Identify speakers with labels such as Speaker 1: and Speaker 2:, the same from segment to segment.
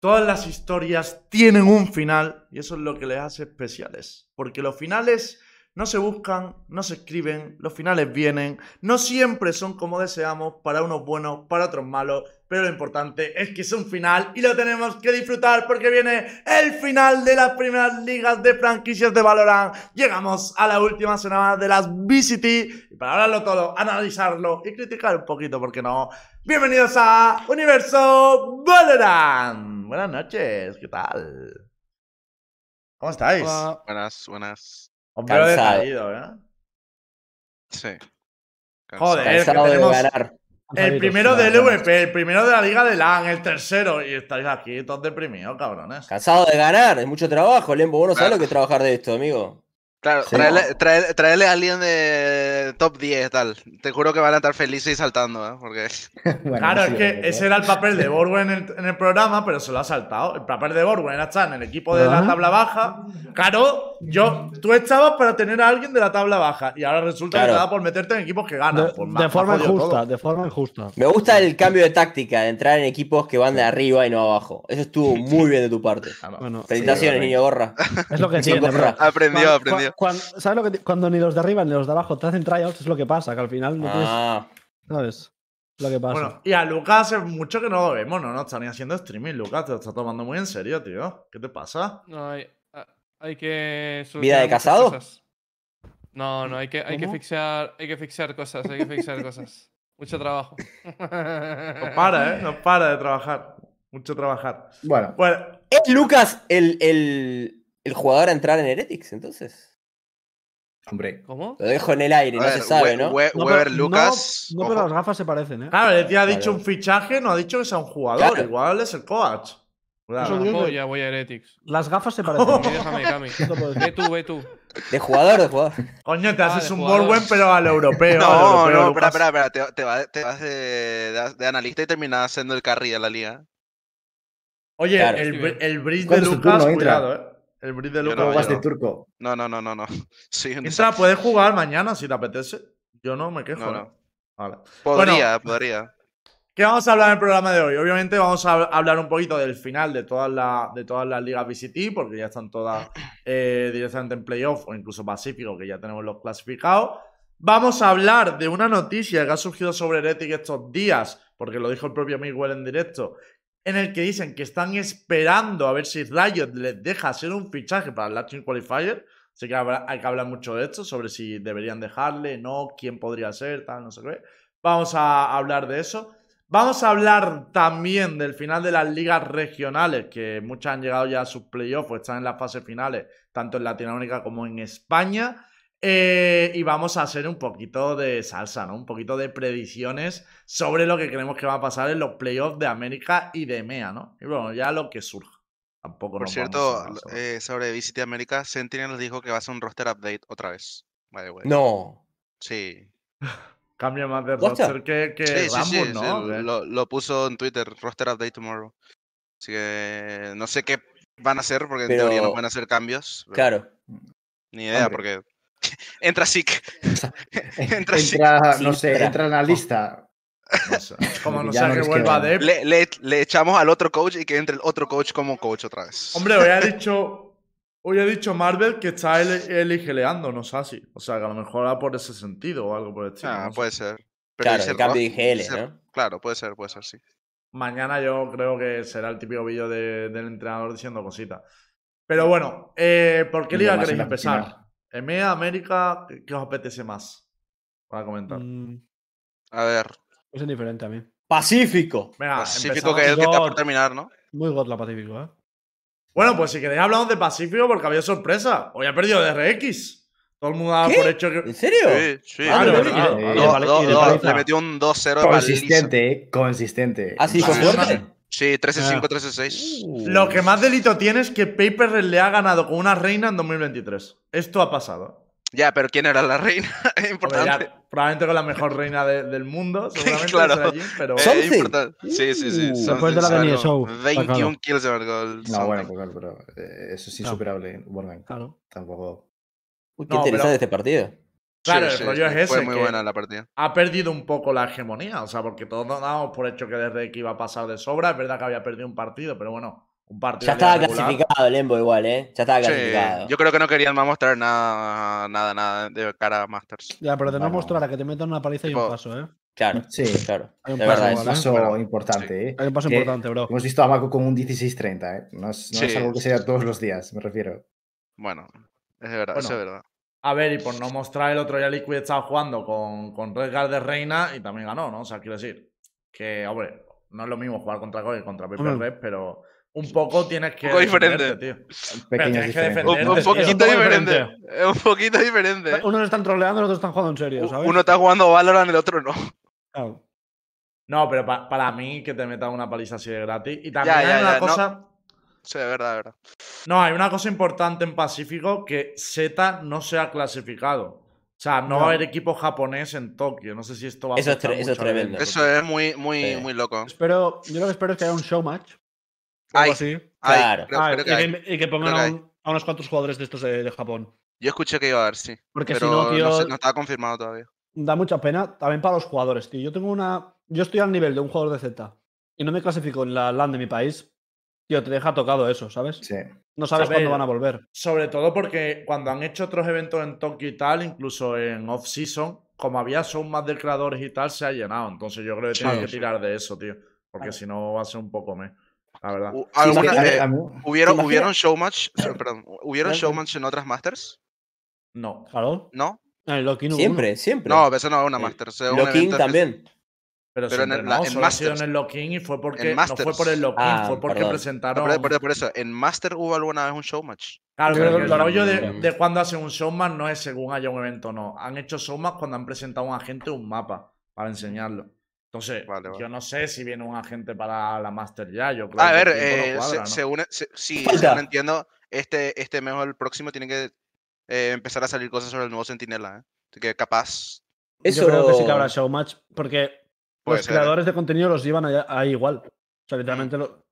Speaker 1: Todas las historias tienen un final y eso es lo que les hace especiales. Porque los finales no se buscan, no se escriben, los finales vienen, no siempre son como deseamos, para unos buenos, para otros malos, pero lo importante es que es un final y lo tenemos que disfrutar porque viene el final de las primeras ligas de franquicias de Valorant. Llegamos a la última semana de las VCT y para hablarlo todo, analizarlo y criticar un poquito, porque no? Bienvenidos a Universo Valorant. Buenas noches, ¿qué tal? ¿Cómo estáis?
Speaker 2: Hola. Buenas, buenas.
Speaker 1: Os veo
Speaker 3: Cansado.
Speaker 1: decaído, ¿eh?
Speaker 2: Sí. Cansado.
Speaker 1: Joder, que
Speaker 3: Cansado de
Speaker 1: tenemos
Speaker 3: ganar.
Speaker 1: el primero del VP, el primero de la Liga de LAN, el tercero. Y estáis aquí todos deprimidos, cabrones.
Speaker 3: Cansado de ganar, es mucho trabajo, Lembo. Vos no sabés lo que
Speaker 2: Ah.
Speaker 3: es trabajar de esto, amigo.
Speaker 2: Claro,
Speaker 3: Sí.
Speaker 2: traerle, traerle- traerle a alguien de top 10 tal. Te juro que van a estar felices y saltando, ¿eh? Porque
Speaker 1: claro, es que ese era el papel de Borwen en el, en el programa, pero se lo ha saltado. El papel de Borwen era estar en el equipo de la
Speaker 4: Ah.
Speaker 1: tabla baja. Claro, yo, tú estabas para tener a alguien de la tabla baja y ahora resulta que
Speaker 3: Claro.
Speaker 1: te da por meterte en equipos que ganan.
Speaker 4: De,
Speaker 1: Pues me-
Speaker 4: de
Speaker 1: me ha
Speaker 4: forma
Speaker 1: jodido
Speaker 4: injusta,
Speaker 1: todo.
Speaker 4: de forma injusta.
Speaker 3: Me gusta el cambio de táctica, de entrar en equipos que van de arriba y no abajo. Eso estuvo muy bien de tu parte.
Speaker 4: Bueno,
Speaker 3: Felicitaciones,
Speaker 1: Sí,
Speaker 3: niño gorra.
Speaker 4: es lo que
Speaker 3: Sí,
Speaker 4: tiene.
Speaker 3: corra.
Speaker 4: bro.
Speaker 2: aprendió,
Speaker 4: Cuan-
Speaker 2: aprendió.
Speaker 4: cuan- cuan- ¿Sabes lo que ti- Cuando ni los de arriba ni los de abajo te hacen tryouts, es lo que pasa, que al final no
Speaker 3: Ah,
Speaker 4: tienes. ¿Sabes? Lo que pasa.
Speaker 1: Bueno, y a Lucas hace mucho que no lo vemos, no, no está ni haciendo streaming, Lucas, te lo está tomando muy en serio, tío. ¿Qué te pasa?
Speaker 5: No, hay, a- hay
Speaker 3: ¿Vida
Speaker 5: que.
Speaker 3: de
Speaker 5: solucionar muchas
Speaker 3: casado?
Speaker 5: cosas. No, no, hay que, hay que
Speaker 4: ¿Cómo?
Speaker 5: fixear, hay que fixear cosas, hay que fixear cosas. Mucho trabajo.
Speaker 1: No para, ¿eh? No para de trabajar. Mucho trabajar. Pues,
Speaker 6: Bueno,
Speaker 1: Bueno,
Speaker 3: ¿Es Lucas el, el, el jugador a entrar en Heretics entonces?
Speaker 6: hombre.
Speaker 5: ¿Cómo?
Speaker 3: Lo dejo en el aire,
Speaker 2: A
Speaker 3: no
Speaker 2: ver,
Speaker 3: se sabe,
Speaker 2: We-
Speaker 3: ¿no?
Speaker 2: We-
Speaker 4: No,
Speaker 2: Weber
Speaker 4: pero-
Speaker 2: Lucas.
Speaker 4: No, no, pero
Speaker 2: ojo.
Speaker 4: las gafas se parecen, ¿eh?
Speaker 1: claro, el tío Ah, ha dicho
Speaker 3: Claro.
Speaker 1: un fichaje, no ha dicho que sea un jugador,
Speaker 3: Claro.
Speaker 1: igual es el coach. Claro.
Speaker 4: Eso digo.
Speaker 5: Voy, ya voy a Heretics.
Speaker 4: Las gafas se
Speaker 5: A
Speaker 4: parecen.
Speaker 5: mí déjame, Cami.
Speaker 4: No puedo decir.
Speaker 5: Ve tú, ve tú.
Speaker 3: De jugador, de jugador.
Speaker 1: Coño, te
Speaker 5: Ah,
Speaker 1: haces
Speaker 5: de
Speaker 1: un
Speaker 5: jugador.
Speaker 1: Borwen, pero al europeo. al
Speaker 2: No,
Speaker 1: europeo,
Speaker 2: no, espera,
Speaker 1: Lucas.
Speaker 2: espera, espera. Te, te va- te vas de, de- de analista y terminas siendo el carry de la liga.
Speaker 1: Oye,
Speaker 3: Claro.
Speaker 1: el, bri- el bridge de
Speaker 6: ¿Cuándo es tu
Speaker 1: Lucas,
Speaker 6: turno? Entra.
Speaker 1: cuidado, ¿eh? El bridge de
Speaker 2: Yo
Speaker 1: Lucas.
Speaker 2: no,
Speaker 6: ¿Cómo vas
Speaker 2: yo
Speaker 6: de
Speaker 2: no.
Speaker 6: turco?
Speaker 2: No, no, no, no, no. Sí, un
Speaker 1: Entra,
Speaker 2: desastre.
Speaker 1: puedes jugar mañana si te apetece. Yo no me quejo.
Speaker 2: No, no.
Speaker 1: ¿eh? Vale.
Speaker 2: Podría, podría.
Speaker 1: ¿Qué vamos a hablar en el programa de hoy? Obviamente vamos a hab- hablar un poquito del final de todas las de todas las ligas VCT, porque ya están todas eh, directamente en playoff o incluso Pacífico, que ya tenemos los clasificados. Vamos a hablar de una noticia que ha surgido sobre Heretic estos días, porque lo dijo el propio Miguel en directo, en el que dicen que están esperando a ver si Riot les deja hacer un fichaje para el Latin Qualifier. Así que habrá- hay que hablar mucho de esto, sobre si deberían dejarle, no, quién podría ser, tal, no sé qué. Vamos a hablar de eso. Vamos a hablar también del final de las ligas regionales, que muchas han llegado ya a sus playoffs, o están en las fases finales, tanto en Latinoamérica como en España. Eh, y vamos a hacer un poquito de salsa, ¿no? Un poquito de predicciones sobre lo que creemos que va a pasar en los playoffs de América y de EMEA, ¿no? Y bueno, ya lo que surja. Tampoco
Speaker 2: Por
Speaker 1: nos
Speaker 2: cierto,
Speaker 1: vamos a-
Speaker 2: eh, sobre Visit América, Sentinel nos dijo que va a hacer un roster update otra vez. By the way.
Speaker 3: No.
Speaker 2: Sí.
Speaker 1: Cambia más de
Speaker 3: Hostia.
Speaker 1: roster que, que
Speaker 2: Sí, sí,
Speaker 1: Rambus,
Speaker 2: sí, sí,
Speaker 1: ¿no? Que-
Speaker 2: Lo, lo puso en Twitter, roster update tomorrow. Así que no sé qué van a hacer, porque en teoría no
Speaker 3: Pero-
Speaker 2: pueden hacer cambios. pero
Speaker 3: Claro.
Speaker 2: Ni idea,
Speaker 6: hombre.
Speaker 2: porque. Entra Sick. Entra Sick.
Speaker 6: Entra,
Speaker 3: sí,
Speaker 6: no sé,
Speaker 3: espera.
Speaker 6: entra en la lista.
Speaker 1: no sé. Como no
Speaker 6: Ya
Speaker 1: sea
Speaker 6: no
Speaker 1: que
Speaker 6: les
Speaker 1: vuelva
Speaker 6: queda.
Speaker 1: de
Speaker 2: Le, le- le echamos al otro coach y que entre el otro coach como coach otra vez.
Speaker 1: Hombre, hoy ha dicho. Hoy ha dicho Marvel que está él, él y geleando, no es así. O sea, que a lo mejor va por ese sentido o algo por el estilo.
Speaker 2: Ah,
Speaker 1: no sé.
Speaker 2: puede ser. Pero
Speaker 3: Claro,
Speaker 2: dice
Speaker 3: el cambio de
Speaker 2: ro-
Speaker 3: IGL,
Speaker 2: dice-
Speaker 3: ¿no?
Speaker 2: Claro, puede ser, puede ser, sí.
Speaker 1: Mañana yo creo que será el típico vídeo de- del entrenador diciendo cositas. Pero bueno, eh, ¿por qué
Speaker 6: Y
Speaker 1: liga
Speaker 6: además
Speaker 1: queréis
Speaker 6: en la final.
Speaker 1: empezar? EMEA, América, ¿qué qué os apetece más? Para comentar.
Speaker 4: Mm,
Speaker 2: A ver,
Speaker 4: es indiferente a mí.
Speaker 3: Pacífico.
Speaker 1: Venga,
Speaker 2: Pacífico
Speaker 1: Ah, empezamos.
Speaker 2: que es el que está
Speaker 4: con-
Speaker 2: por terminar, ¿no?
Speaker 4: Muy God la Pacífico, ¿eh?
Speaker 1: Bueno, pues si queréis hablamos de Pacífico porque había sorpresa. Hoy ha perdido DRX. Todo el mundo daba
Speaker 3: ¿Qué?
Speaker 1: por hecho que.
Speaker 3: ¿En serio?
Speaker 2: Sí, sí.
Speaker 1: Ah,
Speaker 4: Claro,
Speaker 1: no,
Speaker 4: y de-
Speaker 1: claro,
Speaker 4: y de
Speaker 2: Do-
Speaker 1: claro.
Speaker 4: pali-
Speaker 2: do-
Speaker 4: y de
Speaker 2: do-
Speaker 4: paliza.
Speaker 2: le metió un 2-0 de paliza.
Speaker 6: Consistente, eh, consistente.
Speaker 3: ¿Así fue
Speaker 2: Sí,
Speaker 3: Ah, fuerte?
Speaker 2: Sí, 13-5,
Speaker 1: Ah.
Speaker 2: 13-6.
Speaker 4: Uh.
Speaker 1: Lo que más delito tiene es que Paper le ha ganado con una reina en 2023. Esto ha pasado.
Speaker 2: Ya, pero ¿quién era la reina?
Speaker 1: Hombre,
Speaker 2: Es importante.
Speaker 1: ya, probablemente con la mejor reina de- del mundo, seguramente
Speaker 2: Claro.
Speaker 1: será Jin, pero
Speaker 2: Eh,
Speaker 3: Something.
Speaker 2: importante. Sí, sí, sí.
Speaker 3: Uh.
Speaker 2: Something,
Speaker 4: Después de la
Speaker 2: se
Speaker 4: Dani
Speaker 2: marcó
Speaker 4: Show,
Speaker 2: 21
Speaker 4: claro.
Speaker 2: kills de Vergol.
Speaker 6: No, bueno, pues pero, pero, eh, eso es
Speaker 4: No.
Speaker 6: insuperable. Wargang.
Speaker 4: Claro.
Speaker 6: Tampoco.
Speaker 3: Uy, qué
Speaker 1: No, pero-
Speaker 3: interesante este partido.
Speaker 1: claro, el rollo es
Speaker 2: Fue
Speaker 1: ese,
Speaker 2: muy
Speaker 1: que-
Speaker 2: buena la partida.
Speaker 1: ha perdido un poco la hegemonía. O sea, porque todos nos dábamos por hecho que desde que iba a pasar de sobra. Es verdad que había perdido un partido, pero bueno, Un partido.
Speaker 3: Ya
Speaker 1: que
Speaker 3: estaba
Speaker 1: era regular.
Speaker 3: clasificado el Embo igual, ¿eh? Ya estaba
Speaker 2: Sí,
Speaker 3: clasificado.
Speaker 2: yo creo que no querían más mostrar nada, nada, nada de cara a Masters.
Speaker 4: Ya, pero te no
Speaker 6: Bueno.
Speaker 4: mostrar a que te metan una paliza y un
Speaker 2: Tipo-
Speaker 4: paso, ¿eh?
Speaker 3: Claro,
Speaker 6: Sí.
Speaker 3: claro.
Speaker 4: Hay un
Speaker 3: De
Speaker 4: paso,
Speaker 3: verdad,
Speaker 6: Un
Speaker 4: ¿vale?
Speaker 3: eso.
Speaker 6: paso
Speaker 2: Bueno,
Speaker 6: importante, ¿eh?
Speaker 4: Hay un paso
Speaker 6: Que
Speaker 4: importante, bro.
Speaker 6: Hemos visto a Mako con un 16-30, ¿eh? No, es, no es
Speaker 2: Sí.
Speaker 6: algo que sea todos los días, me refiero.
Speaker 2: Bueno, es verdad,
Speaker 1: Bueno.
Speaker 2: eso es verdad.
Speaker 1: A ver, y por no mostrar el otro día Liquid estaba jugando con, con Red Guard de Reina y también ganó, ¿no? O sea, quiero decir que, hombre, no es lo mismo jugar contra Core que contra Paper
Speaker 4: Hombre.
Speaker 1: Red, pero un poco tienes que.
Speaker 2: Un poco diferente.
Speaker 1: defenderte, tío.
Speaker 6: Pequeñas
Speaker 1: tienes que
Speaker 6: diferencias.
Speaker 1: defender.
Speaker 2: Un, un
Speaker 1: Diferente, sí,
Speaker 2: poquito
Speaker 4: un poco
Speaker 2: diferente.
Speaker 4: diferente.
Speaker 2: Es un poquito diferente. ¿eh?
Speaker 4: Unos están troleando, los otros están jugando en serio, ¿sabes?
Speaker 2: Uno está jugando Valorant, el otro no.
Speaker 4: Claro.
Speaker 1: No, pero pa- para mí que te metan una paliza así de gratis. Y también
Speaker 2: Ya, ya,
Speaker 1: hay una
Speaker 2: ya, no.
Speaker 1: cosa.
Speaker 2: Sí, es verdad, es verdad.
Speaker 1: No, hay una cosa importante en Pacífico que Z no se ha clasificado. O sea, no, va a haber equipo japonés en Tokio. No sé si esto va a
Speaker 3: Eso es
Speaker 1: afectar
Speaker 3: tre- eso es
Speaker 1: mucho al
Speaker 3: tremendo.
Speaker 1: evento.
Speaker 2: Eso es muy, muy,
Speaker 3: Sí.
Speaker 2: muy loco.
Speaker 4: Espero, yo lo que espero es que haya un showmatch. o
Speaker 2: Ay,
Speaker 4: Algo así.
Speaker 2: ay,
Speaker 3: Claro.
Speaker 2: creo-
Speaker 4: Ah,
Speaker 2: creo que
Speaker 4: y,
Speaker 2: hay.
Speaker 4: que, y que pongan
Speaker 2: creo que
Speaker 4: a, un- a unos cuantos jugadores de estos eh, de, Japón.
Speaker 2: Yo escuché que iba a haber, sí.
Speaker 4: Porque
Speaker 2: Pero
Speaker 4: si no,
Speaker 2: no,
Speaker 4: tío,
Speaker 2: sé- no estaba confirmado todavía.
Speaker 4: da mucha pena también para los jugadores, tío. Yo tengo una. Yo estoy al nivel de un jugador de Z y no me clasifico en la LAN de mi país. Tío, te deja tocado eso, ¿sabes?
Speaker 6: Sí.
Speaker 4: No sabes
Speaker 1: A ver.
Speaker 4: cuándo van a volver.
Speaker 1: Sobre todo porque cuando han hecho otros eventos en Tokio y tal, incluso en off-season, como había son más de creadores y tal, se ha llenado. Entonces yo creo que tienen
Speaker 2: Sí,
Speaker 1: que
Speaker 2: sí.
Speaker 1: tirar de eso, tío. Porque
Speaker 3: Claro.
Speaker 1: si no va a ser un poco me. La verdad.
Speaker 2: U-
Speaker 6: Sí,
Speaker 2: alguna-
Speaker 6: es que a mí-
Speaker 2: eh,
Speaker 6: a mí-
Speaker 2: ¿Hubieron,
Speaker 3: ¿Te
Speaker 2: hubieron showmatch? Perdón, ¿hubieron
Speaker 4: Claro.
Speaker 2: showmatch en otras Masters?
Speaker 1: No.
Speaker 4: Claro.
Speaker 2: ¿no?
Speaker 4: En el Loki no hubo
Speaker 3: Siempre, siempre.
Speaker 2: No, eso no es
Speaker 1: eh,
Speaker 2: una
Speaker 3: Sí.
Speaker 2: Masters. es un
Speaker 3: Loquín
Speaker 2: evento espe-
Speaker 3: también.
Speaker 1: Pero,
Speaker 2: Pero en
Speaker 1: siempre
Speaker 2: el-
Speaker 1: no,
Speaker 2: la- en
Speaker 1: solo ha sido en
Speaker 2: Masters.
Speaker 1: el lock-in y fue porque.
Speaker 2: En
Speaker 1: No fue por el
Speaker 2: Masters.
Speaker 1: lock-in,
Speaker 3: Ah,
Speaker 1: fue porque
Speaker 3: perdón.
Speaker 1: presentaron.
Speaker 2: Por, por- por eso, en Master hubo alguna vez un showmatch.
Speaker 1: Claro,
Speaker 4: Yo creo
Speaker 1: pero
Speaker 4: que
Speaker 1: el
Speaker 4: lo-
Speaker 1: rollo de,
Speaker 3: Mm.
Speaker 1: de cuando hacen un showman no es según haya un evento, no. Han hecho showman cuando han presentado a un agente un mapa para enseñarlo. Entonces,
Speaker 2: Vale, vale.
Speaker 1: yo no sé si viene un agente para la Master ya. Yo creo
Speaker 2: A
Speaker 1: que
Speaker 2: ver,
Speaker 1: el tiempo no
Speaker 2: eh,
Speaker 1: cuadra,
Speaker 2: se-
Speaker 1: ¿no?
Speaker 2: según, se- sí,
Speaker 3: Falta.
Speaker 2: según entiendo, este, este mes o el próximo tiene que eh, empezar a salir cosas sobre el nuevo Sentinela. ¿eh? Así que capaz.
Speaker 3: Eso.
Speaker 4: Yo creo que sí que habrá showmatch porque
Speaker 2: Puede
Speaker 4: los
Speaker 2: ser, ¿eh? Mm.
Speaker 4: creadores de contenido los llevan allá- ahí igual. O sea, literalmente lo-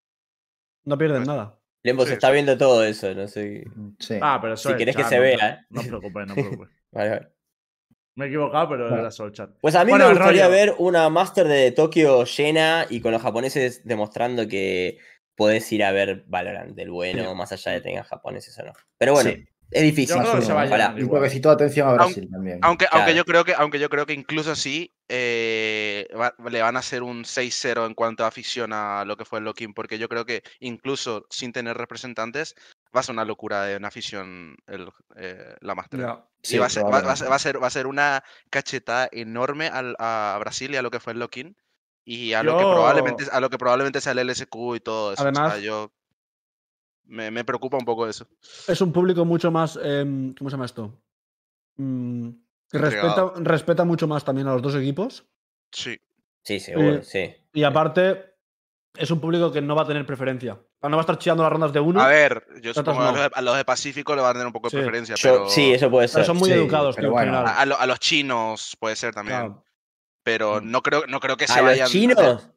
Speaker 4: no pierden
Speaker 2: Pues-
Speaker 4: nada.
Speaker 3: Lembo
Speaker 2: Sí,
Speaker 3: se está viendo todo eso, no sé.
Speaker 6: Sí.
Speaker 1: Ah, pero eso
Speaker 3: Si
Speaker 1: es
Speaker 3: querés que
Speaker 1: chat,
Speaker 3: se
Speaker 1: no te-
Speaker 3: vea, ¿eh?
Speaker 1: No os preocupéis, no os preocupéis.
Speaker 3: Vale, vale.
Speaker 1: Me he equivocado, pero
Speaker 6: Bueno.
Speaker 1: era solo chat.
Speaker 3: Pues a mí
Speaker 1: Bueno,
Speaker 3: me
Speaker 1: el
Speaker 3: gustaría
Speaker 1: rollo.
Speaker 3: ver una Master de Tokio llena y con los japoneses demostrando que podés ir a ver Valorant del bueno, más allá de tengan japoneses o no. Pero bueno,
Speaker 6: Sí.
Speaker 3: es difícil.
Speaker 1: Yo creo que
Speaker 6: se
Speaker 1: va
Speaker 3: Ojalá.
Speaker 1: llenando.
Speaker 6: Un
Speaker 1: igual.
Speaker 6: toda atención a Brasil también.
Speaker 2: Aunque, aunque,
Speaker 3: Claro.
Speaker 2: yo creo que, aunque yo creo que incluso así eh, va- le van a hacer un 6-0 en cuanto a afición a lo que fue el Locking, porque yo creo que incluso sin tener representantes va a ser una locura de una afición el, eh, la Master. Y
Speaker 6: Sí,
Speaker 2: va, a ser, va- va a ser-
Speaker 6: probablemente.
Speaker 2: va a ser, va a ser una cachetada enorme al- a Brasil y a lo que fue el Locking. Y a lo que
Speaker 1: Yo-
Speaker 2: probablemente a lo que probablemente sea el LSQ y todo eso. o sea,
Speaker 4: Además-
Speaker 2: yo me, me preocupa un poco eso.
Speaker 4: Es un público mucho más. em, ¿Cómo se llama esto? Mm, que respeta,
Speaker 2: Entregado.
Speaker 4: respeta mucho más también a los dos equipos.
Speaker 2: Sí.
Speaker 3: Sí, seguro,
Speaker 4: Eh,
Speaker 3: sí.
Speaker 4: Y aparte, es un público que no va a tener preferencia. O sea, No va a estar chillando las rondas de uno.
Speaker 2: A ver, yo
Speaker 4: Otros
Speaker 2: supongo que a
Speaker 4: ¿Mm? no.
Speaker 2: los de- a los de Pacífico le van a tener un poco
Speaker 4: Sí.
Speaker 2: de preferencia,
Speaker 3: Yo-
Speaker 2: pero
Speaker 3: sí, eso puede
Speaker 4: pero
Speaker 3: ser.
Speaker 4: son muy
Speaker 6: sí,
Speaker 4: educados, tío,
Speaker 6: pero
Speaker 4: en
Speaker 6: bueno.
Speaker 4: general.
Speaker 2: a, a lo- a los chinos puede ser también.
Speaker 4: Claro.
Speaker 2: Pero no creo, no creo que se
Speaker 3: ¿A
Speaker 2: vayan.
Speaker 3: los chinos?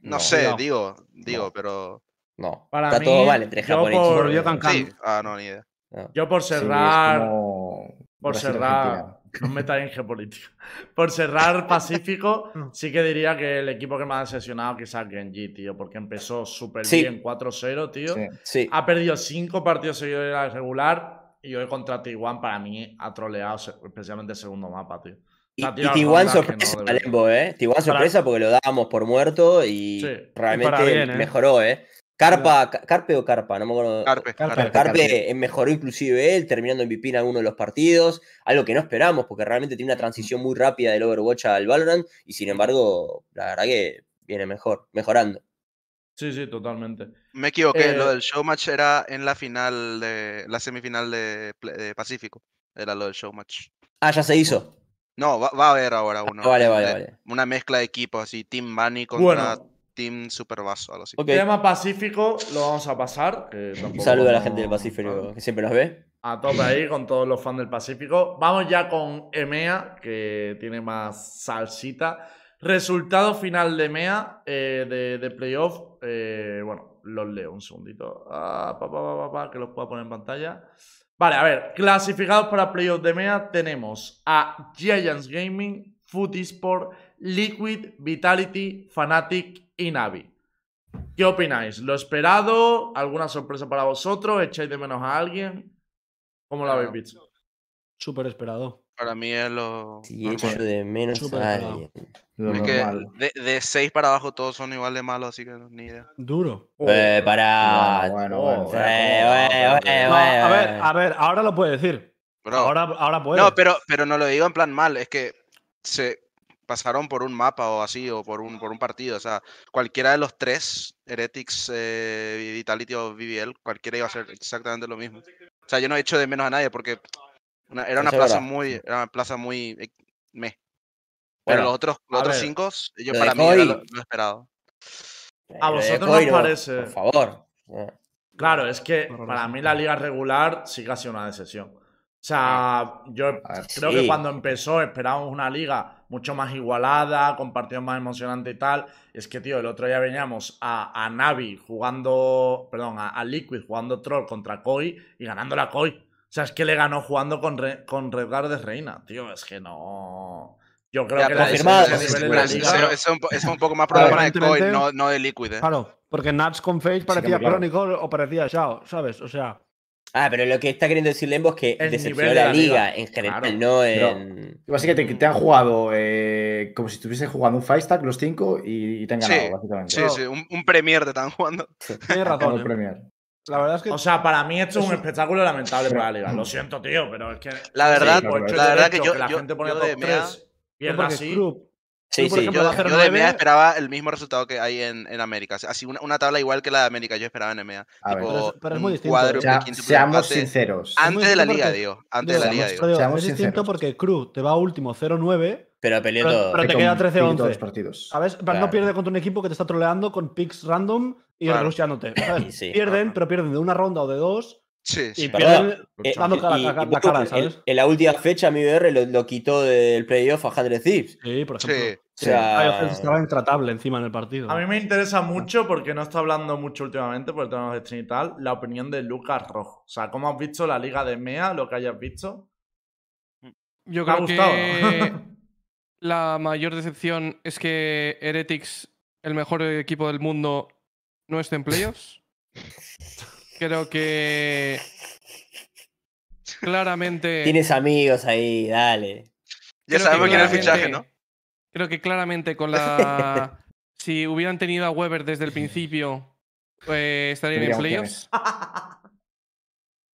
Speaker 2: No, sé,
Speaker 4: No.
Speaker 2: digo, digo,
Speaker 3: No.
Speaker 2: pero.
Speaker 3: No.
Speaker 1: Para
Speaker 3: está
Speaker 1: mí,
Speaker 3: todo mal entre
Speaker 1: yo
Speaker 3: Japón y
Speaker 1: por-
Speaker 3: China.
Speaker 4: Volvió Cancún.
Speaker 2: Sí, ah, no, ni idea.
Speaker 3: No.
Speaker 1: Yo por
Speaker 6: Sí, es
Speaker 1: cerrar.
Speaker 6: como
Speaker 1: por
Speaker 6: Brasil,
Speaker 1: cerrar.
Speaker 6: Argentina.
Speaker 1: No os metáis en geopolítica. Por cerrar Pacífico,
Speaker 4: Mm.
Speaker 1: sí que diría que el equipo que más ha decepcionado quizás Genji, tío, porque empezó súper
Speaker 3: Sí.
Speaker 1: bien, 4-0, tío.
Speaker 6: Sí.
Speaker 3: Sí.
Speaker 1: Ha perdido cinco partidos seguidos de la regular y hoy contra Taiwán para mí ha troleado, se- especialmente el segundo mapa, tío.
Speaker 3: Y,
Speaker 1: ha
Speaker 3: y
Speaker 1: tirado
Speaker 3: Tiguan
Speaker 1: rondas que
Speaker 3: sorpresa,
Speaker 1: no
Speaker 3: a
Speaker 1: debería.
Speaker 3: Lembo, ¿eh? Tiguan sorpresa porque lo dábamos por muerto y
Speaker 1: Sí.
Speaker 4: Y para
Speaker 3: realmente
Speaker 4: bien, ¿eh?
Speaker 3: mejoró, ¿eh? Carpa, Ca- Carpe o Carpa, no me acuerdo.
Speaker 2: Carpe,
Speaker 4: Carpe.
Speaker 2: Carpe.
Speaker 3: Carpe eh, mejoró inclusive él, terminando MVP en alguno de los partidos, algo que no esperamos, porque realmente tiene una transición muy rápida del Overwatch al Valorant, y sin embargo, la verdad que viene mejor, mejorando.
Speaker 1: Sí, sí, totalmente.
Speaker 2: Me equivoqué,
Speaker 1: Eh,
Speaker 2: lo del showmatch era en la final de. La semifinal de, pl- de Pacífico. Era lo del showmatch.
Speaker 3: Ah, ya se hizo.
Speaker 2: No, va, va a haber ahora uno.
Speaker 3: Ah, vale, vale,
Speaker 2: de-
Speaker 3: vale.
Speaker 2: Una mezcla de equipos, así, Team Bunny contra
Speaker 1: Bueno,
Speaker 2: Team Supervaso, algo así.
Speaker 3: Ok,
Speaker 1: tema Pacífico lo vamos a pasar. que
Speaker 3: un
Speaker 1: tampoco
Speaker 3: saludo a la
Speaker 1: vamos-
Speaker 3: gente del Pacífico que siempre nos ve.
Speaker 1: A tope ahí con todos los fans del Pacífico. Vamos ya con E EMEA, que tiene más salsita. Resultado final de EMEA eh, de, de playoff. eh, bueno, los leo un segundito. Ah, pa, pa, pa, pa, pa, que los pueda poner en pantalla. Vale, a ver, clasificados para playoff de EMEA tenemos a Giants Gaming, Foot Sport, Liquid, Vitality, Fnatic y Navi. ¿Qué opináis? ¿Lo esperado? ¿Alguna sorpresa para vosotros? ¿Echáis de menos a alguien? ¿Cómo lo habéis
Speaker 2: Ah.
Speaker 1: visto?
Speaker 4: Súper esperado.
Speaker 2: Para mí es lo.
Speaker 3: Si
Speaker 2: normal.
Speaker 3: echo de menos
Speaker 4: Súper
Speaker 3: a
Speaker 4: bravo.
Speaker 3: alguien.
Speaker 6: Lo
Speaker 2: Es
Speaker 6: normal.
Speaker 2: que de- de 6 para abajo todos son igual de malos, así que no, ni idea.
Speaker 4: Duro.
Speaker 3: Eh,
Speaker 2: Ah,
Speaker 3: pará.
Speaker 6: No, bueno,
Speaker 1: oh,
Speaker 6: bueno,
Speaker 1: eh,
Speaker 6: fuera,
Speaker 3: eh,
Speaker 6: fuera,
Speaker 3: eh,
Speaker 4: No,
Speaker 6: fuera.
Speaker 4: a
Speaker 3: bueno,
Speaker 4: ver,
Speaker 3: bueno.
Speaker 4: a ver, ahora lo puede decir.
Speaker 2: Bro,
Speaker 4: Ahora, ahora puede.
Speaker 2: no, pero, pero no lo digo en plan mal, es que se pasaron por un mapa o así, o por un, por un partido. O sea, cualquiera de los tres, Heretics, eh, Vitality o BBL, cualquiera iba a ser exactamente lo mismo. O sea, yo no he hecho de menos a nadie porque una- era una
Speaker 3: Eso es
Speaker 2: plaza
Speaker 3: verdad.
Speaker 2: muy. Era una plaza muy. eh, meh. Pero
Speaker 3: Bueno,
Speaker 2: los otros, los
Speaker 1: a
Speaker 2: otros
Speaker 1: ver,
Speaker 2: cinco, ellos
Speaker 3: lo
Speaker 2: para
Speaker 3: de
Speaker 2: mí era
Speaker 3: Koi-
Speaker 2: lo, lo esperado.
Speaker 1: A
Speaker 3: Lo de
Speaker 1: vosotros
Speaker 3: Eh, Coiro,
Speaker 1: nos parece-
Speaker 3: Por favor. Ah,
Speaker 1: Claro, es que
Speaker 4: Horroroso.
Speaker 1: para mí la liga regular sí que ha sido una decepción. O sea, yo
Speaker 6: A ver,
Speaker 1: creo
Speaker 3: sí.
Speaker 1: que cuando empezó esperábamos una liga mucho más igualada, con partidos más emocionantes y tal. Es que, tío, el otro día veníamos a, a Navi jugando, perdón, a, a Liquid jugando Troll contra Koi y ganando la Koi. O sea, es que le ganó jugando con, Re- con Red Guard de Reina. Tío, es que no. Yo creo
Speaker 2: Ya,
Speaker 1: que
Speaker 2: pero
Speaker 1: la
Speaker 2: es-
Speaker 3: confirmado.
Speaker 2: es- es-
Speaker 1: diferencia de nivel en la
Speaker 2: es-
Speaker 1: liga-
Speaker 2: es- es un po- es un poco más problema de Coil,
Speaker 4: Aparentemente-
Speaker 2: no, no de Liquid. eh.
Speaker 4: Claro, porque Nats con Face parecía
Speaker 6: claro.
Speaker 4: Chronicle o parecía Shao, ¿sabes? O sea,
Speaker 3: Ah, pero lo que está queriendo decir Lembo es que
Speaker 1: El
Speaker 3: decepcionó
Speaker 1: nivel de
Speaker 3: la
Speaker 1: la
Speaker 3: liga
Speaker 1: liga.
Speaker 3: en general,
Speaker 1: Claro.
Speaker 3: no en.
Speaker 6: Básicamente que te han jugado eh, como si estuviesen jugando un five stack los cinco y, y te han
Speaker 2: Sí,
Speaker 6: ganado, básicamente.
Speaker 2: Sí, sí, un, un Premier te están jugando.
Speaker 4: tienes
Speaker 6: Ganó el
Speaker 4: razón. ¿eh?
Speaker 6: Premier.
Speaker 4: La verdad es que
Speaker 1: O sea, para mí esto es un espectáculo lamentable para la liga. Lo siento, tío, pero es que.
Speaker 2: La verdad,
Speaker 1: Sí, por hecho
Speaker 2: la
Speaker 1: de
Speaker 2: verdad que
Speaker 1: derecho,
Speaker 2: yo,
Speaker 1: la
Speaker 2: yo-
Speaker 1: gente pone
Speaker 2: yo
Speaker 1: top
Speaker 2: de MEA,
Speaker 1: 3,
Speaker 4: no,
Speaker 1: pierde
Speaker 4: porque
Speaker 1: así.
Speaker 4: Scroob-
Speaker 3: Sí,
Speaker 4: por
Speaker 3: sí.
Speaker 4: ejemplo,
Speaker 2: yo,
Speaker 4: va a hacer
Speaker 2: yo de MEA
Speaker 4: nueve.
Speaker 2: esperaba el mismo resultado que hay en, en América. O sea, Así una, una tabla igual que la de América, yo esperaba en MEA.
Speaker 6: A ver.
Speaker 2: Tipo,
Speaker 4: Pero es- pero es muy
Speaker 2: un
Speaker 4: distinto,
Speaker 6: O
Speaker 2: cuádruple,
Speaker 6: sea,
Speaker 2: quíntuple
Speaker 6: seamos
Speaker 2: empate. Ah,
Speaker 6: sinceros.
Speaker 2: Antes de la
Speaker 4: distinto
Speaker 2: liga,
Speaker 4: porque-
Speaker 2: digo. Antes de la
Speaker 6: Seamos-
Speaker 2: liga,
Speaker 4: Pero
Speaker 2: digo.
Speaker 4: digo,
Speaker 6: Seamos
Speaker 4: es distinto
Speaker 6: sinceros.
Speaker 4: porque Crew te va último 0-9,
Speaker 3: Pero peleó
Speaker 4: Pero-
Speaker 3: todo.
Speaker 4: pero- te
Speaker 6: Con
Speaker 4: queda 13-11.
Speaker 6: todos los partidos.
Speaker 4: ¿sabes? En plan, No
Speaker 6: Claro.
Speaker 4: pierde contra un equipo que te está troleando con picks random y
Speaker 2: Claro.
Speaker 4: rusheándote, ¿sabes?
Speaker 3: Sí, sí.
Speaker 4: pierden, pero pierden de una ronda o de dos
Speaker 2: Sí,
Speaker 4: y
Speaker 2: sí.
Speaker 4: pierden
Speaker 3: Eh,
Speaker 4: dando
Speaker 3: y-
Speaker 4: cara,
Speaker 3: y-
Speaker 4: la,
Speaker 3: y
Speaker 4: la
Speaker 3: Bucu,
Speaker 4: cara,
Speaker 3: en-
Speaker 4: ¿sabes?
Speaker 3: En, la última fecha, mi BR lo, lo quitó del playoff a 100 Thieves.
Speaker 4: Sí, por ejemplo.
Speaker 2: sí.
Speaker 3: O sea,
Speaker 4: Ay, Offense estaba intratable encima en el partido.
Speaker 1: A mí me interesa mucho, porque no está hablando mucho últimamente por el tema de los streams y tal, la opinión de Lucas Rojo. O sea, ¿cómo has visto la liga de MEA? Lo que hayas visto.
Speaker 5: Yo
Speaker 1: ¿Te ha
Speaker 5: creo
Speaker 1: gustado?
Speaker 5: que
Speaker 1: no?
Speaker 5: la mayor decepción es que Heretics, el mejor equipo del mundo, no esté en playoffs. Creo que claramente
Speaker 3: tienes amigos ahí, dale.
Speaker 2: Ya
Speaker 5: Creo
Speaker 2: sabemos
Speaker 5: que
Speaker 2: quién es el
Speaker 5: claramente-
Speaker 2: fichaje, ¿no?
Speaker 5: Creo que claramente con la. si hubieran tenido a Weber desde el principio, pues estarían en
Speaker 6: Tendríamos que
Speaker 5: playoffs.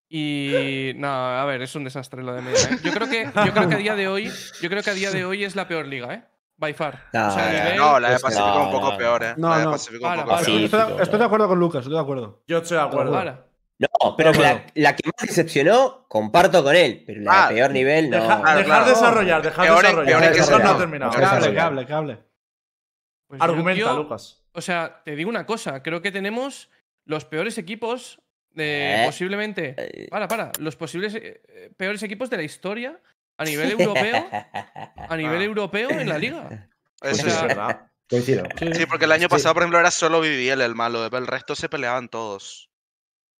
Speaker 5: Y no, a ver, es un desastre lo de media. ¿eh? Yo creo que, yo creo que a día de hoy, yo creo que a día de hoy es la peor liga, ¿eh? By far.
Speaker 3: No,
Speaker 5: o
Speaker 2: Ah,
Speaker 5: sea, a
Speaker 3: no,
Speaker 5: nivel-
Speaker 2: No, la de
Speaker 3: es que-
Speaker 2: Pacífico
Speaker 3: No,
Speaker 2: un poco
Speaker 3: no,
Speaker 2: peor, ¿eh?
Speaker 4: no.
Speaker 2: la de
Speaker 4: No,
Speaker 2: Pacífico un
Speaker 5: para,
Speaker 2: poco
Speaker 5: para.
Speaker 2: peor.
Speaker 3: Sí.
Speaker 4: estoy, de, estoy de acuerdo con Lucas, estoy de acuerdo.
Speaker 1: Yo estoy de acuerdo.
Speaker 5: Para.
Speaker 3: No, pero que la, la que más decepcionó, comparto con él. Pero la de
Speaker 2: Ah,
Speaker 3: peor nivel, no.
Speaker 1: Deja-
Speaker 2: claro,
Speaker 1: dejar
Speaker 2: claro.
Speaker 1: desarrollar, dejar
Speaker 2: Peor en-
Speaker 1: desarrollar.
Speaker 2: peor en que
Speaker 1: Lucas
Speaker 6: desarrollar.
Speaker 1: no ha terminado.
Speaker 6: Dejar
Speaker 4: Cable,
Speaker 6: desarrollar.
Speaker 4: cable, cable.
Speaker 5: Pues yo-
Speaker 1: Argumenta,
Speaker 5: yo-
Speaker 1: Lucas.
Speaker 5: O sea, te digo una cosa, creo que tenemos los peores equipos de
Speaker 3: ¿Eh?
Speaker 5: posiblemente.
Speaker 3: Eh.
Speaker 5: Para, para, los posibles eh, eh, peores equipos de la historia a nivel europeo, a nivel
Speaker 2: Ah.
Speaker 5: europeo en la liga.
Speaker 1: Pues
Speaker 5: O
Speaker 1: es
Speaker 5: sea,
Speaker 1: verdad.
Speaker 6: Coincido.
Speaker 2: Sí, porque el año
Speaker 6: Sí.
Speaker 2: pasado, por ejemplo, era solo BBL el malo, el resto se peleaban todos.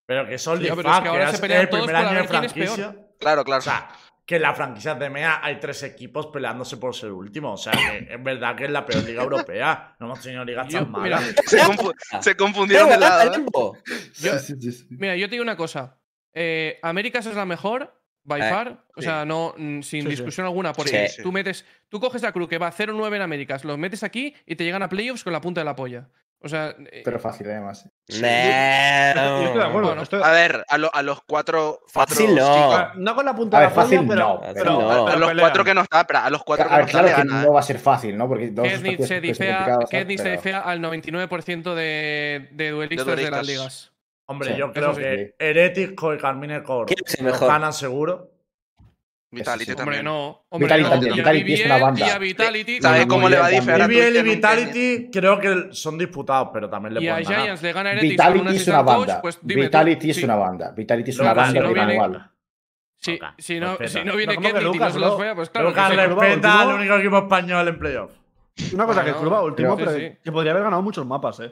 Speaker 1: Pero que son de
Speaker 5: Tío, pero es que
Speaker 1: que
Speaker 5: ahora se
Speaker 1: es
Speaker 5: pelean
Speaker 1: el
Speaker 5: todos
Speaker 1: primer
Speaker 5: para
Speaker 1: año de
Speaker 5: ver quién es peor.
Speaker 1: franquicia.
Speaker 2: Claro,
Speaker 1: O
Speaker 2: claro.
Speaker 1: sea, que en las franquicias de MEA hay tres equipos peleándose por ser último. O sea, que es verdad que es la peor liga europea. No hemos tenido ligas
Speaker 5: Yo-
Speaker 1: tan
Speaker 5: mira,
Speaker 1: malas.
Speaker 2: se, confu- se confundieron de
Speaker 3: Pero gana
Speaker 2: lado. ¿eh?
Speaker 3: Lembo.
Speaker 5: yo-
Speaker 6: Sí, sí, sí.
Speaker 5: Mira, yo te digo una cosa. Eh, Américas es la mejor, by
Speaker 3: Eh,
Speaker 5: far. O
Speaker 2: sí.
Speaker 5: sea, no, mm, sin
Speaker 4: Sí, sí.
Speaker 5: discusión alguna, porque
Speaker 2: Sí, sí.
Speaker 5: tú metes, tú coges a Cruz que va 0-9 en Américas, los metes aquí y te llegan a playoffs con la punta de la polla. O sea, eh,
Speaker 6: Pero fácil, además.
Speaker 4: Yo estoy de acuerdo.
Speaker 5: Bueno,
Speaker 4: estoy-
Speaker 2: A ver, a, lo- a los cuatro. cuatro
Speaker 3: Fácil no.
Speaker 2: chicos-
Speaker 4: Ah, no con la punta
Speaker 6: A
Speaker 4: de
Speaker 6: ver,
Speaker 4: la polla,
Speaker 6: fácil
Speaker 4: pero,
Speaker 6: no,
Speaker 4: pero,
Speaker 3: fácil no.
Speaker 4: pero
Speaker 2: a los
Speaker 4: pelean.
Speaker 2: cuatro que no está, pero a los cuatro que
Speaker 6: A
Speaker 2: no
Speaker 6: ver,
Speaker 2: está
Speaker 6: claro
Speaker 2: le
Speaker 6: que
Speaker 2: gana. ¿eh?
Speaker 6: no va a ser fácil, ¿no? Porque dos
Speaker 5: Kedney
Speaker 6: partidos
Speaker 5: se
Speaker 6: que son
Speaker 5: difea,
Speaker 6: complicados,
Speaker 5: Kedney se
Speaker 6: pero-
Speaker 5: difea al 99% de, de duelistas de, las
Speaker 2: duelistas.
Speaker 5: ligas.
Speaker 1: Hombre,
Speaker 6: Sí,
Speaker 1: yo creo
Speaker 6: sí.
Speaker 1: que Heretic y Carmine Cor
Speaker 3: ¿Quién es el
Speaker 1: nos
Speaker 3: mejor?
Speaker 1: ganan seguro.
Speaker 2: Vitality
Speaker 6: Eso sí.
Speaker 5: Hombre,
Speaker 2: también.
Speaker 5: no. Hombre,
Speaker 6: Vitality
Speaker 5: no.
Speaker 6: también,
Speaker 5: Y a
Speaker 6: Vitality es una
Speaker 5: BBL
Speaker 6: banda.
Speaker 5: Y a Vitality.
Speaker 2: ¿Sabes
Speaker 6: Muy
Speaker 2: cómo le va a
Speaker 6: bien
Speaker 2: diferenciar a
Speaker 6: también.
Speaker 1: BBL y
Speaker 2: Twitter en un
Speaker 1: Vitality creo que son disputados, pero también le
Speaker 5: Y a
Speaker 1: pueden ganar.
Speaker 5: Giants le gana Heretics con
Speaker 6: Vitality
Speaker 5: unas
Speaker 6: es una
Speaker 5: tantos,
Speaker 6: banda.
Speaker 5: pues dime tú,
Speaker 6: Vitality es
Speaker 5: sí.
Speaker 6: una banda. Vitality es
Speaker 1: Lo
Speaker 6: una
Speaker 1: gana,
Speaker 6: banda
Speaker 1: si no
Speaker 6: rival.
Speaker 5: viene-
Speaker 6: igual.
Speaker 5: Sí,
Speaker 1: Ok, Pues
Speaker 5: si, no,
Speaker 1: respeta.
Speaker 5: si no viene
Speaker 4: No, ¿cómo que
Speaker 5: Kedney y no
Speaker 4: Lucas,
Speaker 5: se los
Speaker 4: no?
Speaker 5: vea, pues claro.
Speaker 1: Lucas
Speaker 5: que se-
Speaker 4: Curva
Speaker 1: respeta al
Speaker 4: último.
Speaker 1: único equipo español en playoff.
Speaker 4: Una cosa que
Speaker 5: Bueno,
Speaker 4: Curva último,
Speaker 5: creo
Speaker 4: pero
Speaker 5: que sí.
Speaker 4: que podría haber ganado muchos mapas, ¿eh?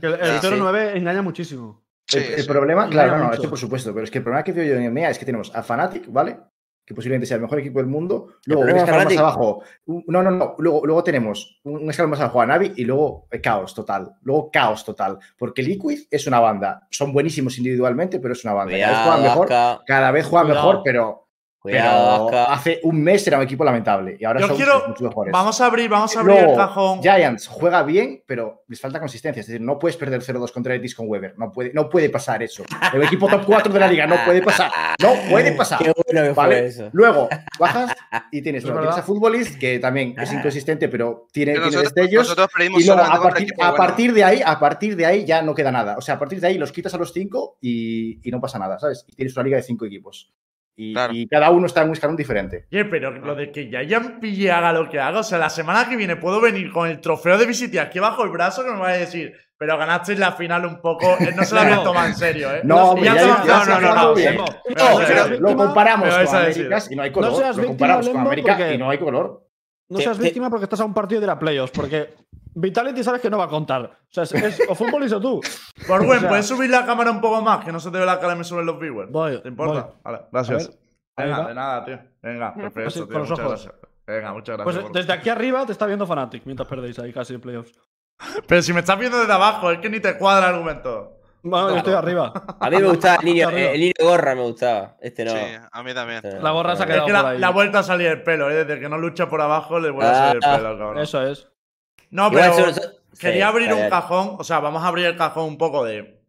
Speaker 4: Que el,
Speaker 2: Ya,
Speaker 4: el
Speaker 2: sí.
Speaker 4: 0-9 engaña muchísimo.
Speaker 2: Sí,
Speaker 6: el, el
Speaker 2: sí.
Speaker 6: problema,
Speaker 4: Sí,
Speaker 6: claro,
Speaker 4: gana
Speaker 6: no, no,
Speaker 4: mucho.
Speaker 6: esto por supuesto, pero es que el problema que veo yo en EMEA es que tenemos a Fnatic, ¿vale? que posiblemente sea el mejor equipo del mundo. Luego, un
Speaker 3: problema es que
Speaker 6: escalón más
Speaker 3: Fnatic-
Speaker 6: abajo. un- No, no, no. Luego, luego tenemos un, un escalón más abajo a Navi y luego eh, caos total. Luego caos total. Porque Liquid es una banda. Son buenísimos individualmente, pero es una banda. Cada vez juegan
Speaker 3: Cuidado,
Speaker 6: mejor.
Speaker 3: Vasca.
Speaker 6: Cada vez juegan
Speaker 4: Cuidado.
Speaker 6: mejor, pero,
Speaker 3: Cuidado,
Speaker 6: pero ah,
Speaker 3: Vasca.
Speaker 6: hace un mes era un equipo lamentable. Y ahora
Speaker 1: Yo
Speaker 6: son
Speaker 1: quiero-
Speaker 6: muchos mejores.
Speaker 1: Vamos a abrir, vamos
Speaker 3: Eh,
Speaker 1: a abrir el
Speaker 6: Luego,
Speaker 1: cajón.
Speaker 6: Giants juega bien, pero les falta consistencia. Es decir, no puedes perder 0-2 contra Etis con Weber. No puede, no puede pasar eso. El equipo top 4 de la liga no puede pasar. No puede pasar.
Speaker 3: Qué bueno que
Speaker 6: ¿Vale?
Speaker 3: fue eso.
Speaker 6: Luego bajas y tienes,
Speaker 4: Es
Speaker 6: bueno,
Speaker 4: verdad.
Speaker 6: tienes a Futbolist, que también
Speaker 3: Ah.
Speaker 6: es inconsistente, pero tiene,
Speaker 2: Que
Speaker 6: tiene
Speaker 2: Nosotros,
Speaker 6: destellos.
Speaker 2: nosotros perdimos
Speaker 6: este y luego,
Speaker 2: solamente
Speaker 6: a
Speaker 2: contra
Speaker 6: partir,
Speaker 2: equipos
Speaker 6: a
Speaker 2: buenos.
Speaker 6: partir de ahí, a partir de ahí ya no queda nada. O sea, a partir de ahí los quitas a los cinco y, y no pasa nada, ¿sabes? Y tienes una liga de cinco equipos. Y,
Speaker 2: Claro.
Speaker 6: y cada uno está en un escalón diferente.
Speaker 1: Oye, pero lo de que Giant pille haga lo que haga, o sea, la semana que viene puedo venir con el trofeo de visita aquí bajo el brazo que me va a decir, pero ganasteis la final un poco, eh, no se la habían
Speaker 4: No.
Speaker 1: tomado en serio, ¿eh?
Speaker 6: No, hombre,
Speaker 1: Y ya
Speaker 6: ya
Speaker 1: te
Speaker 6: lo-
Speaker 1: van-
Speaker 6: ya
Speaker 1: no,
Speaker 6: se
Speaker 1: no,
Speaker 6: ha
Speaker 1: no,
Speaker 6: acabado
Speaker 1: no,
Speaker 6: bien.
Speaker 1: no,
Speaker 6: No,
Speaker 1: no,
Speaker 6: pero
Speaker 1: no,
Speaker 6: lo
Speaker 4: víctima,
Speaker 6: comparamos
Speaker 1: me
Speaker 6: con
Speaker 1: vais a decir.
Speaker 6: Américas y no hay color.
Speaker 4: seas
Speaker 6: lo
Speaker 4: víctima,
Speaker 6: comparamos con
Speaker 4: Lembo,
Speaker 6: América
Speaker 4: porque-
Speaker 6: y no hay color.
Speaker 4: No
Speaker 3: Te-
Speaker 4: seas
Speaker 3: te-
Speaker 4: víctima porque estás a un partido de la playoffs, porque Vitality sabes que no va a contar. O sea, es, es o futbolista o tú.
Speaker 1: Por buen,
Speaker 4: O sea-
Speaker 1: ¿puedes subir la cámara un poco más? Que no se te ve la cara y me suben los viewers.
Speaker 4: Voy,
Speaker 1: ¿Te importa?
Speaker 4: voy.
Speaker 1: Vale, gracias.
Speaker 4: A ver, ahí
Speaker 1: Venga,
Speaker 4: va.
Speaker 1: de nada, tío. Venga, perfecto,
Speaker 4: sí,
Speaker 1: tío,
Speaker 4: con los
Speaker 1: muchas
Speaker 4: ojos.
Speaker 1: gracias. Venga, muchas gracias.
Speaker 4: Pues
Speaker 1: por-
Speaker 4: desde aquí arriba te está viendo Fnatic mientras perdéis ahí casi en playoffs.
Speaker 1: Pero si me estás viendo desde abajo, es que ni te cuadra el argumento.
Speaker 4: Bueno, yo estoy arriba.
Speaker 3: A mí me gustaba el niño, eh,
Speaker 4: Arriba.
Speaker 3: el niño gorra me gustaba. Este no.
Speaker 2: Sí, a mí también.
Speaker 3: Este no.
Speaker 4: La gorra se ha
Speaker 1: Es
Speaker 4: quedado
Speaker 1: que
Speaker 4: por
Speaker 1: la,
Speaker 4: ahí.
Speaker 1: la vuelta a salir el pelo, ¿eh? Desde que no lucha por abajo, le vuelve a
Speaker 3: Ah,
Speaker 1: salir el pelo, cabrón.
Speaker 4: Eso es.
Speaker 1: No,
Speaker 3: Igual
Speaker 1: pero
Speaker 3: son- son-
Speaker 1: quería
Speaker 3: sí,
Speaker 1: abrir
Speaker 3: está
Speaker 1: un
Speaker 3: bien.
Speaker 1: cajón. O sea, vamos a abrir el cajón un poco de.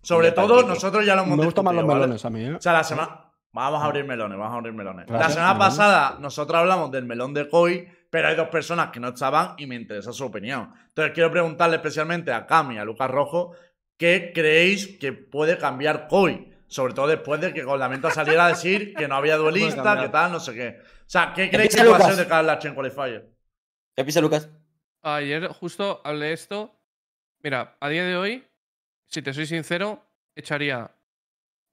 Speaker 1: Sobre
Speaker 3: De
Speaker 1: todo,
Speaker 3: panqueque.
Speaker 1: nosotros ya lo hemos
Speaker 4: Me gustan más los
Speaker 1: discutido, ¿vale?
Speaker 4: melones a mí, ¿eh?
Speaker 1: O sea, la semana. Vamos a abrir melones, vamos a abrir melones. La
Speaker 4: Gracias,
Speaker 1: semana
Speaker 4: melones.
Speaker 1: pasada nosotros hablamos del melón de Koi, pero hay dos personas que no estaban y me interesa su opinión. Entonces quiero preguntarle especialmente a Cami y a Lucas Rojo qué creéis que puede cambiar Koi. Sobre todo después de que con la menta saliera a decir que no había duelista,
Speaker 4: cambiar.
Speaker 1: que tal, no sé qué. O sea, ¿qué creéis
Speaker 3: Empieza
Speaker 1: que va a
Speaker 3: Lucas.
Speaker 1: ser de cara a la Chain Qualifier?
Speaker 3: Empieza Lucas.
Speaker 5: Ayer justo hablé esto. Mira, a día de hoy, si te soy sincero, echaría.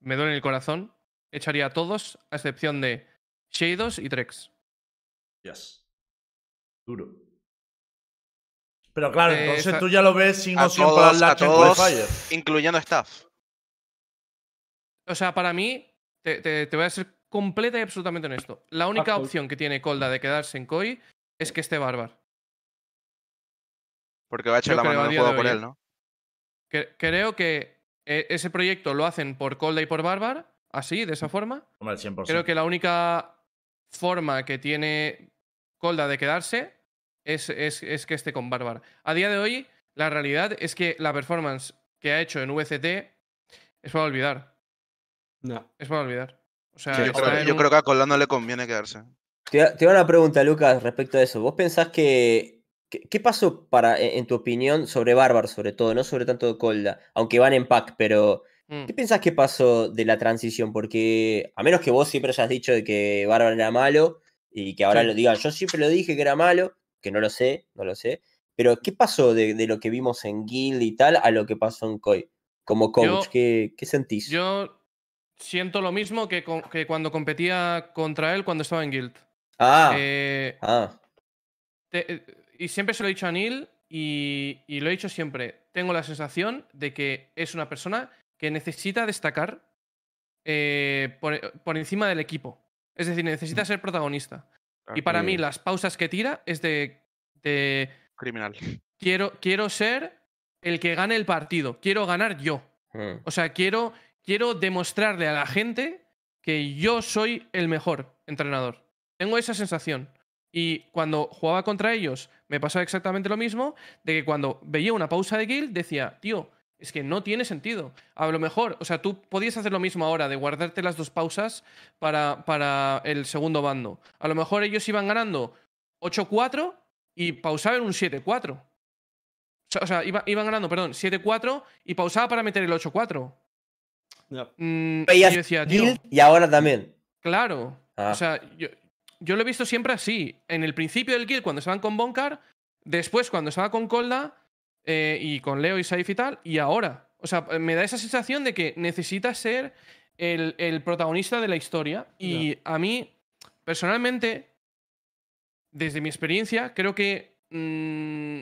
Speaker 5: Me duele el corazón. Echaría a todos, a excepción de Shadows y Trex.
Speaker 1: Yes. Duro. Pero claro,
Speaker 5: Eh,
Speaker 1: entonces
Speaker 5: esa-
Speaker 1: tú ya lo ves sin
Speaker 2: A
Speaker 1: o sin para
Speaker 2: todos,
Speaker 1: la
Speaker 2: a
Speaker 1: Chain
Speaker 2: todos,
Speaker 1: Qualifier.
Speaker 2: incluyendo staff.
Speaker 5: O sea, para mí, te, te- te voy a ser completa y absolutamente honesto. La única
Speaker 4: Absol-
Speaker 5: opción que tiene Colda de quedarse en Koi es que esté Bárbar.
Speaker 2: Porque va a echar
Speaker 5: Yo
Speaker 2: la
Speaker 5: creo
Speaker 2: mano
Speaker 5: a
Speaker 2: en el
Speaker 5: día
Speaker 2: juego
Speaker 5: de
Speaker 2: por
Speaker 5: hoy,
Speaker 2: él,
Speaker 5: ¿eh?
Speaker 2: ¿no?
Speaker 5: Que- creo que eh, ese proyecto lo hacen por Colda y por Bárbar, así, de
Speaker 2: Mm,
Speaker 5: esa forma.
Speaker 1: Hombre,
Speaker 2: pues
Speaker 1: 100%.
Speaker 5: Creo que la única forma que tiene Colda de quedarse es, es- es que esté con Bárbar. A día de hoy, la realidad es que la performance que ha hecho en VCT es para olvidar.
Speaker 4: No.
Speaker 5: Es para olvidar. O sea,
Speaker 6: Sí,
Speaker 2: Yo
Speaker 5: está
Speaker 2: creo,
Speaker 5: en
Speaker 2: yo
Speaker 5: un-
Speaker 2: creo que a Colda no le conviene quedarse.
Speaker 3: Te, te hago una pregunta, Lucas, respecto a eso. ¿Vos pensás que. que- ¿Qué pasó para, en en tu opinión, sobre Bárbar, sobre todo, no sobre tanto Colda? Aunque van en pack, pero.
Speaker 5: Mm.
Speaker 3: ¿Qué pensás que pasó de la transición? Porque, a menos que vos siempre hayas dicho de que Bárbara era malo y que ahora
Speaker 5: Sí.
Speaker 3: lo digan, yo siempre lo dije que era malo, que no lo sé, no lo sé. Pero, ¿qué pasó de, de lo que vimos en Guild y tal a lo que pasó en Koi? Como coach,
Speaker 5: Yo-
Speaker 3: ¿qué, qué sentís?
Speaker 5: Yo siento lo mismo que, con- que cuando competía contra él cuando estaba en Guild.
Speaker 3: ah,
Speaker 5: Eh,
Speaker 3: ah,
Speaker 5: te- eh, y siempre se lo he dicho a Neil y, y lo he dicho siempre. Tengo la sensación de que es una persona que necesita destacar eh, por, por encima del equipo. Es decir, necesita ser protagonista. Y para mí
Speaker 3: Mm.
Speaker 5: las pausas que tira es de- de
Speaker 2: Criminal.
Speaker 5: quiero, quiero ser el que gane el partido. Quiero ganar yo.
Speaker 3: mm,
Speaker 5: O sea, quiero, quiero demostrarle a la gente que yo soy el mejor entrenador. Tengo esa sensación. Y cuando jugaba contra ellos, me pasaba exactamente lo mismo, de que cuando veía una pausa de kill, decía, tío, es que no tiene sentido. A lo mejor, o sea, tú podías hacer lo mismo ahora, de guardarte las dos pausas para, para el segundo bando. A lo mejor ellos iban ganando 8-4 y pausaban un 7-4. O sea, O sea, iba- iban ganando, perdón, 7-4 y pausaba para meter el 8-4.
Speaker 4: Ya.
Speaker 5: Mm, y yo
Speaker 3: Veías
Speaker 5: decía, tío,
Speaker 3: Guild y ahora también.
Speaker 5: claro.
Speaker 3: Ah.
Speaker 5: O sea, yo, yo lo he visto siempre así. En el principio del kill, cuando estaban con Bonkar, después cuando estaba con Colda eh, y con Leo y Saif y tal, y ahora. O sea, me da esa sensación de que necesita ser el, el protagonista de la historia. Y a mí, personalmente, desde mi experiencia, creo que mm,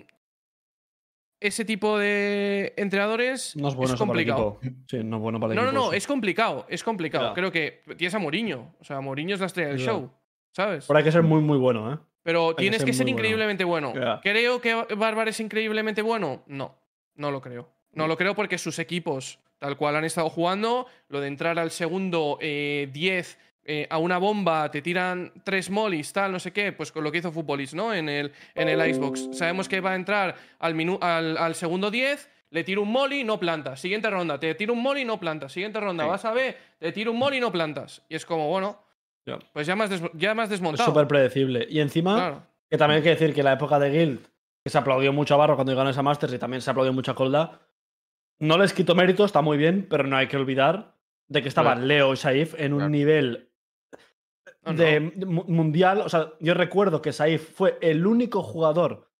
Speaker 5: ese tipo de entrenadores
Speaker 4: No es bueno eso para el
Speaker 5: complicado.
Speaker 4: equipo. Sí, no es bueno para el
Speaker 5: No, no,
Speaker 4: equipo
Speaker 5: no,
Speaker 4: eso.
Speaker 5: es complicado, es complicado.
Speaker 4: Ya.
Speaker 5: Creo que tienes a Mourinho, o sea, Mourinho es la estrella del
Speaker 4: Ya.
Speaker 5: show, ¿sabes?
Speaker 4: Pero hay que ser muy, muy bueno, ¿eh?
Speaker 5: Pero
Speaker 4: que
Speaker 5: tienes
Speaker 4: ser
Speaker 5: que ser
Speaker 4: muy bueno.
Speaker 5: increíblemente bueno.
Speaker 4: Ya.
Speaker 5: ¿Creo que Ba- Barbar es increíblemente bueno? No, no lo creo. No lo creo porque sus equipos, tal cual han estado jugando, lo de entrar al segundo eh, 10 eh, a una bomba, te tiran tres molis, tal, no sé qué, pues con lo que hizo Futbolist, ¿no? En el, en el Icebox. Sabemos que va a entrar al, minu- al, al segundo 10. Le tiro un molly, no plantas. Siguiente ronda, te tiro un molly, no plantas. Siguiente ronda,
Speaker 6: Sí.
Speaker 5: vas a ver, te tiro un molly, no plantas. Y es como, bueno,
Speaker 4: Ya.
Speaker 5: pues ya más, ya más
Speaker 4: Es
Speaker 5: desmontado.
Speaker 4: súper predecible. Y encima,
Speaker 5: Claro.
Speaker 4: que también hay que decir que en la época de Guild, que se aplaudió mucho a Barro cuando ganó esa Masters y también se aplaudió mucho a Colda, no les quito mérito, está muy bien, pero no hay que olvidar de que estaban Leo y Saif en un
Speaker 2: Claro.
Speaker 4: nivel
Speaker 5: Ah, No, no.
Speaker 4: de mu- mundial. O sea, yo recuerdo que Saif fue el único jugador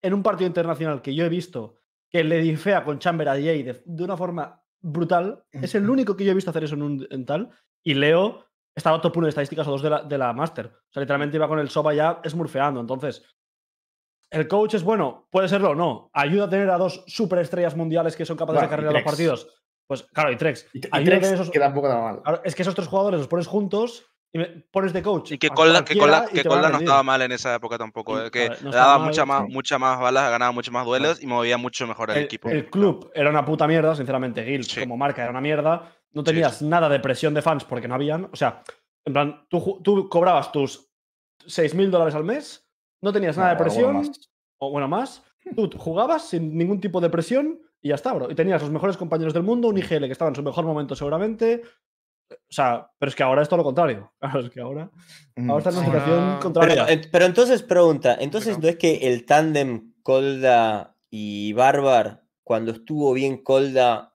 Speaker 4: en un partido internacional que yo he visto que le difea con Chamber a Jay de, de una forma brutal. Es el único que yo he visto hacer eso en, un, en tal. Y Leo estaba top 1 de estadísticas o dos de la, de la Master. O sea, literalmente iba con el Soba ya esmurfeando. Entonces, el coach es bueno, puede serlo o no. Ayuda a tener a dos superestrellas mundiales que son capaces de
Speaker 6: Bueno, y
Speaker 4: cargar los
Speaker 6: Trex.
Speaker 4: partidos. Pues claro, y Trex.
Speaker 6: Y, y
Speaker 4: Ayuda a
Speaker 6: Trex,
Speaker 4: tener esos-
Speaker 6: que tampoco da mal.
Speaker 4: Claro, es que esos tres jugadores los pones juntos y me pones de coach.
Speaker 2: Y que
Speaker 4: a
Speaker 2: Colda, que
Speaker 4: cualquiera
Speaker 2: Colda-
Speaker 4: y
Speaker 2: que
Speaker 4: te van a
Speaker 2: Colda no
Speaker 4: rendir.
Speaker 2: estaba mal en esa época tampoco,
Speaker 4: Y-
Speaker 2: eh, que
Speaker 4: a ver, no
Speaker 2: le
Speaker 4: estaba
Speaker 2: daba
Speaker 4: mal,
Speaker 2: mucha más,
Speaker 4: sí.
Speaker 2: muchas más balas, ganaba muchos más duelos y movía mucho mejor al
Speaker 4: El,
Speaker 2: equipo.
Speaker 4: el club era una puta mierda, sinceramente. Guild
Speaker 2: Sí.
Speaker 4: como marca era una mierda. No
Speaker 2: Sí,
Speaker 4: tenías nada de presión de fans porque no habían. O sea, en plan, tú, ju- tú cobrabas tus 6.000 dólares al mes, no tenías nada de
Speaker 6: Bueno,
Speaker 4: presión,
Speaker 6: bueno, más.
Speaker 4: o bueno, más. Tú jugabas sin ningún tipo de presión y ya está, bro. Y tenías los mejores compañeros del mundo, un IGL que estaba en su mejor momento seguramente. O sea, pero es que ahora es todo lo contrario. Claro, es que ahora, ahora está en una
Speaker 5: Ahora-
Speaker 4: situación
Speaker 5: Pero,
Speaker 4: contraria.
Speaker 3: Pero, en- pero entonces pregunta, entonces
Speaker 5: Pero-
Speaker 3: no es que el tándem Colda y Barbar, cuando estuvo bien Colda,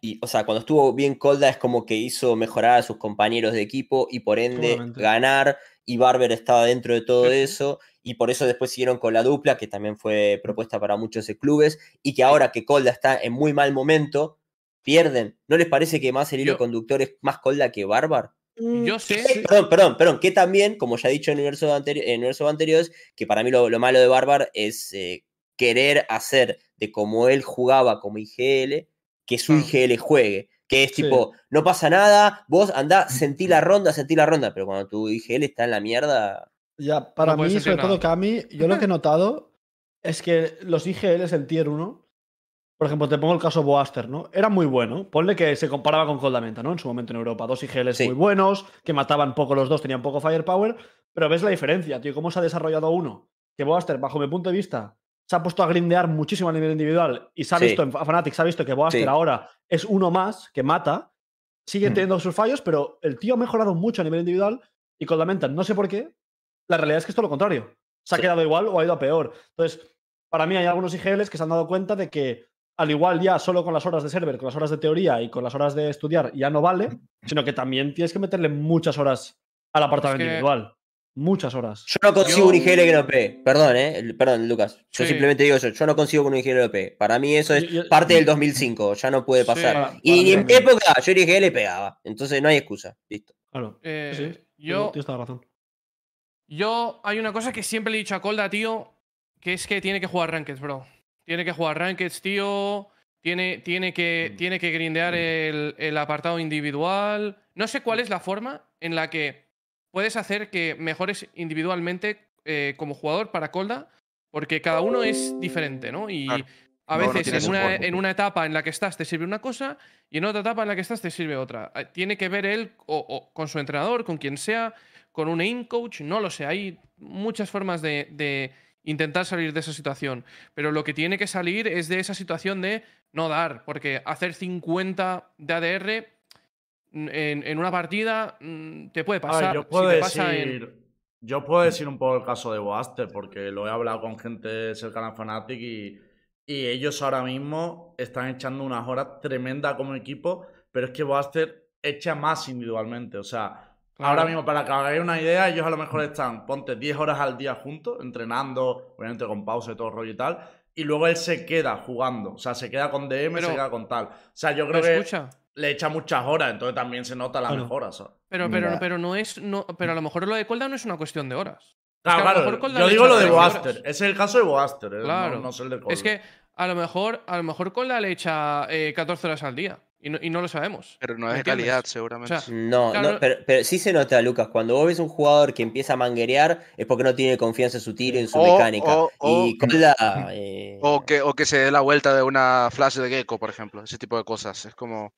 Speaker 3: y, o sea, cuando estuvo bien Colda es como que hizo mejorar a sus compañeros de equipo y por ende
Speaker 4: Seguramente.
Speaker 3: ganar, y Barber estaba dentro de todo
Speaker 5: Sí, sí.
Speaker 3: eso, y por eso después siguieron con la dupla, que también fue propuesta para muchos de clubes, y que ahora que Colda está en muy mal momento, pierden. ¿No les parece que más el hilo
Speaker 5: Yo-
Speaker 3: conductor es más Colda que Barbar?
Speaker 5: Yo sé,
Speaker 3: Eh, Perdón, perdón, perdón. Que también, como ya he dicho en universos, anteri- en universos anteriores, que para mí lo, lo malo de Barbar es eh, querer hacer de como él jugaba como IGL, que su
Speaker 5: Claro.
Speaker 3: IGL juegue. Que es
Speaker 4: Sí.
Speaker 3: tipo, no pasa nada, vos andá, sentí la ronda, sentí la ronda, pero cuando tu IGL está en la mierda.
Speaker 4: Ya, para
Speaker 5: puedes
Speaker 4: mí,
Speaker 5: sentir
Speaker 4: sobre todo
Speaker 5: nada.
Speaker 4: Cami, yo lo que he notado es que los IGLs en Tier 1, por ejemplo, te pongo el caso Boaster, ¿no? Era muy bueno. Ponle que se comparaba con Coldamenta, ¿no? En su momento en Europa. Dos IGLs
Speaker 3: Sí.
Speaker 4: muy buenos, que mataban poco los dos, tenían poco firepower. Pero ves la diferencia, tío, cómo se ha desarrollado uno. Que Boaster, bajo mi punto de vista, se ha puesto a grindear muchísimo a nivel individual y se ha
Speaker 3: Sí.
Speaker 4: visto en Fa- Fnatic, se ha visto que Boaster
Speaker 3: Sí.
Speaker 4: ahora es uno más que mata. Sigue
Speaker 6: Mm.
Speaker 4: teniendo sus fallos, pero el tío ha mejorado mucho a nivel individual y con Lamentan, no sé por qué, la realidad es que es todo lo contrario. Se ha
Speaker 3: Sí.
Speaker 4: quedado igual o ha ido a peor. Entonces, para mí hay algunos IGLs que se han dado cuenta de que al igual ya solo con las horas de server, con las horas de teoría y con las horas de estudiar ya no vale, sino que también tienes que meterle muchas horas al apartado
Speaker 5: que-
Speaker 4: individual. Muchas horas.
Speaker 3: Yo no consigo
Speaker 5: Yo-
Speaker 3: un IGL que no pegue. Perdón, eh. el- Perdón, Lucas. Yo
Speaker 5: Sí.
Speaker 3: simplemente digo eso. Yo no consigo que un IGL no pegue. Para mí eso es
Speaker 4: Yo- yo-
Speaker 3: parte del 2005. Ya no puede
Speaker 5: Sí.
Speaker 3: pasar.
Speaker 4: Para- para
Speaker 3: Y
Speaker 4: mí
Speaker 3: ni en mi
Speaker 4: también.
Speaker 3: época yo el IGL pegaba. Entonces no hay excusa. Listo.
Speaker 4: Claro.
Speaker 5: eh,
Speaker 4: Sí, sí.
Speaker 5: yo,
Speaker 4: Tienes toda la razón.
Speaker 5: yo hay una cosa que siempre le he dicho a Colda, tío, que es que tiene que jugar ranked, bro. Tiene que jugar ranked, tío. Tiene, tiene,
Speaker 2: Mm.
Speaker 5: que, tiene que grindear el, el apartado individual. No sé
Speaker 2: Mm.
Speaker 5: cuál es la forma en la que puedes hacer que mejores individualmente eh, como jugador para Colda, porque cada uno es diferente, ¿no? Y
Speaker 2: Claro.
Speaker 5: a
Speaker 2: Cada uno
Speaker 5: veces
Speaker 2: tiene
Speaker 5: en
Speaker 2: su
Speaker 5: una,
Speaker 2: forma.
Speaker 5: en una etapa en la que estás te sirve una cosa y en otra etapa en la que estás te sirve otra. Eh, Tiene que ver él o- o con su entrenador, con quien sea, con un aim coach, no lo sé. Hay muchas formas de, de intentar salir de esa situación. Pero lo que tiene que salir es de esa situación de no dar, porque hacer 50 de ADR mm, en, en una partida mm, te puede
Speaker 1: A ver,
Speaker 5: pasar.
Speaker 1: yo puedo
Speaker 5: si te
Speaker 1: decir.
Speaker 5: pasa en-
Speaker 1: Yo puedo decir un poco el caso de Boaster, porque lo he hablado con gente cercana a Fnatic y, y ellos ahora mismo están echando unas horas tremendas como equipo, pero es que Boaster echa más individualmente. O sea, ahora mismo, para que hagáis una idea, ellos a lo mejor están, ponte 10 horas al día juntos, entrenando, obviamente con pausa y todo el rollo y tal, y luego él se queda jugando. O sea, se queda con DM, se
Speaker 5: Pero-
Speaker 1: queda con tal. O sea, yo
Speaker 5: Pero
Speaker 1: creo que
Speaker 5: escucha.
Speaker 1: le echa muchas horas, entonces también se nota la
Speaker 4: Claro.
Speaker 1: mejora, ¿sabes?
Speaker 5: Pero, pero,
Speaker 6: Mira.
Speaker 5: pero no es. No, pero a lo mejor lo de Colda no es una cuestión de horas.
Speaker 1: Claro,
Speaker 5: Es que a lo
Speaker 1: claro,
Speaker 5: mejor Colda
Speaker 1: Yo
Speaker 5: le
Speaker 1: digo
Speaker 5: echa
Speaker 1: lo de
Speaker 5: tres horas.
Speaker 1: Boaster. Ese es el caso de Boaster. eh,
Speaker 5: Claro.
Speaker 1: No, no es el de
Speaker 5: Es
Speaker 1: Colda.
Speaker 5: que a lo mejor, a lo mejor con la lecha 14 eh, horas al día. Y no, y no lo sabemos.
Speaker 2: Pero no es de
Speaker 5: ¿Entiendes?
Speaker 2: calidad,
Speaker 5: O
Speaker 2: seguramente.
Speaker 5: sea,
Speaker 3: No,
Speaker 5: Claro.
Speaker 3: no, pero, pero sí se nota, Lucas. Cuando vos ves un jugador que empieza a manguerear, es porque no tiene confianza en su tiro, en su
Speaker 2: O-
Speaker 3: mecánica.
Speaker 2: o- o-
Speaker 3: y Colda, eh,
Speaker 2: o, que, o que se dé la vuelta de una flash de Gecko, por ejemplo. Ese tipo de cosas. Es como.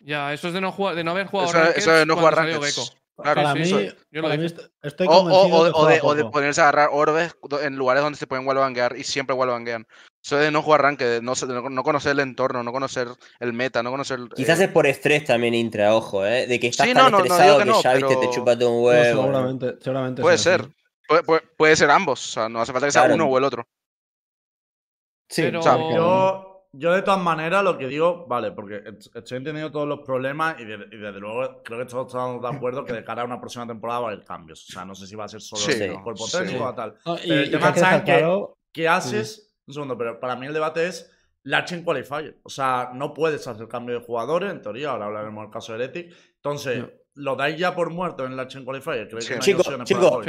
Speaker 5: ya, eso es de no, jugar, de no haber jugado
Speaker 2: Eso, eso de no
Speaker 5: cuando
Speaker 2: jugar
Speaker 5: salió
Speaker 2: rankings.
Speaker 5: Gecko.
Speaker 2: Claro,
Speaker 4: para
Speaker 2: sí,
Speaker 4: mí,
Speaker 2: eso-
Speaker 5: yo lo
Speaker 4: para
Speaker 5: dejo.
Speaker 4: mí est- estoy
Speaker 2: O, o-
Speaker 4: convencido
Speaker 2: o de-
Speaker 4: que
Speaker 2: o de,
Speaker 4: juega
Speaker 2: o de
Speaker 4: poco.
Speaker 2: ponerse a agarrar orbes do- en lugares donde se pueden wallbanguear y siempre wallbanguean. Eso de no jugar ranked, de no, se- de no- no conocer el entorno, no conocer el meta, no conocer. eh,
Speaker 3: quizás es por estrés también intra, ojo, eh, de que estás
Speaker 2: Sí,
Speaker 3: tan
Speaker 2: no, no, no, digo
Speaker 3: estresado
Speaker 2: que
Speaker 3: que,
Speaker 2: no,
Speaker 3: ya viste,
Speaker 2: pero-
Speaker 3: te chupa todo un
Speaker 4: No,
Speaker 3: huevo. ¿no?
Speaker 4: seguramente, seguramente
Speaker 2: pues, Puede
Speaker 4: sea
Speaker 2: ser.
Speaker 4: así.
Speaker 2: puede, puede- puede ser ambos. O sea, no hace falta que sea
Speaker 3: Claro.
Speaker 2: uno o el otro.
Speaker 6: Sí,
Speaker 5: Pero-
Speaker 6: sí,
Speaker 5: Yo-
Speaker 6: claro.
Speaker 1: Yo, yo de todas maneras lo que digo, vale, porque est- estoy entendiendo todos los problemas y, de- y desde luego creo que todos estamos de acuerdo que de cara a una próxima temporada va a haber cambios. O sea, no sé si va a ser solo
Speaker 2: Sí,
Speaker 1: el
Speaker 3: no,
Speaker 1: cuerpo
Speaker 2: sí.
Speaker 1: técnico o tal.
Speaker 4: No, y,
Speaker 1: Pero el
Speaker 4: y
Speaker 1: tema
Speaker 4: hay eh, que
Speaker 1: está en
Speaker 4: dejar
Speaker 1: que-
Speaker 4: claro-
Speaker 1: ¿Qué haces? Un segundo, pero para mí el debate es Latching Qualifier. O sea, no puedes hacer cambio de jugadores, en teoría, ahora hablaremos del caso de Heretic. Entonces,
Speaker 5: No.
Speaker 1: ¿lo dais ya por muerto en Latching Qualifier? ¿Creéis
Speaker 2: Sí.
Speaker 1: que no hay
Speaker 3: Chicos,
Speaker 1: opciones
Speaker 3: chicos.
Speaker 1: para hoy?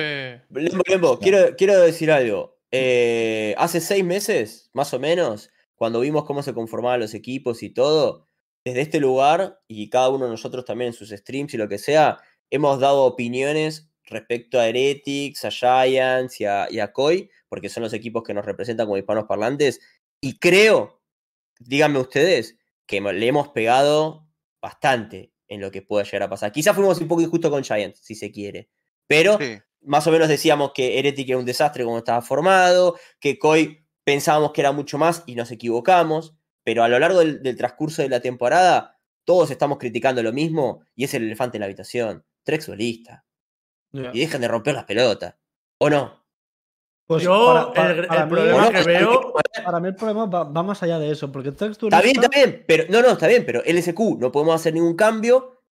Speaker 5: Sí.
Speaker 3: Lembo, Lembo, quiero, quiero decir algo. Eh, hace seis meses, más o menos, cuando vimos cómo se conformaban los equipos y todo, desde este lugar, y cada uno de nosotros también en sus streams y lo que sea, hemos dado opiniones respecto a Heretics, a Giants y a, y a Koi, porque son los equipos que nos representan como hispanos parlantes. Y creo, díganme ustedes, que mo- le hemos pegado bastante en lo que pueda llegar a pasar. Quizás fuimos un poco injustos con Giants, si se quiere. Pero
Speaker 2: Sí.
Speaker 3: más o menos decíamos que Heretic era un desastre como estaba formado, que Koi pensábamos que era mucho más y nos equivocamos, pero a lo largo del, del transcurso de la temporada todos estamos criticando lo mismo y es el elefante en la habitación, Trex solista,
Speaker 4: Ya.
Speaker 3: y dejen de romper las pelotas, ¿o no?
Speaker 4: Pues
Speaker 1: Yo,
Speaker 4: para- para-
Speaker 1: el, el
Speaker 4: para mí-
Speaker 1: problema que veo.
Speaker 4: Para mí el problema va, va más allá de eso, porque
Speaker 3: Está bien, está bien, pero no, no, está bien, pero LSQ, no podemos hacer ningún cambio,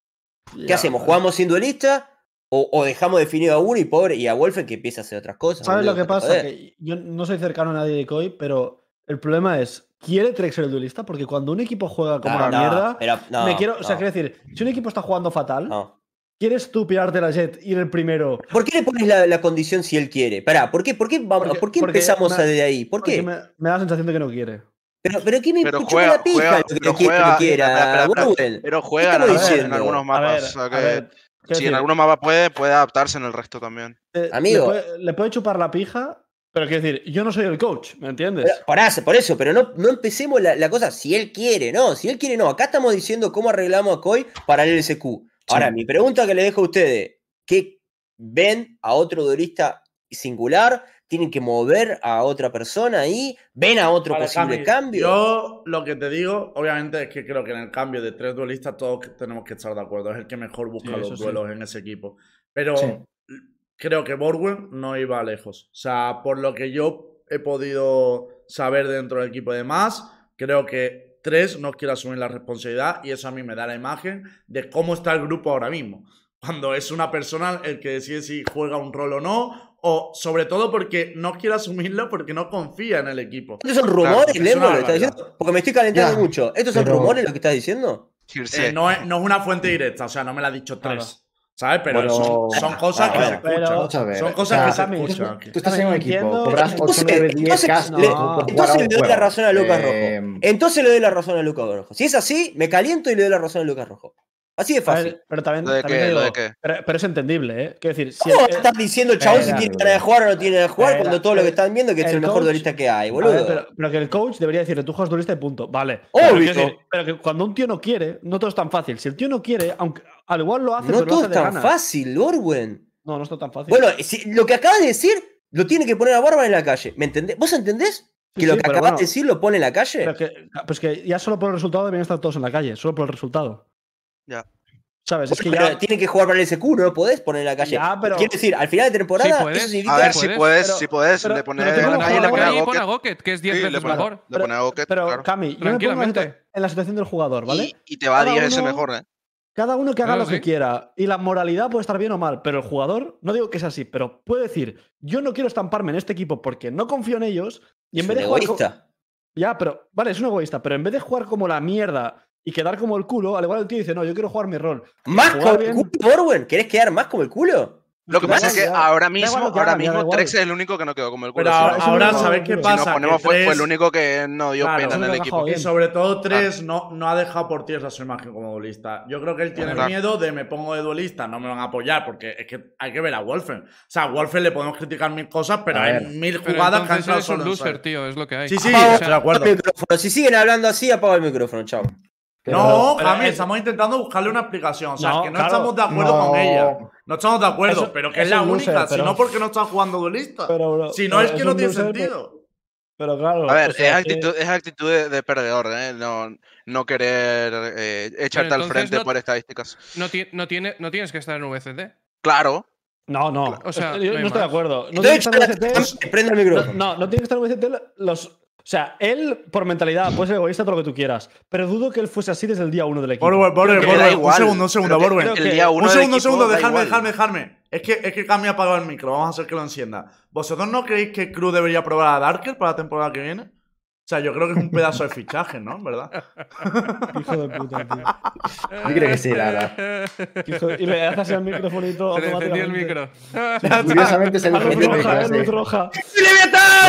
Speaker 3: ¿qué hacemos? ¿Jugamos sin duelista? O, o dejamos definido a uno y pobre y a Wolfen que empieza a hacer otras cosas.
Speaker 4: ¿Sabes
Speaker 3: boludo?
Speaker 4: lo que
Speaker 3: Déjate
Speaker 4: pasa?
Speaker 3: joder.
Speaker 4: Que yo no soy cercano a nadie de Koi, pero el problema es, ¿quiere Trex ser el duelista? Porque cuando un equipo juega como
Speaker 3: No,
Speaker 4: la
Speaker 3: no,
Speaker 4: mierda,
Speaker 3: pero no,
Speaker 4: me quiero, o sea,
Speaker 3: no,
Speaker 4: quiero decir, si un equipo está jugando fatal,
Speaker 3: no.
Speaker 4: ¿quieres tú pirarte la jet, ir el primero?
Speaker 3: ¿Por qué le pones la, la condición si él quiere? Pará, ¿por qué, por qué, vamos,
Speaker 4: Porque-
Speaker 3: ¿por qué
Speaker 4: porque
Speaker 3: empezamos
Speaker 4: una-
Speaker 3: a de ahí? ¿Por
Speaker 4: Porque
Speaker 3: qué?
Speaker 4: Me, me da la sensación de que no quiere.
Speaker 3: Pero, pero ¿qué me
Speaker 2: Pero
Speaker 3: chupa
Speaker 2: juega-
Speaker 3: la pija
Speaker 2: juega-
Speaker 3: lo que
Speaker 2: pero
Speaker 3: quiera,
Speaker 2: juega-
Speaker 3: lo que quiera,
Speaker 2: espera, espera, espera.
Speaker 3: Warden?
Speaker 2: Pero juega en,
Speaker 3: estamos
Speaker 2: algunos- en
Speaker 3: diciendo?
Speaker 2: algunos mapas.
Speaker 4: a ver,
Speaker 2: o sea
Speaker 4: a
Speaker 2: que
Speaker 4: ver, quiero
Speaker 2: si en
Speaker 4: decir,
Speaker 2: algún mapa puede, puede adaptarse en el resto también.
Speaker 4: eh,
Speaker 3: Amigo.
Speaker 4: Le puede, le puede chupar la pija, pero quiero decir, yo no soy el coach, ¿me entiendes?
Speaker 3: Pero, pará, por eso, pero no, no empecemos la, la cosa si él quiere, no, si él quiere, no. Acá estamos diciendo cómo arreglamos a Coy para el LSQ. Ahora, mi pregunta que le dejo a ustedes, ¿qué ven a otro duelista singular? ¿Tienen que mover a otra persona ahí? ¿Ven a otro
Speaker 1: Vale,
Speaker 3: posible
Speaker 1: Cami,
Speaker 3: cambio?
Speaker 1: Yo lo que te digo, obviamente, es que creo que en el cambio de tres duelistas todos que- tenemos que estar de acuerdo. Es el que mejor busca
Speaker 4: Sí, eso
Speaker 1: los
Speaker 4: sí.
Speaker 1: duelos en ese equipo. Pero
Speaker 6: Sí.
Speaker 1: creo que Borwen no iba lejos. O sea, por lo que yo he podido saber dentro del equipo de más, creo que tres no quiere asumir la responsabilidad y eso a mí me da la imagen de cómo está el grupo ahora mismo. Cuando es una persona el que decide si juega un rol o no, o sobre todo porque no quiere asumirlo porque no confía en el equipo.
Speaker 3: ¿Estos son
Speaker 2: Claro,
Speaker 3: rumores,
Speaker 1: es una
Speaker 3: Lembo, lo que estás
Speaker 1: barbaridad.
Speaker 3: diciendo? Porque me estoy calentando
Speaker 6: Ya,
Speaker 3: mucho. ¿Estos son
Speaker 6: pero-
Speaker 3: rumores lo que estás diciendo?
Speaker 2: Circe.
Speaker 1: Eh, no, es, no es una fuente directa, o sea, no me la ha dicho
Speaker 4: Claro.
Speaker 1: tres. ¿Sabes? Pero
Speaker 6: Bueno,
Speaker 1: son, son cosas que
Speaker 6: bueno,
Speaker 1: se
Speaker 4: pero-
Speaker 1: escuchan.
Speaker 6: Vamos a ver,
Speaker 1: son
Speaker 6: o
Speaker 1: cosas que
Speaker 6: sea,
Speaker 1: se
Speaker 4: Cami,
Speaker 1: escuchan.
Speaker 6: Tú estás en un equipo,
Speaker 4: Entiendo-
Speaker 6: cobras 8,
Speaker 3: Entonces-
Speaker 6: 9, 10
Speaker 3: entonces
Speaker 6: k
Speaker 4: le-
Speaker 3: entonces le doy la razón a Lucas Rojo.
Speaker 6: Eh,
Speaker 3: Entonces le doy la razón a Lucas Rojo. Si es así, me caliento y le doy la razón a Lucas Rojo. Así de
Speaker 4: A
Speaker 3: fácil.
Speaker 4: ver, pero también,
Speaker 2: ¿Lo de
Speaker 4: también
Speaker 2: qué?
Speaker 4: te
Speaker 2: ¿Lo
Speaker 4: digo,
Speaker 2: de qué?
Speaker 4: Pero, pero es entendible, ¿eh? Quiero decir, si
Speaker 3: ¿Cómo
Speaker 4: el-
Speaker 3: vas a estar diciendo, chabón, si
Speaker 4: espera,
Speaker 3: tiene
Speaker 6: boludo.
Speaker 3: ganas de jugar o no tiene ganas de jugar
Speaker 4: Espera,
Speaker 3: cuando todos lo que
Speaker 4: espera.
Speaker 3: están viendo es que es
Speaker 4: el
Speaker 3: el mejor
Speaker 4: coach-
Speaker 3: duelista que hay,
Speaker 4: A
Speaker 3: boludo? ¡Oh,
Speaker 4: ver, pero, pero que el coach debería decirle, tú juegas duelista y punto. Vale.
Speaker 3: Obvio.
Speaker 4: Pero, quiero decir, pero que cuando un tío no quiere, no todo es tan fácil. Si el tío no quiere, aunque al igual lo hace,
Speaker 3: no
Speaker 4: pero lo
Speaker 3: todo
Speaker 4: hace
Speaker 3: es
Speaker 4: de
Speaker 3: tan
Speaker 4: ganas.
Speaker 3: fácil, Orwen.
Speaker 4: No, no está tan fácil.
Speaker 3: Bueno, eh. si- lo que acabas de decir lo tiene que poner a Barba en la calle. ¿Me entendés? ¿Vos entendés? Que
Speaker 4: Sí,
Speaker 3: lo
Speaker 4: sí,
Speaker 3: que
Speaker 4: pero
Speaker 3: acabas
Speaker 4: bueno,
Speaker 3: de decir lo pone en la calle.
Speaker 4: pero que- pues que ya solo por el resultado deben estar todos en la calle, solo por el resultado.
Speaker 2: Ya.
Speaker 4: ¿Sabes? Es que
Speaker 3: Pues, Pero
Speaker 4: ya.
Speaker 3: tiene que jugar para el SQ, no lo podés poner en la calle.
Speaker 4: Ya, pero-
Speaker 3: Quiero decir, al final de temporada,
Speaker 5: Sí, puedes.
Speaker 3: eso
Speaker 2: A
Speaker 3: significa-
Speaker 2: ver
Speaker 5: Sí,
Speaker 2: si
Speaker 5: puedes,
Speaker 2: puedes,
Speaker 4: pero-
Speaker 2: si puedes,
Speaker 4: pero-
Speaker 2: le pones
Speaker 4: pero tengo
Speaker 2: a Eh, nadie
Speaker 4: un
Speaker 2: le
Speaker 4: jugador
Speaker 2: pones a
Speaker 4: ahí,
Speaker 5: y pon
Speaker 2: Goket.
Speaker 5: a Goket, que es 10
Speaker 2: Sí, le
Speaker 5: veces
Speaker 2: pone-
Speaker 5: mejor.
Speaker 2: Le pone a Goket,
Speaker 4: Pero,
Speaker 2: claro.
Speaker 4: Cami, yo me pongo en,
Speaker 5: Tranquilamente.
Speaker 4: en la situación del jugador, ¿vale?
Speaker 2: Y, y te va a
Speaker 4: Cada
Speaker 2: 10 veces
Speaker 4: uno-
Speaker 2: mejor, ¿eh?
Speaker 4: Cada uno que haga
Speaker 5: Claro,
Speaker 4: lo que
Speaker 5: sí.
Speaker 4: quiera. Y la moralidad puede estar bien o mal, pero el jugador, no digo que sea así, pero puede decir, yo no quiero estamparme en este equipo porque no confío en ellos. Y en
Speaker 3: es
Speaker 4: vez
Speaker 3: un
Speaker 4: de jugar co-
Speaker 3: egoísta.
Speaker 4: Ya, pero, vale, es un egoísta, pero en vez de jugar como la mierda y quedar como el culo, al igual el tío dice, no, yo quiero jugar mi rol.
Speaker 3: ¿Más
Speaker 4: jugar
Speaker 3: como el
Speaker 4: bien-
Speaker 3: culo, Borwen? ¿Querés quedar más como el culo?
Speaker 2: Lo que
Speaker 4: Da
Speaker 2: pasa es
Speaker 4: igual,
Speaker 2: que
Speaker 4: da igual.
Speaker 2: ahora
Speaker 4: igual
Speaker 2: mismo,
Speaker 4: lo que
Speaker 2: ahora
Speaker 4: hagan, ya da
Speaker 2: mismo
Speaker 4: igual.
Speaker 2: Trex es el único que no quedó como el culo.
Speaker 1: Pero
Speaker 2: si
Speaker 1: ahora,
Speaker 2: nos-
Speaker 4: eso
Speaker 1: ahora
Speaker 4: no-
Speaker 1: ¿sabes qué
Speaker 4: si
Speaker 2: si nos
Speaker 1: pasa?
Speaker 2: ponemos,
Speaker 1: Que
Speaker 2: fue, fue el
Speaker 1: Tres-
Speaker 2: único que no dio
Speaker 1: Claro,
Speaker 2: pena
Speaker 1: es
Speaker 2: en
Speaker 1: un
Speaker 2: el
Speaker 4: cagajao,
Speaker 2: equipo.
Speaker 1: Y
Speaker 4: Bien.
Speaker 1: sobre todo tres no, no ha dejado por tierra su imagen como duelista. Yo creo que él tiene
Speaker 2: Claro.
Speaker 1: miedo de me pongo de duelista, no me van a apoyar, porque es que hay que ver a Wolfen. O sea, a Wolfen le podemos criticar mil cosas, pero
Speaker 6: A
Speaker 1: hay
Speaker 6: ver.
Speaker 1: mil
Speaker 5: Pero
Speaker 1: jugadas que han
Speaker 5: entonces
Speaker 1: entrado
Speaker 5: eres un
Speaker 1: solo. en
Speaker 5: loser,
Speaker 1: Suárez.
Speaker 5: tío, es lo que hay.
Speaker 1: Sí, sí,
Speaker 5: O sea,
Speaker 1: estoy de acuerdo.
Speaker 3: Apago el micrófono. Si siguen hablando así, apago el micrófono, chao.
Speaker 1: No,
Speaker 4: Pero-
Speaker 1: Javi,
Speaker 4: pero-
Speaker 1: estamos intentando buscarle una explicación. O sea,
Speaker 4: No,
Speaker 1: que no
Speaker 4: claro,
Speaker 1: estamos de acuerdo
Speaker 6: no.
Speaker 1: con ella. No estamos de acuerdo,
Speaker 4: Eso-
Speaker 1: pero que es
Speaker 4: eso
Speaker 1: la
Speaker 4: es loser,
Speaker 1: única. si
Speaker 4: pero-
Speaker 1: no, porque no está jugando duelista.
Speaker 4: Pero, bro,
Speaker 1: si no,
Speaker 4: pero
Speaker 1: es que no
Speaker 4: un
Speaker 1: tiene
Speaker 4: loser,
Speaker 1: sentido.
Speaker 4: Pero, pero claro.
Speaker 2: A ver,
Speaker 4: o sea,
Speaker 3: eh,
Speaker 2: es, actitud, es actitud de, de perdedor, ¿eh? no, no querer eh, echarte al
Speaker 5: entonces
Speaker 2: frente
Speaker 5: no-
Speaker 2: por estadísticas.
Speaker 5: no, ti- no, tiene, no tienes que estar en VCD.
Speaker 2: Claro,
Speaker 4: que- No, no.
Speaker 5: O sea,
Speaker 4: yo
Speaker 5: no hay
Speaker 4: no estoy de
Speaker 5: más.
Speaker 4: acuerdo. No tiene que
Speaker 3: Entonces,
Speaker 4: estar en VCT.
Speaker 3: prende el
Speaker 4: No,
Speaker 3: micrófono.
Speaker 4: no, no tiene que estar en VCT los. O sea, él, por mentalidad, puede ser egoísta, todo lo que tú quieras. Pero dudo que él fuese así desde el día uno del equipo.
Speaker 1: Borwen, Borwen,
Speaker 2: que
Speaker 1: Borwen,
Speaker 2: da
Speaker 1: Un
Speaker 2: igual.
Speaker 1: segundo, un segundo,
Speaker 2: Creo que
Speaker 1: Borwen.
Speaker 2: el día uno
Speaker 1: Un segundo,
Speaker 2: del
Speaker 1: un
Speaker 2: equipo
Speaker 1: segundo,
Speaker 2: da
Speaker 1: dejadme,
Speaker 2: igual.
Speaker 1: dejadme, dejadme. Es que, es que Cami ha apagado el micro, vamos a hacer que lo encienda. ¿Vosotros no creéis que Cruz debería probar a Darker para la temporada que viene? O sea, yo creo que es un pedazo de fichaje, ¿no? ¿En ¿Verdad?
Speaker 4: Hijo de puta, tío.
Speaker 6: Yo creo que sí, la verdad.
Speaker 4: Hijo de- Y le haces el microfonito.
Speaker 5: Se le encendió el
Speaker 4: automáticamente.
Speaker 5: micro.
Speaker 6: Curiosamente es el
Speaker 4: Ah, luz
Speaker 6: único que me
Speaker 4: roja, eh,
Speaker 6: quedaste.
Speaker 4: luz roja.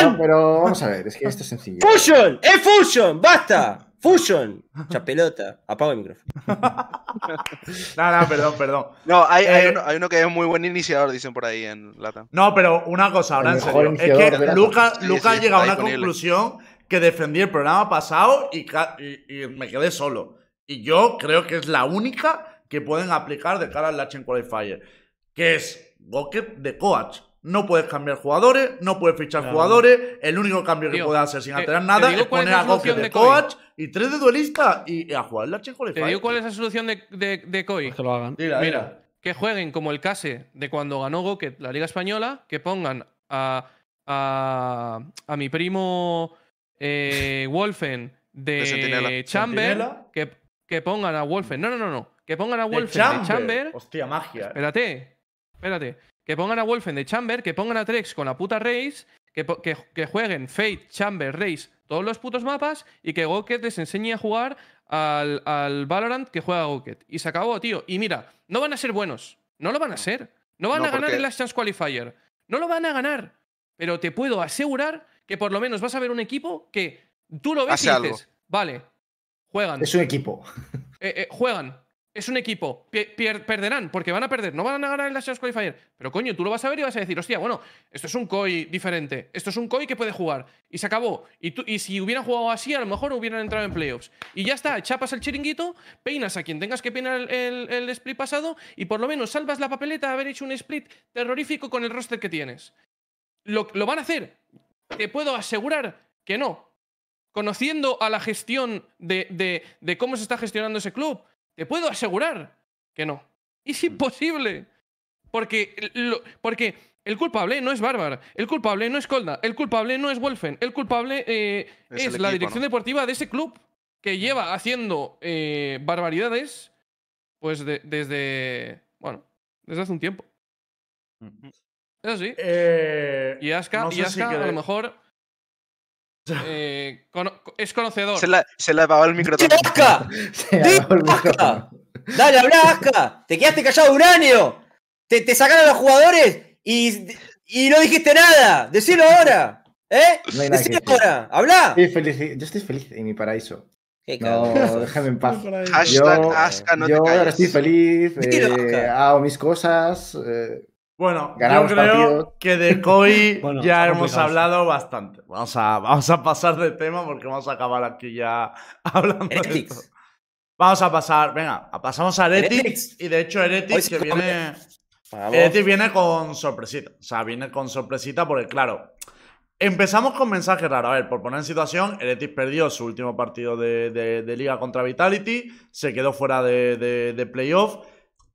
Speaker 6: No, pero vamos a ver, es que esto es sencillo.
Speaker 3: ¡Fusion! ¡Es Fusion! ¡Basta! ¡Fusion! Chapelota. Apago el micrófono.
Speaker 1: Nada, nada, perdón, perdón.
Speaker 2: no, hay, hay,
Speaker 1: Eh,
Speaker 2: uno, hay uno que es muy buen iniciador, dicen por ahí en Lata.
Speaker 1: No, pero una cosa, ahora
Speaker 6: El
Speaker 1: en
Speaker 6: mejor
Speaker 1: serio. Es
Speaker 6: iniciador de
Speaker 1: que
Speaker 6: la-
Speaker 1: Lucas
Speaker 2: Sí,
Speaker 1: Luca
Speaker 2: sí,
Speaker 1: llega a
Speaker 2: está
Speaker 1: una
Speaker 2: disponible.
Speaker 1: conclusión que defendí el programa pasado y, ca- y- y me quedé solo. Y yo creo que es la única que pueden aplicar de cara al Lachen Qualifier, que es Bucket de Coach. No puedes cambiar jugadores, no puedes fichar
Speaker 4: Claro.
Speaker 1: jugadores. El único cambio que
Speaker 5: Tío,
Speaker 1: puedes hacer sin
Speaker 5: te-
Speaker 1: alterar
Speaker 5: te
Speaker 1: nada
Speaker 5: digo
Speaker 1: es
Speaker 5: cuál es
Speaker 1: poner
Speaker 5: la
Speaker 1: a Bucket
Speaker 5: solución
Speaker 1: de,
Speaker 5: de Kovac.
Speaker 1: Coach y tres de duelista y, y a jugar al Lachen
Speaker 5: Te digo
Speaker 1: Qualifier.
Speaker 5: cuál es la solución de, de, de Koi.
Speaker 4: Que lo hagan.
Speaker 1: Dila,
Speaker 5: Mira,
Speaker 1: dila.
Speaker 5: que jueguen como el case de cuando ganó Goket la Liga Española, que pongan a, a, a mi primo eh, Wolfen de,
Speaker 2: De Sentinela.
Speaker 5: Chamber,
Speaker 1: Sentinela.
Speaker 5: que, que pongan a Wolfen, no, no, no, no, que pongan a
Speaker 1: De
Speaker 5: Wolfen de Chamber,
Speaker 1: Hostia, magia. eh.
Speaker 5: espérate, espérate, que pongan a Wolfen de Chamber, que pongan a Trex con la puta Race, que, po- que, que jueguen Fate, Chamber, Race, todos los putos mapas y que Goket les enseñe a jugar al, al Valorant que juega Goket. Y se acabó, tío. Y mira, no van a ser buenos. No lo van a ser. No van
Speaker 2: No,
Speaker 5: a ganar
Speaker 2: porque-
Speaker 5: el Last Chance Qualifier. No lo van a ganar. Pero te puedo asegurar que por lo menos vas a ver un equipo que tú lo ves
Speaker 2: Hace
Speaker 5: y
Speaker 2: algo.
Speaker 5: dices, vale, juegan.
Speaker 6: Es un equipo.
Speaker 5: Eh, eh, juegan. Es un equipo. Pie- pier- perderán, porque van a perder. No van a ganar en la Champions Qualifier. Pero coño, tú lo vas a ver y vas a decir, hostia, bueno, esto es un COI diferente. Esto es un COI que puede jugar. Y se acabó. Y, tú- y si hubieran jugado así, a lo mejor hubieran entrado en playoffs. Y ya está, chapas el chiringuito, peinas a quien tengas que peinar el, el- el split pasado y por lo menos salvas la papeleta de haber hecho un split terrorífico con el roster que tienes. ¿Lo, lo van a hacer? Te puedo asegurar que no. Conociendo a la gestión de, de- de cómo se está gestionando ese club, te puedo asegurar que no. Es
Speaker 2: Mm.
Speaker 5: imposible. Porque, lo- porque el culpable no es Bárbar, el culpable no es Colda, el culpable no es Wolfen, el culpable eh,
Speaker 2: Es
Speaker 5: es,
Speaker 2: el
Speaker 5: la
Speaker 2: equipo, ¿no?
Speaker 5: dirección
Speaker 2: Mm.
Speaker 5: deportiva de ese club que lleva haciendo eh, barbaridades pues de- desde, bueno, desde hace un tiempo.
Speaker 2: Mm.
Speaker 5: Es así.
Speaker 1: Eh,
Speaker 5: Y Aska,
Speaker 1: no
Speaker 5: y
Speaker 1: sé si
Speaker 5: Aska, a lo
Speaker 1: queréis-
Speaker 5: mejor eh, cono- es conocedor.
Speaker 2: Se la, se la apagó el micro
Speaker 3: ¡Dile
Speaker 2: también.
Speaker 3: Aska!
Speaker 6: Se
Speaker 3: ¡Dile
Speaker 6: acabó el
Speaker 3: Aska!
Speaker 6: micrófono.
Speaker 3: ¡Dale, habla Aska! ¡Te quedaste callado un año! ¡Te, te sacaron a los jugadores y, y no dijiste nada! ¡Decilo ahora! ¿Eh?
Speaker 6: No hay nada que
Speaker 3: ¡Decilo
Speaker 6: decir.
Speaker 3: ahora! ¡Habla!
Speaker 6: Estoy feliz- Yo estoy feliz en mi paraíso.
Speaker 3: ¡Qué
Speaker 6: No,
Speaker 3: cabrón!
Speaker 6: déjame en paz.
Speaker 2: Hashtag
Speaker 6: Yo-
Speaker 2: Aska, no
Speaker 6: Yo
Speaker 2: te
Speaker 6: ahora
Speaker 2: calles.
Speaker 6: estoy feliz, eh,
Speaker 3: Dilo, Aska.
Speaker 6: hago mis cosas. eh,
Speaker 1: Bueno,
Speaker 6: Ganamos
Speaker 1: yo creo
Speaker 6: partidos.
Speaker 1: que de COI
Speaker 4: Bueno,
Speaker 1: ya
Speaker 4: está
Speaker 1: hemos
Speaker 4: complicado eso.
Speaker 1: hablado bastante. Vamos a, vamos a pasar de tema porque vamos a acabar aquí ya hablando de esto.
Speaker 3: Heretics.
Speaker 1: Vamos a pasar, venga, a- pasamos a Heretics.
Speaker 3: Heretics.
Speaker 1: Y de hecho,
Speaker 3: Hoy
Speaker 1: Heretics
Speaker 3: sí
Speaker 1: que
Speaker 3: lo cambié.
Speaker 1: viene.
Speaker 3: Vamos.
Speaker 1: Heretics viene con sorpresita. O sea, viene con sorpresita porque, claro, empezamos con mensajes raros. A ver, por poner en situación, Heretics perdió su último partido de, de- de liga contra Vitality, se quedó fuera de, de- de playoff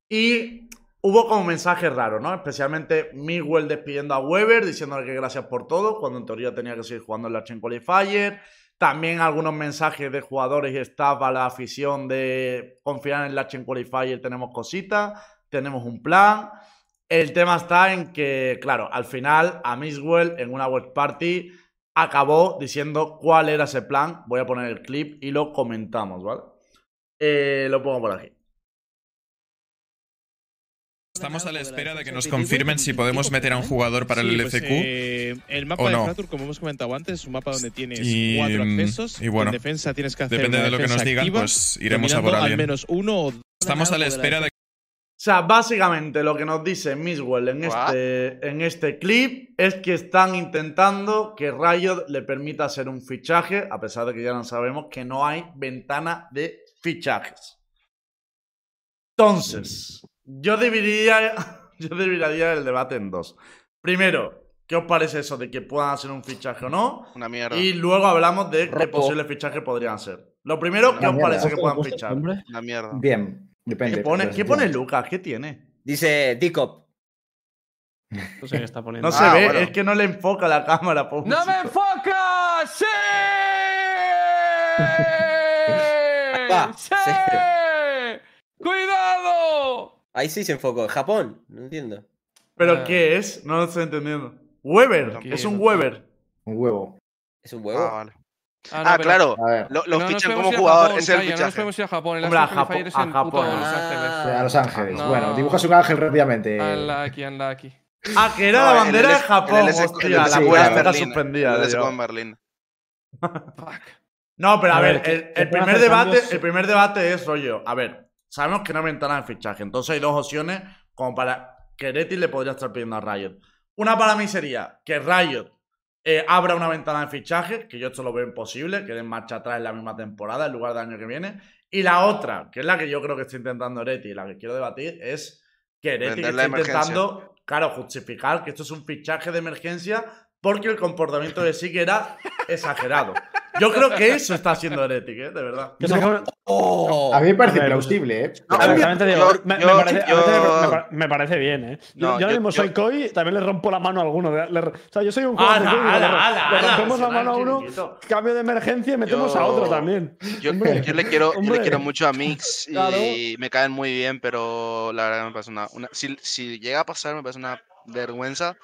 Speaker 1: y hubo como mensajes raros, ¿no? Especialmente Miguel despidiendo a Weber, diciéndole que gracias por todo, cuando en teoría tenía que seguir jugando en la Chain Qualifier. También algunos mensajes de jugadores y staff a la afición de confiar en la Chain Qualifier, tenemos cositas, tenemos un plan. El tema está en que, claro, al final a Miswell en una web party acabó diciendo cuál era ese plan. Voy a poner el clip y lo comentamos, ¿vale? Eh, lo pongo por aquí.
Speaker 7: Estamos a la
Speaker 8: Porque
Speaker 7: espera de que nos
Speaker 8: defensa de
Speaker 7: confirmen
Speaker 8: Tilbury
Speaker 7: si podemos
Speaker 8: equipo
Speaker 7: meter a un
Speaker 8: potente.
Speaker 7: jugador para
Speaker 8: Sí,
Speaker 7: el
Speaker 8: pues,
Speaker 7: LCQ.
Speaker 8: eh, el mapa
Speaker 7: o
Speaker 8: de
Speaker 7: no.
Speaker 8: Fratur, como hemos comentado antes, es un mapa donde tienes
Speaker 7: Y,
Speaker 8: cuatro
Speaker 7: mm,
Speaker 8: accesos.
Speaker 7: y bueno,
Speaker 8: en defensa tienes que hacer
Speaker 7: Depende
Speaker 8: una
Speaker 7: de lo que nos
Speaker 8: defensa
Speaker 7: digan,
Speaker 8: activa,
Speaker 7: pues iremos a por
Speaker 8: dominando al
Speaker 7: alguien.
Speaker 8: menos uno o dos.
Speaker 7: Estamos a la espera de
Speaker 1: O sea, básicamente lo que nos dice Miswell en
Speaker 2: What?
Speaker 1: este, en este clip es que están intentando que Riot le permita hacer un fichaje, a pesar de que ya no sabemos que no hay ventana de fichajes. Entonces, yo dividiría, yo dividiría el debate en dos. Primero, ¿qué os parece eso de que puedan hacer un fichaje o no?
Speaker 2: Una mierda.
Speaker 1: Y luego hablamos de qué
Speaker 3: Ropo.
Speaker 1: posibles fichajes podrían ser. Lo primero, ¿qué os
Speaker 6: Mierda.
Speaker 1: parece que
Speaker 4: Ojo,
Speaker 1: puedan
Speaker 4: ojo,
Speaker 1: fichar?
Speaker 4: hombre.
Speaker 2: Una mierda.
Speaker 6: Bien, depende.
Speaker 1: ¿Qué pone,
Speaker 6: pero
Speaker 1: ¿qué pone Lucas? ¿Qué tiene?
Speaker 3: Dice Dicop.
Speaker 4: No sé qué está poniendo.
Speaker 1: No se
Speaker 2: Ah,
Speaker 1: ve,
Speaker 2: bueno.
Speaker 1: es que no le enfoca la cámara, pobre
Speaker 5: ¡No me
Speaker 1: chico.
Speaker 5: enfocas! ¡Sí!
Speaker 2: Ah,
Speaker 3: Va,
Speaker 5: ¡Sí!
Speaker 3: sí.
Speaker 5: ¡Cuidado!
Speaker 3: Ahí sí se enfocó. Japón, no entiendo.
Speaker 1: ¿Pero
Speaker 5: Ah.
Speaker 1: qué es? No lo estoy entendiendo. Weber,
Speaker 5: Tranquilo,
Speaker 1: es un
Speaker 5: tranquilo.
Speaker 1: Weber.
Speaker 6: Un huevo.
Speaker 3: Es un
Speaker 2: Ah,
Speaker 3: huevo.
Speaker 2: vale.
Speaker 5: Ah, no,
Speaker 2: Ah,
Speaker 5: pero-
Speaker 2: claro.
Speaker 6: A ver,
Speaker 2: Lo,
Speaker 5: pero
Speaker 2: lo
Speaker 5: no nos
Speaker 2: fichan
Speaker 5: podemos
Speaker 2: como
Speaker 5: ir a
Speaker 2: jugador,
Speaker 5: Japón,
Speaker 2: es el
Speaker 5: calla, No nos
Speaker 2: fichaje.
Speaker 5: podemos ir a Japón. El
Speaker 1: Hombre, a
Speaker 5: Aston Free
Speaker 1: Japo-
Speaker 5: Fire es
Speaker 1: a
Speaker 5: en puto
Speaker 1: Japón.
Speaker 5: Los Ángeles.
Speaker 6: a Los Ángeles.
Speaker 5: No.
Speaker 6: Bueno, dibujas un ángel rápidamente.
Speaker 5: Anda aquí, anda aquí.
Speaker 1: Ah, que era
Speaker 2: No,
Speaker 1: la
Speaker 2: el
Speaker 1: bandera de
Speaker 2: LS
Speaker 1: Japón.
Speaker 2: el LS
Speaker 1: Hostia, la
Speaker 6: sí,
Speaker 1: cuerda
Speaker 6: claro.
Speaker 1: está
Speaker 2: Berlín,
Speaker 1: suspendida.
Speaker 2: el
Speaker 1: tío.
Speaker 2: LSQ en Berlín.
Speaker 1: No, pero a,
Speaker 4: A
Speaker 1: ver,
Speaker 4: ver, ¿qué-
Speaker 1: el,
Speaker 4: qué
Speaker 1: el
Speaker 4: pueden
Speaker 1: primer
Speaker 4: hacer
Speaker 1: debate,
Speaker 4: cambios?
Speaker 1: el primer debate es rollo. A ver, sabemos que no hay ventana de fichaje, entonces hay dos opciones como para que Reti le podría estar pidiendo a Riot. Una para mí sería que Riot eh, abra una ventana de fichaje, que yo esto lo veo imposible, que den marcha atrás en la misma temporada en lugar del año que viene. Y la otra, que es la que yo creo que está intentando Reti y la que quiero debatir, es que Reti
Speaker 2: Vender
Speaker 1: está
Speaker 2: la emergencia.
Speaker 1: intentando, claro, justificar que esto es un fichaje de emergencia porque el comportamiento de sí que era exagerado. Yo creo que eso está haciendo Heretic, ¿eh? de verdad.
Speaker 4: Que sacaron-
Speaker 3: ¡Oh!
Speaker 6: a mí me parece
Speaker 4: A ver, pues-
Speaker 6: plausible, ¿eh?
Speaker 2: No,
Speaker 4: A ver,
Speaker 2: yo-
Speaker 4: también te digo,
Speaker 2: yo-
Speaker 4: me, me
Speaker 2: yo-
Speaker 4: parece, a
Speaker 2: yo-
Speaker 4: veces me- me par- me parece bien, ¿eh? Yo,
Speaker 2: No,
Speaker 4: yo ahora
Speaker 2: yo-
Speaker 4: mismo
Speaker 2: yo-
Speaker 4: soy Koi, también le rompo la mano a alguno. le- le- o sea, yo soy un jugador de
Speaker 1: ¡Ala,
Speaker 4: Koi, le-
Speaker 1: ala, ala!
Speaker 4: le
Speaker 1: ala,
Speaker 4: rompemos la
Speaker 1: personal,
Speaker 4: mano a uno,
Speaker 1: chiringuito.
Speaker 4: cambio de emergencia y metemos a otro
Speaker 2: pues Yo-
Speaker 4: también.
Speaker 2: Yo,
Speaker 4: Hombre.
Speaker 2: yo le quiero, yo le
Speaker 4: Hombre.
Speaker 2: quiero mucho a Mix y
Speaker 4: Claro.
Speaker 2: me caen muy bien, pero la verdad me parece una. una- si, si llega a pasar, me parece una vergüenza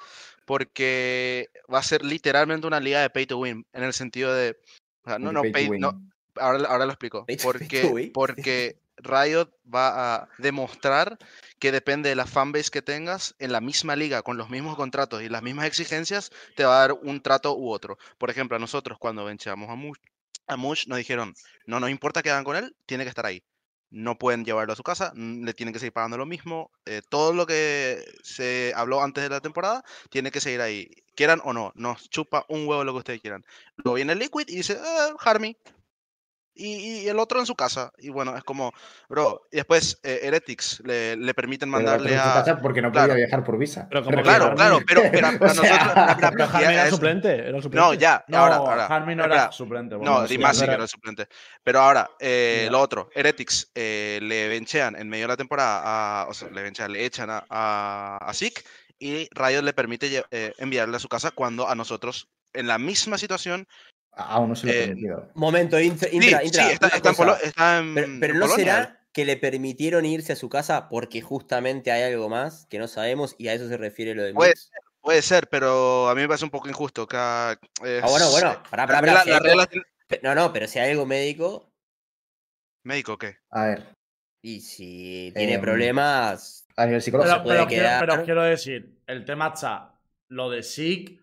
Speaker 2: porque va a ser literalmente una liga de pay to win en el sentido de. o sea, no, no,
Speaker 6: Pay to
Speaker 2: pay-
Speaker 6: win.
Speaker 2: no, ahora, ahora lo explico.
Speaker 3: Pay to- pay to
Speaker 2: Porque,
Speaker 3: win.
Speaker 2: porque Riot va a demostrar que depende de la fanbase que tengas en la misma liga, con los mismos contratos y las mismas exigencias, te va a dar un trato u otro. Por ejemplo, a nosotros cuando venchamos a Mush, a Mush nos dijeron, no nos importa que hagan con él, tiene que estar ahí. No pueden llevarlo a su casa, mm, le tienen que seguir pagando lo mismo. eh, todo lo que se habló antes de la temporada tiene que seguir ahí. Quieran o no, nos chupa un huevo lo que ustedes quieran. Luego viene Liquid y dice, ah, Harmy, y, y el otro en su casa. Y bueno, es como, bro. Y después eh, Heretics le, le permiten
Speaker 6: Pero
Speaker 2: mandarle
Speaker 6: tenemos que
Speaker 2: a.
Speaker 6: pasar porque no
Speaker 2: claro.
Speaker 6: podía viajar por visa.
Speaker 4: Pero como
Speaker 6: Recuerda.
Speaker 2: Claro,
Speaker 4: Harmin-
Speaker 2: claro, pero, pero a- a
Speaker 6: O
Speaker 2: nosotros
Speaker 6: sea,
Speaker 2: la- la
Speaker 4: Pero Harmin
Speaker 2: prioridad
Speaker 4: era
Speaker 2: es-
Speaker 4: suplente, era suplente.
Speaker 2: No, ya,
Speaker 1: No,
Speaker 2: ahora, ahora.
Speaker 1: Harmin no
Speaker 2: espera.
Speaker 1: era suplente. bueno,
Speaker 2: No,
Speaker 1: sí.
Speaker 2: Dimasi que
Speaker 4: ahora-
Speaker 2: era el suplente. Pero ahora, eh, lo otro, Heretics eh, le venchean en medio de la temporada, a, o sea, le venchean, le echan a, a, a Zeke, y Riot le permite lle- eh, enviarle a su casa cuando a nosotros, en la misma situación,
Speaker 6: Aún no se lo
Speaker 2: Eh,
Speaker 6: he permitido.
Speaker 3: Momento, intra,
Speaker 2: Sí,
Speaker 3: intra,
Speaker 2: sí,
Speaker 3: intra.
Speaker 2: está,
Speaker 3: Una
Speaker 2: está en
Speaker 3: cosa.
Speaker 2: Polo- está en-
Speaker 3: Pero, pero
Speaker 2: en
Speaker 3: ¿no
Speaker 2: Polonia, él.
Speaker 3: será que le permitieron irse a su casa porque justamente hay algo más que no sabemos y a eso se refiere lo de
Speaker 2: Puede
Speaker 3: Mix?
Speaker 2: Puede ser, pero a mí me parece un poco injusto. Que, ah, es-
Speaker 3: Ah, bueno, bueno, pará,
Speaker 2: La
Speaker 3: pará,
Speaker 2: regla,
Speaker 3: pará. si
Speaker 2: la
Speaker 3: hay algo-
Speaker 2: regla tiene-
Speaker 3: pe- No, no, pero si hay algo médico
Speaker 2: ¿Médico o qué?
Speaker 6: A ver,
Speaker 3: y si tiene
Speaker 6: Em,
Speaker 3: problemas,
Speaker 6: a nivel
Speaker 1: Pero,
Speaker 6: psicológico.
Speaker 3: puede
Speaker 1: pero quiero,
Speaker 3: quedar.
Speaker 1: pero quiero decir, el tema está, lo de Sig,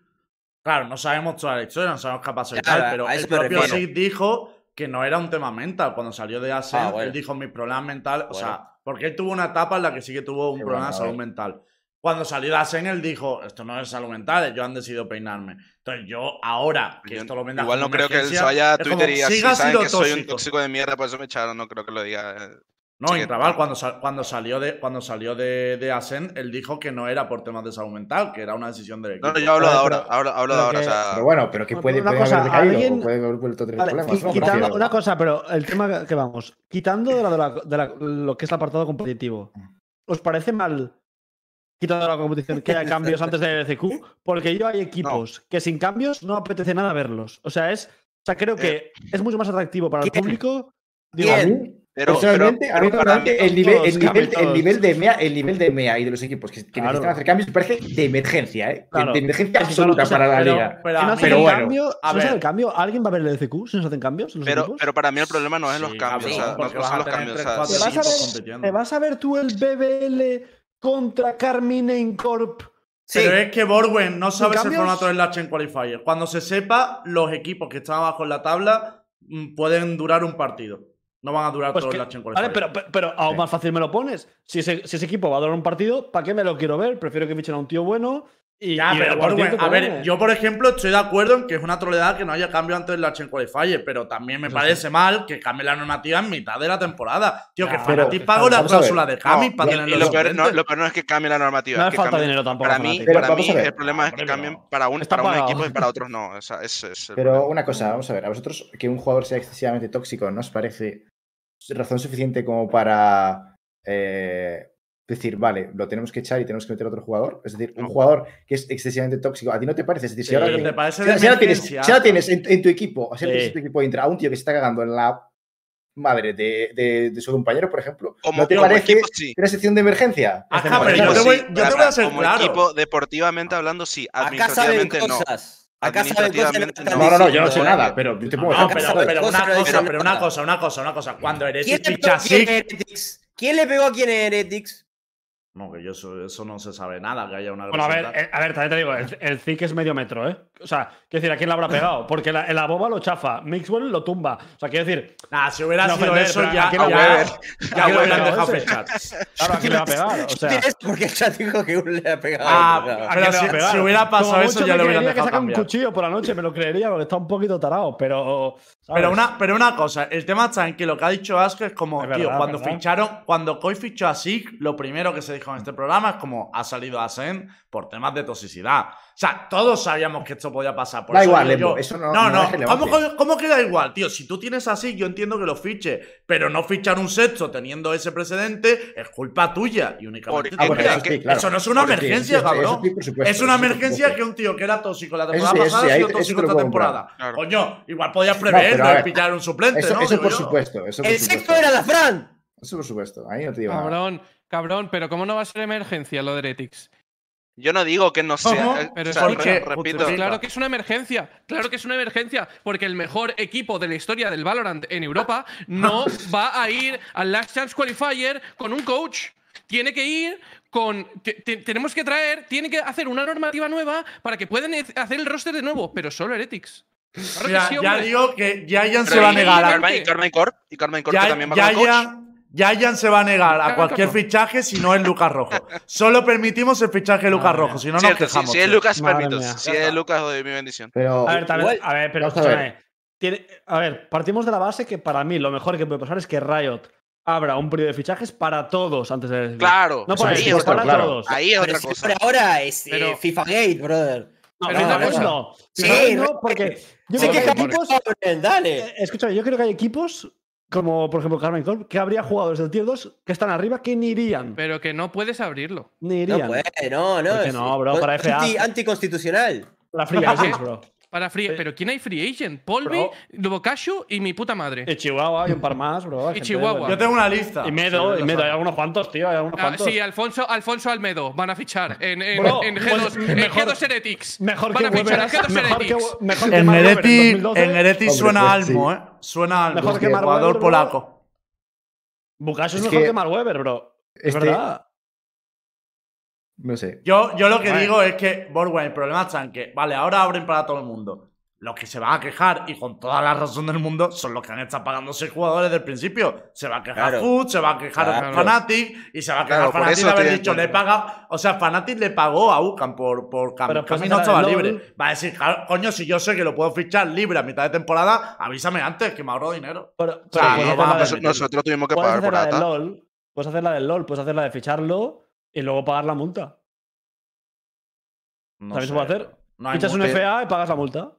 Speaker 1: claro, no sabemos toda la historia, no sabemos qué ha pasado y
Speaker 3: Claro,
Speaker 1: tal,
Speaker 3: a-
Speaker 1: pero
Speaker 3: a
Speaker 1: el
Speaker 3: eso me
Speaker 1: propio
Speaker 3: refiero.
Speaker 1: Sig dijo que no era un tema mental. Cuando salió de Asen,
Speaker 3: Ah, bueno.
Speaker 1: él dijo mis problemas mentales, o sea,
Speaker 3: Bueno.
Speaker 1: porque él tuvo una etapa en la que sí que tuvo un
Speaker 6: Sí,
Speaker 1: problema de
Speaker 6: bueno, a
Speaker 1: salud
Speaker 6: ver.
Speaker 1: mental. Cuando salió de Asen, él dijo, esto no es salud mental, ellos han decidido peinarme. Entonces yo ahora, que
Speaker 2: Yo
Speaker 1: esto lo vendas
Speaker 2: Igual no
Speaker 1: como
Speaker 2: creo que él se
Speaker 1: emergencia,
Speaker 2: vaya a
Speaker 1: es como,
Speaker 2: Twitter y así
Speaker 1: "Sig ha
Speaker 2: saben
Speaker 1: sido
Speaker 2: que soy un
Speaker 1: tóxico".
Speaker 2: tóxico de mierda, por eso me echaron, no creo que lo diga. eh.
Speaker 1: No,
Speaker 2: Sí,
Speaker 1: y Raval,
Speaker 2: claro.
Speaker 1: cuando, sal- cuando salió de cuando salió de, de Ascent, él dijo que no era por temas de salud mental, que era una decisión del equipo.
Speaker 2: No, no, yo hablo de
Speaker 4: Vale,
Speaker 2: ahora,
Speaker 4: pero-
Speaker 2: hablo, hablo de
Speaker 4: pero
Speaker 2: ahora, o
Speaker 4: que-
Speaker 2: sea,
Speaker 6: Pero bueno, pero que
Speaker 4: Una
Speaker 6: puede, puede
Speaker 4: cosa,
Speaker 6: haber decaído,
Speaker 4: alguien-
Speaker 6: o puede haber vuelto a tener
Speaker 4: Vale,
Speaker 6: problemas.
Speaker 4: qui-
Speaker 6: ¿no?
Speaker 4: quitando,
Speaker 6: Prefiero-
Speaker 4: una cosa, pero el tema que vamos, quitando de, la- de la- de la- lo que es el apartado competitivo, ¿os parece mal, quitando la competición, que haya cambios antes del LCQ? Porque yo hay equipos que sin cambios no apetece nada verlos. O sea, es, o sea creo que es mucho más atractivo para el
Speaker 3: ¿quién?
Speaker 4: público.
Speaker 3: Digo,
Speaker 6: A mí,
Speaker 2: pero, pero,
Speaker 6: personalmente, a mí
Speaker 2: pero para mí,
Speaker 6: personalmente, el nivel, el,
Speaker 4: todos,
Speaker 6: nivel, el
Speaker 4: todos.
Speaker 6: nivel de EMEA, el nivel de EMEA y de los equipos que, que
Speaker 4: Claro.
Speaker 6: necesitan hacer cambios me parece de emergencia, ¿eh?
Speaker 4: Claro.
Speaker 6: De emergencia
Speaker 1: Pues
Speaker 4: Es que solo-
Speaker 6: absoluta
Speaker 4: o sea,
Speaker 6: para la
Speaker 1: pero-
Speaker 6: liga.
Speaker 1: pero a
Speaker 4: si no
Speaker 1: mí-
Speaker 4: hacen
Speaker 6: pero
Speaker 4: el
Speaker 6: bueno,
Speaker 4: cambio,
Speaker 1: a
Speaker 4: si no hacen
Speaker 1: ver.
Speaker 4: el cambio, ¿alguien va a ver el LCQ si no se hacen cambios? en los
Speaker 2: pero,
Speaker 4: equipos?
Speaker 2: pero para mí el problema no es los
Speaker 1: Sí,
Speaker 2: cambios, o
Speaker 1: cabrón,
Speaker 2: sea, no,
Speaker 1: porque
Speaker 2: no
Speaker 1: vas a
Speaker 2: son los
Speaker 1: tener
Speaker 2: cambios. O
Speaker 1: tres,
Speaker 2: sea,
Speaker 1: cuatro
Speaker 4: ¿Te vas a
Speaker 2: sí,
Speaker 1: equipos
Speaker 4: ver-
Speaker 1: compitiendo.
Speaker 4: ¿Te vas a ver tú el BBL contra Carmine Incorp.
Speaker 3: Sí,
Speaker 1: Pero es que Borwen no sabe ese
Speaker 4: cambios?
Speaker 1: formato del Lachen Qualifier. Cuando se sepa, los equipos que están abajo en la tabla mm, pueden durar un partido. No van a durar
Speaker 4: Pues
Speaker 1: todo
Speaker 4: que-
Speaker 1: el Lachen Qualifier.
Speaker 4: Vale, pero, pero, pero aún
Speaker 6: Sí.
Speaker 4: más fácil me lo pones. Si ese, si ese equipo va a durar un partido, ¿para qué me lo quiero ver? Prefiero que fichen a un tío bueno. Y,
Speaker 1: Ya,
Speaker 4: y
Speaker 1: pero
Speaker 4: el partido
Speaker 1: Borwen,
Speaker 4: que
Speaker 1: a ver,
Speaker 4: gane.
Speaker 1: yo por ejemplo estoy de acuerdo en que es una troleada que no haya cambio antes del Lachen Qualifier, pero también me parece mal que cambie la normativa en mitad de la temporada. Tío, que
Speaker 4: Ya,
Speaker 1: Fanatic
Speaker 4: pero-
Speaker 1: pagó la
Speaker 6: vamos a ver.
Speaker 1: cláusula de
Speaker 2: No,
Speaker 1: Javi para
Speaker 2: y-
Speaker 1: tener
Speaker 2: y
Speaker 1: los
Speaker 2: lo peor, no,
Speaker 1: suplentes.
Speaker 2: lo peor no es que cambie la normativa.
Speaker 4: No
Speaker 2: es
Speaker 4: hace
Speaker 2: que
Speaker 4: falta
Speaker 2: cambie-
Speaker 4: dinero tampoco.
Speaker 2: Para
Speaker 4: a
Speaker 2: mí,
Speaker 4: Fnatic.
Speaker 6: Pero
Speaker 2: para
Speaker 6: vamos
Speaker 2: mí
Speaker 6: a ver.
Speaker 2: el problema es que
Speaker 4: Hombre,
Speaker 2: cambien
Speaker 4: pero-
Speaker 2: para, un,
Speaker 4: Está
Speaker 2: para un
Speaker 4: pagado.
Speaker 2: equipo y para otros no. O sea, ese es el
Speaker 6: Pero
Speaker 2: problema.
Speaker 6: una cosa, vamos a ver, a vosotros que un jugador sea excesivamente tóxico, ¿no os parece razón suficiente como para eh, decir, vale, lo tenemos que echar y tenemos que meter a otro jugador? Es decir, un
Speaker 2: No.
Speaker 6: jugador que es excesivamente tóxico, ¿a ti no te parece? Es decir, si
Speaker 1: Sí,
Speaker 6: ahora
Speaker 1: te
Speaker 6: tienes-
Speaker 1: parece
Speaker 6: si ahora-
Speaker 1: de
Speaker 6: si ahora tienes,
Speaker 1: emergencia.
Speaker 6: si ahora tienes en, en tu equipo, si ahora tienes
Speaker 4: Sí.
Speaker 6: en tu equipo entra a un tío que se está cagando en la madre de, de- de su compañero, por ejemplo,
Speaker 2: Como,
Speaker 6: ¿no te
Speaker 2: como
Speaker 6: parece
Speaker 2: equipo, sí.
Speaker 6: una sección de emergencia?
Speaker 1: Ajá,
Speaker 6: Hacemos-
Speaker 1: pero yo
Speaker 2: Como
Speaker 1: te
Speaker 2: equipo,
Speaker 1: voy-
Speaker 2: sí,
Speaker 1: yo te voy a
Speaker 2: Rafa,
Speaker 1: ser
Speaker 2: como
Speaker 1: claro.
Speaker 2: equipo, deportivamente hablando, sí.
Speaker 3: acá saben
Speaker 2: Administrativamente, no.
Speaker 3: cosas. Acá saben cosas de lo que
Speaker 2: Administrativamente,
Speaker 3: están
Speaker 6: No, no, no, yo no sé
Speaker 3: diciendo, ¿eh?
Speaker 6: nada, pero yo te puedo
Speaker 1: No,
Speaker 6: decir-
Speaker 1: pero,
Speaker 6: ¿sabes?
Speaker 1: pero
Speaker 3: Cosa
Speaker 1: una
Speaker 3: no
Speaker 1: cosa,
Speaker 3: dice
Speaker 1: pero una
Speaker 3: nada.
Speaker 1: cosa, una cosa, una cosa. Cuando Heretic
Speaker 3: ¿Quién le
Speaker 1: ficha
Speaker 3: pegó
Speaker 1: a
Speaker 3: a quién
Speaker 1: Sik.
Speaker 3: Heretics? ¿Quién le pegó a quién Heretics?
Speaker 1: No, que yo eso, eso no se sabe nada, que haya una
Speaker 4: Bueno, a ver,
Speaker 1: representante.
Speaker 4: eh, a ver, también te digo, el, el Zic es medio metro, ¿eh? O sea, quiero decir, ¿a quién le habrá pegado? Porque la, la boba lo chafa, Mixwell lo tumba. O sea, quiero decir,
Speaker 1: Nah, si hubiera
Speaker 4: eh, no
Speaker 1: sido
Speaker 4: ofender,
Speaker 1: eso,
Speaker 4: pero
Speaker 1: ya,
Speaker 4: ¿a quién
Speaker 1: ya,
Speaker 4: le
Speaker 2: pegó?
Speaker 1: ya
Speaker 4: ¿A quién le
Speaker 1: hubieran
Speaker 4: pegó
Speaker 1: dejado
Speaker 4: ese?
Speaker 1: fechar.
Speaker 4: claro, ¿a quién le va a pegar? O sea,
Speaker 3: ¿Quién es? Porque ya dijo que uno le ha pegado.
Speaker 1: Ah,
Speaker 4: ¿a
Speaker 1: pero
Speaker 4: quién le va
Speaker 1: si-
Speaker 4: a pegar?
Speaker 1: si hubiera pasado
Speaker 4: Como
Speaker 1: eso,
Speaker 4: mucho
Speaker 1: ya
Speaker 4: me
Speaker 1: lo hubieran
Speaker 4: creería
Speaker 1: dejado
Speaker 4: que saca un
Speaker 1: cambiar.
Speaker 4: cuchillo por la noche, me lo creería, porque está un poquito tarado, pero. ¿sabes?
Speaker 1: Pero una, pero una cosa, el tema está en que lo que ha dicho Asko es como,
Speaker 4: Es verdad,
Speaker 1: tío, cuando
Speaker 4: verdad.
Speaker 1: ficharon, cuando Koi fichó a Sig, lo primero que se dijo en este programa es como ha salido a Sen por temas de toxicidad. O sea, todos sabíamos que esto podía pasar. Por
Speaker 6: Da
Speaker 1: eso
Speaker 6: igual,
Speaker 1: digo
Speaker 6: Lembo,
Speaker 1: yo-
Speaker 6: eso no,
Speaker 1: No,
Speaker 6: no
Speaker 1: no,
Speaker 6: es relevante.
Speaker 1: ¿Cómo, cómo- cómo que da igual, tío? Si tú tienes a Sig, yo entiendo que lo fiche, pero no fichar un sexto teniendo ese precedente es culpa tuya y únicamente
Speaker 2: Porque-
Speaker 6: Ah, bueno,
Speaker 1: tuya.
Speaker 6: eso sí, claro.
Speaker 1: Eso no es una
Speaker 6: Eso sí,
Speaker 1: emergencia,
Speaker 6: eso sí, eso
Speaker 1: cabrón.
Speaker 6: sí, por supuesto,
Speaker 1: es una
Speaker 6: eso sí, por
Speaker 1: emergencia
Speaker 6: supuesto.
Speaker 1: que un tío que era tóxico la
Speaker 6: Eso
Speaker 1: temporada
Speaker 6: sí, eso
Speaker 1: pasada
Speaker 6: sí,
Speaker 1: ha
Speaker 6: ahí
Speaker 1: sido
Speaker 6: te- eso
Speaker 1: tóxico
Speaker 6: te lo
Speaker 1: esta
Speaker 6: puedo
Speaker 1: temporada.
Speaker 2: comprar. Claro.
Speaker 1: Coño, igual podías prever
Speaker 6: pero
Speaker 1: no,
Speaker 6: a ver,
Speaker 1: pillar un suplente,
Speaker 6: Eso,
Speaker 1: ¿no?
Speaker 6: eso
Speaker 1: Digo
Speaker 6: por
Speaker 1: yo.
Speaker 6: supuesto. Eso por
Speaker 3: el
Speaker 6: supuesto.
Speaker 3: sexto era la Fran.
Speaker 6: Eso por supuesto. Ahí no te digo nada.
Speaker 5: Cabrón, cabrón, pero ¿cómo no va a ser emergencia lo de Heretics?
Speaker 2: Yo no digo que no sea.
Speaker 1: Ajá,
Speaker 2: eh,
Speaker 5: pero
Speaker 2: o sea,
Speaker 5: escucha,
Speaker 2: re-
Speaker 1: escucha,
Speaker 2: repito,
Speaker 1: Pero-
Speaker 5: Claro que es una emergencia, claro que es una emergencia, porque el mejor equipo de la historia del Valorant en Europa no va a ir al Last Chance Qualifier con un coach. Tiene que ir con. te- te- tenemos que traer, tiene que hacer una normativa nueva para que puedan e- hacer el roster de nuevo, pero solo Heretics. Claro
Speaker 1: Mira,
Speaker 5: que sí,
Speaker 1: ya
Speaker 5: hombre.
Speaker 1: digo que Yayan
Speaker 2: pero
Speaker 1: se va a
Speaker 2: y-
Speaker 1: negar
Speaker 2: Y
Speaker 1: a.
Speaker 2: Carmen, y Carmen Corp, y Carmen Corp que
Speaker 1: Ya-
Speaker 2: también va como coach.
Speaker 1: Yayan- Yayan se va a negar a
Speaker 5: Caga,
Speaker 1: cualquier
Speaker 5: cabrón.
Speaker 1: fichaje si no es Lucas Rojo. Solo permitimos el fichaje de Lucas
Speaker 4: Madre
Speaker 1: Rojo, si no nos
Speaker 2: Cierto, si,
Speaker 1: quejamos.
Speaker 2: si es
Speaker 1: tío.
Speaker 2: Lucas,
Speaker 4: Madre
Speaker 2: permito.
Speaker 4: mía.
Speaker 2: Si es Lucas, doy mi bendición.
Speaker 6: Pero.
Speaker 4: A ver, tal vez-
Speaker 6: igual-
Speaker 4: a ver, pero
Speaker 6: vamos a ver.
Speaker 4: escúchame. Tiene- a ver, partimos de la base que para mí lo mejor que puede pasar es que Riot abra un periodo de fichajes para todos antes de decidir.
Speaker 2: Claro.
Speaker 4: No por
Speaker 6: por
Speaker 2: ahí,
Speaker 4: ahí,
Speaker 2: es
Speaker 6: supuesto,
Speaker 4: para
Speaker 2: otra,
Speaker 6: claro.
Speaker 4: todos.
Speaker 2: ahí es
Speaker 3: Pero
Speaker 2: otra
Speaker 3: si
Speaker 2: cosa.
Speaker 3: por ahora es eh,
Speaker 5: Pero-
Speaker 3: FIFA Gate, brother.
Speaker 4: No,
Speaker 5: Pero
Speaker 4: pero
Speaker 5: otra
Speaker 4: tal vez
Speaker 5: cosa.
Speaker 4: no.
Speaker 3: Sí,
Speaker 4: Tal vez no,
Speaker 3: Riot.
Speaker 4: porque yo
Speaker 3: Se
Speaker 4: creo que hay
Speaker 3: quejan
Speaker 5: Porque-
Speaker 4: equipos.
Speaker 3: pobres, dale.
Speaker 4: eh, Escúchame, yo creo que hay equipos, como por ejemplo Carmen Corp, que habría jugadores del tier 2 que están arriba que ni irían.
Speaker 5: Pero que no puedes abrirlo.
Speaker 4: Ni
Speaker 3: No
Speaker 4: irían.
Speaker 3: puede, no, no.
Speaker 4: ¿Por qué
Speaker 3: es-
Speaker 4: no, bro? Para FA.
Speaker 3: anti- anticonstitucional.
Speaker 4: La fría
Speaker 5: ¿Por qué?
Speaker 4: es, bro.
Speaker 5: Para free, pero ¿quién hay free agent? Polvi,
Speaker 4: Bro.
Speaker 5: Lubocashu y mi puta madre.
Speaker 4: Y Chihuahua y un par más, bro. hay
Speaker 5: Y
Speaker 4: gente,
Speaker 5: Chihuahua.
Speaker 4: bro.
Speaker 1: Yo tengo una lista.
Speaker 4: Y Medo,
Speaker 1: Sí,
Speaker 4: y
Speaker 1: lo
Speaker 4: Medo. Hay
Speaker 1: sabe.
Speaker 4: algunos cuantos, tío. Hay algunos
Speaker 5: Ah,
Speaker 4: cuantos.
Speaker 5: sí, Alfonso, Alfonso Almedo van a fichar en, en,
Speaker 4: Bro,
Speaker 5: en
Speaker 4: pues
Speaker 5: G2, en
Speaker 4: mejor-
Speaker 5: G2 Heretics.
Speaker 4: Mejor
Speaker 5: van
Speaker 4: que
Speaker 5: a fichar en
Speaker 4: Weber.
Speaker 5: G2
Speaker 4: Mejor que,
Speaker 5: Heretics.
Speaker 4: mejor que
Speaker 1: En
Speaker 4: Mark Webber en
Speaker 1: Heretic,
Speaker 4: 2012.
Speaker 1: en Heretic
Speaker 6: Hombre,
Speaker 1: suena
Speaker 6: pues,
Speaker 1: Almo,
Speaker 6: sí.
Speaker 1: ¿eh? Suena Almo.
Speaker 4: Mejor que Mark
Speaker 1: jugador
Speaker 4: Webber, bro.
Speaker 1: polaco.
Speaker 4: Bukashu es,
Speaker 6: Es
Speaker 4: mejor que,
Speaker 6: que-
Speaker 4: Mark Weber, bro. Es
Speaker 6: Este-
Speaker 4: verdad.
Speaker 6: No sé.
Speaker 1: Yo, yo lo que
Speaker 4: Bueno.
Speaker 1: digo es que, Borwen, el problema está en que, vale, ahora abren para todo el mundo. Los que se van a quejar, y con toda la razón del mundo, son los que han estado pagando seis jugadores desde el principio. Se va a quejar
Speaker 3: Claro.
Speaker 1: Food, se va a quejar
Speaker 3: Claro.
Speaker 1: Fanatic, y se va a quejar
Speaker 2: Claro, por
Speaker 1: Fanatic
Speaker 2: eso
Speaker 1: de haber
Speaker 2: tienen
Speaker 1: dicho, le he pagado. O sea, Fanatic le pagó a Ucan por, por Cam.
Speaker 4: Pero
Speaker 1: Cami
Speaker 4: pasa
Speaker 1: no
Speaker 4: la de
Speaker 1: estaba
Speaker 4: LOL.
Speaker 1: libre. Va a decir, "Claro, coño, si yo sé que lo puedo fichar libre a mitad de temporada, avísame antes que me ahorro dinero.
Speaker 4: Pero,
Speaker 1: sea,
Speaker 4: pero
Speaker 1: no
Speaker 4: puedes
Speaker 1: va
Speaker 4: hacer la
Speaker 1: a
Speaker 4: de-
Speaker 1: pasar-
Speaker 2: Nos- Nosotros tuvimos que
Speaker 4: puedes
Speaker 2: pagar
Speaker 4: hacer
Speaker 2: por
Speaker 4: la del
Speaker 2: ATA.
Speaker 4: LOL, puedes hacer la del LOL, puedes hacer la de ficharlo y luego pagar la multa.
Speaker 1: No
Speaker 4: ¿Sabéis
Speaker 1: sé.
Speaker 4: qué puedo hacer?
Speaker 1: No hay
Speaker 4: Fichas un
Speaker 1: mucho.
Speaker 4: FA y pagas la multa.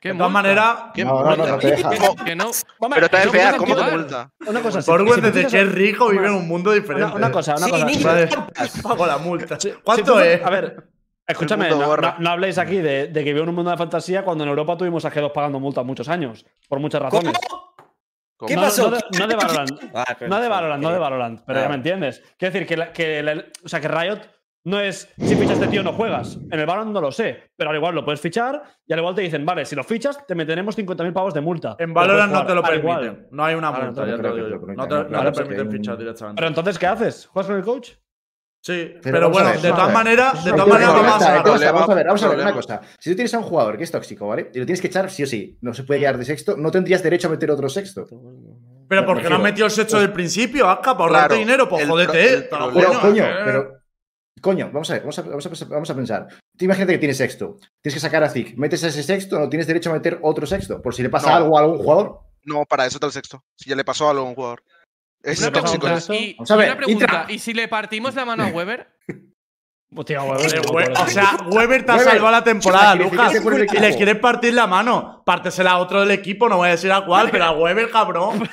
Speaker 5: Qué
Speaker 1: de todas
Speaker 5: multa,
Speaker 1: maneras,
Speaker 2: ¿Qué
Speaker 6: No, no, no, no te deja.
Speaker 2: ¿Cómo?
Speaker 5: Que no.
Speaker 4: Vamos,
Speaker 2: Pero está
Speaker 5: no
Speaker 4: eso
Speaker 5: puedes
Speaker 2: fea,
Speaker 4: puede
Speaker 2: ¿cómo te
Speaker 5: activar.
Speaker 2: multa?
Speaker 4: Una cosa si-
Speaker 1: Borwen
Speaker 4: si
Speaker 1: desde
Speaker 4: fichas
Speaker 1: que
Speaker 4: a-
Speaker 1: es rico vive en un mundo diferente.
Speaker 4: una, una cosa, una
Speaker 3: Sí,
Speaker 4: cosa.
Speaker 3: niño,
Speaker 1: ¿sabes?
Speaker 3: compas.
Speaker 1: Pago la multa.
Speaker 4: Si- si
Speaker 1: ¿Cuánto
Speaker 4: fichas-
Speaker 1: es?
Speaker 4: A ver, escúchame,
Speaker 2: mundo
Speaker 4: no,
Speaker 2: borra.
Speaker 4: no- no habléis aquí de, de que vivo en un mundo de fantasía cuando en Europa tuvimos a G2 pagando multa muchos años, por muchas
Speaker 3: ¿Cómo?
Speaker 4: razones.
Speaker 3: ¿Qué
Speaker 4: No-
Speaker 3: pasó?
Speaker 4: no de- no de Valorant.
Speaker 3: Ah, pero-
Speaker 4: No de Valorant, no de Valorant, pero ya
Speaker 3: Claro.
Speaker 4: me entiendes. Quiero decir que, la- que la- o sea, que Riot no es si fichas este tío no juegas. En el Valorant no lo sé, pero al igual lo puedes fichar y al igual te dicen, vale, si lo fichas te meteremos 50.000 pavos de multa.
Speaker 1: En Valorant no
Speaker 4: Pero
Speaker 1: te lo
Speaker 4: puedes jugar, al igual.
Speaker 1: permiten. No hay una
Speaker 4: Ah, no
Speaker 1: multa,
Speaker 4: te
Speaker 1: ya
Speaker 4: lo
Speaker 1: te
Speaker 6: creo
Speaker 1: lo
Speaker 6: que
Speaker 1: digo
Speaker 6: te lo
Speaker 1: yo. No
Speaker 6: permitan,
Speaker 1: te, no
Speaker 6: claro,
Speaker 1: te
Speaker 6: porque
Speaker 1: permiten
Speaker 6: hay un-
Speaker 1: fichar
Speaker 4: Pero
Speaker 1: directamente.
Speaker 4: entonces, ¿qué haces? ¿Juegas con el coach?
Speaker 1: Sí, pero,
Speaker 6: Pero vamos
Speaker 1: bueno,
Speaker 6: a ver,
Speaker 1: de
Speaker 6: vamos a
Speaker 1: todas
Speaker 6: ver.
Speaker 1: maneras, de
Speaker 6: No,
Speaker 1: todas
Speaker 6: no,
Speaker 1: maneras
Speaker 6: no,
Speaker 1: vamos a
Speaker 6: no,
Speaker 1: sacar-
Speaker 6: no, no, no, Vamos a ver, vamos a ver una
Speaker 2: Problema.
Speaker 6: cosa. Si tú tienes a un jugador que es tóxico, ¿vale? Y lo tienes que echar sí o sí, no se puede quedar de sexto, no tendrías derecho a meter otro sexto.
Speaker 1: Pero porque no has
Speaker 6: Prefiero-
Speaker 1: metido el sexto del principio, Asca, para ahorrarte
Speaker 2: Claro,
Speaker 1: dinero, pues
Speaker 2: el
Speaker 1: jódete,
Speaker 2: pro- el
Speaker 1: eh, te lo
Speaker 2: problema-
Speaker 1: coño,
Speaker 6: Pero, coño,
Speaker 1: eh.
Speaker 6: pero. Coño, vamos a ver, vamos a, vamos a- vamos a pensar. Tú imagínate que tienes sexto, tienes que sacar a Zic, metes a ese sexto, no tienes derecho a meter otro sexto, por si le pasa
Speaker 2: No.
Speaker 6: algo a algún jugador.
Speaker 2: No, para eso está el sexto. Si ya le pasó algo a un jugador. Es
Speaker 5: Una
Speaker 2: tóxico.
Speaker 5: pregunta,
Speaker 2: es-
Speaker 5: y,
Speaker 6: Vamos a
Speaker 5: y
Speaker 6: ver,
Speaker 5: una pregunta,
Speaker 6: Intra.
Speaker 5: ¿y si le partimos la mano a Weber?
Speaker 4: Hostia,
Speaker 1: Joder,
Speaker 4: Weber,
Speaker 1: Weber,
Speaker 4: pobre
Speaker 1: o sea, Weber te ha
Speaker 6: Weber,
Speaker 1: salvado la temporada,
Speaker 6: si la
Speaker 1: Lucas.
Speaker 6: sacrificaste por el
Speaker 1: Y le
Speaker 6: equipo.
Speaker 1: quieres partir la mano. Pártesela a otro del equipo, no voy a decir a cuál, pero a Weber, cabrón.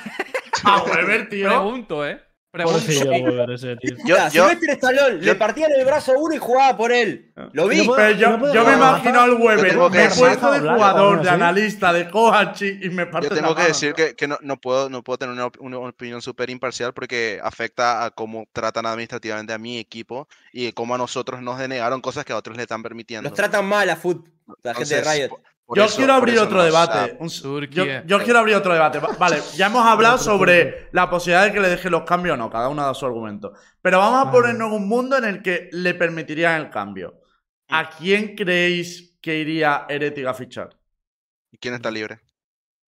Speaker 1: A Weber, tío.
Speaker 5: Pregunto, ¿eh? Pregunto.
Speaker 4: pobrecillo Weber ese, tío.
Speaker 2: Yo,
Speaker 3: Mira,
Speaker 2: yo-
Speaker 3: Sylvester Stallone, le
Speaker 2: yo-
Speaker 3: partían el brazo a uno y jugaba por él. Lo vi.
Speaker 4: puedo-
Speaker 1: Pero yo,
Speaker 4: no puedo
Speaker 1: yo me
Speaker 4: hablar.
Speaker 1: imagino al Weber
Speaker 2: tengo que
Speaker 1: me he
Speaker 2: decir-
Speaker 1: puesto de
Speaker 4: Hablar,
Speaker 1: jugador,
Speaker 4: ¿no?
Speaker 1: de
Speaker 4: ¿Sí?
Speaker 1: analista, de coachi y me parte
Speaker 2: yo tengo que decir que, que no, no puedo, no puedo tener una, op- una opinión súper imparcial porque afecta a cómo tratan administrativamente a mi equipo y cómo a nosotros nos denegaron cosas que a otros le están permitiendo.
Speaker 3: Nos tratan mal a Foot, la gente de
Speaker 2: Entonces,
Speaker 3: Riot.
Speaker 2: por- por
Speaker 1: yo
Speaker 2: eso-
Speaker 1: quiero
Speaker 2: por
Speaker 1: abrir
Speaker 2: eso
Speaker 1: otro
Speaker 2: no, o sea,
Speaker 1: debate. Un s- yo,
Speaker 5: Turquía.
Speaker 1: yo quiero abrir otro debate. Va- Vale, ya hemos hablado sobre la posibilidad de que le dejen los cambios o no. Cada uno da su argumento. Pero vamos a
Speaker 4: Ah.
Speaker 1: ponernos en un mundo en el que le permitirían el cambio. ¿A quién creéis que iría Heretic a fichar?
Speaker 2: ¿y ¿Quién está libre?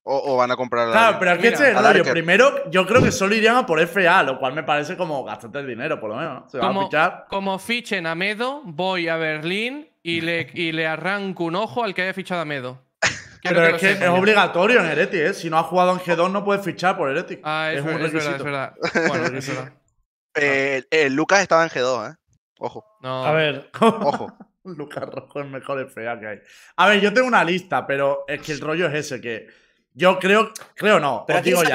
Speaker 2: O, o van a comprar a
Speaker 1: Claro,
Speaker 2: alguien.
Speaker 1: pero aquí
Speaker 5: Mira,
Speaker 1: este es el
Speaker 2: a
Speaker 1: rollo.
Speaker 2: Darker.
Speaker 1: Primero, yo creo que solo irían a por FA, lo cual me parece como gastarte el dinero, por lo menos. ¿no? Se van a
Speaker 5: Como-
Speaker 1: fichar.
Speaker 5: Como fichen a Medo, voy a Berlín y le, y le arranco un ojo al que haya fichado a Medo. Quiero
Speaker 1: Pero
Speaker 5: lo
Speaker 1: es que es
Speaker 5: sepan.
Speaker 1: obligatorio en Heretic, ¿eh? Si no has jugado en G2, no puedes fichar por Heretic.
Speaker 5: Ah, es, ver- es verdad, es verdad. Bueno, es verdad.
Speaker 1: ah.
Speaker 2: Eh, eh, Lucas estaba en G2, ¿eh? Ojo,
Speaker 5: No.
Speaker 4: A ver,
Speaker 2: ojo.
Speaker 1: Lucas Rojo es mejor FA que hay. A ver, yo tengo una lista, pero es que el rollo es ese, que yo creo, creo no, os
Speaker 3: Pero aquí
Speaker 1: digo ya,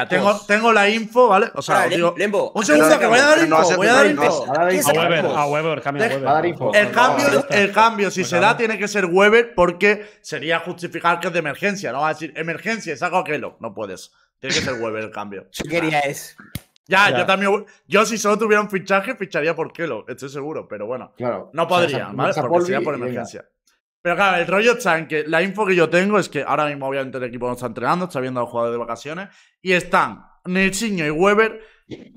Speaker 1: tengo,
Speaker 3: sacamos.
Speaker 1: tengo la info, ¿vale? O sea,
Speaker 3: Pará,
Speaker 1: os
Speaker 3: Lem-
Speaker 1: digo,
Speaker 3: Lembo.
Speaker 1: un segundo, que voy a dar
Speaker 2: Pero no
Speaker 1: info,
Speaker 2: hace-
Speaker 1: voy a dar
Speaker 2: no, no,
Speaker 1: info.
Speaker 2: no.
Speaker 3: ¿Quién
Speaker 4: a
Speaker 3: saca
Speaker 4: Weber,
Speaker 3: Campos?
Speaker 4: a Weber, cambia a
Speaker 1: Deja-
Speaker 4: Weber.
Speaker 6: va a dar info.
Speaker 1: El cambio,
Speaker 4: está.
Speaker 1: el cambio, si
Speaker 4: Pues
Speaker 1: se
Speaker 4: nada.
Speaker 1: da, tiene que ser Weber porque sería justificar que es de emergencia. No vas a decir, emergencia, saco a Kellogg. No puedes. Tiene que ser Weber el cambio.
Speaker 3: Yo quería eso.
Speaker 1: Ya,
Speaker 4: Ya.
Speaker 1: yo también. Yo, si solo tuviera un fichaje, ficharía por Kellogg, estoy seguro, pero bueno.
Speaker 6: Claro.
Speaker 1: No podría,
Speaker 6: O sea,
Speaker 1: ¿vale?
Speaker 6: Zapolvi
Speaker 1: Porque sería
Speaker 6: y
Speaker 1: por
Speaker 6: venga.
Speaker 1: emergencia. Pero claro, el rollo está en que la info que yo tengo es que ahora mismo obviamente el equipo no está entrenando, está viendo a los jugadores de vacaciones y están Nelsinho y Weber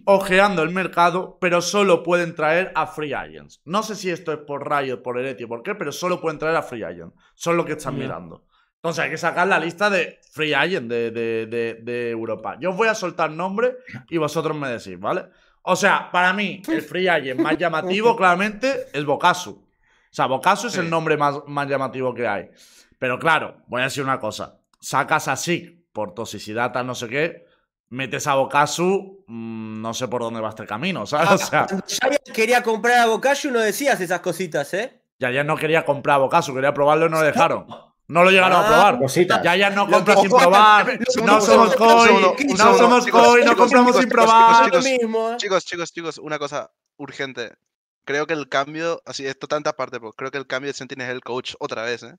Speaker 1: ojeando el mercado, pero solo pueden traer a Free Agents. No sé si esto es por Riot, por Hereti o por qué, pero solo pueden traer a Free Agents. Son los que están
Speaker 4: Ya.
Speaker 1: mirando. Entonces hay que sacar la lista de Free Agents de, de- de- de Europa. Yo os voy a soltar nombres y vosotros me decís, ¿vale? O sea, para mí, el free agent más llamativo, claramente, es Bocasu. O sea, Bocasu es el nombre más, más llamativo que hay. Pero claro, voy a decir una cosa. Sacas a Sig por toxicidad, tal, no sé qué. Metes a Bocasu, mm, no sé por dónde va este camino, ¿sabes? O sea,
Speaker 3: Cuando Giants quería comprar a Bocayo, no decías esas cositas, ¿eh?
Speaker 1: Yaya no quería comprar a Bocasu, quería probarlo y no lo dejaron. No lo llegaron a
Speaker 3: Ah,
Speaker 1: probar.
Speaker 6: Cositas.
Speaker 1: Ya, ya no
Speaker 2: Lo
Speaker 1: compra
Speaker 2: que-
Speaker 1: sin probar.
Speaker 2: Un segundo,
Speaker 1: No
Speaker 2: pues, un
Speaker 1: somos
Speaker 2: segundo, un
Speaker 1: COI.
Speaker 2: segundo, un
Speaker 1: No
Speaker 2: segundo.
Speaker 1: somos
Speaker 2: Chicos,
Speaker 1: COI. No
Speaker 2: chicos,
Speaker 1: compramos sin
Speaker 2: chicos, chicos,
Speaker 1: probar.
Speaker 3: Lo
Speaker 2: chicos.
Speaker 3: mismo, ¿eh?
Speaker 2: Chicos, chicos, chicos, una cosa urgente. Creo que el cambio, así, esto tanta parte, pero creo que el cambio de Sentinel es el coach otra vez, ¿eh?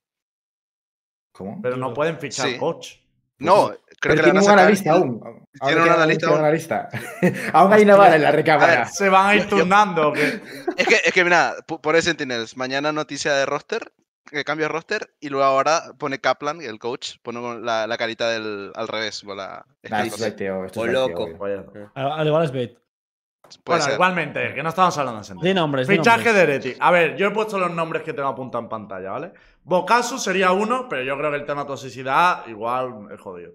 Speaker 6: ¿Cómo?
Speaker 1: Pero no pueden fichar
Speaker 2: Sí.
Speaker 1: coach.
Speaker 2: No, creo que le
Speaker 6: Pero
Speaker 2: van
Speaker 6: tiene
Speaker 2: a
Speaker 6: un
Speaker 2: sacar
Speaker 6: analista
Speaker 2: el-
Speaker 6: aún. Ahora
Speaker 2: Tiene un
Speaker 6: queda-
Speaker 2: analista
Speaker 6: queda un analista. aún hay una bala en la recámara.
Speaker 1: Se van a ir turnando. ¿o qué?
Speaker 2: Es que, es que mira, po- pone Sentinels. Mañana noticia de roster, que cambia roster, y luego ahora pone Kaplan, el coach, pone la, la carita del al revés. o la- esta
Speaker 6: Nah, esto es
Speaker 2: cosa.
Speaker 6: baiteo, esto
Speaker 3: O
Speaker 6: es baiteo,
Speaker 3: loco.
Speaker 6: obvio.
Speaker 1: Vaya.
Speaker 4: A- Al igual es Bait.
Speaker 2: Puede
Speaker 1: bueno,
Speaker 2: ser.
Speaker 1: igualmente, que no estamos hablando de sentido.
Speaker 4: Di nombres. di
Speaker 1: Fichaje
Speaker 4: nombres.
Speaker 1: de Ereti. A ver, yo he puesto los nombres que tengo apuntado en pantalla, ¿vale? Bocasu sería uno, pero yo creo que el tema toxicidad igual es jodido.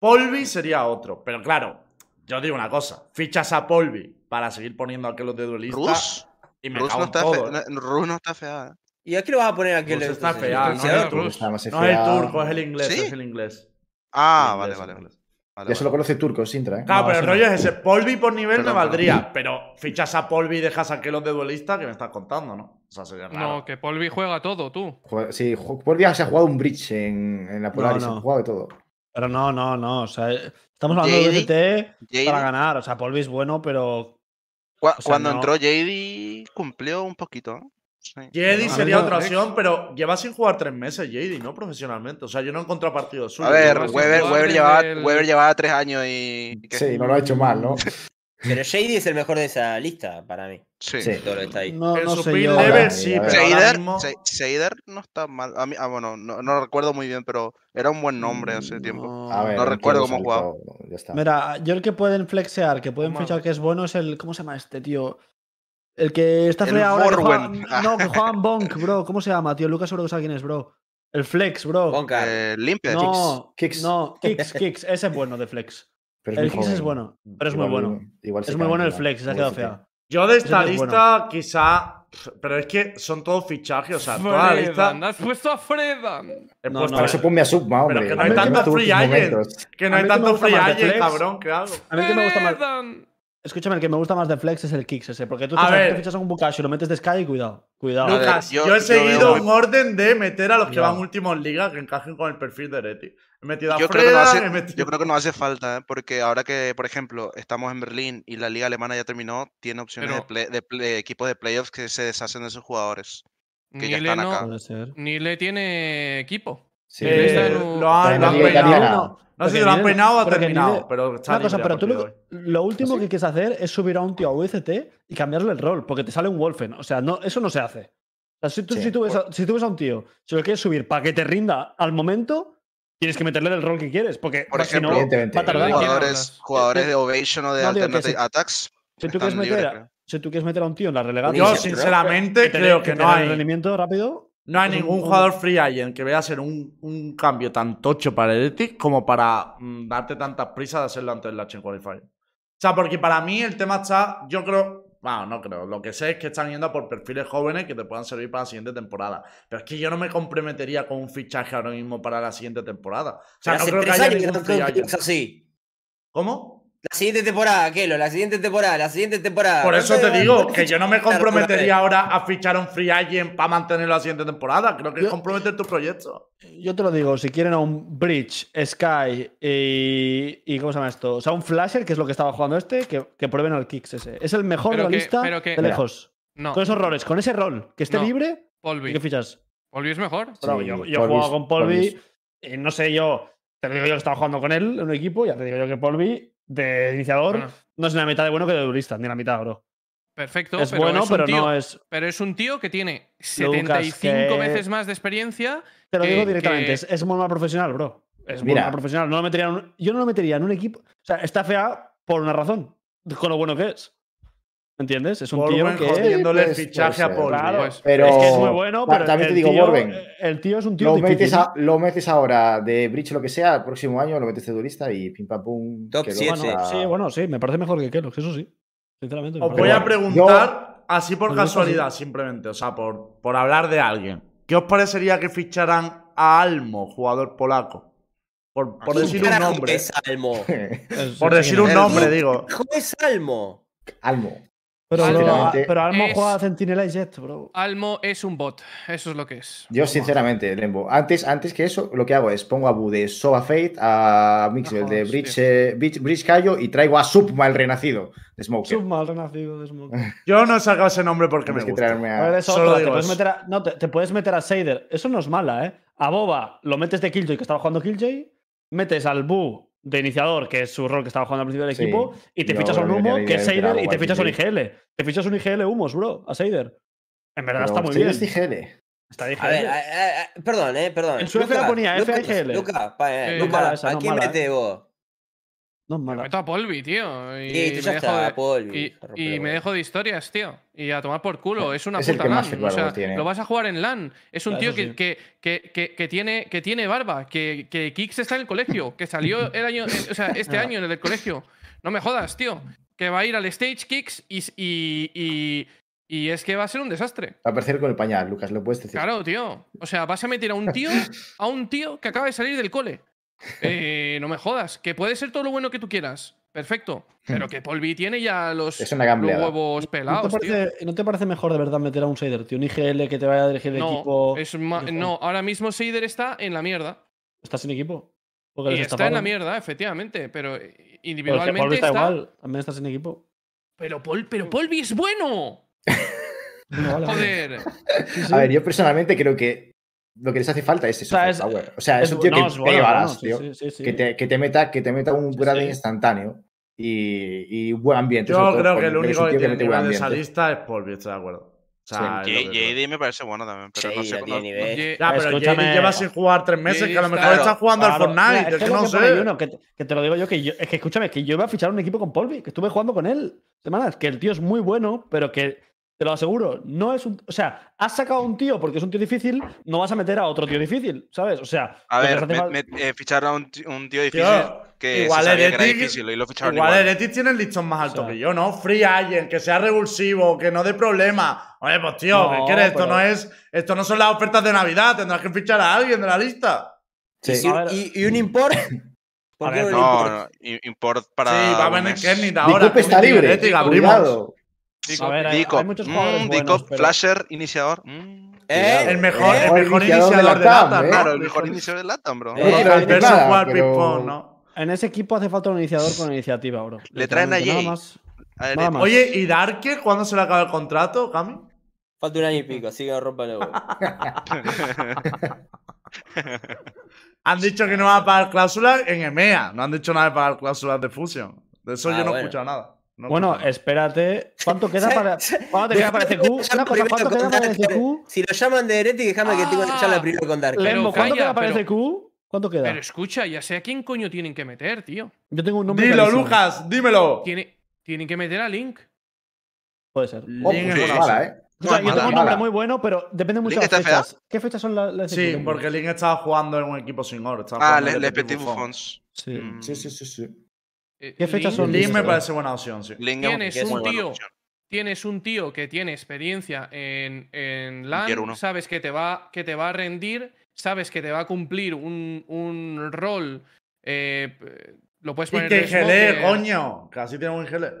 Speaker 1: Polvi sería otro, pero claro, yo digo una cosa, fichas a Polvi para seguir poniendo a aquellos de duelista
Speaker 2: Rus,
Speaker 1: y me
Speaker 2: Rus
Speaker 1: cago
Speaker 2: no
Speaker 1: en
Speaker 2: está
Speaker 1: todo.
Speaker 2: fe-
Speaker 1: ¿eh?
Speaker 2: no- Rus no está fea. ¿eh?
Speaker 3: ¿Y a qué lo vas a poner a aquel? eh?
Speaker 1: Pues está
Speaker 3: entonces?
Speaker 1: fea,
Speaker 3: ¿Boxeador?
Speaker 1: no,
Speaker 5: Rus.
Speaker 6: Está más
Speaker 1: No es el
Speaker 6: FA.
Speaker 1: turco, es el inglés,
Speaker 2: ¿Sí?
Speaker 1: es el inglés.
Speaker 2: Ah,
Speaker 1: El
Speaker 2: vale,
Speaker 1: inglés,
Speaker 2: vale,
Speaker 1: el
Speaker 2: vale.
Speaker 1: inglés.
Speaker 2: Vale,
Speaker 6: Ya solo
Speaker 2: vale.
Speaker 6: conoce turco, es Sintra, ¿eh?
Speaker 1: Claro,
Speaker 4: No,
Speaker 1: pero el
Speaker 4: ese no.
Speaker 1: rollo es ese. Polvi por nivel me
Speaker 2: Perdón,
Speaker 1: valdría, pero fichas a Polvi y dejas a aquellos de duelista que me estás contando, ¿no? O sea, sería raro.
Speaker 5: No, que Polvi juega todo, tú.
Speaker 6: Jue- Sí, ju- por día se ha jugado un bridge en, en la Polaris,
Speaker 4: no.
Speaker 6: se ha jugado de todo.
Speaker 4: Pero no, no, no. O sea, eh, estamos hablando
Speaker 2: JD.
Speaker 4: de DCT
Speaker 2: JD,
Speaker 4: para ganar. O sea, Polvi es bueno, pero.
Speaker 2: cua-
Speaker 4: o sea,
Speaker 2: cuando
Speaker 4: no-
Speaker 2: entró JD cumplió un poquito. ¿no? Sí.
Speaker 1: Jedi
Speaker 4: No,
Speaker 1: sería
Speaker 4: no,
Speaker 1: otra
Speaker 4: Rex.
Speaker 1: opción, pero lleva sin jugar tres meses Jedi, ¿no? Profesionalmente. O sea, yo no he encontrado partido suyo.
Speaker 2: A ver,
Speaker 5: Yo creo que
Speaker 2: Weber,
Speaker 5: jugar
Speaker 2: Weber
Speaker 5: desde
Speaker 2: llevaba,
Speaker 5: el-
Speaker 2: Weber llevaba tres años y. ¿qué?
Speaker 6: Sí, no lo ha hecho mal, ¿no?
Speaker 3: Pero JD es el mejor de esa lista para mí.
Speaker 2: Sí.
Speaker 6: Sí.
Speaker 3: de Eh, Todo lo que está ahí.
Speaker 4: No,
Speaker 1: En
Speaker 4: no
Speaker 1: su
Speaker 4: sé
Speaker 1: pin
Speaker 4: yo.
Speaker 1: level
Speaker 6: Ahora,
Speaker 1: sí,
Speaker 6: ahora.
Speaker 1: pero ahora
Speaker 2: Seider,
Speaker 1: mismo-
Speaker 2: Se- Seider no está mal. A mí, ah, bueno, no, no recuerdo muy bien, pero era un buen nombre
Speaker 6: Mm,
Speaker 2: hace tiempo.
Speaker 6: A ver,
Speaker 2: No recuerdo cómo Eh,
Speaker 6: entiendo, salto, Ya está.
Speaker 4: Mira, yo el que pueden flexear, que pueden
Speaker 5: Omar.
Speaker 4: fichar que es bueno es el. ¿Cómo se llama este tío? El que está
Speaker 2: El
Speaker 4: fregado ahora. que juega-
Speaker 2: Borwen.
Speaker 4: no, que juegan Bonk, bro. ¿Cómo se llama, tío? Lucas seguro que sabe quién es, bro. El Flex, bro.
Speaker 3: Bonka.
Speaker 2: Eh, limpia.
Speaker 4: no,
Speaker 6: Kicks.
Speaker 4: no, Kicks, Kicks. Ese es bueno de Flex.
Speaker 6: Pero
Speaker 4: el
Speaker 6: muy
Speaker 4: Kicks
Speaker 6: joven.
Speaker 4: es bueno, pero es muy
Speaker 6: Igual-
Speaker 4: bueno.
Speaker 6: igual se
Speaker 4: Es muy bueno el
Speaker 6: cambia,
Speaker 4: Flex, se ha
Speaker 6: igual
Speaker 4: quedado
Speaker 6: cambia.
Speaker 4: feo.
Speaker 1: Yo de esta
Speaker 4: Ese es bueno.
Speaker 1: lista, quizá. Pero es que son todos fichajes, o sea, toda la lista.
Speaker 5: Fredan, has puesto a Fredan.
Speaker 1: He
Speaker 4: No,
Speaker 1: puesto-
Speaker 4: no,
Speaker 6: Para eso ponme a Subma,
Speaker 1: Pero
Speaker 6: hombre.
Speaker 1: que no hay
Speaker 6: Ya
Speaker 1: tantos
Speaker 6: tuvo sus
Speaker 1: free agents.
Speaker 6: momentos.
Speaker 1: que no
Speaker 4: a
Speaker 1: hay
Speaker 4: mí que me
Speaker 1: tanto
Speaker 4: gusta
Speaker 1: free
Speaker 4: más de
Speaker 1: agent,
Speaker 4: Flex.
Speaker 1: cabrón, que algo.
Speaker 4: A mí el que me gusta más.
Speaker 5: Fredan.
Speaker 4: Escúchame, el que me gusta más de Flex es el Kicks ese, porque tú
Speaker 1: A
Speaker 4: te
Speaker 1: ver.
Speaker 4: te fichas a un Bukashi y lo metes de Sky y cuidado. Cuidado.
Speaker 2: ver,
Speaker 1: Lucas, yo,
Speaker 2: yo- este
Speaker 1: he
Speaker 2: yo
Speaker 1: seguido
Speaker 2: veo-
Speaker 1: un orden de meter a los que
Speaker 4: Ya.
Speaker 1: van últimos en liga que encajen con el perfil de Ereti. He metido a
Speaker 2: Yo creo, que no
Speaker 1: Fredan, he
Speaker 2: hace,
Speaker 1: metido-
Speaker 2: yo creo que no hace falta, ¿eh? porque ahora que, por ejemplo, estamos en Berlín y la liga alemana ya terminó, tiene opciones de,
Speaker 5: Pero-
Speaker 2: play- de play- equipos de playoffs que se deshacen de sus jugadores. Que ya
Speaker 5: Nile
Speaker 2: están
Speaker 5: no-
Speaker 2: acá.
Speaker 4: Puede ser.
Speaker 5: Nile tiene equipo.
Speaker 6: Sí.
Speaker 1: Eh,
Speaker 5: Está en un-
Speaker 1: lo han, lo han
Speaker 6: Está en la liga
Speaker 1: peinado.
Speaker 6: italiana.
Speaker 1: No sé si
Speaker 4: Porque
Speaker 1: lo han
Speaker 4: Nile-
Speaker 1: peinado o ha
Speaker 4: porque Nile-
Speaker 1: terminado, pero está
Speaker 4: Una cosa,
Speaker 1: libre a
Speaker 4: pero tú
Speaker 1: partir
Speaker 4: lo,
Speaker 1: de hoy.
Speaker 4: lo último que quieres hacer es subir a un tío a UCT y cambiarle el rol, porque te sale un Wolfen. O sea, no, eso no se hace. O sea, si tú,
Speaker 6: Sí,
Speaker 4: si tú ves, a, si tú ves a un tío, si lo quieres subir para que te rinda al momento, tienes que meterle el rol que quieres, porque
Speaker 2: Por
Speaker 4: va- si no,
Speaker 2: ejemplo,
Speaker 6: Evidentemente.
Speaker 4: va a
Speaker 5: Pero
Speaker 4: tardar.
Speaker 5: ¿de quién
Speaker 2: Jugadores,
Speaker 5: hablas?
Speaker 2: jugadores de Ovation o de
Speaker 4: Eh, No, digo que
Speaker 2: Alternative
Speaker 4: sí.
Speaker 2: Attacks.
Speaker 4: Si tú,
Speaker 2: están
Speaker 4: quieres meter,
Speaker 2: libres,
Speaker 4: a-
Speaker 2: creo.
Speaker 4: si tú quieres meter a un tío en la relegada,
Speaker 1: Yo,
Speaker 3: Nile-
Speaker 1: sinceramente,
Speaker 4: te-
Speaker 1: creo que
Speaker 4: te
Speaker 1: no
Speaker 4: dé el
Speaker 1: hay,
Speaker 4: rendimiento rápido.
Speaker 1: no hay
Speaker 4: es un-
Speaker 1: ningún
Speaker 4: un-
Speaker 1: jugador free agent que vaya a ser un, un cambio tan tocho para Ereti como para mm, darte tantas prisas de hacerlo antes del Lachen Qualifier. O sea, porque para mí el tema está, yo creo, bueno, no creo, lo que sé es que están yendo a por perfiles jóvenes que te puedan servir para la siguiente temporada. Pero es que yo no me comprometería con un fichaje ahora mismo para la siguiente temporada. O sea, no
Speaker 3: hace
Speaker 1: creo que
Speaker 3: tres
Speaker 1: haya
Speaker 3: años que no
Speaker 1: ningún
Speaker 3: creo
Speaker 1: free
Speaker 3: que es
Speaker 1: agent.
Speaker 3: así.
Speaker 1: ¿Cómo?
Speaker 3: La siguiente temporada, Kelo, la siguiente temporada, la siguiente temporada.
Speaker 1: Por
Speaker 3: No
Speaker 1: eso te
Speaker 3: no,
Speaker 1: digo
Speaker 3: no,
Speaker 1: que yo no me
Speaker 3: claro,
Speaker 1: comprometería
Speaker 3: claro.
Speaker 1: ahora a fichar a un free agent para mantenerlo la siguiente temporada. Creo que es
Speaker 4: Yo-
Speaker 1: comprometer tu proyecto.
Speaker 4: Yo te lo digo, si quieren a un Bridge, Sky y, y ¿Cómo se llama esto? O sea, un Flasher, que es lo que estaba jugando este, que, que prueben al Kicks ese. Es el mejor
Speaker 5: Pero que-
Speaker 4: realista
Speaker 5: pero que-
Speaker 4: de lejos.
Speaker 5: No,
Speaker 4: Con esos roles, con ese rol, que esté
Speaker 5: No.
Speaker 4: libre, ¿y qué
Speaker 5: Polvi.
Speaker 4: fichas?
Speaker 5: Polvi es mejor.
Speaker 4: Bro,
Speaker 6: Sí,
Speaker 4: yo yo he
Speaker 6: Polvis-
Speaker 4: jugado con Polvi,
Speaker 6: Polvis.
Speaker 4: y no sé yo, te lo digo yo que estaba jugando con él en un equipo, ya te digo yo que Polvi, de iniciador,
Speaker 5: Bueno,
Speaker 4: no es ni la mitad de bueno que de durista, ni la mitad, bro.
Speaker 5: perfecto.
Speaker 4: es bueno,
Speaker 5: un
Speaker 4: pero
Speaker 5: tío-
Speaker 4: no es.
Speaker 5: Pero es un tío que tiene
Speaker 4: Lucas,
Speaker 5: 75
Speaker 4: que-
Speaker 5: veces más de experiencia.
Speaker 4: Te lo
Speaker 5: que-
Speaker 4: digo directamente,
Speaker 5: que-
Speaker 4: es, es muy mal profesional, bro. Es muy
Speaker 6: Mira.
Speaker 4: mal profesional. No lo metería en un- yo no lo metería en un equipo. O sea, está fea por una razón, con lo bueno que es. ¿Entiendes? Es un
Speaker 1: Por
Speaker 4: tío
Speaker 1: buen
Speaker 4: que.
Speaker 1: jodiéndole
Speaker 6: pues,
Speaker 1: fichaje
Speaker 6: puede
Speaker 1: a
Speaker 6: ser,
Speaker 1: Paul.
Speaker 4: claro.
Speaker 5: Pues,
Speaker 6: Pero
Speaker 4: es que es muy bueno,
Speaker 6: ta-
Speaker 4: pero.
Speaker 6: también te
Speaker 4: el
Speaker 6: digo,
Speaker 4: tío-
Speaker 6: Borben,
Speaker 4: El tío es un tío.
Speaker 6: lo metes,
Speaker 4: difícil.
Speaker 6: a- lo metes ahora de bridge, lo que sea, el próximo año lo metes de durista y pim pam pum.
Speaker 3: Top
Speaker 6: que luego
Speaker 3: siete.
Speaker 4: Bueno,
Speaker 6: está-
Speaker 4: sí, bueno, sí, me parece mejor que Kellogg, eso sí. Sinceramente. me
Speaker 1: Os
Speaker 4: parece
Speaker 1: voy a
Speaker 4: mejor.
Speaker 1: preguntar, así por
Speaker 4: Yo-
Speaker 1: casualidad, simplemente, o sea, por, por hablar de alguien. ¿Qué os parecería que ficharan a Almo, jugador polaco? Por, por
Speaker 3: ¿Quién
Speaker 1: decir un
Speaker 3: carajo
Speaker 1: nombre.
Speaker 3: Es Almo.
Speaker 4: Es-
Speaker 1: Por
Speaker 4: sí,
Speaker 1: decir
Speaker 4: sí,
Speaker 1: un
Speaker 2: es.
Speaker 1: nombre, digo.
Speaker 3: Hijo de Salmo.
Speaker 6: Almo.
Speaker 4: Pero,
Speaker 5: Almo
Speaker 4: pero,
Speaker 6: Sinceramente-
Speaker 4: pero Almo
Speaker 5: es-
Speaker 4: juega a Centinela y Jet, bro.
Speaker 5: Almo es un bot. Eso es lo que es.
Speaker 6: Yo, sinceramente, Lembo, antes, antes que eso, lo que hago es pongo a Bu de Soba Fate, a Mixwell
Speaker 5: No
Speaker 6: de
Speaker 5: jodas,
Speaker 6: Bridge,
Speaker 5: tío.
Speaker 6: eh, Bridge, Bridge Cayo y traigo a Subma el renacido de Smoker.
Speaker 4: Submal renacido de Smoke.
Speaker 1: Yo no he sacado ese nombre porque me
Speaker 6: Tienes que
Speaker 1: gusta.
Speaker 6: traerme
Speaker 4: A ver,
Speaker 6: a.
Speaker 4: eso
Speaker 1: Solo
Speaker 4: otra, te
Speaker 1: digo
Speaker 4: puedes
Speaker 1: eso.
Speaker 4: meter a, no, te, te puedes meter a Seider. Eso no es mala, ¿eh? A Boba lo metes de Killjoy, que estaba jugando Killjoy. Metes al Bu de iniciador, que es su rol que estaba jugando al principio del
Speaker 6: Sí.
Speaker 4: equipo. Y te
Speaker 6: Yo
Speaker 4: fichas a un
Speaker 6: creo que
Speaker 4: humo,
Speaker 6: tenía
Speaker 4: que es
Speaker 6: que meter a
Speaker 4: Seider, y
Speaker 6: Boba
Speaker 4: te
Speaker 6: y
Speaker 4: fichas a un
Speaker 6: Killjoy.
Speaker 4: IGL. Te fichas un IGL humos, bro, a Seider. En verdad está muy bien.
Speaker 6: Ustedes DGL.
Speaker 4: Está IGL.
Speaker 3: A ver, a- a- a- perdón, eh, perdón.
Speaker 4: En su F la ponía, F a IGL.
Speaker 3: Luca, pa- eh,
Speaker 5: Eh,
Speaker 3: Luca,
Speaker 4: mala esa,
Speaker 3: ¿a
Speaker 4: no,
Speaker 3: quién
Speaker 4: mala,
Speaker 3: metes vos?
Speaker 4: no es mala.
Speaker 5: Meto a Polvi, tío. Y,
Speaker 3: Listo, ya
Speaker 5: me, dejo
Speaker 3: está,
Speaker 5: de,
Speaker 3: Polvi,
Speaker 5: y-
Speaker 3: se rompe
Speaker 5: y
Speaker 3: la
Speaker 5: me
Speaker 3: bola.
Speaker 5: dejo de historias, tío. Y a tomar por culo. Es una
Speaker 6: Es el
Speaker 5: puta
Speaker 6: que
Speaker 5: LAN.
Speaker 6: más
Speaker 5: o
Speaker 6: recuerdos
Speaker 5: sea,
Speaker 6: tiene.
Speaker 5: lo vas a jugar en LAN. Es un
Speaker 4: Ah,
Speaker 5: tío
Speaker 4: eso
Speaker 5: que,
Speaker 4: sí.
Speaker 5: que, que, que, que tiene, que tiene barba. Que, que Kix está en el colegio. Que salió el año, o sea, este año en el del colegio. No me jodas, tío. Que va a ir al stage Kicks y, y, y, y es que va a ser un desastre.
Speaker 6: Va a aparecer con el pañal, Lucas, lo puedes decir.
Speaker 5: Claro, tío. O sea, vas a meter a un tío, a un tío que acaba de salir del cole. Eh, no me jodas, que puede ser todo lo bueno que tú quieras. Perfecto. Pero que Polvi tiene ya los,
Speaker 6: Es una
Speaker 5: los
Speaker 6: gambleada.
Speaker 5: huevos
Speaker 4: ¿No te,
Speaker 5: pelados, tío.
Speaker 4: parece, ¿No te parece mejor de verdad meter a un Seider, tío? Un IGL que te vaya a dirigir el
Speaker 5: No,
Speaker 4: equipo.
Speaker 5: es ma-
Speaker 4: de
Speaker 5: no, ahora mismo Seider está en la mierda.
Speaker 4: ¿Estás sin equipo? Porque
Speaker 5: Y
Speaker 4: les
Speaker 5: está en la
Speaker 4: estafaron.
Speaker 5: mierda, efectivamente. Pero eh,
Speaker 4: Pero es que
Speaker 5: individualmente
Speaker 4: Polvi está,
Speaker 5: está.
Speaker 4: igual, también estás sin equipo.
Speaker 5: Pero, Pol- pero Polvi es bueno.
Speaker 4: No, vale, vale.
Speaker 5: Joder.
Speaker 4: Sí, sí.
Speaker 6: A ver, yo personalmente creo que lo que les hace falta es eso.
Speaker 4: O sea, es-
Speaker 6: O sea, es un tío
Speaker 4: bu-
Speaker 6: que
Speaker 4: no,
Speaker 6: te
Speaker 4: bueno,
Speaker 6: llevarás,
Speaker 4: bueno, sí, sí,
Speaker 6: tío.
Speaker 4: sí, sí.
Speaker 6: Que, te, que te meta, que te meta un grado
Speaker 4: sí.
Speaker 6: instantáneo y, y buen ambiente. sobre
Speaker 1: Yo
Speaker 6: todo,
Speaker 1: creo que el
Speaker 6: porque es un
Speaker 1: único que
Speaker 6: tío
Speaker 1: tiene
Speaker 6: mete buen
Speaker 1: nivel de esa
Speaker 6: ambiente.
Speaker 1: lista es Polvi, estoy de acuerdo. O sea,
Speaker 2: J-
Speaker 1: es lo que creo.
Speaker 2: JD me parece bueno también, pero no
Speaker 3: Sí,
Speaker 2: sé.
Speaker 3: la
Speaker 2: no-
Speaker 3: tiene, ¿ves?
Speaker 5: Ye-
Speaker 1: Ya,
Speaker 4: Ah,
Speaker 1: pero
Speaker 4: escúchame.
Speaker 1: Jedi lleva sin jugar tres meses,
Speaker 5: Jedi
Speaker 1: que a lo
Speaker 5: está-
Speaker 1: mejor está jugando
Speaker 4: Claro,
Speaker 1: al Fortnite,
Speaker 4: mira,
Speaker 1: es que
Speaker 4: lo
Speaker 1: no
Speaker 4: pone
Speaker 1: sé.
Speaker 4: Juno, que, te, que te lo digo yo, que yo, es que escúchame, que yo iba a fichar un equipo con Polvi, que estuve jugando con él semanas, que el tío es muy bueno, pero que Te lo aseguro. No es un. O sea, has sacado a un tío porque es un tío difícil, no vas a meter a otro tío difícil, ¿sabes? O sea.
Speaker 2: A
Speaker 4: lo que
Speaker 2: ver,
Speaker 4: hace
Speaker 2: me-
Speaker 4: fal-
Speaker 2: me- eh, ficharon a un, ti- un tío difícil
Speaker 1: Tío,
Speaker 2: que
Speaker 1: igual
Speaker 2: se sabía que era
Speaker 1: Heretic-
Speaker 2: difícil y lo ficharon
Speaker 1: Igual
Speaker 2: igual.
Speaker 1: Heretic tiene el listón más alto
Speaker 4: O sea.
Speaker 1: que yo, ¿no? Free agent, que sea revulsivo, que no dé problemas. Oye, pues tío, ¿qué
Speaker 4: No,
Speaker 1: quieres? Esto
Speaker 4: pero-
Speaker 1: no es. Esto no son las ofertas de Navidad. Tendrás que fichar a alguien de la lista.
Speaker 3: Y, si-
Speaker 4: A ver.
Speaker 3: y- y un import. ¿Por
Speaker 4: A
Speaker 3: qué
Speaker 4: ver,
Speaker 3: no un
Speaker 2: No,
Speaker 3: import?
Speaker 2: no, i- import para.
Speaker 1: sí, va a
Speaker 2: un
Speaker 1: venir
Speaker 2: mes.
Speaker 1: Kenneth
Speaker 6: Di
Speaker 1: ahora.
Speaker 6: Cup está
Speaker 1: Kenneth y
Speaker 6: libre.
Speaker 1: Heretic, abrimos.
Speaker 6: Cuidado.
Speaker 2: Dico,
Speaker 4: A ver, hay-
Speaker 2: Dico,
Speaker 4: hay muchos jugadores
Speaker 2: mm, Dico,
Speaker 4: buenos, pero-
Speaker 2: Flasher, iniciador. mm.
Speaker 3: ¿Eh?
Speaker 1: El mejor,
Speaker 3: ¿Eh?
Speaker 1: el mejor
Speaker 6: iniciador de
Speaker 1: iniciador de
Speaker 6: la TAM,
Speaker 1: lata,
Speaker 6: ¿eh?
Speaker 1: ¿no?
Speaker 2: Claro, el mejor iniciador del Latam, bro.
Speaker 3: Eh,
Speaker 1: Porque
Speaker 3: pero
Speaker 1: al
Speaker 6: no es
Speaker 1: verso
Speaker 6: nada,
Speaker 1: juega al
Speaker 6: pero-
Speaker 1: ping-pong, ¿no?
Speaker 4: En ese equipo hace falta un iniciador con iniciativa, bro.
Speaker 2: Le traen a
Speaker 4: Literalmente, nada
Speaker 2: Jay.
Speaker 4: más.
Speaker 2: A ver,
Speaker 4: Nada más.
Speaker 1: Oye, ¿y Darke cuándo se le acaba el contrato, Cami?
Speaker 3: Falta un año y pico, así que no rompan el huevo.
Speaker 1: Han dicho que no van a pagar cláusulas en EMEA. No han dicho nada de pagar cláusulas de fusión. De eso
Speaker 3: Ah,
Speaker 1: yo no
Speaker 3: bueno.
Speaker 1: he escuchado nada. No he
Speaker 4: Bueno,
Speaker 1: escuchado
Speaker 4: espérate. ¿Cuánto queda
Speaker 3: Sí,
Speaker 4: para.
Speaker 3: sí.
Speaker 4: ¿Cuánto te queda para
Speaker 3: Déjame
Speaker 4: CQ?
Speaker 3: que
Speaker 4: Una
Speaker 3: llame
Speaker 4: cosa,
Speaker 3: primero
Speaker 4: ¿cuánto
Speaker 3: con
Speaker 4: queda para el
Speaker 3: Darker.
Speaker 4: CQ?
Speaker 3: Si lo llaman de Heretic, déjame que tengo que
Speaker 5: Ah.
Speaker 3: charla primero con Dark.
Speaker 5: Pero
Speaker 4: Lembo, ¿cuánto
Speaker 5: calla,
Speaker 4: queda para el
Speaker 5: pero-
Speaker 4: CQ? ¿Cuánto queda?
Speaker 5: Pero escucha, ya sé a quién coño tienen que meter, tío.
Speaker 4: Yo tengo un
Speaker 1: nada.
Speaker 4: nombre.
Speaker 1: Dilo,
Speaker 4: clarísimo.
Speaker 1: Lucas, dímelo.
Speaker 5: Tiene, tienen que meter a Link.
Speaker 4: Puede ser.
Speaker 6: Oh,
Speaker 1: Link
Speaker 6: pues
Speaker 1: es
Speaker 6: no es
Speaker 1: buena
Speaker 6: mala, ¿eh?
Speaker 4: O sea,
Speaker 2: No,
Speaker 4: yo
Speaker 2: mala,
Speaker 4: tengo un nombre
Speaker 6: mala.
Speaker 4: muy bueno, pero depende mucho de
Speaker 2: ¿Link
Speaker 4: las
Speaker 2: está fea?
Speaker 4: fechas. ¿Qué fechas son las las de
Speaker 1: Sí,
Speaker 4: CQ?
Speaker 1: porque Link estaba jugando en un equipo sin oro. estaba
Speaker 2: Ah,
Speaker 1: jugando
Speaker 2: Les
Speaker 1: en
Speaker 2: Le
Speaker 1: el
Speaker 2: Petit
Speaker 1: Petit Buffon.
Speaker 2: Buffons.
Speaker 4: Sí.
Speaker 2: Mm.
Speaker 6: Sí, sí, sí, sí.
Speaker 5: Eh,
Speaker 4: ¿Qué fechas son?
Speaker 1: Link me
Speaker 4: Listos.
Speaker 1: parece buena opción, sí.
Speaker 2: Link es muy
Speaker 5: Tienes un
Speaker 2: buena
Speaker 5: tío.
Speaker 2: opción.
Speaker 5: Tienes un tío que tiene experiencia en, en LAN,
Speaker 2: Tier uno.
Speaker 5: sabes que te, va, que te va a rendir, sabes que te va a cumplir un, un rol. eh, p- lo puedes
Speaker 1: Y
Speaker 5: poner
Speaker 1: que
Speaker 5: de
Speaker 1: gelé,
Speaker 5: smoker,
Speaker 1: coño. Casi tiene un gelé.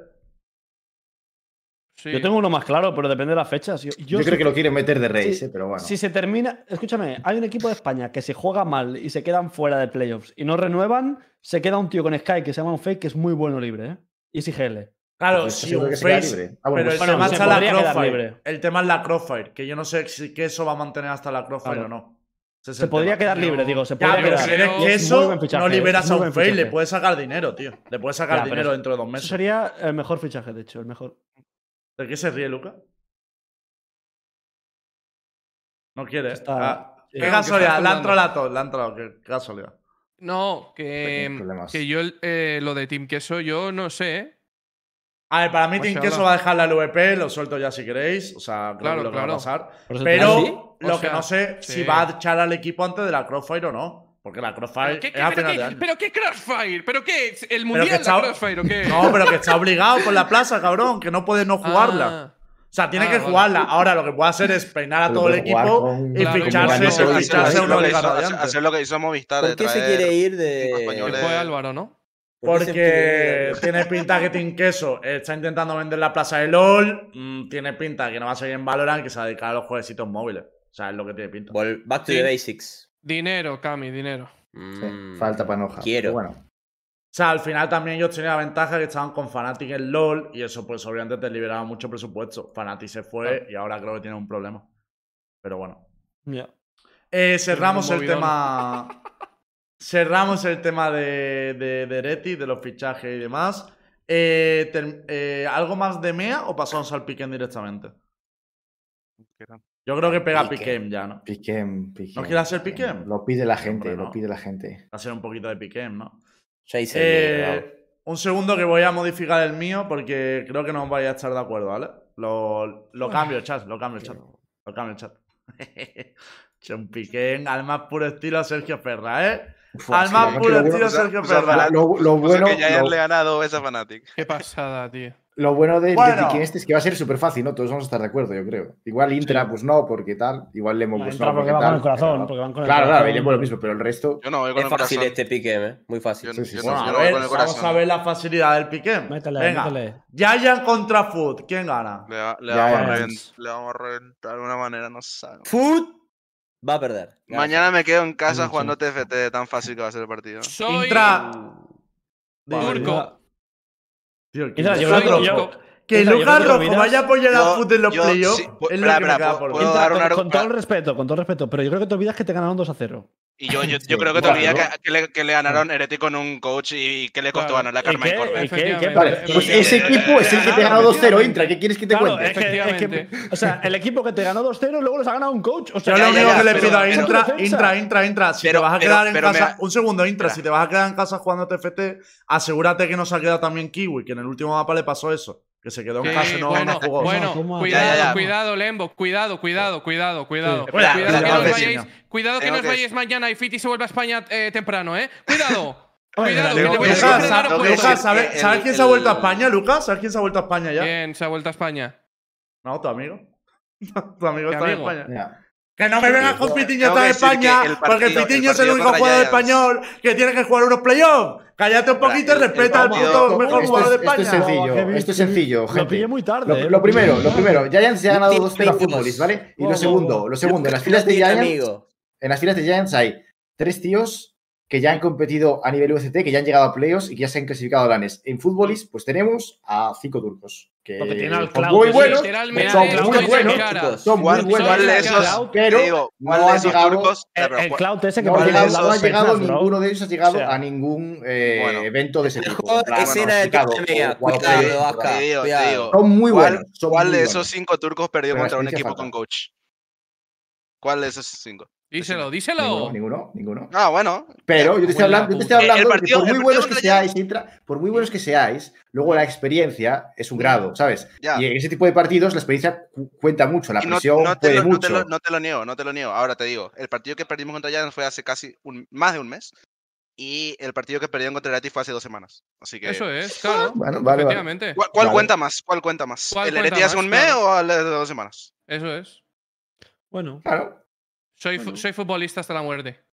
Speaker 5: sí.
Speaker 4: Yo tengo uno más claro, pero depende de las fechas. Yo,
Speaker 6: Yo,
Speaker 4: yo
Speaker 6: creo
Speaker 4: sí-
Speaker 6: que lo quieren meter de Reyes,
Speaker 4: Sí,
Speaker 6: eh, pero bueno.
Speaker 4: Si se termina, escúchame, hay un equipo de España que se juega mal y se quedan fuera de playoffs y no renuevan, se queda un tío con Sky que se llama un fake que es muy bueno libre, ¿eh? Y si GL.
Speaker 1: Claro,
Speaker 6: Pues
Speaker 1: si
Speaker 6: seguro
Speaker 1: un
Speaker 6: que se queda
Speaker 1: face-
Speaker 6: libre. Ah, bueno,
Speaker 1: Pero el
Speaker 6: pues-
Speaker 4: Bueno,
Speaker 1: tema
Speaker 4: se
Speaker 1: está la
Speaker 4: podría quedar
Speaker 1: Crossfire.
Speaker 4: libre.
Speaker 1: El tema es la Crossfire, que yo no sé si que eso va a mantener hasta la Crossfire
Speaker 4: Claro.
Speaker 1: o no. Ese es
Speaker 4: Se
Speaker 1: el
Speaker 4: podría
Speaker 1: tema.
Speaker 4: quedar libre,
Speaker 5: No.
Speaker 4: digo, se
Speaker 1: Ya,
Speaker 4: podría
Speaker 1: pero
Speaker 5: Podría
Speaker 1: si
Speaker 4: quedar.
Speaker 1: eres
Speaker 5: quedar.
Speaker 4: Y
Speaker 1: que
Speaker 4: es muy
Speaker 1: eso,
Speaker 4: buen fichaje,
Speaker 1: no
Speaker 4: ¿eh?
Speaker 1: liberas
Speaker 4: Es
Speaker 1: a
Speaker 4: muy
Speaker 1: un
Speaker 4: buen
Speaker 1: fail, le
Speaker 4: fichaje.
Speaker 1: puedes sacar dinero, tío. Le puedes sacar
Speaker 4: Ya, pero
Speaker 1: dinero
Speaker 4: eso-
Speaker 1: dentro de dos
Speaker 4: Eso
Speaker 1: meses.
Speaker 4: sería el mejor fichaje, de hecho, el mejor.
Speaker 1: ¿De qué se ríe, Luca? No quiere. ¿eh?
Speaker 4: Está-
Speaker 1: Ah,
Speaker 4: sí.
Speaker 1: qué
Speaker 5: No,
Speaker 1: casualidad,
Speaker 5: que
Speaker 1: le
Speaker 5: está
Speaker 1: ha entrado la tos, le ha entrado, qué casualidad.
Speaker 5: No,
Speaker 6: Pequeños
Speaker 5: que,
Speaker 6: pues, problemas.
Speaker 5: que yo eh, lo de Team Queso, yo no sé. ¿eh?
Speaker 1: A ver, para mí
Speaker 5: Mashallah.
Speaker 1: Team Queso va a dejar la LVP, lo suelto ya si queréis, o sea, creo
Speaker 5: Claro,
Speaker 1: que lo que va
Speaker 5: claro.
Speaker 1: a pasar.
Speaker 4: Por eso te
Speaker 1: Pero
Speaker 4: digo.
Speaker 5: ¿Ah, sí?
Speaker 1: lo
Speaker 5: O sea,
Speaker 1: que no sé si
Speaker 5: sí.
Speaker 1: va a echar al equipo antes de la Crossfire o no, porque la Crossfire
Speaker 5: ¿Pero qué,
Speaker 1: es a
Speaker 5: qué- pero
Speaker 1: final de
Speaker 5: qué-
Speaker 1: año.
Speaker 5: pero qué Crossfire? ¿Pero qué? ¿El mundial la
Speaker 1: chao-
Speaker 5: Crossfire o qué?
Speaker 1: No, pero que está obligado por la plaza, cabrón, que no puede no jugarla.
Speaker 5: Ah.
Speaker 1: O sea, tiene
Speaker 5: Ah,
Speaker 1: que
Speaker 5: vale.
Speaker 1: jugarla. Ahora lo que puede hacer es peinar a
Speaker 6: Pero
Speaker 1: todo el
Speaker 6: puede jugar
Speaker 1: equipo
Speaker 6: con-
Speaker 1: y
Speaker 5: Claro,
Speaker 1: ficharse,
Speaker 5: como
Speaker 1: ficharse,
Speaker 5: Barcelona,
Speaker 2: Hacer
Speaker 6: ¿eh?
Speaker 1: uno
Speaker 2: lo que
Speaker 1: de
Speaker 2: hizo-
Speaker 1: cada
Speaker 2: hacer-
Speaker 1: diante.
Speaker 2: hacer lo que hizo Movistar. de
Speaker 3: ¿Por qué se
Speaker 2: traer-
Speaker 3: quiere ir
Speaker 2: cinco
Speaker 5: Que
Speaker 2: españoles.
Speaker 3: de.?
Speaker 5: fue Álvaro, ¿no?
Speaker 3: ¿Por qué se quiere
Speaker 1: Porque
Speaker 3: ir de-
Speaker 1: tiene pinta que Team Queso está intentando vender la plaza de LOL. mm, tiene pinta que no va a seguir en Valorant, que se va a dedicar a los jueguecitos móviles. O sea, es lo que tiene pinta.
Speaker 3: Vol- Back to
Speaker 5: Sí.
Speaker 3: the basics.
Speaker 5: Dinero, Cami, dinero.
Speaker 6: Sí,
Speaker 3: Mm.
Speaker 6: Falta panoja.
Speaker 3: Quiero.
Speaker 6: Pero bueno,
Speaker 1: O sea, al final también ellos tenían la ventaja que estaban con Fnatic en LOL y eso pues obviamente te liberaba mucho presupuesto. Fnatic se fue y ahora creo que tiene un problema. Pero bueno.
Speaker 4: Ya.
Speaker 1: Eh, cerramos el
Speaker 5: movidón.
Speaker 1: tema. Cerramos el tema de, de, de Reti, de los fichajes y demás. Eh, ter- eh, ¿Algo más de MEA o pasamos al Piquen directamente? Yo creo que pega
Speaker 3: Piquen.
Speaker 1: Piquen ya, ¿no?
Speaker 6: Piquem, Piquem.
Speaker 1: ¿No quiere hacer Piquem?
Speaker 6: Lo pide la gente,
Speaker 1: Hombre, no.
Speaker 6: lo pide la gente.
Speaker 1: Hacer un poquito de Piquen, ¿no?
Speaker 3: Ya hice el mío,
Speaker 1: Eh,
Speaker 3: bravo.
Speaker 1: un segundo que voy a modificar el mío porque creo que no vais a estar de acuerdo, ¿vale? Lo, lo cambio, chat, lo cambio, chat. Lo cambio, chat. John Piquen, al más puro estilo Sergio Ferra, ¿eh?
Speaker 2: Pues
Speaker 1: Al más
Speaker 6: sí,
Speaker 1: puro
Speaker 6: lo bueno-
Speaker 1: estilo
Speaker 2: o sea,
Speaker 1: Sergio
Speaker 2: pues, o sea,
Speaker 1: Ferra.
Speaker 2: la-
Speaker 6: Lo, lo
Speaker 2: O sea,
Speaker 6: bueno,
Speaker 2: que ya
Speaker 6: lo,
Speaker 2: le ha ganado esa Fanatic.
Speaker 5: Qué pasada, tío.
Speaker 6: lo bueno de, de
Speaker 1: Bueno.
Speaker 6: Piquem este es que va a ser súper fácil, ¿no? Todos vamos a estar de acuerdo, yo creo. Igual Intra, pues no, porque tal. Igual Lemo, pues
Speaker 4: Entra
Speaker 6: no.
Speaker 4: porque
Speaker 6: Porque
Speaker 4: va con
Speaker 6: tal.
Speaker 4: el corazón,
Speaker 6: pero-
Speaker 4: porque van con el
Speaker 6: Claro, claro,
Speaker 4: corazón.
Speaker 6: veremos lo mismo, pero el resto.
Speaker 2: Yo no voy con
Speaker 3: Es
Speaker 2: el
Speaker 3: fácil
Speaker 2: corazón.
Speaker 3: este pique, ¿eh? Muy fácil.
Speaker 2: Yo,
Speaker 6: Sí, sí,
Speaker 2: yo
Speaker 6: sí.
Speaker 2: no,
Speaker 1: Bueno,
Speaker 2: yo
Speaker 1: a
Speaker 2: no voy
Speaker 1: ver,
Speaker 2: con el
Speaker 1: vamos a
Speaker 2: corazón.
Speaker 1: ver la facilidad del Piquen.
Speaker 4: Métele,
Speaker 1: Venga.
Speaker 4: métele.
Speaker 1: Giant contra Food, ¿quién gana?
Speaker 2: Le, va- le
Speaker 6: Ya
Speaker 2: vamos a
Speaker 6: verás.
Speaker 2: revent- le vamos a reventar de una manera, no sabe.
Speaker 3: Food va a perder. Gana.
Speaker 2: Mañana me quedo en casa
Speaker 4: Sí,
Speaker 2: jugando TFT, tan fácil que va a ser el partido.
Speaker 5: Soy
Speaker 1: Intra.
Speaker 5: turco.
Speaker 1: Tío,
Speaker 4: Intra,
Speaker 1: que
Speaker 4: yo
Speaker 1: Lucas
Speaker 5: creo que-
Speaker 1: Rojo.
Speaker 5: yo-
Speaker 1: Que
Speaker 4: Intra, yo
Speaker 1: Lucas
Speaker 4: creo que
Speaker 1: Rojo
Speaker 4: Miras-
Speaker 1: vaya a apoyar a
Speaker 2: Yo-
Speaker 1: Food en los
Speaker 2: yo-
Speaker 1: playoffs
Speaker 2: sí,
Speaker 1: es
Speaker 2: pu-
Speaker 1: lo que
Speaker 2: bra,
Speaker 1: me
Speaker 2: bra,
Speaker 1: queda
Speaker 2: pu-
Speaker 1: por
Speaker 2: puedo
Speaker 1: ver.
Speaker 4: Intra,
Speaker 2: dar un
Speaker 4: con,
Speaker 2: argu-
Speaker 4: con todo el respeto, con todo el respeto, pero yo creo que te olvidas que te ganaron 2 a 0.
Speaker 2: Y yo, yo, yo
Speaker 6: Sí,
Speaker 2: creo que te
Speaker 6: claro.
Speaker 2: olvidas que, que le, que le ganaron Heretic con un coach y, que le costó
Speaker 5: Claro.
Speaker 2: ganar la
Speaker 4: ¿Y
Speaker 2: Carmen
Speaker 4: qué?
Speaker 2: Corbett.
Speaker 4: ¿Y qué? ¿Y qué?
Speaker 6: Vale, pues
Speaker 5: Efectivamente.
Speaker 6: ese equipo es el que te ha ganado 2-0, Intra. ¿Qué quieres que te
Speaker 4: Claro,
Speaker 6: cuente?
Speaker 4: es que, es que- o sea, el equipo que te ganó 2-0 luego los ha ganado un coach. O sea,
Speaker 1: Yo
Speaker 2: Ya,
Speaker 1: lo
Speaker 2: ya,
Speaker 1: único
Speaker 2: ya,
Speaker 1: que le
Speaker 2: pero-
Speaker 1: pido a
Speaker 2: pero-
Speaker 1: Intra,
Speaker 4: defensa.
Speaker 1: Intra, Intra, Intra, si
Speaker 2: Pero-
Speaker 1: te vas a
Speaker 2: pero-
Speaker 1: quedar en
Speaker 2: pero me
Speaker 1: casa,
Speaker 2: ha-
Speaker 1: un segundo, Intra,
Speaker 2: Espera.
Speaker 1: si te vas a quedar en casa jugando TFT, asegúrate que no se ha quedado también Kiwi, que en el último mapa le pasó eso, que que se quedó en
Speaker 5: Sí,
Speaker 1: casa y no,
Speaker 5: bueno,
Speaker 1: no jugó.
Speaker 5: bueno,
Speaker 4: ¿Cómo?
Speaker 5: cuidado,
Speaker 2: Ya, ya, ya.
Speaker 5: cuidado, Lembo, cuidado, cuidado, cuidado, cuidado.
Speaker 1: Sí. Cuidado,
Speaker 5: Cuidado, que no os
Speaker 1: cuidado,
Speaker 5: vayáis, cuidado que
Speaker 2: Tengo
Speaker 5: no os
Speaker 2: que-
Speaker 5: vayáis mañana y Fiti se vuelve a España eh, temprano, ¿eh? Cuidado.
Speaker 4: Oye,
Speaker 1: Pero,
Speaker 5: cuidado, que le
Speaker 2: tengo
Speaker 5: voy a
Speaker 2: que-
Speaker 1: Lucas,
Speaker 5: frenar
Speaker 1: ¿sabes-
Speaker 2: tengo
Speaker 5: por
Speaker 2: que
Speaker 1: Lucas,
Speaker 5: todo.
Speaker 2: decir
Speaker 1: ¿sabes,
Speaker 2: que
Speaker 1: sabes
Speaker 2: el-
Speaker 1: quién se ha vuelto a
Speaker 2: el-
Speaker 1: España, Lucas? ¿Sabes quién se ha vuelto a España ya?
Speaker 5: Bien, se ha vuelto a España.
Speaker 1: No, tu amigo. tu amigo
Speaker 5: Mi
Speaker 1: está
Speaker 5: amigo.
Speaker 1: en España.
Speaker 6: Ya.
Speaker 1: Que no me vengas con Pitiño
Speaker 2: Tengo
Speaker 1: está en
Speaker 2: que decir
Speaker 1: España,
Speaker 2: que el partido-
Speaker 1: porque el Pitiño
Speaker 2: el
Speaker 1: es el
Speaker 2: partido
Speaker 1: único
Speaker 2: contra
Speaker 1: jugador
Speaker 2: Giants-
Speaker 1: español que tiene que jugar unos playoffs. Cállate un poquito y
Speaker 2: El- el
Speaker 1: respeta al
Speaker 2: partido- Este
Speaker 1: puto
Speaker 2: Esto-
Speaker 1: mejor
Speaker 6: esto
Speaker 1: jugador de
Speaker 6: es- esto es
Speaker 1: España.
Speaker 4: Guau,
Speaker 6: sencillo.
Speaker 4: qué
Speaker 6: esto es
Speaker 4: bien-
Speaker 6: sencillo,
Speaker 4: Lo
Speaker 6: gente.
Speaker 4: pillé muy tarde.
Speaker 6: Lo,
Speaker 4: eh,
Speaker 6: lo primero, lo primero, Giants ya ha ganado
Speaker 3: Team
Speaker 6: 2-0 a
Speaker 3: Pringles.
Speaker 6: Fútbolis, ¿vale? Y
Speaker 4: Wow,
Speaker 6: lo
Speaker 4: wow,
Speaker 6: segundo,
Speaker 4: wow.
Speaker 6: lo segundo, en las filas de
Speaker 3: Bien,
Speaker 6: Giants
Speaker 3: amigo.
Speaker 6: en las filas de Giants hay tres tíos que ya han competido a nivel UCT, que ya han llegado a playoffs y que ya se han clasificado a LANES. En futbolis, pues tenemos a cinco turcos. Que
Speaker 4: Porque tiene al
Speaker 6: son
Speaker 4: Clau,
Speaker 6: muy
Speaker 4: que
Speaker 6: buenos,
Speaker 5: Pues Literalmente
Speaker 6: son
Speaker 5: estoy
Speaker 6: muy
Speaker 5: en
Speaker 6: buenos,
Speaker 5: cara.
Speaker 3: chicos.
Speaker 6: son muy
Speaker 2: ¿Cuál-
Speaker 6: buenos,
Speaker 2: cuál de
Speaker 6: pero
Speaker 2: esos-
Speaker 6: pero
Speaker 2: Te digo, ¿cuál
Speaker 6: no
Speaker 2: de
Speaker 6: han
Speaker 2: esos
Speaker 6: llegado-
Speaker 2: turcos? Eh,
Speaker 4: El,
Speaker 2: pero
Speaker 4: el
Speaker 2: ¿cuál-
Speaker 4: Cloud ese que
Speaker 6: no ha
Speaker 4: parece
Speaker 2: parece
Speaker 6: llegado,
Speaker 2: esos
Speaker 6: no ha llegado
Speaker 4: Bro.
Speaker 6: ninguno de ellos ha llegado
Speaker 4: O sea,
Speaker 6: a ningún eh,
Speaker 2: Bueno.
Speaker 6: evento de ese tipo. en plan,
Speaker 3: Escena
Speaker 6: bueno,
Speaker 3: de
Speaker 6: Chicago,
Speaker 3: clase media,
Speaker 6: o Wild
Speaker 3: cuidado,
Speaker 6: Card,
Speaker 3: Vasca,
Speaker 6: por ahí.
Speaker 2: digo,
Speaker 3: cuidado.
Speaker 2: te digo.
Speaker 6: Son muy
Speaker 2: ¿Cuál-
Speaker 6: buenos. son
Speaker 2: ¿Cuál
Speaker 6: muy
Speaker 2: de
Speaker 6: buenos.
Speaker 2: esos cinco turcos perdió
Speaker 6: Pero
Speaker 2: contra un
Speaker 6: experiencia
Speaker 2: equipo
Speaker 6: falta.
Speaker 2: con coach? ¿Cuál de esos cinco?
Speaker 5: Díselo,
Speaker 6: Ninguno,
Speaker 5: díselo.
Speaker 6: ninguno, ninguno.
Speaker 2: Ah, bueno.
Speaker 6: Pero yo te
Speaker 5: Buena
Speaker 6: estoy hablando, yo te
Speaker 2: puta.
Speaker 6: estoy hablando
Speaker 2: Eh, El
Speaker 6: de que
Speaker 2: partido-
Speaker 6: por
Speaker 2: el partido
Speaker 6: muy buenos que
Speaker 2: contra
Speaker 6: seáis, entra- por muy buenos que seáis, luego la experiencia es un grado, ¿sabes?
Speaker 2: Mm. Ya.
Speaker 6: Y en ese tipo de partidos la experiencia cu- cuenta mucho, la
Speaker 2: Y no,
Speaker 6: presión
Speaker 2: no te
Speaker 6: puede
Speaker 2: lo, no,
Speaker 6: mucho.
Speaker 2: te lo, no te lo niego, no te lo niego. Ahora te digo, el partido que perdimos contra Giants fue hace casi un, más de un mes. Y el partido que perdieron contra Ereti fue hace dos semanas. Así que.
Speaker 5: Eso es, claro.
Speaker 6: Bueno, vale, vale.
Speaker 5: Efectivamente.
Speaker 2: ¿Cuál, cuál
Speaker 6: Vale.
Speaker 2: cuenta más? ¿Cuál cuenta más?
Speaker 5: ¿Cuál
Speaker 2: ¿El
Speaker 5: cuenta
Speaker 2: Ereti hace
Speaker 5: más?
Speaker 2: un mes
Speaker 5: Claro.
Speaker 2: o el de dos semanas?
Speaker 5: Eso es.
Speaker 4: Bueno,
Speaker 6: Claro.
Speaker 5: Soy, fu-
Speaker 8: Bueno.
Speaker 5: soy futbolista hasta la muerte.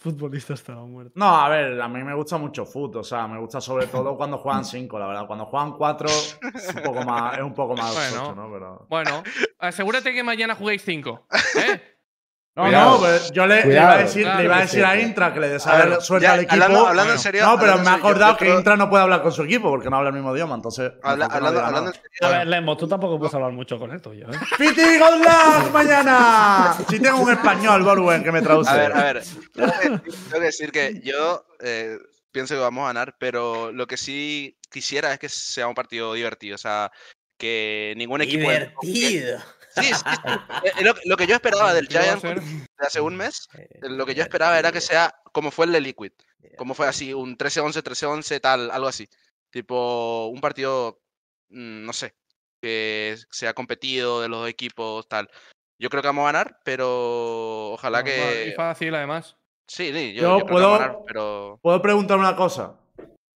Speaker 4: futbolista estaba muerto.
Speaker 1: No, a ver, a mí me gusta mucho fut, o sea, me gusta sobre todo cuando juegan cinco, la verdad. Cuando juegan cuatro es un poco más, es un poco más
Speaker 5: Bueno.
Speaker 1: tocho, ¿no? Pero...
Speaker 5: Bueno, asegúrate que mañana juguéis 5. ¿eh?
Speaker 1: No,
Speaker 6: Cuidado.
Speaker 1: no, pero yo le, le iba a
Speaker 6: Cuidado.
Speaker 1: decir,
Speaker 5: Claro
Speaker 1: le iba a
Speaker 5: que
Speaker 1: decir
Speaker 6: sí.
Speaker 1: a Intra que le des
Speaker 5: Claro.
Speaker 1: suelta
Speaker 2: Ya,
Speaker 1: al equipo.
Speaker 2: Hablando, hablando
Speaker 5: bueno.
Speaker 2: en serio.
Speaker 1: no, pero
Speaker 2: hablando en
Speaker 1: me ha
Speaker 2: serio, yo- yo
Speaker 1: acordado que
Speaker 2: creo-
Speaker 1: Intra no puede hablar con su equipo porque no habla el mismo idioma, entonces.
Speaker 2: habla-
Speaker 1: mejor que no
Speaker 2: hablando-
Speaker 1: diga nada.
Speaker 2: hablando en
Speaker 4: A
Speaker 2: serio,
Speaker 4: ver, Lemo, tú tampoco puedes hablar mucho con esto, yo. ¿eh?
Speaker 1: ¡Piti, good luck mañana! Si tengo un español, Borwen, que me traduce.
Speaker 2: A ver, a ver. Tengo que, tengo que decir que yo eh, pienso que vamos a ganar, pero lo que sí quisiera es que sea un partido divertido. O sea, que ningún equipo. del-
Speaker 3: Divertido.
Speaker 2: Sí, sí, sí. Eh, eh, Lo, lo que yo esperaba del
Speaker 5: ¿Qué va a
Speaker 2: Giant
Speaker 5: ser?
Speaker 2: de hace un mes, eh, lo que yo esperaba era que sea como fue el de Liquid. Como fue así, un 13-11, 13-11, tal, algo así. Tipo, un partido, mm, no sé, que sea competido de los dos equipos, tal. Yo creo que vamos a ganar, pero ojalá que.
Speaker 5: Y fácil, además.
Speaker 2: Sí, sí,
Speaker 1: Yo
Speaker 2: yo, yo creo que vamos a
Speaker 1: puedo-
Speaker 2: ganar, pero.
Speaker 1: ¿Puedo preguntar una cosa?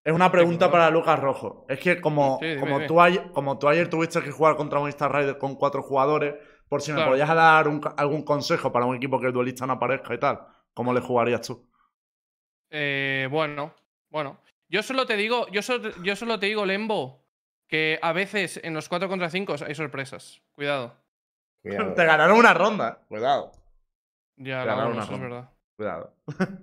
Speaker 1: Es una pregunta
Speaker 5: claro.
Speaker 1: para Lucas Rojo. Es que como,
Speaker 5: Sí, dime,
Speaker 1: como,
Speaker 5: dime.
Speaker 1: tú, ayer, como tú ayer tuviste que jugar contra un Star Rider con cuatro jugadores, por si me
Speaker 5: Claro.
Speaker 1: podías dar un- algún consejo para un equipo que el duelista no aparezca y tal, ¿cómo le jugarías tú?
Speaker 5: Eh, bueno, bueno. Yo solo te digo, yo solo, yo solo te digo, Lembo, que a veces en los 4 contra 5 hay sorpresas. Cuidado.
Speaker 6: Cuidado.
Speaker 1: Te ganaron una ronda. Cuidado.
Speaker 5: Ya,
Speaker 1: Ganar
Speaker 5: la
Speaker 1: una
Speaker 5: uno, eso es
Speaker 1: ronda.
Speaker 5: verdad.
Speaker 1: Cuidado.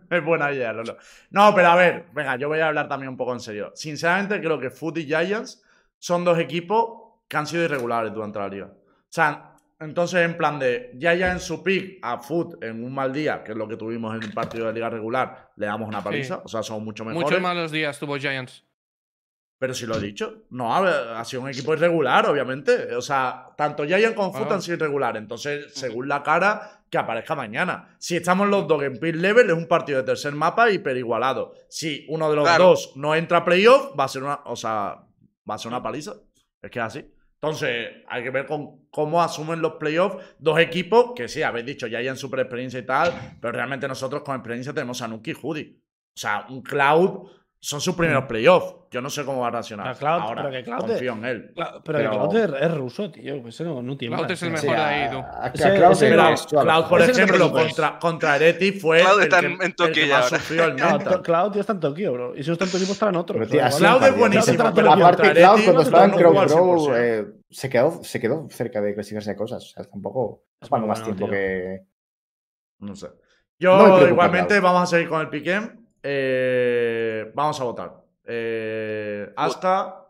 Speaker 1: es buena idea, Lolo. No, pero a ver, venga, yo voy a hablar también un poco en serio. Sinceramente, creo que Foot y Giants son dos equipos que han sido irregulares durante la liga. O sea, entonces, en plan de Giants en su pick a Foot en un mal día, que es lo que tuvimos en el partido de liga regular, le damos una paliza. O sea, son mucho mejores.
Speaker 5: Muchos malos días tuvo Giants.
Speaker 1: Pero si lo he dicho, no, a ver, ha sido un equipo irregular, obviamente. O sea, tanto Giant como Foot
Speaker 5: Bueno.
Speaker 1: han sido irregulares. Entonces, según la cara, que aparezca mañana. Si estamos los dos en pit level, es un partido de tercer mapa hiperigualado. Si uno de los
Speaker 2: Claro.
Speaker 1: dos no entra a playoff, va a ser una, o sea, va a ser una paliza. Es que es así. Entonces, hay que ver con cómo asumen los playoffs dos equipos que sí, habéis dicho, ya hayan super experiencia y tal, pero realmente nosotros con experiencia tenemos a Nuki y Judy. O sea, un Cloud son sus primeros playoffs. Yo no sé cómo va a reaccionar.
Speaker 4: Pero Mm. Cloud-
Speaker 1: Ahora,
Speaker 4: pero que Cloud-
Speaker 1: confío en él.
Speaker 4: Pero,
Speaker 6: Pero-
Speaker 4: Cloud es- es ruso, tío. Ese no, no tiene
Speaker 5: Cloud
Speaker 4: más,
Speaker 5: es el
Speaker 4: tío.
Speaker 5: mejor. ahí, tú.
Speaker 6: a- a
Speaker 4: Ese-
Speaker 6: Cloud
Speaker 4: ese
Speaker 6: le
Speaker 1: Pero
Speaker 4: no
Speaker 6: ves,
Speaker 4: es-
Speaker 6: suave.
Speaker 1: Cloud, por
Speaker 4: Ese no te
Speaker 1: ejemplo,
Speaker 4: preocupes.
Speaker 1: contra, contra Ereti fue
Speaker 2: Cloud
Speaker 1: el
Speaker 2: está
Speaker 1: que,
Speaker 2: en
Speaker 1: el que
Speaker 2: Tokio
Speaker 1: más
Speaker 2: ahora.
Speaker 1: sufrió el
Speaker 4: No,
Speaker 1: mental.
Speaker 4: to- Cloud ya está en Tokio, bro. Y si no está en Tokio, pues está en otro.
Speaker 6: Pero,
Speaker 4: Pero
Speaker 6: tío,
Speaker 4: igual-
Speaker 6: así
Speaker 1: Cloud
Speaker 6: está
Speaker 1: es
Speaker 6: bien.
Speaker 1: buenísimo,
Speaker 6: Aparte-
Speaker 1: pero
Speaker 6: Aparte,
Speaker 1: contra
Speaker 6: Cloud
Speaker 1: Ereti
Speaker 6: cuando
Speaker 1: no te
Speaker 6: estaba en
Speaker 1: tocó jugar
Speaker 6: Crow
Speaker 1: 100%.
Speaker 6: eh, se quedó, se quedó cerca de clasificarse a cosas. O sea, tampoco
Speaker 4: Es
Speaker 6: es más
Speaker 4: muy bueno,
Speaker 6: tiempo
Speaker 4: tío.
Speaker 6: que.
Speaker 1: No sé. Yo
Speaker 6: No me preocupa,
Speaker 1: igualmente
Speaker 6: Cloud.
Speaker 1: vamos a seguir con el piquem. Eh, vamos a votar. Eh, Asta,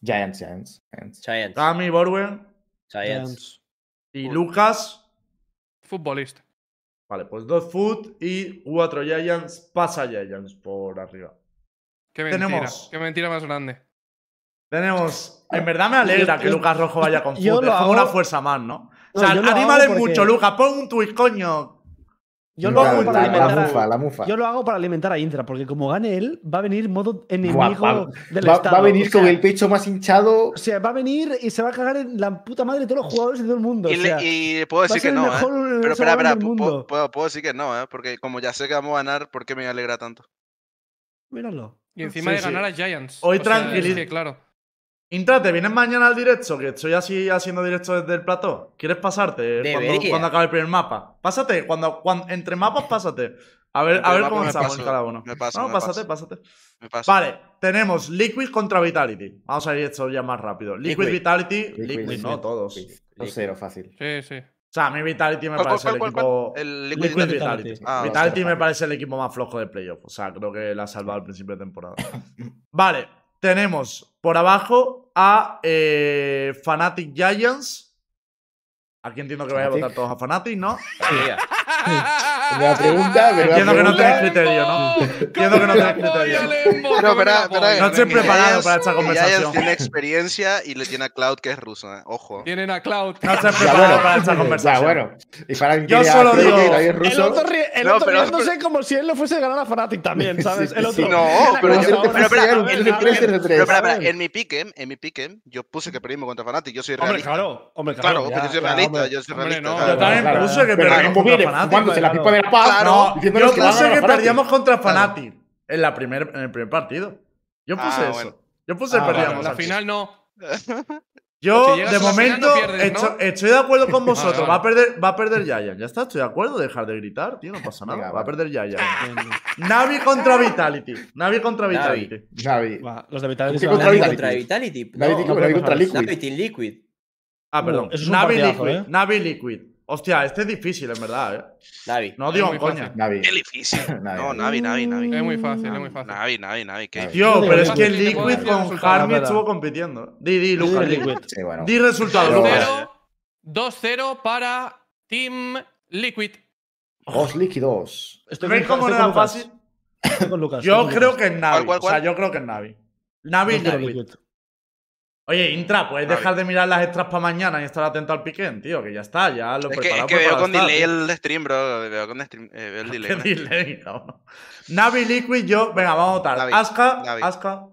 Speaker 6: Giants, Giants, Giants.
Speaker 3: Giants.
Speaker 1: Tami, Borwen
Speaker 3: Giants.
Speaker 4: Giants.
Speaker 1: y Lucas.
Speaker 5: Futbolista.
Speaker 1: Vale, pues dos Foot y cuatro Giants. Pasa Giants por arriba.
Speaker 5: Qué mentira.
Speaker 1: Tenemos-
Speaker 5: Qué mentira más grande.
Speaker 1: Tenemos. En verdad me alegra
Speaker 4: Yo-
Speaker 1: que
Speaker 4: yo-
Speaker 1: Lucas Rojo vaya con
Speaker 4: yo
Speaker 1: Foot. Es
Speaker 4: lo
Speaker 1: como una
Speaker 4: hago-
Speaker 1: fuerza más, ¿no? O
Speaker 4: No,
Speaker 1: sea,
Speaker 4: yo lo hago
Speaker 1: anímales
Speaker 4: porque-
Speaker 1: mucho, Lucas. Pon un tuit, coño.
Speaker 4: Yo lo,
Speaker 6: La-
Speaker 4: hago para
Speaker 6: la, la
Speaker 4: alimentar
Speaker 6: mufa,
Speaker 4: a,
Speaker 6: la mufa.
Speaker 4: yo lo hago para alimentar a Indra, porque como gane él, va a venir modo enemigo
Speaker 6: va-
Speaker 4: del
Speaker 6: Va,
Speaker 4: Estado.
Speaker 6: va a venir
Speaker 4: o sea,
Speaker 6: con el pecho más hinchado.
Speaker 4: O sea, va a venir y se va a cagar en la puta madre de todos los jugadores de todo el mundo.
Speaker 2: Y,
Speaker 4: o
Speaker 2: le-
Speaker 4: sea,
Speaker 2: y puedo
Speaker 4: va a
Speaker 2: decir
Speaker 4: ser
Speaker 2: que
Speaker 4: el
Speaker 2: no, ¿eh?
Speaker 4: mejor
Speaker 2: Pero espera,
Speaker 4: jugador
Speaker 2: espera,
Speaker 4: del
Speaker 2: pu- pu-
Speaker 4: mundo.
Speaker 2: puedo, puedo decir que no, ¿eh? Porque como ya sé que vamos a ganar, ¿por qué me alegra tanto?
Speaker 4: Míralo.
Speaker 5: Y encima
Speaker 1: Sí,
Speaker 5: de
Speaker 1: sí.
Speaker 5: ganar a Giants.
Speaker 1: Hoy
Speaker 5: O sea, es
Speaker 1: tranquili-
Speaker 5: que, claro.
Speaker 1: Intra, ¿te vienes mañana al directo? Que estoy así haciendo directo desde el plató. ¿Quieres pasarte eh, cuando,
Speaker 3: Debería.
Speaker 1: cuando acabe el primer mapa? Pásate, cuando, cuan- entre mapas pásate. A ver,
Speaker 2: Entre
Speaker 1: a ver
Speaker 2: mapas
Speaker 1: cómo
Speaker 2: me
Speaker 1: estamos
Speaker 2: paso,
Speaker 1: en cada uno.
Speaker 2: me paso,
Speaker 1: no,
Speaker 2: me
Speaker 1: pásate,
Speaker 2: paso.
Speaker 1: pásate.
Speaker 2: Me pasa.
Speaker 1: Vale, tenemos Liquid contra Vitality. Vamos a ir esto ya más rápido. Liquid,
Speaker 3: Liquid.
Speaker 1: Vitality, Liquid,
Speaker 6: Liquid,
Speaker 1: no
Speaker 6: Liquid,
Speaker 1: todos.
Speaker 6: Liquid. No cero, fácil.
Speaker 5: Sí, sí.
Speaker 1: O sea, a mí Vitality me
Speaker 2: ¿Cuál, cuál,
Speaker 1: parece el
Speaker 2: cuál, cuál?
Speaker 1: equipo.
Speaker 2: El
Speaker 1: Liquid,
Speaker 2: Liquid
Speaker 1: Vitality.
Speaker 4: Vitality.
Speaker 2: Ah,
Speaker 1: Vitality
Speaker 6: bastante
Speaker 1: me
Speaker 6: fácil.
Speaker 1: parece el equipo más flojo de playoff. O sea, creo que la ha salvado al principio de temporada. vale, tenemos por abajo a eh, Fnatic Giants. Aquí entiendo que vais a
Speaker 6: Fnatic.
Speaker 1: votar todos a Fnatic, ¿no?
Speaker 6: La pregunta, pero
Speaker 1: Entiendo
Speaker 6: la
Speaker 1: que no
Speaker 6: pregunta-
Speaker 1: tenéis criterio, ¿no? Entiendo que no tenés criterio.
Speaker 2: Pero eh, espera, espera,
Speaker 1: No
Speaker 2: que-
Speaker 1: estoy
Speaker 2: que
Speaker 1: preparado
Speaker 2: Giants-
Speaker 1: para esta
Speaker 2: que
Speaker 1: conversación.
Speaker 2: Giants tiene experiencia y le tiene a Cloud, que es ruso, ¿eh? Ojo.
Speaker 5: Tienen a Cloud.
Speaker 1: No estoy
Speaker 6: Ya,
Speaker 1: preparado
Speaker 6: bueno,
Speaker 1: para esta conversación.
Speaker 6: Ya, bueno. Y para que
Speaker 1: Yo
Speaker 6: quiera
Speaker 1: solo
Speaker 6: Troy,
Speaker 1: digo-
Speaker 6: que David es
Speaker 4: El
Speaker 6: ruso.
Speaker 4: otro, ri- el
Speaker 2: No,
Speaker 4: otro
Speaker 2: pero-
Speaker 4: riéndose como si él le fuese a ganar a Fnatic también, ¿sabes? El
Speaker 6: Sí,
Speaker 4: otro.
Speaker 6: sí.
Speaker 2: No,
Speaker 4: Mira, como
Speaker 2: pero yo-
Speaker 4: si ahora
Speaker 2: pero
Speaker 4: sí,
Speaker 2: espera,
Speaker 4: a ver,
Speaker 6: el de
Speaker 4: a ver.
Speaker 6: tres, el de tres.
Speaker 2: Pero espera,
Speaker 4: ¿sabes?
Speaker 2: espera, en mi pick'em, en mi pick'em, yo puse que perdimos contra Fnatic, yo soy
Speaker 4: Hombre,
Speaker 2: realista.
Speaker 4: claro, hombre,
Speaker 2: claro,
Speaker 4: claro.
Speaker 2: pues yo soy
Speaker 4: ya,
Speaker 2: realista,
Speaker 4: hombre.
Speaker 2: yo soy
Speaker 5: Hombre,
Speaker 2: realista.
Speaker 5: no.
Speaker 1: Yo también
Speaker 6: Claro,
Speaker 1: puse
Speaker 6: claro.
Speaker 1: que
Speaker 6: Pero
Speaker 1: perdimos
Speaker 6: como viene,
Speaker 1: contra Fnatic,
Speaker 6: fumándose la
Speaker 4: claro.
Speaker 6: pipa de la pava,
Speaker 2: Claro.
Speaker 1: No,
Speaker 6: diciéndonos
Speaker 1: yo
Speaker 6: que van a
Speaker 1: puse
Speaker 6: ganar
Speaker 1: que
Speaker 6: a Fnatic.
Speaker 1: perdíamos contra Fnatic en, la primer, en el primer partido. Yo puse
Speaker 2: Ah,
Speaker 1: eso.
Speaker 2: bueno.
Speaker 1: Yo puse
Speaker 6: Ah,
Speaker 5: Claro,
Speaker 1: perdíamos.
Speaker 5: la
Speaker 1: al Chelsea.
Speaker 5: final no.
Speaker 1: Yo,
Speaker 5: Si llegas
Speaker 1: de
Speaker 5: a la final,
Speaker 1: momento,
Speaker 5: no pierdes, ¿no? Ah.
Speaker 1: esto- estoy, de acuerdo con vosotros.
Speaker 5: vale.
Speaker 1: Va a perder, va a perder Giant. Ya está, estoy de acuerdo. Dejar de gritar, tío, no pasa nada.
Speaker 6: Venga,
Speaker 1: va a
Speaker 6: vale.
Speaker 1: perder Giant. Navi contra Vitality. Navi contra
Speaker 3: Navi.
Speaker 1: Vitality.
Speaker 6: Navi.
Speaker 4: Va, Los de Vitality
Speaker 6: ¿Qué
Speaker 4: se van
Speaker 6: contra
Speaker 4: a-
Speaker 3: Navi
Speaker 6: Vitality?
Speaker 3: contra Vitality.
Speaker 6: Navi
Speaker 3: No,
Speaker 6: tiene que- Navi contra Liquid.
Speaker 3: Navi Team Liquid.
Speaker 1: Ah, perdón.
Speaker 4: Uh, eso es un
Speaker 1: Navi
Speaker 4: partidazo,
Speaker 1: Liquid.
Speaker 4: ¿eh?
Speaker 1: Navi Liquid. Hostia, este es difícil, en verdad, ¿eh?
Speaker 3: Navi.
Speaker 1: No
Speaker 5: Es
Speaker 1: digo
Speaker 5: muy
Speaker 1: coña.
Speaker 5: fácil.
Speaker 6: Navi.
Speaker 2: Qué difícil.
Speaker 6: Navi,
Speaker 2: No, Navi, Navi, Navi.
Speaker 5: Es muy fácil, es muy fácil.
Speaker 2: Navi, Navi, Navi. qué difícil.
Speaker 6: Navi.
Speaker 1: Tío,
Speaker 4: Yo
Speaker 1: pero
Speaker 4: digo
Speaker 1: es que
Speaker 5: Liquid. Te puedo
Speaker 1: Liquid
Speaker 5: decir el
Speaker 1: con
Speaker 5: resultado,
Speaker 1: Harmy
Speaker 4: espera.
Speaker 1: estuvo compitiendo. Di, di,
Speaker 4: Los
Speaker 1: Lucas.
Speaker 4: de
Speaker 1: Di,
Speaker 4: Liquid.
Speaker 6: Sí, bueno.
Speaker 1: Di resultado,
Speaker 6: Pero-
Speaker 1: Lucas.
Speaker 5: 2-0, 2-0 para Team Liquid.
Speaker 6: Os líquidos.
Speaker 4: Estoy
Speaker 1: ¿Veis
Speaker 4: con-
Speaker 1: cómo no
Speaker 4: estoy
Speaker 1: era
Speaker 4: con Lucas,
Speaker 1: fácil?
Speaker 4: estoy con Lucas, estoy
Speaker 1: Yo
Speaker 4: con
Speaker 1: creo
Speaker 4: Lucas.
Speaker 1: que es Navi.
Speaker 2: ¿Cuál, cuál,
Speaker 1: O sea,
Speaker 2: cuál?
Speaker 1: yo creo que es Navi. Navi y
Speaker 4: Yo creo
Speaker 1: Liquid.
Speaker 4: Liquid.
Speaker 1: Oye, Intra, ¿puedes
Speaker 2: Navi.
Speaker 1: dejar de mirar las extras para mañana y estar atento al piquen, tío? Que ya está, ya lo
Speaker 2: Es que, es
Speaker 1: preparado, pues,
Speaker 2: que veo
Speaker 1: preparado
Speaker 2: con
Speaker 1: está,
Speaker 2: delay
Speaker 1: tío.
Speaker 2: el stream, bro. Veo con stream- eh, veo el delay. en
Speaker 1: Qué
Speaker 2: el stream.
Speaker 1: delay, cabrón. Navi, Liquid, yo. Venga, vamos a votar.
Speaker 2: Navi,
Speaker 1: Aska,
Speaker 2: Navi.
Speaker 1: Aska,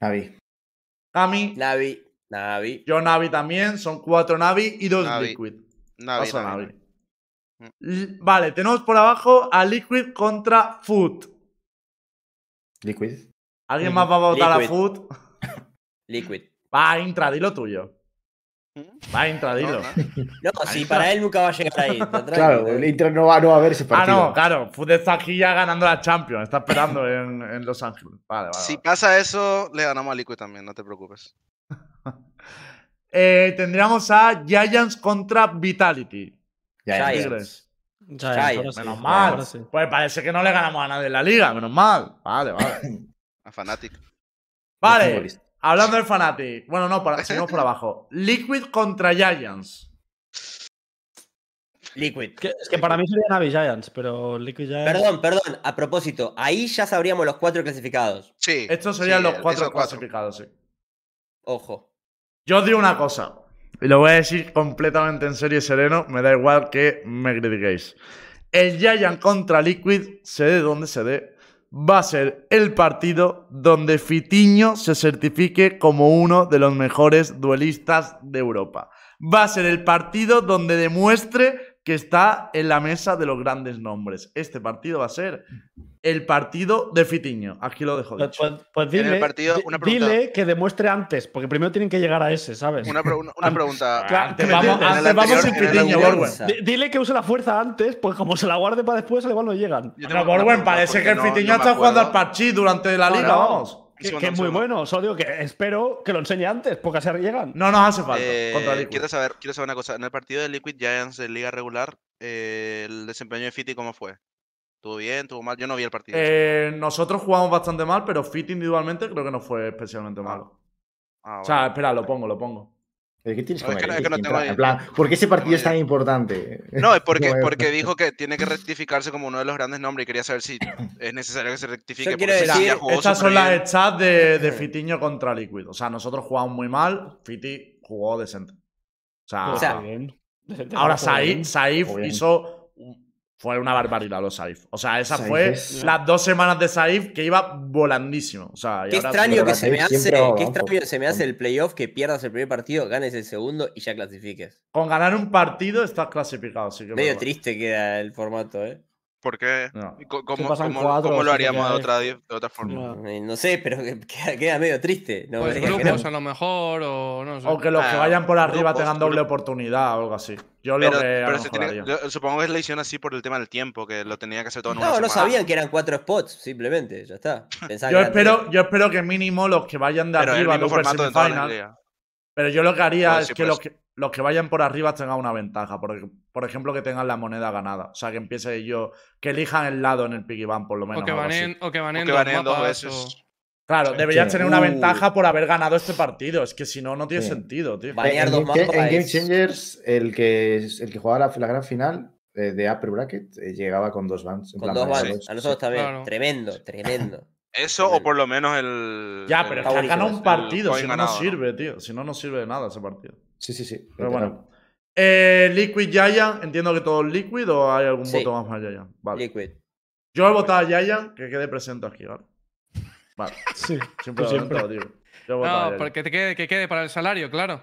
Speaker 6: Navi.
Speaker 1: Kami.
Speaker 3: Navi. Navi.
Speaker 1: Yo Navi también. Son cuatro Navi y dos
Speaker 2: Navi. Mm.
Speaker 1: Liquid.
Speaker 2: Navi,
Speaker 1: Paso a
Speaker 2: Navi,
Speaker 1: Navi. L- Vale, tenemos por abajo a Liquid contra Food.
Speaker 6: Liquid.
Speaker 1: ¿Alguien
Speaker 3: Liquid.
Speaker 1: más va a votar
Speaker 3: Liquid.
Speaker 1: a Food?
Speaker 3: Liquid.
Speaker 1: Va, Intra, dilo tuyo.
Speaker 2: ¿Mm?
Speaker 1: Va, Intra,
Speaker 2: Navi.
Speaker 1: dilo.
Speaker 2: No, no.
Speaker 3: No, si para él nunca va a llegar ahí. está
Speaker 6: Claro,
Speaker 3: tranquilo.
Speaker 6: el Inter no va, no va a ver ese
Speaker 1: Ah,
Speaker 6: partido.
Speaker 1: no, claro. Food está aquí ya ganando la Champions. Está esperando en, en Los Ángeles. Vale, vale.
Speaker 2: Si
Speaker 1: vale.
Speaker 2: pasa eso, le ganamos a Liquid también, no te preocupes.
Speaker 1: Eh, tendríamos a Giants contra Vitality.
Speaker 6: Ya, ya, ya.
Speaker 3: Giants.
Speaker 1: Tigres.
Speaker 4: Ya,
Speaker 3: Giants,
Speaker 4: ahora sí,
Speaker 1: Menos
Speaker 4: ahora
Speaker 1: mal.
Speaker 4: sí.
Speaker 1: Pues parece que no le ganamos a nadie en la liga. Menos mal. Vale, vale.
Speaker 2: A Fnatic.
Speaker 1: Vale.
Speaker 6: futbolistas.
Speaker 1: Hablando del Fnatic. Bueno, no, para, seguimos por abajo. Liquid contra Giants.
Speaker 3: Liquid.
Speaker 4: Es que, es que para mí sería Navi Giants, pero Liquid Giants.
Speaker 3: Perdón, perdón. A propósito, ahí ya sabríamos los cuatro clasificados.
Speaker 2: Sí.
Speaker 1: Estos serían
Speaker 2: sí,
Speaker 1: los
Speaker 2: el-
Speaker 1: cuatro
Speaker 2: esos
Speaker 1: clasificados, sí.
Speaker 3: Ojo.
Speaker 1: Yo os digo una cosa, y lo voy a decir completamente en serio y sereno, me da igual que me critiquéis. El Giant contra Liquid, se dé donde se dé, va a ser el partido donde Fitiño se certifique como uno de los mejores duelistas de Europa. Va a ser el partido donde demuestre que está en la mesa de los grandes nombres. Este partido va a ser el partido de Fitiño. Aquí lo dejo
Speaker 4: Pues,
Speaker 1: dicho.
Speaker 4: pues- pues
Speaker 2: En
Speaker 4: dile,
Speaker 2: el partido,
Speaker 4: di-
Speaker 2: una pregunta.
Speaker 4: dile que demuestre antes, porque primero tienen que llegar a ese, ¿sabes?
Speaker 2: Una, pre- una- una
Speaker 4: Ah,
Speaker 2: pregunta.
Speaker 4: claro,
Speaker 1: Antes
Speaker 4: que me
Speaker 1: vamos,
Speaker 4: entiendes.
Speaker 1: antes
Speaker 2: En el
Speaker 1: vamos sin
Speaker 2: anterior- en el
Speaker 1: Fitiño,
Speaker 2: anterior-
Speaker 1: Borwen.
Speaker 4: Di- Dile que use la fuerza antes, pues como se la guarde para después, al igual no llegan.
Speaker 2: Yo tengo
Speaker 1: Pero
Speaker 2: una
Speaker 1: Borwen,
Speaker 2: pregunta,
Speaker 1: parece
Speaker 2: porque
Speaker 1: que el
Speaker 2: no- no
Speaker 1: Fitiño
Speaker 2: me
Speaker 1: está jugando al
Speaker 2: acuerdo.
Speaker 1: parchís durante la
Speaker 4: No,
Speaker 1: liga,
Speaker 4: no.
Speaker 1: vamos.
Speaker 2: Un
Speaker 4: Que,
Speaker 2: segundo,
Speaker 4: que es
Speaker 2: un
Speaker 4: muy
Speaker 2: segundo.
Speaker 4: bueno, solo digo que espero que lo enseñe antes, porque así llegan.
Speaker 1: No nos hace falta.
Speaker 2: Eh,
Speaker 1: contra Liquid.
Speaker 2: quiero, saber, quiero saber una cosa. En el partido de Liquid Giants de Liga Regular, eh, el desempeño de Fiti, ¿cómo fue? ¿Tuvo bien? ¿Tuvo mal? Yo no vi el partido.
Speaker 1: Eh, nosotros jugamos bastante mal, pero Fit individualmente creo que no fue especialmente malo.
Speaker 2: Ah,
Speaker 1: O sea,
Speaker 2: vale.
Speaker 1: espera, lo pongo, lo pongo.
Speaker 6: Pero ¿Qué tienes
Speaker 2: No,
Speaker 6: con
Speaker 2: es que
Speaker 6: él?
Speaker 2: no- es que no
Speaker 6: Inter,
Speaker 2: tengo ahí.
Speaker 6: En plan, ¿por qué ese partido
Speaker 2: tengo
Speaker 6: es tan
Speaker 2: ahí.
Speaker 6: importante?
Speaker 2: No, es porque,
Speaker 6: Yo veo-
Speaker 2: porque dijo que tiene que rectificarse como uno de los grandes nombres y quería saber si es necesario que se rectifique.
Speaker 3: Yo
Speaker 2: porque
Speaker 3: quiero
Speaker 2: Eh, sí,
Speaker 3: decir,
Speaker 2: ya jugó
Speaker 1: Estas son
Speaker 2: superbién.
Speaker 1: las stats de, de Fitiño contra Liquid. O sea, nosotros jugamos muy mal, Fiti jugó decente. Ah. O sea,
Speaker 3: O sea,
Speaker 4: Bien.
Speaker 1: ahora
Speaker 4: Bien.
Speaker 1: Saif, Saif
Speaker 6: Muy bien.
Speaker 1: hizo un- Fue una barbaridad los Saif. O sea, esa
Speaker 6: Saif
Speaker 1: fue
Speaker 6: es-
Speaker 1: las dos semanas de Saif que iba volandísimo. O sea, y
Speaker 3: Qué
Speaker 1: ahora-
Speaker 3: extraño,
Speaker 6: pero
Speaker 3: que
Speaker 6: la
Speaker 3: se me
Speaker 6: Saif
Speaker 3: hace,
Speaker 6: siempre va
Speaker 3: qué
Speaker 6: abajo.
Speaker 3: extraño se me hace el playoff que pierdas el primer partido, ganes el segundo y ya clasifiques.
Speaker 1: Con ganar un partido estás clasificado. Así que
Speaker 3: Medio
Speaker 1: bueno.
Speaker 3: triste queda el formato, ¿eh?
Speaker 2: ¿Por qué?
Speaker 1: No.
Speaker 2: Co- ¿Cómo,
Speaker 4: pasan
Speaker 2: cómo-
Speaker 4: cuatro,
Speaker 2: cómo
Speaker 4: así
Speaker 2: lo
Speaker 4: que
Speaker 2: haríamos
Speaker 4: ya
Speaker 2: de
Speaker 4: es-
Speaker 2: otra, di- de otra
Speaker 4: Pues,
Speaker 2: forma?
Speaker 4: Ah.
Speaker 3: Eh, No sé, pero que- queda, queda medio triste. No,
Speaker 5: Pues
Speaker 3: me digas que
Speaker 5: grupos
Speaker 3: no.
Speaker 5: a lo mejor o no sé.
Speaker 1: O que los que
Speaker 2: Ah,
Speaker 1: vayan por arriba
Speaker 2: grupos,
Speaker 1: tengan doble
Speaker 2: grupos.
Speaker 1: oportunidad o algo así. Yo
Speaker 2: Pero,
Speaker 1: lo que a
Speaker 2: pero
Speaker 1: lo
Speaker 2: se
Speaker 1: mejor
Speaker 2: tiene-
Speaker 1: haría.
Speaker 2: yo- supongo que es la hicieron así por el tema del tiempo, que lo tenía que hacer todo en una
Speaker 3: No, no
Speaker 2: semana.
Speaker 3: sabían que eran cuatro spots, simplemente, ya está. Pensaba que
Speaker 1: Yo
Speaker 3: eran
Speaker 1: espero,
Speaker 3: tres.
Speaker 1: yo espero que mínimo los que vayan de
Speaker 2: Pero es el
Speaker 1: arriba de
Speaker 2: mismo
Speaker 1: Upper
Speaker 2: formato de toda la
Speaker 1: Semifinal-
Speaker 2: liga.
Speaker 1: Pero yo lo que haría
Speaker 2: Por
Speaker 1: es
Speaker 2: decir,
Speaker 1: que
Speaker 2: por
Speaker 1: los,
Speaker 2: eso.
Speaker 1: que los que vayan por arriba tengan una ventaja. Por, por ejemplo, que tengan la moneda ganada. O sea, que empiece yo. Que elijan el lado en el piggy bank, por lo menos.
Speaker 5: o que
Speaker 1: algo así.
Speaker 5: vanen, o que
Speaker 2: O
Speaker 5: vanen
Speaker 2: que
Speaker 5: dos
Speaker 2: ganen dos
Speaker 5: mapas,
Speaker 2: veces.
Speaker 5: o-
Speaker 1: Claro,
Speaker 8: Sí.
Speaker 1: deberías
Speaker 6: Sí.
Speaker 1: tener una
Speaker 6: Uh.
Speaker 1: ventaja por haber ganado este partido. Es que si no, no tiene
Speaker 6: Sí.
Speaker 1: sentido, tío.
Speaker 3: Banear
Speaker 6: en,
Speaker 3: dos
Speaker 6: en Ga-
Speaker 3: mapas
Speaker 6: en Game
Speaker 3: es-
Speaker 6: Changers, el que, es- el que jugaba la, la gran final eh, de Upper Bracket eh, llegaba con dos bans. en
Speaker 3: Con
Speaker 6: plan,
Speaker 3: dos
Speaker 6: baneaba
Speaker 3: bands.
Speaker 6: dos.
Speaker 3: A nosotros también.
Speaker 5: Claro.
Speaker 3: Tremendo, tremendo.
Speaker 2: Eso o por lo menos el.
Speaker 1: Ya, pero
Speaker 2: el-
Speaker 1: es que has
Speaker 3: Favorito,
Speaker 1: ganado
Speaker 3: es
Speaker 1: un
Speaker 2: el
Speaker 1: partido.
Speaker 2: coin
Speaker 1: Si no, no
Speaker 2: ganado, ¿no?
Speaker 1: sirve, tío. Si no, no sirve de nada ese partido.
Speaker 6: Sí, sí, sí.
Speaker 1: Pero
Speaker 6: literal.
Speaker 1: bueno. Eh, Liquid Giant, entiendo que todo es Liquid o hay algún
Speaker 3: Sí.
Speaker 1: voto más para Giant. Vale.
Speaker 3: Liquid.
Speaker 1: Yo he votado a Giant, que quede presente aquí, ¿vale? Vale,
Speaker 4: Sí.
Speaker 1: siempre lo
Speaker 4: Tú siempre.
Speaker 1: siento, tío. Yo he votado a
Speaker 5: No,
Speaker 1: Giant.
Speaker 5: porque te quede, que quede para el salario, claro.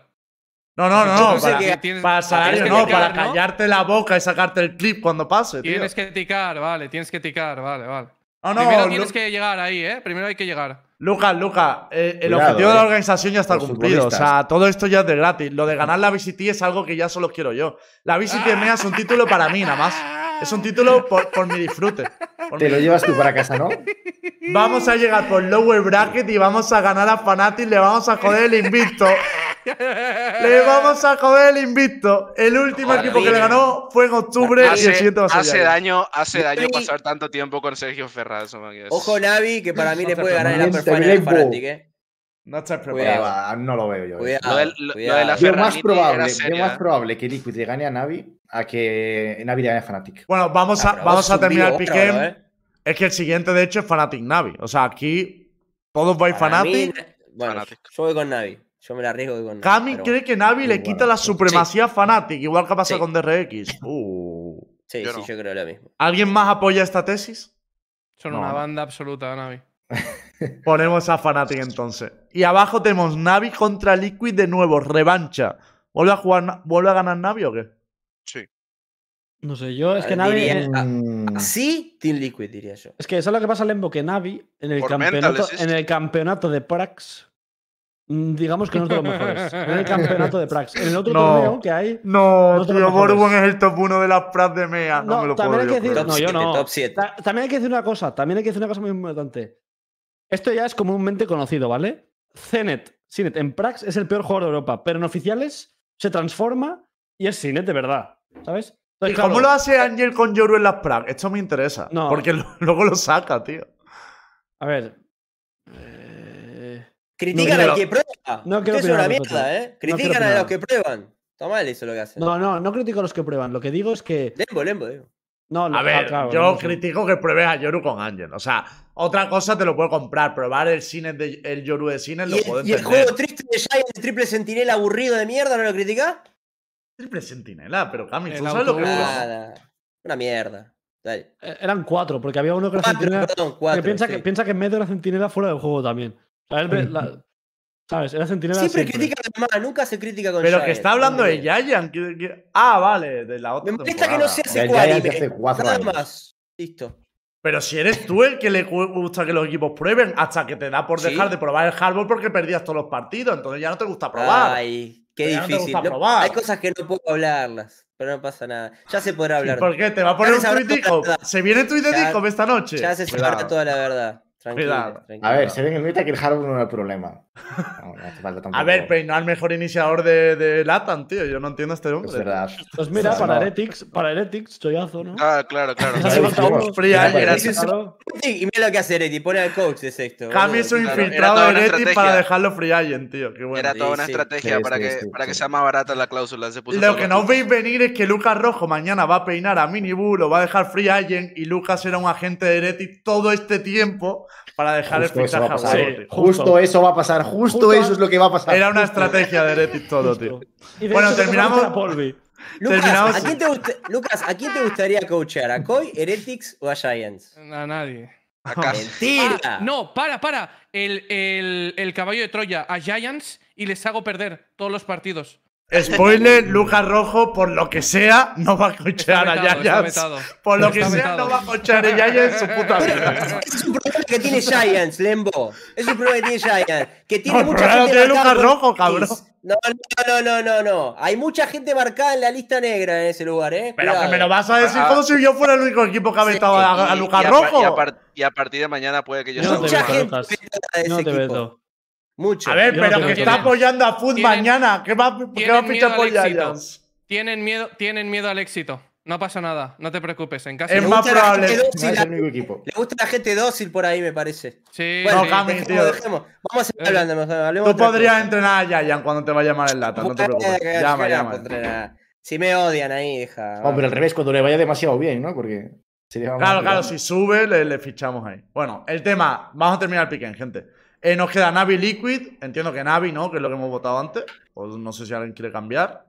Speaker 1: No, no, no,
Speaker 3: Yo
Speaker 1: no.
Speaker 3: sé
Speaker 1: Para,
Speaker 3: que-
Speaker 5: Tienes-
Speaker 1: para el salario,
Speaker 5: tienes
Speaker 1: no,
Speaker 5: que
Speaker 1: para
Speaker 5: ticar, ¿no?
Speaker 1: callarte la boca y sacarte el clip cuando pase, tío.
Speaker 5: Tienes que ticar, vale, tienes que ticar, vale, vale.
Speaker 1: No, no,
Speaker 5: Primero
Speaker 1: Lu-
Speaker 5: tienes que llegar ahí, ¿eh? Primero hay que llegar.
Speaker 1: Lucas, Lucas, eh, el
Speaker 6: Cuidado,
Speaker 1: objetivo de la
Speaker 6: eh.
Speaker 1: organización ya está
Speaker 6: Los
Speaker 1: cumplido. O sea,
Speaker 6: futbolistas.
Speaker 1: todo esto ya es de gratis. Lo de ganar la VCT es algo que ya solo quiero yo. La VCT mía es un título para mí, nada más. Es un título por, por mi disfrute. por
Speaker 6: Te
Speaker 1: mi-
Speaker 6: lo llevas tú para casa, ¿no?
Speaker 1: Vamos a llegar por lower bracket y vamos a ganar a Fnatic. Le vamos a joder el invicto. Le vamos a joder el invicto. El último
Speaker 2: Joder,
Speaker 1: equipo que le
Speaker 2: tío.
Speaker 1: ganó fue en octubre y el
Speaker 2: Hace,
Speaker 1: siguiente va a ser
Speaker 2: hace
Speaker 1: ya.
Speaker 2: daño, hace
Speaker 3: Yo
Speaker 2: daño
Speaker 3: estoy-
Speaker 2: pasar tanto tiempo con Sergio Ferraz. eso me parece.
Speaker 3: Ojo Navi, que para mí le puede ganar el
Speaker 6: También
Speaker 3: Upper
Speaker 6: se
Speaker 3: Final a
Speaker 6: ve
Speaker 3: Fnatic, ¿eh?
Speaker 1: No estás
Speaker 3: Cuidado.
Speaker 1: preparado.
Speaker 6: Eh, va, no lo veo yo. eso.
Speaker 3: Cuidado.
Speaker 2: Lo del- lo- lo de la
Speaker 3: cuidado.
Speaker 6: Veo
Speaker 2: Ferrari
Speaker 6: más,
Speaker 2: era ¿eh?
Speaker 6: probable, veo
Speaker 2: seria.
Speaker 6: más probable que Liquid le gane a Navi a que Navi le gane a Fnatic.
Speaker 1: Bueno, vamos
Speaker 3: Ah,
Speaker 1: a,
Speaker 3: pero
Speaker 1: vamos
Speaker 3: vos
Speaker 1: a terminar el
Speaker 3: subí
Speaker 1: piquem.
Speaker 3: bárbaro, ¿eh?
Speaker 1: Es que el siguiente, de hecho, es Fnatic Navi. O sea, aquí todos vais
Speaker 3: Para mí,
Speaker 1: Fnatic.
Speaker 3: bueno,
Speaker 2: Fnatic.
Speaker 3: yo voy con Navi. Yo me la arriesgo y voy con Navi.
Speaker 1: Kami
Speaker 3: pero
Speaker 1: cree que Navi le
Speaker 6: Pero
Speaker 1: quita
Speaker 6: bueno,
Speaker 1: la
Speaker 6: sí.
Speaker 1: supremacía a Fnatic, igual que pasa
Speaker 3: Sí.
Speaker 1: con DRX. Uh.
Speaker 3: bueno. Sí,
Speaker 2: yo
Speaker 3: sí,
Speaker 2: no.
Speaker 3: yo creo lo mismo.
Speaker 1: ¿Alguien más apoya esta tesis?
Speaker 5: Son
Speaker 1: No.
Speaker 5: una banda absoluta, Navi.
Speaker 1: Ponemos a Fnatic entonces. Y abajo tenemos Navi contra Liquid de nuevo, revancha. ¿Vuelve a, jugar, Na- ¿vuelve a ganar Navi o qué?
Speaker 2: Sí.
Speaker 4: No sé, yo es que
Speaker 3: Diría-
Speaker 4: Navi.
Speaker 3: Ah,
Speaker 6: Mm,
Speaker 3: Así, Team Liquid, diría yo.
Speaker 4: Es que eso es lo que pasa, Lembo, que Navi en el,
Speaker 2: Por
Speaker 4: campeonato,
Speaker 2: mentales,
Speaker 1: este.
Speaker 4: en el campeonato de Prax, mm, digamos que no es de los mejores. En el campeonato de Prax. En el otro
Speaker 1: No.
Speaker 4: torneo que hay.
Speaker 1: No,
Speaker 4: No te lo
Speaker 1: tío,
Speaker 4: mejores.
Speaker 1: Borwen es el top 1 de las pras de MEA. No,
Speaker 4: No,
Speaker 1: me lo
Speaker 4: también
Speaker 1: puedo
Speaker 4: hay
Speaker 1: yo
Speaker 4: que decir-
Speaker 1: creer.
Speaker 3: Top
Speaker 4: no, yo
Speaker 3: 7,
Speaker 4: no.
Speaker 3: top 7.
Speaker 4: Ta- También hay que decir una cosa, también hay que decir una cosa muy importante. Esto ya es comúnmente conocido, ¿vale? Zenet, Sinet, en Prax es el peor jugador de Europa, pero en oficiales se transforma y es Sinet de verdad, ¿sabes?
Speaker 1: ¿Y
Speaker 4: Entonces,
Speaker 1: cómo
Speaker 4: claro,
Speaker 1: lo hace Angel con Yoru en las pras? Esto me interesa.
Speaker 4: No.
Speaker 1: Porque lo- luego lo saca, tío.
Speaker 4: A ver. eh,
Speaker 3: Critican
Speaker 1: quiero-
Speaker 3: al que prueba.
Speaker 4: no quiero
Speaker 3: Ustedes son
Speaker 4: opinar
Speaker 3: una
Speaker 4: al respecto.
Speaker 3: mierda, ¿eh?
Speaker 4: quiero
Speaker 3: Critican a
Speaker 4: opinar.
Speaker 3: los que prueban. Está mal eso lo que hacen.
Speaker 4: No, no, no critico a los que prueban. Lo que digo es que.
Speaker 3: Lembo, lembo, digo.
Speaker 4: No,
Speaker 1: A
Speaker 4: lo-
Speaker 1: ver,
Speaker 4: ah, claro,
Speaker 1: yo
Speaker 4: no sé.
Speaker 1: critico que pruebes a Yoru con Ángel. O sea, otra cosa te lo puedo comprar. Probar el cine de, el Yoru de cine
Speaker 3: ¿Y
Speaker 1: lo puedo
Speaker 3: el, y el
Speaker 1: entender.
Speaker 3: juego triste de Giant, el triple sentinela aburrido de mierda, no lo criticás?
Speaker 1: Triple sentinela, pero Cami, ¿tú
Speaker 5: El
Speaker 1: sabes lo que
Speaker 5: autobús.
Speaker 1: jugamos?
Speaker 3: Nada. Una mierda. Dale.
Speaker 4: Eh, Eran cuatro, porque había uno que era
Speaker 3: Cuatro,
Speaker 4: centinela.
Speaker 3: perdón,
Speaker 4: que
Speaker 3: cuatro.
Speaker 4: piensa,
Speaker 3: sí.
Speaker 4: que piensa que en medio era centinela fuera del juego también. O sea, él ve la- ¿Sabes? Era centinela.
Speaker 3: Siempre
Speaker 4: siempre.
Speaker 3: critican a los demás, nunca se critica con
Speaker 1: Pero
Speaker 3: Giant.
Speaker 1: que está hablando de
Speaker 3: Siempre.
Speaker 1: Giant. que- que- Ah, vale, de la otra
Speaker 3: Me molesta que
Speaker 1: temporada.
Speaker 3: no sea
Speaker 6: Ya-
Speaker 3: hace
Speaker 6: ya
Speaker 3: cuatro
Speaker 6: desde
Speaker 3: anime.
Speaker 6: hace cuatro
Speaker 3: Nada
Speaker 6: años.
Speaker 3: más. Listo.
Speaker 1: Pero si eres tú el que le cu- gusta que los equipos prueben, hasta que te da por
Speaker 3: Sí.
Speaker 1: dejar de probar el hardball porque perdías todos los partidos, entonces ya no te gusta probar.
Speaker 3: Ay, qué
Speaker 1: Pero ya no te
Speaker 3: difícil.
Speaker 1: gusta
Speaker 3: No-
Speaker 1: probar.
Speaker 3: hay cosas que no puedo hablarlas, pero no pasa nada. Ya se podrá hablar.
Speaker 1: ¿Por qué? ¿Te va a poner
Speaker 3: Ya
Speaker 1: un
Speaker 3: se habrá
Speaker 1: tuitico?
Speaker 3: tocado.
Speaker 1: ¿Se viene tu
Speaker 3: Ya-
Speaker 1: tuitico esta noche?
Speaker 3: Ya se sabrá
Speaker 1: Cuidado.
Speaker 3: toda la verdad. Tranquilo.
Speaker 1: Cuidado.
Speaker 6: A ver, se ve en el meta que el Harbour no era el problema. No, no hace falta
Speaker 1: A
Speaker 6: tampoco.
Speaker 1: ver, peinar al mejor iniciador de, de Latam, tío. Yo no entiendo a este hombre.
Speaker 6: Es verdad.
Speaker 4: Pues mira,
Speaker 6: Claro.
Speaker 4: para Heretics, para Heretics, chollazo, ¿no?
Speaker 2: Ah, claro, claro.
Speaker 4: Nos
Speaker 6: ya
Speaker 4: hace
Speaker 6: lo
Speaker 4: falta
Speaker 6: dijimos.
Speaker 4: uno.
Speaker 1: Fría
Speaker 6: Ya
Speaker 1: era-
Speaker 6: parece-
Speaker 4: Claro.
Speaker 3: Y mira lo que hace Ereti, pone al coach de sexto.
Speaker 1: Cami
Speaker 3: boludo.
Speaker 1: es un
Speaker 2: claro,
Speaker 1: infiltrado
Speaker 2: era toda
Speaker 1: de
Speaker 2: una
Speaker 1: Heretics para
Speaker 2: estrategia.
Speaker 1: dejarlo free agent, tío. Qué bueno.
Speaker 2: Era toda
Speaker 3: Sí,
Speaker 2: una
Speaker 3: sí.
Speaker 2: estrategia
Speaker 6: Sí,
Speaker 2: para,
Speaker 6: sí,
Speaker 2: que,
Speaker 6: sí,
Speaker 2: para que
Speaker 6: sí.
Speaker 2: sea más barata la cláusula. Se puso
Speaker 1: Lo
Speaker 2: todo
Speaker 1: que
Speaker 2: el
Speaker 1: no
Speaker 2: culo.
Speaker 1: veis venir es que Lucas Rojo mañana va a peinar a Minibu, lo va a dejar free agent y Lucas era un agente de Heretics todo este tiempo para dejar
Speaker 6: Justo
Speaker 1: el
Speaker 6: eso va
Speaker 1: fichaje
Speaker 6: a
Speaker 1: a
Speaker 6: pasar.
Speaker 1: Borghetti.
Speaker 4: Sí.
Speaker 6: Justo eso va a pasar. Justo
Speaker 4: Justo-
Speaker 6: eso es lo que va a pasar.
Speaker 1: Era una estrategia de Heretics todo, tío.
Speaker 4: Y de
Speaker 1: Bueno,
Speaker 4: hecho, se
Speaker 1: terminamos.
Speaker 4: conoce a Polvi.
Speaker 3: Lucas,
Speaker 1: Terminamos.
Speaker 3: ¿a quién te, gust- Lucas, ¿a quién te gustaría coachar? ¿A Koi, Heretics o a Giants?
Speaker 5: A nadie.
Speaker 2: Acá-
Speaker 3: ¡Mentira!
Speaker 5: Ah, no, para, para. El, el- el caballo de Troya a Giants y les hago perder todos los partidos.
Speaker 1: Spoiler, Lucas Rojo, por lo que sea, no va a cochear
Speaker 5: Está
Speaker 1: a
Speaker 5: vetado, está
Speaker 1: Yayas.
Speaker 5: vetado.
Speaker 1: Por lo
Speaker 5: Está
Speaker 1: que sea,
Speaker 5: vetado.
Speaker 1: no va a cochear a Yayas en su puta vida.
Speaker 3: Es un problema que tiene Giants, Lembo. Es un problema que tiene Giants. Que tiene
Speaker 1: No, el
Speaker 3: mucha
Speaker 1: problema
Speaker 3: gente
Speaker 1: tiene Lucas
Speaker 3: marcada por
Speaker 1: Rojo, cabrón.
Speaker 3: Yankees. No, no, no, no, no, no. Hay mucha gente marcada en la lista negra en ese lugar, ¿eh?
Speaker 1: Pero que
Speaker 3: Cuidado.
Speaker 1: me lo vas a decir
Speaker 2: Ah.
Speaker 1: como si yo fuera el único equipo que ha
Speaker 3: Sí,
Speaker 1: vetado a, a
Speaker 2: y-
Speaker 1: Lucas
Speaker 2: y a par-
Speaker 1: Rojo.
Speaker 2: y a par- Y a partir de mañana puede que yo
Speaker 4: Yo no
Speaker 2: sea
Speaker 4: te
Speaker 3: Mucha
Speaker 4: veto,
Speaker 3: gente
Speaker 4: Lucas.
Speaker 3: de ese
Speaker 4: No te
Speaker 3: equipo.
Speaker 4: veto.
Speaker 3: Mucho.
Speaker 1: a ver,
Speaker 4: Yo no
Speaker 1: pero
Speaker 4: creo
Speaker 1: que
Speaker 4: que
Speaker 1: está
Speaker 5: tienen-
Speaker 1: apoyando a Food
Speaker 5: tienen-
Speaker 1: mañana. ¿Qué va, qué va a
Speaker 5: tienen miedo
Speaker 1: fichar por
Speaker 5: al éxito.
Speaker 1: Yayas?
Speaker 5: Tienen miedo, tienen miedo al éxito. No pasa nada, no te preocupes. En casa.
Speaker 1: Es
Speaker 3: Le
Speaker 1: más
Speaker 3: gusta la
Speaker 1: probable.
Speaker 3: gente
Speaker 6: No
Speaker 3: dócil,
Speaker 6: es
Speaker 3: la-
Speaker 6: el único equipo.
Speaker 3: Le gusta la gente dócil por ahí, me parece.
Speaker 5: Sí,
Speaker 3: Bueno,
Speaker 5: sí.
Speaker 1: Cami.
Speaker 3: dejemos,
Speaker 1: tío.
Speaker 3: dejemos. Vamos a seguir hablando. mejor, hablemos de
Speaker 1: Tú
Speaker 3: otra
Speaker 1: podrías
Speaker 3: cosa.
Speaker 1: entrenar a Yayan cuando te va a llamar el lata, no te preocupes.
Speaker 3: Bueno,
Speaker 1: Llama,
Speaker 3: ya,
Speaker 1: llama.
Speaker 3: Contreras. Si me odian ahí, deja.
Speaker 6: Hombre, al revés, cuando le vaya demasiado bien, ¿no? Porque sería más
Speaker 1: Claro, claro, si
Speaker 6: grande.
Speaker 1: sube, le, le fichamos ahí. Bueno, el tema, vamos a terminar el piquen, gente. Eh, nos queda Navi Liquid, entiendo que Navi, ¿no? Que es lo que hemos votado antes. O no sé si alguien quiere cambiar.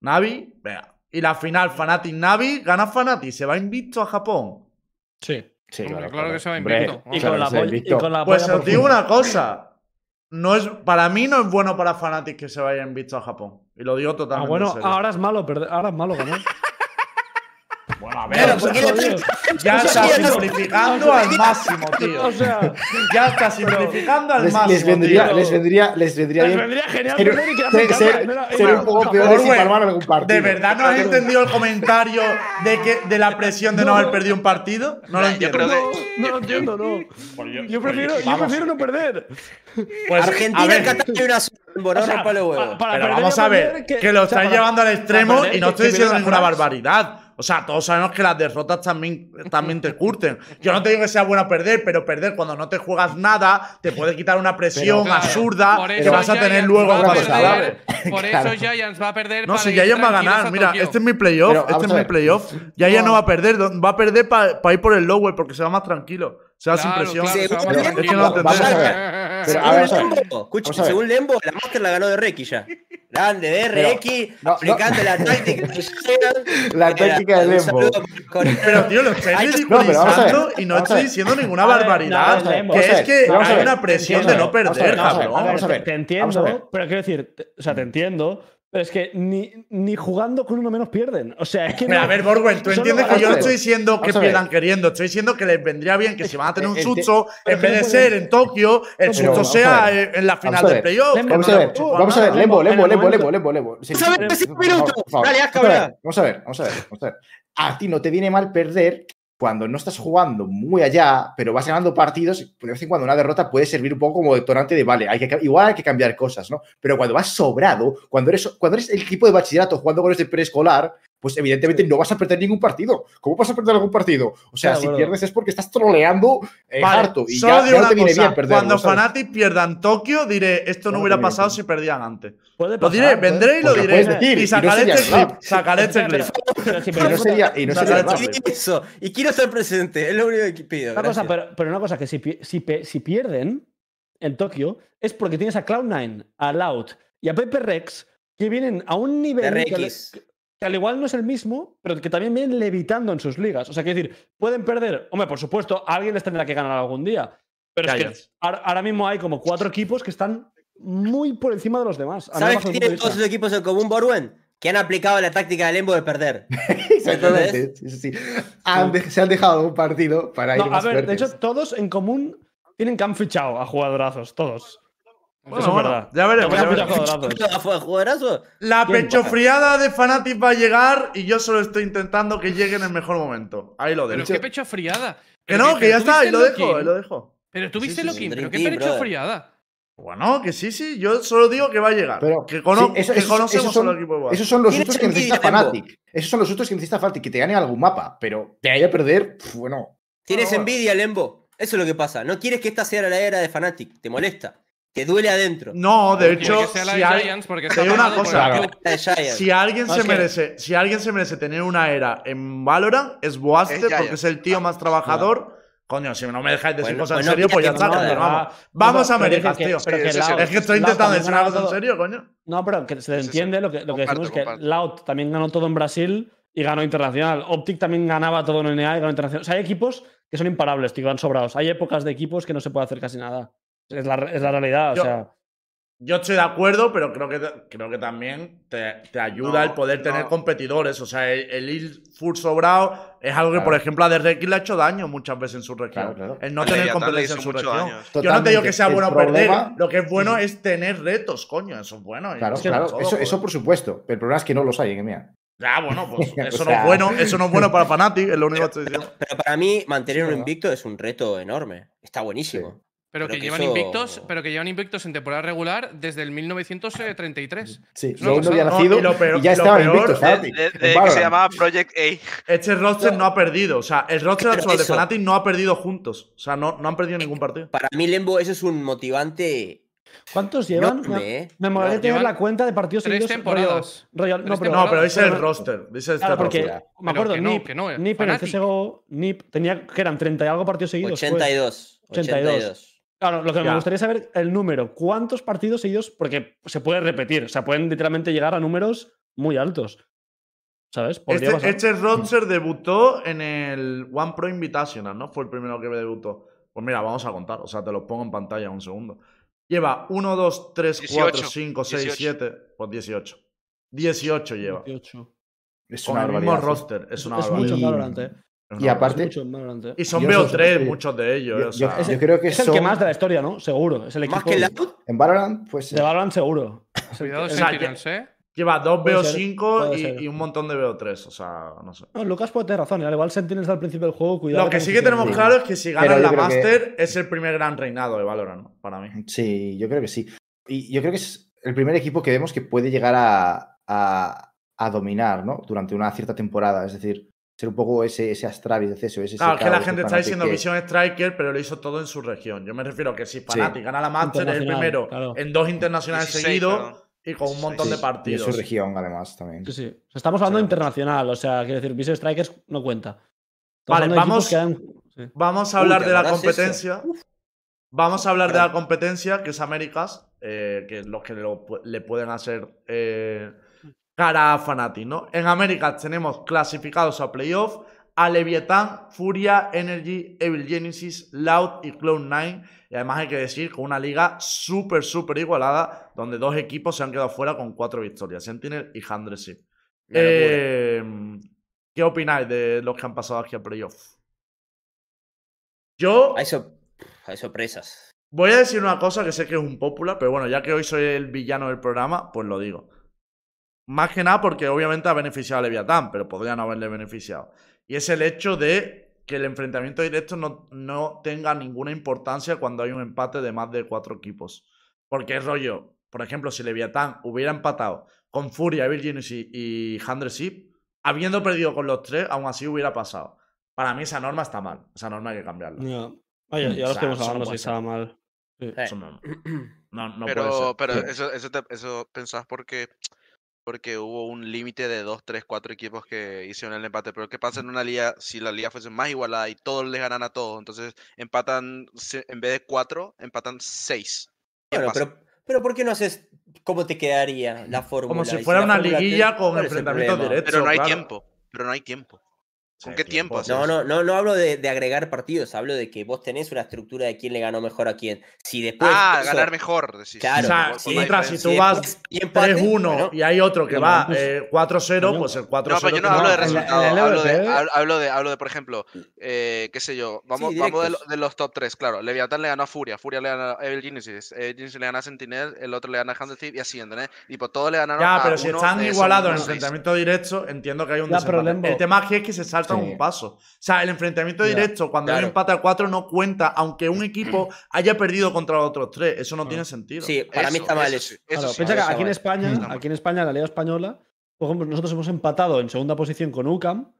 Speaker 1: Navi, venga. Y la final, Fnatic Navi, gana Fnatic, se va invicto a Japón.
Speaker 4: Sí.
Speaker 6: Sí,
Speaker 5: Hombre, claro que se va
Speaker 6: hombre,
Speaker 5: invicto.
Speaker 4: Y
Speaker 5: Claro
Speaker 4: con, la
Speaker 6: se va
Speaker 4: polla, y
Speaker 6: invicto.
Speaker 4: con la
Speaker 1: Pues
Speaker 4: polla
Speaker 1: os
Speaker 4: por
Speaker 1: digo
Speaker 4: fin. Ah,
Speaker 1: una cosa. No es, para mí no es bueno para Fnatic que se vaya invicto a Japón. Y lo digo
Speaker 4: Ah,
Speaker 1: totalmente. en
Speaker 4: bueno,
Speaker 1: serio.
Speaker 4: ahora es malo, perder- ahora es malo ganar.
Speaker 1: Bueno, a ver,
Speaker 3: Claro,
Speaker 1: o sea,
Speaker 3: porque le-
Speaker 4: Joder.
Speaker 1: ya
Speaker 3: yo
Speaker 1: está
Speaker 3: sabía que-
Speaker 1: simplificando al máximo, tío.
Speaker 4: O sea,
Speaker 1: Ya está simplificando al
Speaker 6: Les,
Speaker 1: máximo.
Speaker 6: les vendría,
Speaker 1: tío.
Speaker 6: les vendría, les vendría
Speaker 4: les
Speaker 6: bien.
Speaker 4: vendría genial
Speaker 6: Ser,
Speaker 4: tener y quedarse en
Speaker 6: ser,
Speaker 4: casa,
Speaker 6: ser-
Speaker 4: no era-
Speaker 6: ser un poco peor si
Speaker 1: Orwell,
Speaker 6: palmar algún partido.
Speaker 1: ¿De verdad no has entendido el comentario de, que, de la presión de no haber perdido un partido? No lo
Speaker 2: Yo
Speaker 1: entiendo.
Speaker 2: creo
Speaker 4: No, no
Speaker 2: Yo-
Speaker 4: lo entiendo, no. Yo prefiero, yo
Speaker 1: vamos.
Speaker 4: prefiero no perder.
Speaker 1: Pues, a
Speaker 3: Argentina
Speaker 1: ver,
Speaker 3: y Qatar hay una sola, Lembo, no
Speaker 4: O sea,
Speaker 3: rompa los
Speaker 4: pa-
Speaker 3: huevos.
Speaker 4: para
Speaker 1: pero
Speaker 4: perder
Speaker 1: vamos
Speaker 4: o
Speaker 1: a
Speaker 4: perder,
Speaker 1: ver,
Speaker 4: que-
Speaker 1: que, lo
Speaker 4: o sea,
Speaker 1: estáis
Speaker 4: para-
Speaker 1: llevando al extremo
Speaker 4: perder,
Speaker 1: y no
Speaker 4: que-
Speaker 1: estoy
Speaker 4: que
Speaker 1: diciendo
Speaker 4: vienen
Speaker 1: ninguna
Speaker 4: las Franks.
Speaker 1: barbaridad. O sea, todos sabemos que las derrotas también, también te curten. Yo no te digo que sea bueno perder, pero perder cuando no te juegas nada te puede quitar una presión
Speaker 5: Claro,
Speaker 1: absurda
Speaker 5: por
Speaker 1: que
Speaker 5: eso
Speaker 1: vas a tener
Speaker 5: Giants
Speaker 1: luego
Speaker 5: va a
Speaker 1: en cuanto
Speaker 5: perder,
Speaker 1: acabe.
Speaker 5: Por
Speaker 6: Claro.
Speaker 5: eso Giants va a perder.
Speaker 1: No,
Speaker 5: para
Speaker 1: si
Speaker 5: ir
Speaker 1: Giants va a
Speaker 5: tranquilos
Speaker 1: ganar,
Speaker 5: a
Speaker 1: mira,
Speaker 5: Tokio.
Speaker 1: este es mi playoff,
Speaker 6: Pero, vamos
Speaker 1: este es
Speaker 6: a
Speaker 1: mi
Speaker 6: ver.
Speaker 1: playoff. Giants no va a perder, va a perder para ir por el lower porque se va más tranquilo, se va
Speaker 5: Claro,
Speaker 1: sin presión.
Speaker 5: claro,
Speaker 3: Sí,
Speaker 5: se va a
Speaker 3: pero-
Speaker 5: mantener.
Speaker 1: es que no lo
Speaker 6: Vamos a ver. Pero, a
Speaker 3: según,
Speaker 6: ver, vamos a ver.
Speaker 3: Lembo, escucha,
Speaker 6: Vamos a ver.
Speaker 3: según Lembo, la Master la ganó de Requi ya. Grande, de
Speaker 6: Pero-
Speaker 3: Requi,
Speaker 6: no, no.
Speaker 3: aplicando la táctica que llegan.
Speaker 6: La
Speaker 3: Era-
Speaker 6: táctica de
Speaker 3: un
Speaker 6: Lembo.
Speaker 3: saludo para Correa.
Speaker 1: Pero, tío, lo estáis
Speaker 3: Ay,
Speaker 6: no, pero vamos a ver,
Speaker 1: ridiculizando y no
Speaker 6: vamos a
Speaker 1: estoy
Speaker 6: ver.
Speaker 1: diciendo ninguna
Speaker 4: A ver,
Speaker 1: barbaridad.
Speaker 4: no, no,
Speaker 1: que
Speaker 6: vamos a
Speaker 1: es
Speaker 6: ver,
Speaker 1: que
Speaker 6: vamos a
Speaker 1: hay
Speaker 6: ver,
Speaker 1: una presión
Speaker 6: vamos a
Speaker 1: de
Speaker 6: ver,
Speaker 1: no
Speaker 6: vamos a ver,
Speaker 1: perder,
Speaker 6: vamos a ver,
Speaker 1: cabrón.
Speaker 6: vamos a ver.
Speaker 4: Te
Speaker 6: vamos a ver.
Speaker 4: entiendo, pero quiero decir, te- o sea, te entiendo, pero es que ni, ni jugando con uno menos pierden. O sea, es que.
Speaker 1: Mira,
Speaker 4: no-
Speaker 1: a ver, Borwen, tú
Speaker 4: Solo
Speaker 1: entiendes que
Speaker 4: ganar.
Speaker 1: yo no
Speaker 6: vamos a
Speaker 1: estoy
Speaker 6: ver.
Speaker 1: diciendo que
Speaker 6: Vamos a ver.
Speaker 1: pierdan queriendo, estoy diciendo que les vendría bien que si van a tener un
Speaker 6: Eh, eh,
Speaker 1: susto,
Speaker 4: pero
Speaker 1: en
Speaker 4: que
Speaker 1: vez de
Speaker 4: no
Speaker 1: ser
Speaker 4: pueden-
Speaker 1: en Tokio, el
Speaker 4: Pero
Speaker 1: susto
Speaker 6: vamos a
Speaker 1: sea
Speaker 6: ver.
Speaker 1: eh, en la final
Speaker 6: Vamos a
Speaker 1: del
Speaker 6: ver.
Speaker 1: playoff.
Speaker 4: Lembo,
Speaker 6: Vamos a ver, vamos a ver, Lembo, Lembo, Lembo, Lembo, Lembo, Lembo. Sí,
Speaker 3: Vamos a ver,
Speaker 6: sí,
Speaker 3: cinco
Speaker 6: por favor,
Speaker 3: minutos.
Speaker 6: por favor.
Speaker 3: Dale, haz
Speaker 6: Vamos a ver,
Speaker 3: cabra.
Speaker 6: Vamos a ver, vamos a ver, vamos a ver. A ti no te viene mal perder cuando no estás jugando muy allá, pero vas ganando partidos. y De vez en cuando una derrota puede servir un poco como detonante de, vale, hay que, ca- igual hay que cambiar cosas, ¿no? Pero cuando vas sobrado, cuando eres, cuando eres el tipo de bachillerato jugando con los de preescolar, pues evidentemente no vas a perder ningún partido. ¿Cómo vas a perder algún partido? O sea,
Speaker 4: Claro,
Speaker 6: si
Speaker 4: bueno.
Speaker 6: pierdes es porque estás troleando eh,
Speaker 1: Vale,
Speaker 6: harto y
Speaker 1: solo
Speaker 6: ya,
Speaker 1: digo
Speaker 6: ya no
Speaker 1: una
Speaker 6: te viene
Speaker 1: cosa,
Speaker 6: bien perder.
Speaker 1: cuando Fnatic pierdan Tokio, diré, esto no
Speaker 6: Claro que
Speaker 1: hubiera
Speaker 6: viene
Speaker 1: pasado
Speaker 6: bien.
Speaker 1: si perdían antes.
Speaker 4: Puede
Speaker 1: Lo
Speaker 4: pasar,
Speaker 1: diré,
Speaker 4: puede-
Speaker 1: vendré y lo
Speaker 6: Pues lo
Speaker 1: diré.
Speaker 6: puedes decir,
Speaker 1: y
Speaker 6: y
Speaker 1: sacaré
Speaker 6: no sería
Speaker 1: este clip,
Speaker 6: grave.
Speaker 1: sacaré este
Speaker 4: Espera,
Speaker 1: clip.
Speaker 4: pero si
Speaker 6: Y no
Speaker 4: perdemos-
Speaker 6: sería, y no
Speaker 1: Saca
Speaker 6: sería
Speaker 1: el
Speaker 6: grave.
Speaker 1: chip.
Speaker 3: Eso, y quiero estar presente, es lo único que pido.
Speaker 4: este Una cosa,
Speaker 3: gracias.
Speaker 4: pero, pero una cosa que si, pi- si, pe- si pierden en Tokio es porque tienes a Cloud9, a Loud y a Pepe Rex que vienen a un
Speaker 3: De
Speaker 4: nivel que, al-
Speaker 3: Requis.
Speaker 4: que al igual no es el mismo, pero que también vienen levitando en sus ligas. O sea, quiero decir, pueden perder. Hombre, por supuesto, a alguien les tendrá que ganar algún día. Pero es que
Speaker 1: Giants.
Speaker 4: ahora, ahora mismo hay como cuatro equipos que están muy por encima de los demás. a
Speaker 3: ¿Sabes
Speaker 4: más
Speaker 3: qué
Speaker 4: bajo mi
Speaker 3: tienen
Speaker 4: punto de
Speaker 3: todos
Speaker 4: vista.
Speaker 3: los equipos en común, Borwen? Que han aplicado la táctica del Lembo de perder.
Speaker 6: Exactamente, sí, sí, sí. Han de- se han dejado un partido para ir
Speaker 4: No, a
Speaker 6: más
Speaker 4: ver, de
Speaker 6: fuertes.
Speaker 4: hecho, todos en común tienen que han fichado a jugadorazos, todos.
Speaker 1: Bueno,
Speaker 4: Eso es
Speaker 1: bueno,
Speaker 4: verdad.
Speaker 1: ya veremos,
Speaker 4: Todos han
Speaker 1: ya
Speaker 4: fichado
Speaker 1: veremos.
Speaker 4: jugadorazos.
Speaker 3: ¿Fue jugadorazo?
Speaker 1: La
Speaker 4: ¿Quién?
Speaker 1: pechofriada de Fnatic va a llegar y yo solo estoy intentando que llegue en el mejor momento. Ahí lo
Speaker 5: Pero
Speaker 1: dejo.
Speaker 5: qué pecho friada.
Speaker 1: Que
Speaker 5: Pero
Speaker 1: no, que
Speaker 5: pero
Speaker 1: ya
Speaker 5: tú
Speaker 1: está,
Speaker 5: viste
Speaker 1: ahí lo
Speaker 5: Loki,
Speaker 1: dejo, ahí lo dejo.
Speaker 5: Pero tú
Speaker 3: Sí,
Speaker 5: viste
Speaker 3: sí,
Speaker 5: lo
Speaker 3: sí,
Speaker 5: que
Speaker 3: un
Speaker 5: pero
Speaker 3: Dream
Speaker 5: qué
Speaker 3: Team,
Speaker 5: pecho
Speaker 3: brother.
Speaker 5: friada.
Speaker 1: Bueno, que sí, sí, yo solo digo que va a llegar.
Speaker 6: Pero,
Speaker 1: que, cono-
Speaker 6: sí, eso-
Speaker 1: que
Speaker 6: eso-
Speaker 1: conocemos
Speaker 6: esos son-
Speaker 1: al equipo igual.
Speaker 6: Esos son los
Speaker 3: Tiene
Speaker 6: sustos que necesita
Speaker 3: sentido, Lembo.
Speaker 6: Fnatic. Esos son los sustos que necesita Fnatic, que te gane algún mapa, pero de ahí a perder, pf, bueno.
Speaker 3: Tienes
Speaker 1: bueno.
Speaker 3: envidia, Lembo. Eso es lo que pasa. No quieres que esta sea la era de Fanatic. Te molesta. Te duele adentro.
Speaker 1: No, de
Speaker 5: Tiene que
Speaker 1: hecho,
Speaker 5: ser la
Speaker 1: si,
Speaker 5: de
Speaker 1: hay-
Speaker 5: Giants porque
Speaker 1: te digo
Speaker 5: está
Speaker 1: una
Speaker 5: pagado por
Speaker 1: cosa.
Speaker 5: el
Speaker 6: Claro.
Speaker 5: club.
Speaker 3: La de Giants.
Speaker 1: si alguien
Speaker 3: No,
Speaker 1: se
Speaker 3: es que-
Speaker 1: merece, si alguien se merece tener una era en Valorant, es Boaste,
Speaker 2: Es Giants.
Speaker 1: porque es el tío más trabajador Coño, si no me dejáis decir
Speaker 3: Bueno,
Speaker 1: cosas en
Speaker 3: bueno,
Speaker 1: serio, pues ya
Speaker 3: pero
Speaker 1: está,
Speaker 3: no,
Speaker 1: coño,
Speaker 3: de
Speaker 1: vamos. Vamos a Américas,
Speaker 4: América,
Speaker 1: tío.
Speaker 2: pero que Laos-
Speaker 1: Es que estoy intentando decir una cosa en serio, coño.
Speaker 4: No, pero que se le
Speaker 2: Sí, sí, sí.
Speaker 4: entiende lo que, lo que
Speaker 2: Comparto,
Speaker 4: decimos que
Speaker 2: comparto.
Speaker 4: Laut también ganó todo en Brasil y ganó internacional. Optic también ganaba todo en NA y ganó internacional. O sea, hay equipos que son imparables, tío, que van sobrados. Hay épocas de equipos que no se puede hacer casi nada. Es la, es la realidad, o
Speaker 1: Yo-
Speaker 4: sea.
Speaker 1: Yo estoy de acuerdo, pero creo que, creo que también te, te ayuda
Speaker 2: No,
Speaker 1: el poder tener
Speaker 2: no.
Speaker 1: competidores. O sea, el, el ir full sobrado es algo que, por
Speaker 6: Claro.
Speaker 1: ejemplo, a DRX le ha hecho daño muchas veces en su región.
Speaker 6: Claro, claro.
Speaker 1: El no
Speaker 2: Al
Speaker 1: tener
Speaker 2: Leviatán le
Speaker 1: competencia en
Speaker 2: hizo
Speaker 1: su
Speaker 2: mucho
Speaker 1: región.
Speaker 2: daño.
Speaker 1: Yo no te digo
Speaker 6: Totalmente.
Speaker 1: que sea
Speaker 6: El
Speaker 1: bueno
Speaker 6: problema-
Speaker 1: perder. Lo que es bueno es tener retos, coño. Eso es bueno. y
Speaker 6: Claro,
Speaker 1: es que
Speaker 6: claro.
Speaker 1: todo, pues.
Speaker 6: Eso,
Speaker 1: joder.
Speaker 6: eso por supuesto. Pero el problema es que no los hay, que mía.
Speaker 1: Ya, bueno, pues
Speaker 6: O
Speaker 1: eso no
Speaker 6: sea-
Speaker 1: es bueno. Eso no es bueno para Fnatic, es lo único que estoy diciendo.
Speaker 3: Pero para mí, mantener
Speaker 6: Es
Speaker 3: un
Speaker 6: verdad.
Speaker 3: invicto es un reto enorme. Está buenísimo.
Speaker 5: Pero,
Speaker 3: Pero
Speaker 5: que,
Speaker 3: que
Speaker 5: llevan
Speaker 3: eso-
Speaker 5: invictos, pero que llevan invictos en temporada regular desde el 1933.
Speaker 6: Sí,
Speaker 5: No,
Speaker 6: yo no había
Speaker 1: no,
Speaker 6: nacido
Speaker 1: y lo peor-
Speaker 6: y ya
Speaker 1: lo
Speaker 6: estaba
Speaker 1: peor
Speaker 6: invicto,
Speaker 1: es-
Speaker 6: ¿sabes?
Speaker 2: De- de- de-
Speaker 6: En
Speaker 2: que se
Speaker 6: Valorant.
Speaker 2: llamaba Project A.
Speaker 1: Este roster no. ha perdido. O sea, el roster
Speaker 3: Pero
Speaker 1: actual de
Speaker 3: eso-
Speaker 1: Fnatic no ha perdido juntos. O sea, no, no han perdido ningún partido.
Speaker 3: Para mí, Lembo, eso es un motivante
Speaker 4: ¿Cuántos llevan?
Speaker 3: enorme. ¿eh?
Speaker 4: Me molaría
Speaker 3: Enorme.
Speaker 5: llevan
Speaker 4: tener la cuenta de partidos
Speaker 5: tres
Speaker 4: seguidos,
Speaker 5: temporadas.
Speaker 4: rollo- rollo-
Speaker 5: Tres
Speaker 4: no, pero,
Speaker 1: No, pero
Speaker 5: temporadas.
Speaker 1: dice el roster. Dice este
Speaker 4: Claro, porque
Speaker 1: roster.
Speaker 5: Pero
Speaker 4: me acuerdo,
Speaker 5: que no,
Speaker 4: Nip,
Speaker 5: que no, eh.
Speaker 4: Nip en el
Speaker 5: Fnatic.
Speaker 4: CSGO, Nip tenía que eran 30 y algo partidos seguidos. pues.
Speaker 3: 82.
Speaker 4: 82.
Speaker 3: 82.
Speaker 4: Claro, lo que
Speaker 1: Ya.
Speaker 4: me gustaría saber el número. ¿Cuántos partidos seguidos? Porque se puede repetir. O sea, pueden literalmente llegar a números muy altos. ¿Sabes? Podría
Speaker 1: Este,
Speaker 4: pasar.
Speaker 1: este roster debutó en el One Pro Invitational, ¿no? Fue el primero que debutó. Pues mira, vamos a contar. O sea, te lo pongo en pantalla un segundo. Lleva 1, 2, 3, 4,
Speaker 2: 18,
Speaker 1: 5, 6,
Speaker 2: 18.
Speaker 1: 7. Pues 18. 18 lleva.
Speaker 4: 28.
Speaker 6: Es
Speaker 1: Con
Speaker 6: una
Speaker 1: el mismo
Speaker 6: barbaridad. sí.
Speaker 1: roster. Es
Speaker 4: Es,
Speaker 1: una
Speaker 4: es
Speaker 1: barbaridad.
Speaker 4: mucho
Speaker 6: Y-
Speaker 4: valorante. eh.
Speaker 1: Es
Speaker 6: y
Speaker 1: una
Speaker 6: aparte-
Speaker 4: Es mucho valorante.
Speaker 1: barbaridad. Y son
Speaker 6: yo
Speaker 1: BO3,
Speaker 6: soy-
Speaker 1: muchos de ellos.
Speaker 6: Yo,
Speaker 1: o sea,
Speaker 6: yo- yo creo que
Speaker 4: Es el que
Speaker 6: son-
Speaker 4: más de la historia, ¿no? Seguro. Es el equipo
Speaker 3: Más que Loud,
Speaker 6: En Valorant, pues.
Speaker 4: de Valorant, seguro.
Speaker 5: Cuidado,
Speaker 1: O sea,
Speaker 5: Sentinels, ¿eh?
Speaker 1: lleva dos
Speaker 4: Puede ser,
Speaker 1: BO5
Speaker 4: puede
Speaker 1: y,
Speaker 4: ser.
Speaker 1: y un montón de BO3. O sea, no sé.
Speaker 4: No, Lucas puede tener razón. ¿eh? Al igual Sentinels al principio del juego, cuidado.
Speaker 1: Lo que
Speaker 4: con
Speaker 1: sí
Speaker 4: sus
Speaker 1: que tenemos
Speaker 4: tiros.
Speaker 1: claro es que si
Speaker 6: Pero
Speaker 1: ganan
Speaker 6: yo
Speaker 1: la
Speaker 6: creo que-
Speaker 1: Master es el primer gran reinado de Valorant, ¿no? para mí.
Speaker 6: Sí, yo creo que sí. Y yo creo que es el primer equipo que vemos que puede llegar a, a- a dominar, ¿no? Durante una cierta temporada. Es decir, ser un poco ese, ese Astravis de CSO, ese
Speaker 1: Claro, es que la
Speaker 6: Sekawa,
Speaker 1: gente
Speaker 6: ese
Speaker 1: está
Speaker 6: Fnatic
Speaker 1: diciendo
Speaker 6: que-
Speaker 1: Vision Striker, pero lo hizo todo en su región. Yo me refiero que si Fnatic gana la Master es el
Speaker 4: Internacional,
Speaker 1: primero
Speaker 4: claro.
Speaker 1: en dos internacionales
Speaker 2: 16,
Speaker 1: seguidos
Speaker 2: perdón.
Speaker 1: y con un montón
Speaker 6: Sí,
Speaker 1: de
Speaker 6: Y en
Speaker 1: partidos.
Speaker 6: su región, además, también.
Speaker 4: Sí, sí. O sea, estamos hablando
Speaker 1: Sí.
Speaker 4: internacional. O sea, quiero decir, Vision Strikers no cuenta. Estamos
Speaker 1: Vale,
Speaker 4: hablando de equipos
Speaker 1: vamos-
Speaker 4: que dan-
Speaker 1: Vamos a
Speaker 3: Uy,
Speaker 1: hablar
Speaker 3: ¿te
Speaker 1: de la
Speaker 3: acordás eso?
Speaker 1: competencia. Vamos a hablar de la competencia, que es Américas, eh, que es los que lo pu- le pueden hacer eh, cara a Fnatic, ¿no? En Américas tenemos clasificados a playoff a Leviatán, Furia, Energy, Evil Genesis, Loud y Cloud9. Y además hay que decir con una liga súper, súper igualada, donde dos equipos se han quedado fuera con cuatro victorias, Sentinel y Em, Handresy.
Speaker 2: Una locura.
Speaker 1: ¿Qué opináis de los que han pasado aquí a playoff? Yo
Speaker 3: hay, sor- hay sorpresas.
Speaker 1: voy a decir una cosa que sé que es un popular, pero bueno, ya que hoy soy el villano del programa, pues lo digo. Más que nada porque obviamente ha beneficiado a Leviatán, pero podría no haberle beneficiado. Y es el hecho de que el enfrentamiento directo no, no tenga ninguna importancia cuando hay un empate de más de cuatro equipos. Porque es rollo, por ejemplo, si Leviatán hubiera empatado con Furia, Virgin y Handresip, habiendo perdido con los tres, aún así hubiera pasado. Para mí esa norma está mal. Esa norma hay que cambiarla.
Speaker 4: Ya. Oye,
Speaker 1: Mm,
Speaker 4: ya lo
Speaker 1: o sea,
Speaker 4: estuvimos
Speaker 1: eso no
Speaker 4: hablando si
Speaker 1: puede ser.
Speaker 4: estaba mal. Sí.
Speaker 3: Eh,
Speaker 1: Eso no, no, no puede
Speaker 2: Pero,
Speaker 1: ser.
Speaker 2: pero
Speaker 6: Sí.
Speaker 2: eso, eso, te- eso pensás porque, porque hubo un límite de 2, 3, 4 equipos que hicieron el empate. Pero ¿qué pasa en una liga si la liga fuese más igualada y todos les ganan a todos? Entonces empatan, se- en vez de 4, empatan 6.
Speaker 3: Bueno, pero, pero ¿por qué no haces cómo te quedaría la fórmula?
Speaker 1: Como si
Speaker 3: Y
Speaker 1: fuera
Speaker 3: la
Speaker 1: una
Speaker 3: fórmula te-
Speaker 1: liguilla con
Speaker 3: ¿cuál es el
Speaker 1: enfrentamientos
Speaker 3: problema?
Speaker 1: directos.
Speaker 2: Pero no hay
Speaker 1: claro.
Speaker 2: tiempo. Pero no hay tiempo.
Speaker 1: Sí,
Speaker 2: ¿Con qué tiempo haces?
Speaker 3: No, no, no, no hablo de, de agregar partidos, hablo de que vos tenés una estructura de quién le ganó mejor a quién. Si después.
Speaker 2: ah,
Speaker 3: eso-
Speaker 2: ganar mejor, decís.
Speaker 3: Pues, Claro.
Speaker 1: o sea,
Speaker 2: por- por
Speaker 1: si
Speaker 2: la
Speaker 1: entras y
Speaker 2: diferencia.
Speaker 1: tú
Speaker 3: si
Speaker 1: vas
Speaker 3: después hay empate,
Speaker 1: 3-1
Speaker 3: bueno,
Speaker 1: y hay otro que
Speaker 4: pero
Speaker 1: va
Speaker 4: pues,
Speaker 1: eh, 4-0,
Speaker 4: coño.
Speaker 1: pues el
Speaker 2: No,
Speaker 1: 4-0.
Speaker 2: pero yo no
Speaker 1: que
Speaker 2: hablo de
Speaker 1: va-
Speaker 4: en la-
Speaker 2: resultado,
Speaker 4: en la
Speaker 2: hablo de,
Speaker 4: LVP.
Speaker 2: hab- hablo de, hablo de, por ejemplo, eh, qué sé yo, vamos, vamos de, lo-
Speaker 3: directos.
Speaker 2: de los top 3, claro, Leviatán le ganó a Furia, Furia le ganó a Evil Genesis, Evil Genesis le gana a Sentinel, el otro le gana a Hands Thief y así, ¿entendés? Y pues todos le ganaron a
Speaker 1: Ya, pero si
Speaker 2: uno
Speaker 1: están
Speaker 2: de esos
Speaker 1: igualados en
Speaker 2: mismos seis.
Speaker 1: enfrentamiento directo, entiendo que hay un
Speaker 4: Ya, pero
Speaker 1: desempate.
Speaker 4: Lembo-
Speaker 1: El tema aquí es que se salta
Speaker 6: Sí.
Speaker 1: un paso. O sea, el enfrentamiento
Speaker 4: Ya,
Speaker 1: directo, cuando hay un
Speaker 3: claro.
Speaker 1: empate a 4, no cuenta, aunque un equipo haya perdido contra los otros tres. Eso no
Speaker 4: Ah.
Speaker 1: tiene sentido.
Speaker 3: Sí, para mí
Speaker 2: Eso,
Speaker 3: está mal
Speaker 2: eso
Speaker 3: eso.
Speaker 2: sí, eso
Speaker 4: Claro,
Speaker 2: sí.
Speaker 4: piensa que
Speaker 3: eso
Speaker 4: aquí en
Speaker 3: vale.
Speaker 4: España,
Speaker 2: Está mal.
Speaker 4: aquí en España, en la Liga Española, por ejemplo, nosotros hemos empatado en segunda posición con UCAM,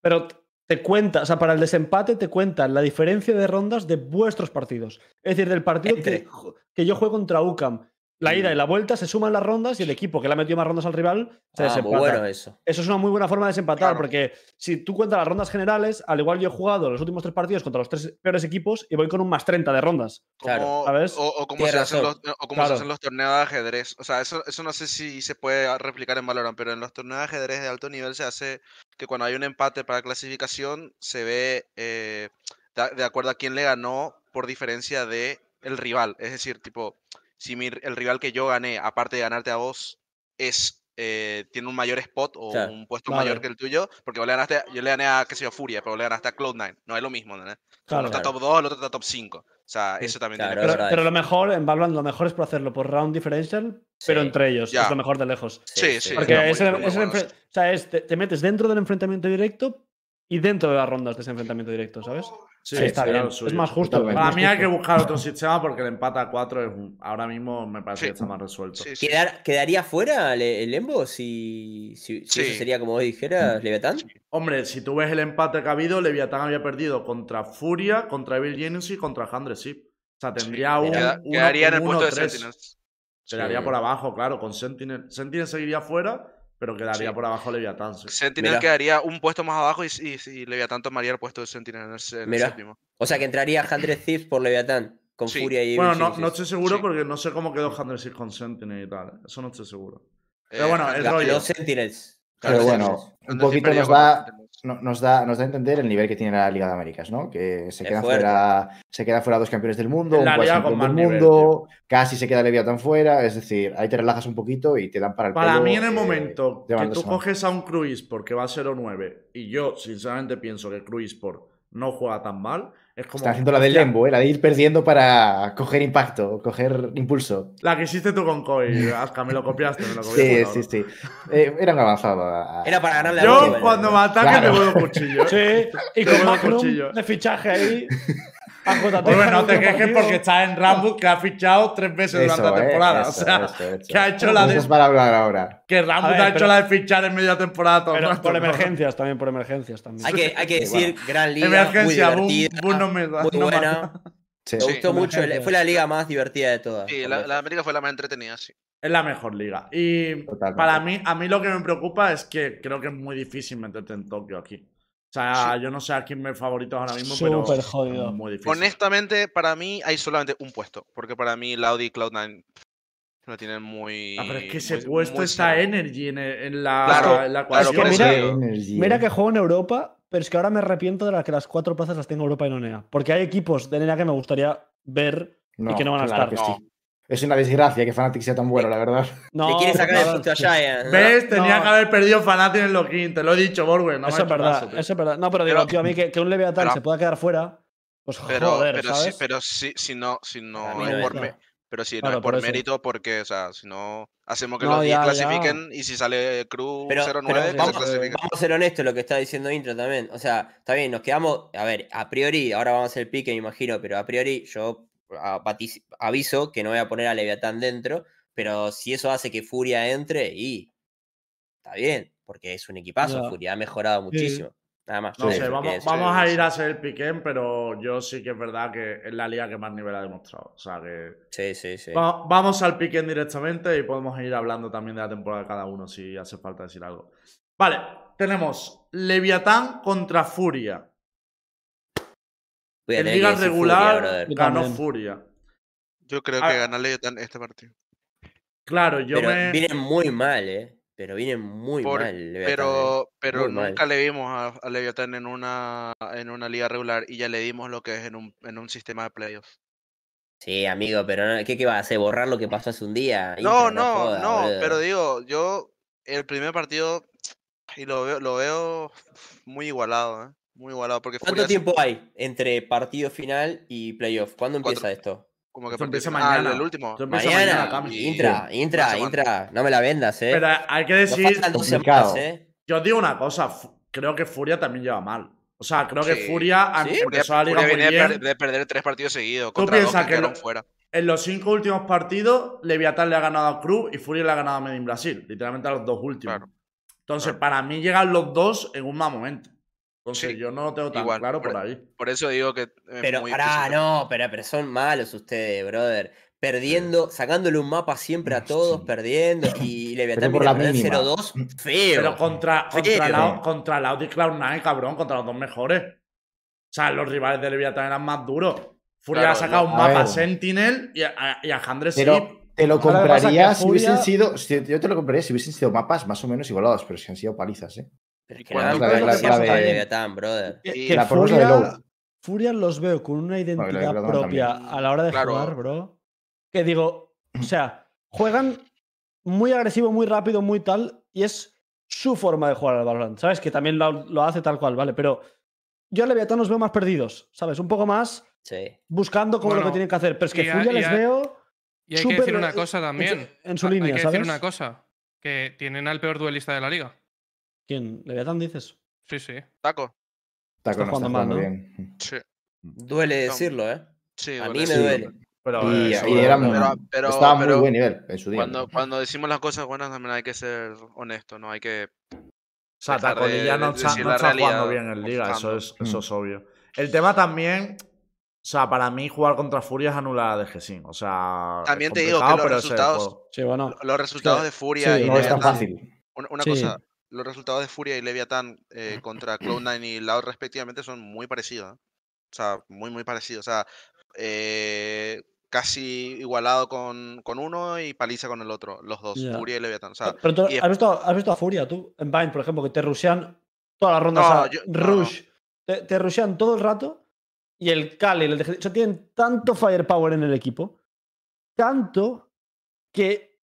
Speaker 4: pero t- te cuenta, o sea, para el desempate te cuentan la diferencia de rondas de vuestros partidos. Es decir, del partido
Speaker 3: Entre.
Speaker 4: que, ju- que yo juego contra UCAM La ida y la vuelta se suman las rondas y el equipo que le ha metido más rondas al rival se
Speaker 3: Ah, muy
Speaker 4: desempata.
Speaker 3: bueno eso.
Speaker 4: Eso es una muy buena forma de desempatar,
Speaker 2: Claro.
Speaker 4: porque si tú cuentas las rondas generales, al igual yo he jugado los últimos tres partidos contra los tres peores equipos y voy con un más 30 de rondas.
Speaker 3: Claro,
Speaker 2: Como-
Speaker 4: ¿sabes?
Speaker 2: O, o como
Speaker 3: Tienes
Speaker 2: se hacen los, eh,
Speaker 3: razón.
Speaker 2: o como se
Speaker 4: Claro.
Speaker 2: hacen los torneos de ajedrez. O sea, eso, eso no sé si se puede replicar en Valorant, pero en los torneos de ajedrez de alto nivel se hace que cuando hay un empate para clasificación se ve eh, da- de acuerdo a quién le ganó por diferencia de el rival. Es decir, tipo, si mi r- el rival que yo gané, aparte de ganarte a vos, es eh, tiene un mayor spot o
Speaker 3: Claro.
Speaker 2: un puesto
Speaker 4: Vale.
Speaker 2: mayor que el tuyo, porque vos le ganaste, yo le gané a, qué sé yo, Furia, pero vos le ganaste a Cloud9. No es lo mismo, ¿entendés?
Speaker 4: Claro.
Speaker 2: Uno está
Speaker 3: Claro.
Speaker 2: top 2, el otro está top 5. O sea,
Speaker 4: Sí,
Speaker 2: eso también
Speaker 3: claro,
Speaker 2: tiene
Speaker 4: Pero,
Speaker 3: es verdad
Speaker 4: pero
Speaker 3: eso.
Speaker 4: lo mejor en Valorant, lo mejor es por hacerlo por round differential, pero
Speaker 3: Sí,
Speaker 4: entre ellos.
Speaker 2: ya.
Speaker 4: Es lo mejor de lejos.
Speaker 2: Sí, sí.
Speaker 4: Porque
Speaker 2: está muy-
Speaker 4: es el-
Speaker 2: está muy
Speaker 4: es el
Speaker 2: bueno
Speaker 4: enfren-
Speaker 2: eso.
Speaker 4: o sea, es- te, te metes dentro del enfrentamiento directo y dentro de las rondas de ese enfrentamiento directo, ¿sabes?
Speaker 1: Sí,
Speaker 4: Ahí está
Speaker 1: será
Speaker 4: bien.
Speaker 1: lo
Speaker 4: Es
Speaker 1: suyo.
Speaker 4: más justo.
Speaker 6: Totalmente.
Speaker 4: más
Speaker 1: Para mí hay
Speaker 4: justo.
Speaker 1: que buscar otro sistema porque el empate a 4 es un- ahora mismo me parece
Speaker 2: Sí.
Speaker 1: que está más resuelto.
Speaker 2: Sí, sí.
Speaker 3: ¿Quedar- ¿Quedaría fuera el, el Embo si, si, si eso
Speaker 2: Sí.
Speaker 3: sería como vos
Speaker 1: Mm.
Speaker 3: dijeras, Leviatán?
Speaker 1: Hombre, si tú ves el empate que ha habido, Leviatán había perdido contra Furia, contra Evil Genius y contra Handre Sip. O sea, tendría un.
Speaker 2: Queda-
Speaker 1: uno
Speaker 2: quedaría en el
Speaker 1: con uno,
Speaker 2: puesto de
Speaker 1: tres.
Speaker 2: Sentinels.
Speaker 1: Quedaría
Speaker 3: Sí.
Speaker 1: por abajo, claro, con Sentinel. Sentinel seguiría fuera, pero quedaría
Speaker 2: Sí.
Speaker 1: por abajo Leviatán. sí.
Speaker 2: Sentinel
Speaker 3: Mirá.
Speaker 2: quedaría un puesto más abajo y, y, y Leviatán tomaría el puesto de Sentinel en el, se- en el
Speaker 3: Mirá.
Speaker 2: séptimo.
Speaker 3: O sea que entraría 100 Thieves por Leviatán, con
Speaker 2: Sí.
Speaker 3: Furia y
Speaker 1: Bueno,
Speaker 3: Evil
Speaker 1: no, no
Speaker 3: Geniuses.
Speaker 1: estoy seguro
Speaker 2: Sí.
Speaker 1: porque no sé cómo quedó Handre Sip con Sentinel y tal. Eso no estoy seguro. Pero
Speaker 2: Eh,
Speaker 1: bueno,
Speaker 2: Handler
Speaker 1: el
Speaker 2: Sip-
Speaker 1: rollo.
Speaker 3: Los Sentinels.
Speaker 6: Pero
Speaker 3: Los
Speaker 6: bueno,
Speaker 3: Sentinels.
Speaker 6: un
Speaker 2: Handler Sip
Speaker 6: poquito
Speaker 2: perdió
Speaker 6: nos
Speaker 2: con
Speaker 6: da,
Speaker 2: Sentinels.
Speaker 6: no- nos, da, nos da a entender el nivel que tiene la Liga de Américas, ¿no? Que se
Speaker 3: Es
Speaker 6: quedan,
Speaker 3: fuerte.
Speaker 6: fuera, se quedan fuera dos campeones del mundo,
Speaker 1: Es
Speaker 6: un
Speaker 1: la liga
Speaker 6: campeón
Speaker 1: con
Speaker 6: del
Speaker 1: más nivel,
Speaker 6: mundo, casi se queda Leviatán fuera, es decir, ahí te relajas un poquito y te dan para el
Speaker 1: Para
Speaker 6: pelo,
Speaker 1: mí, en el
Speaker 6: eh,
Speaker 1: momento que
Speaker 6: llevando
Speaker 1: tú
Speaker 6: semana.
Speaker 1: coges a un Cruise porque va a 0-9, y yo, sinceramente, pienso que Cruise por no juega tan mal, es como.
Speaker 6: Está haciendo la del
Speaker 1: Hostia,
Speaker 6: Lembo, eh, la de ir perdiendo para coger impacto, coger impulso.
Speaker 1: La que hiciste tú con Koi, Aska, me lo copiaste, me lo
Speaker 6: Sí,
Speaker 1: copiaste.
Speaker 6: sí, sí. Eh, era un avanzado. a- a-
Speaker 3: Era para ganarle a
Speaker 1: Yo,
Speaker 3: Bueno,
Speaker 1: cuando me
Speaker 3: bueno.
Speaker 1: ataque,
Speaker 6: Claro.
Speaker 1: te vuelvo cuchillo.
Speaker 4: Sí,
Speaker 1: Te
Speaker 4: y con
Speaker 1: vuelvo
Speaker 4: Magnum
Speaker 1: cuchillo.
Speaker 4: de fichaje ahí. a JT
Speaker 1: Hombre, Pues no te
Speaker 4: último
Speaker 1: quejes
Speaker 4: partido.
Speaker 1: porque estás en Rambo que ha fichado tres veces
Speaker 6: Eso,
Speaker 1: durante la
Speaker 6: eh,
Speaker 1: temporada. o
Speaker 6: eso,
Speaker 1: sea,
Speaker 6: eso, eso.
Speaker 1: que ha hecho la
Speaker 6: Eso
Speaker 1: de.
Speaker 6: es para hablar ahora.
Speaker 1: Que Rambo
Speaker 4: A ver,
Speaker 1: te ha hecho
Speaker 4: pero-
Speaker 1: la de fichar en media temporada. todo el
Speaker 4: Pero
Speaker 1: rato,
Speaker 4: por
Speaker 1: ¿no?
Speaker 4: emergencias también, por emergencias también.
Speaker 3: Hay que, hay que
Speaker 6: Sí, bueno.
Speaker 3: decir, gran liga,
Speaker 1: Emergencia, boom,
Speaker 3: muy divertida,
Speaker 1: boom, no me da.
Speaker 3: muy
Speaker 1: no me
Speaker 3: buena.
Speaker 1: da.
Speaker 6: Sí.
Speaker 3: Me
Speaker 2: Sí.
Speaker 3: gustó mucho,
Speaker 4: Emergencias.
Speaker 3: fue la liga más divertida de todas.
Speaker 2: Sí,
Speaker 3: por
Speaker 2: la,
Speaker 3: lejos.
Speaker 2: la de América fue la más entretenida, sí.
Speaker 1: Es la mejor liga. Y
Speaker 6: Totalmente.
Speaker 1: para mí, a mí lo que me preocupa es que creo que es muy difícil meterte en Tokio aquí. O sea, yo no sé a quién me favoritos ahora mismo,
Speaker 4: Súper
Speaker 1: pero
Speaker 4: jodido.
Speaker 1: es muy difícil.
Speaker 2: Honestamente, para mí hay solamente un puesto. Porque para mí Laudy y Cloud9 lo tienen muy.
Speaker 1: Ah, pero es que ese
Speaker 2: muy-
Speaker 1: puesto
Speaker 2: muy
Speaker 1: está
Speaker 2: cerrado.
Speaker 1: Energy en, en la,
Speaker 2: Claro,
Speaker 1: en la
Speaker 2: claro,
Speaker 1: ecuación.
Speaker 2: por
Speaker 4: Es que
Speaker 2: eso
Speaker 4: mira-
Speaker 2: digo.
Speaker 6: Energy,
Speaker 4: Mira
Speaker 6: eh.
Speaker 4: que juego en Europa, pero es que ahora me arrepiento de la que las cuatro plazas las tengo Europa y no NEA. Porque hay equipos de NEA que me gustaría ver.
Speaker 6: No,
Speaker 4: y que no van a
Speaker 6: claro
Speaker 4: estar.
Speaker 6: que sí. Es una desgracia que Fnatic sea tan bueno, la verdad.
Speaker 4: No,
Speaker 3: Le quiere sacar el eh,
Speaker 4: no,
Speaker 3: punto a
Speaker 4: sí.
Speaker 3: Giants. ¿no?
Speaker 1: ¿Ves? Tenía
Speaker 4: No.
Speaker 1: que haber perdido Fanatic en los Te lo he dicho, Borwen. No me
Speaker 4: eso
Speaker 1: ha
Speaker 4: es
Speaker 1: hecho
Speaker 4: verdad,
Speaker 1: caso, tío.
Speaker 4: eso es verdad. No, pero digo,
Speaker 2: Pero-
Speaker 4: tío, a mí que, que un Leviatán
Speaker 2: pero-
Speaker 4: se pueda quedar fuera, pues
Speaker 2: Pero,
Speaker 4: joder,
Speaker 2: pero, sí,
Speaker 4: ¿sabes?
Speaker 2: pero sí, si no, si
Speaker 3: Para
Speaker 2: no
Speaker 3: mí
Speaker 2: es
Speaker 3: no
Speaker 2: por
Speaker 3: entra.
Speaker 2: me- Pero si no
Speaker 4: Claro,
Speaker 2: es por
Speaker 4: por eso.
Speaker 2: mérito, porque, o sea, si no hacemos que
Speaker 4: No,
Speaker 2: los 10
Speaker 4: ya, ya.
Speaker 2: clasifiquen y si sale Cruz
Speaker 3: Pero-
Speaker 2: 09,
Speaker 3: pero
Speaker 2: que
Speaker 3: vamos-
Speaker 2: se clasifique.
Speaker 3: Vamos a ser honestos lo que está diciendo Intro también. O sea, está bien, nos quedamos. A ver, a priori, ahora vamos a hacer el pique, me imagino, pero a priori yo ah, patici- aviso que no voy a poner a Leviatán dentro. Pero si eso hace que Furia entre, y. Está bien, porque es un equipazo.
Speaker 4: Ya.
Speaker 3: Furia ha mejorado muchísimo. Nada más.
Speaker 1: No
Speaker 6: Sí,
Speaker 1: sé,
Speaker 3: porque
Speaker 1: vamos,
Speaker 3: es-
Speaker 1: vamos a
Speaker 2: sí.
Speaker 1: ir a hacer el piquén, pero yo sí que es verdad que es la liga que más nivel ha demostrado. O sea que.
Speaker 3: Sí, sí, sí.
Speaker 1: Va- vamos al piquen directamente y podemos ir hablando también de la temporada de cada uno si hace falta decir algo. Vale, tenemos Leviatán contra Furia.
Speaker 3: Voy a
Speaker 1: En
Speaker 3: tener que
Speaker 1: liga
Speaker 3: decir Furia,
Speaker 1: regular
Speaker 3: brother.
Speaker 4: Yo
Speaker 1: ganó
Speaker 4: también.
Speaker 1: Furia.
Speaker 2: Yo creo
Speaker 1: Ah.
Speaker 2: que gana Leviatán este partido.
Speaker 1: Claro, yo
Speaker 3: pero
Speaker 1: me.
Speaker 3: vienen muy mal, ¿eh? Pero vienen muy
Speaker 2: Por-
Speaker 3: mal. Leviatán, ¿eh?
Speaker 2: Pero, pero
Speaker 3: Muy mal.
Speaker 2: nunca le vimos a, a Leviatán en una, en una liga regular y ya le dimos lo que es en un, en un sistema de playoffs.
Speaker 3: Sí, amigo, pero no- ¿qué, ¿qué va a hacer? ¿Borrar lo que pasó hace un día?
Speaker 2: No,
Speaker 3: Intro,
Speaker 2: no,
Speaker 3: joda,
Speaker 2: no,
Speaker 3: boludo.
Speaker 2: pero digo, yo el primer partido y lo veo, lo veo muy igualado, ¿eh? Muy igualado, porque
Speaker 3: ¿Cuánto
Speaker 2: Furia hace
Speaker 3: tiempo hay entre partido final y playoff? ¿Cuándo empieza
Speaker 2: Cuatro.
Speaker 3: esto?
Speaker 2: como que
Speaker 1: Esto empieza
Speaker 2: participa- ah, el-
Speaker 1: mañana.
Speaker 2: el último.
Speaker 1: Esto empieza mañana,
Speaker 3: Mañana,
Speaker 1: Cami.
Speaker 2: y-
Speaker 3: intra,
Speaker 2: una
Speaker 3: intra,
Speaker 2: semana.
Speaker 3: intra. No me la vendas, eh.
Speaker 1: Pero hay que
Speaker 3: Nos
Speaker 1: decir.
Speaker 3: faltan dos
Speaker 6: complicado.
Speaker 3: semanas, eh.
Speaker 1: Yo os digo una cosa, Fu- creo que Furia también lleva mal. O sea, creo que
Speaker 2: Sí.
Speaker 1: Furia an-
Speaker 3: Sí,
Speaker 2: Furia,
Speaker 1: empezó la liga
Speaker 2: Furia
Speaker 1: muy
Speaker 2: viene de per-
Speaker 1: bien.
Speaker 2: de perder tres partidos seguidos contra dos
Speaker 1: piensas
Speaker 2: que
Speaker 1: que
Speaker 2: quedaron
Speaker 1: lo-
Speaker 2: fuera.
Speaker 1: En los cinco últimos partidos, Leviatán le ha ganado a Cruz y Furia le ha ganado a Medin Brasil. Literalmente a los dos últimos.
Speaker 2: Claro,
Speaker 1: Entonces,
Speaker 2: claro.
Speaker 1: para mí llegan los dos en un mal momento. Entonces,
Speaker 2: Sí,
Speaker 1: yo no lo tengo tan
Speaker 2: igual,
Speaker 1: claro
Speaker 2: por-
Speaker 1: por ahí.
Speaker 2: Por eso digo que es
Speaker 3: Pero,
Speaker 2: muy
Speaker 3: pará,
Speaker 2: difícil.
Speaker 3: no, pero, pero son malos ustedes, brother. perdiendo, sacándole un mapa siempre a todos,
Speaker 6: Sí.
Speaker 3: perdiendo, y Leviatán
Speaker 6: por
Speaker 3: viene a
Speaker 6: la
Speaker 3: perder
Speaker 6: mínima. Mm.
Speaker 3: 0-2, feo.
Speaker 1: Pero contra, contra,
Speaker 3: Feo.
Speaker 1: la, contra la Audi Cloud 9, cabrón, contra los dos mejores. O sea, los rivales de Leviathan eran más duros. Furia
Speaker 2: Claro,
Speaker 1: ha sacado
Speaker 2: no,
Speaker 1: un
Speaker 6: a
Speaker 1: mapa
Speaker 6: ver.
Speaker 1: Sentinel y a, y a Handre
Speaker 6: Pero te lo
Speaker 4: Ahora pasa
Speaker 6: compraría
Speaker 4: que
Speaker 6: si hubiesen
Speaker 4: Furia-
Speaker 6: sido. si- yo te lo compraría si hubiesen sido mapas más o menos igualados, pero si han sido palizas, ¿eh?
Speaker 3: Pero es que
Speaker 2: Cuando
Speaker 3: nada,
Speaker 6: la-
Speaker 3: pero
Speaker 6: la-
Speaker 3: no siempre
Speaker 6: la de-
Speaker 3: Leviatán, brother.
Speaker 4: Que-
Speaker 2: Sí,
Speaker 4: que
Speaker 6: la famosa de
Speaker 4: Furia,
Speaker 6: Lola.
Speaker 4: Furia los veo con una
Speaker 6: la de
Speaker 4: identidad
Speaker 6: Lola
Speaker 4: propia
Speaker 2: también.
Speaker 4: a la hora de
Speaker 2: Claro.
Speaker 4: jugar, bro. Que digo, o sea, juegan muy agresivo, muy rápido, muy tal, y es su forma de jugar al Valorant, ¿sabes? Que también lo, lo hace tal cual, ¿vale? Pero yo a Leviatán los veo más perdidos, ¿sabes? Un poco más
Speaker 3: Sí.
Speaker 4: buscando como lo
Speaker 5: Bueno,
Speaker 4: que tienen que hacer. Pero es que
Speaker 5: y a-
Speaker 4: Furia
Speaker 5: y
Speaker 4: les
Speaker 5: a-
Speaker 4: veo
Speaker 5: Y hay
Speaker 4: súper
Speaker 5: que decir una
Speaker 4: en-
Speaker 5: cosa también.
Speaker 4: en su, en su
Speaker 5: Ha-
Speaker 4: línea,
Speaker 5: hay que
Speaker 4: ¿sabes?
Speaker 5: decir una cosa. Que tienen al peor duelista de la liga.
Speaker 4: ¿Quién? ¿Leviatán dices?
Speaker 5: Sí, sí.
Speaker 2: Taco.
Speaker 6: Está con-
Speaker 4: jugando
Speaker 6: está
Speaker 4: mal,
Speaker 6: jugando
Speaker 4: ¿no?
Speaker 6: bien.
Speaker 2: Sí,
Speaker 3: Duele
Speaker 2: No.
Speaker 3: decirlo, ¿eh?
Speaker 2: sí,
Speaker 3: A
Speaker 2: bueno,
Speaker 3: mí
Speaker 2: sí.
Speaker 3: me duele.
Speaker 1: Pero,
Speaker 6: Y,
Speaker 1: eh,
Speaker 6: y
Speaker 1: seguro,
Speaker 6: era
Speaker 1: pero-
Speaker 6: muy,
Speaker 2: pero- pero-
Speaker 6: estaba a muy
Speaker 2: pero
Speaker 6: buen nivel en su día.
Speaker 2: Cuando, cuando decimos las cosas buenas también hay que ser honesto, no hay que.
Speaker 1: O sea,
Speaker 2: Dejar
Speaker 1: Taco
Speaker 2: de-
Speaker 1: ya no
Speaker 2: de
Speaker 1: está,
Speaker 2: decir
Speaker 1: no
Speaker 2: la
Speaker 1: está
Speaker 2: realidad, Mm.
Speaker 1: jugando bien en Liga, eso
Speaker 2: mostrando.
Speaker 1: es, eso es obvio. El tema también, o sea, para mí jugar contra Furia es anular a DGSIN. O sea, es
Speaker 2: También te digo que
Speaker 1: complicado,
Speaker 2: los
Speaker 1: pero ese es el
Speaker 2: resultados-
Speaker 1: juego.
Speaker 4: Sí, bueno.
Speaker 2: Los resultados de Furia
Speaker 4: sí,
Speaker 2: y
Speaker 6: no es tan
Speaker 2: Leviatán-
Speaker 6: fácil.
Speaker 2: Una, una
Speaker 4: Sí.
Speaker 2: cosa, los resultados de Furia y Leviathan eh, contra Cloud9 y Loud respectivamente son muy parecidos. ¿eh? O sea, muy, muy parecidos. O sea, eh, casi igualado con, con uno y paliza con el otro, los dos,
Speaker 4: Ya.
Speaker 2: Furia y Leviathan. O sea,
Speaker 4: Pero tú
Speaker 2: y es-
Speaker 4: has, visto, has visto a Furia, tú, en Vine, por ejemplo, que te rushean todas las rondas.
Speaker 2: No,
Speaker 4: o sea,
Speaker 2: yo- no,
Speaker 4: rush. Te, te rushean todo el rato y el Kali, el DGT, o sea, tienen tanto firepower en el equipo, tanto que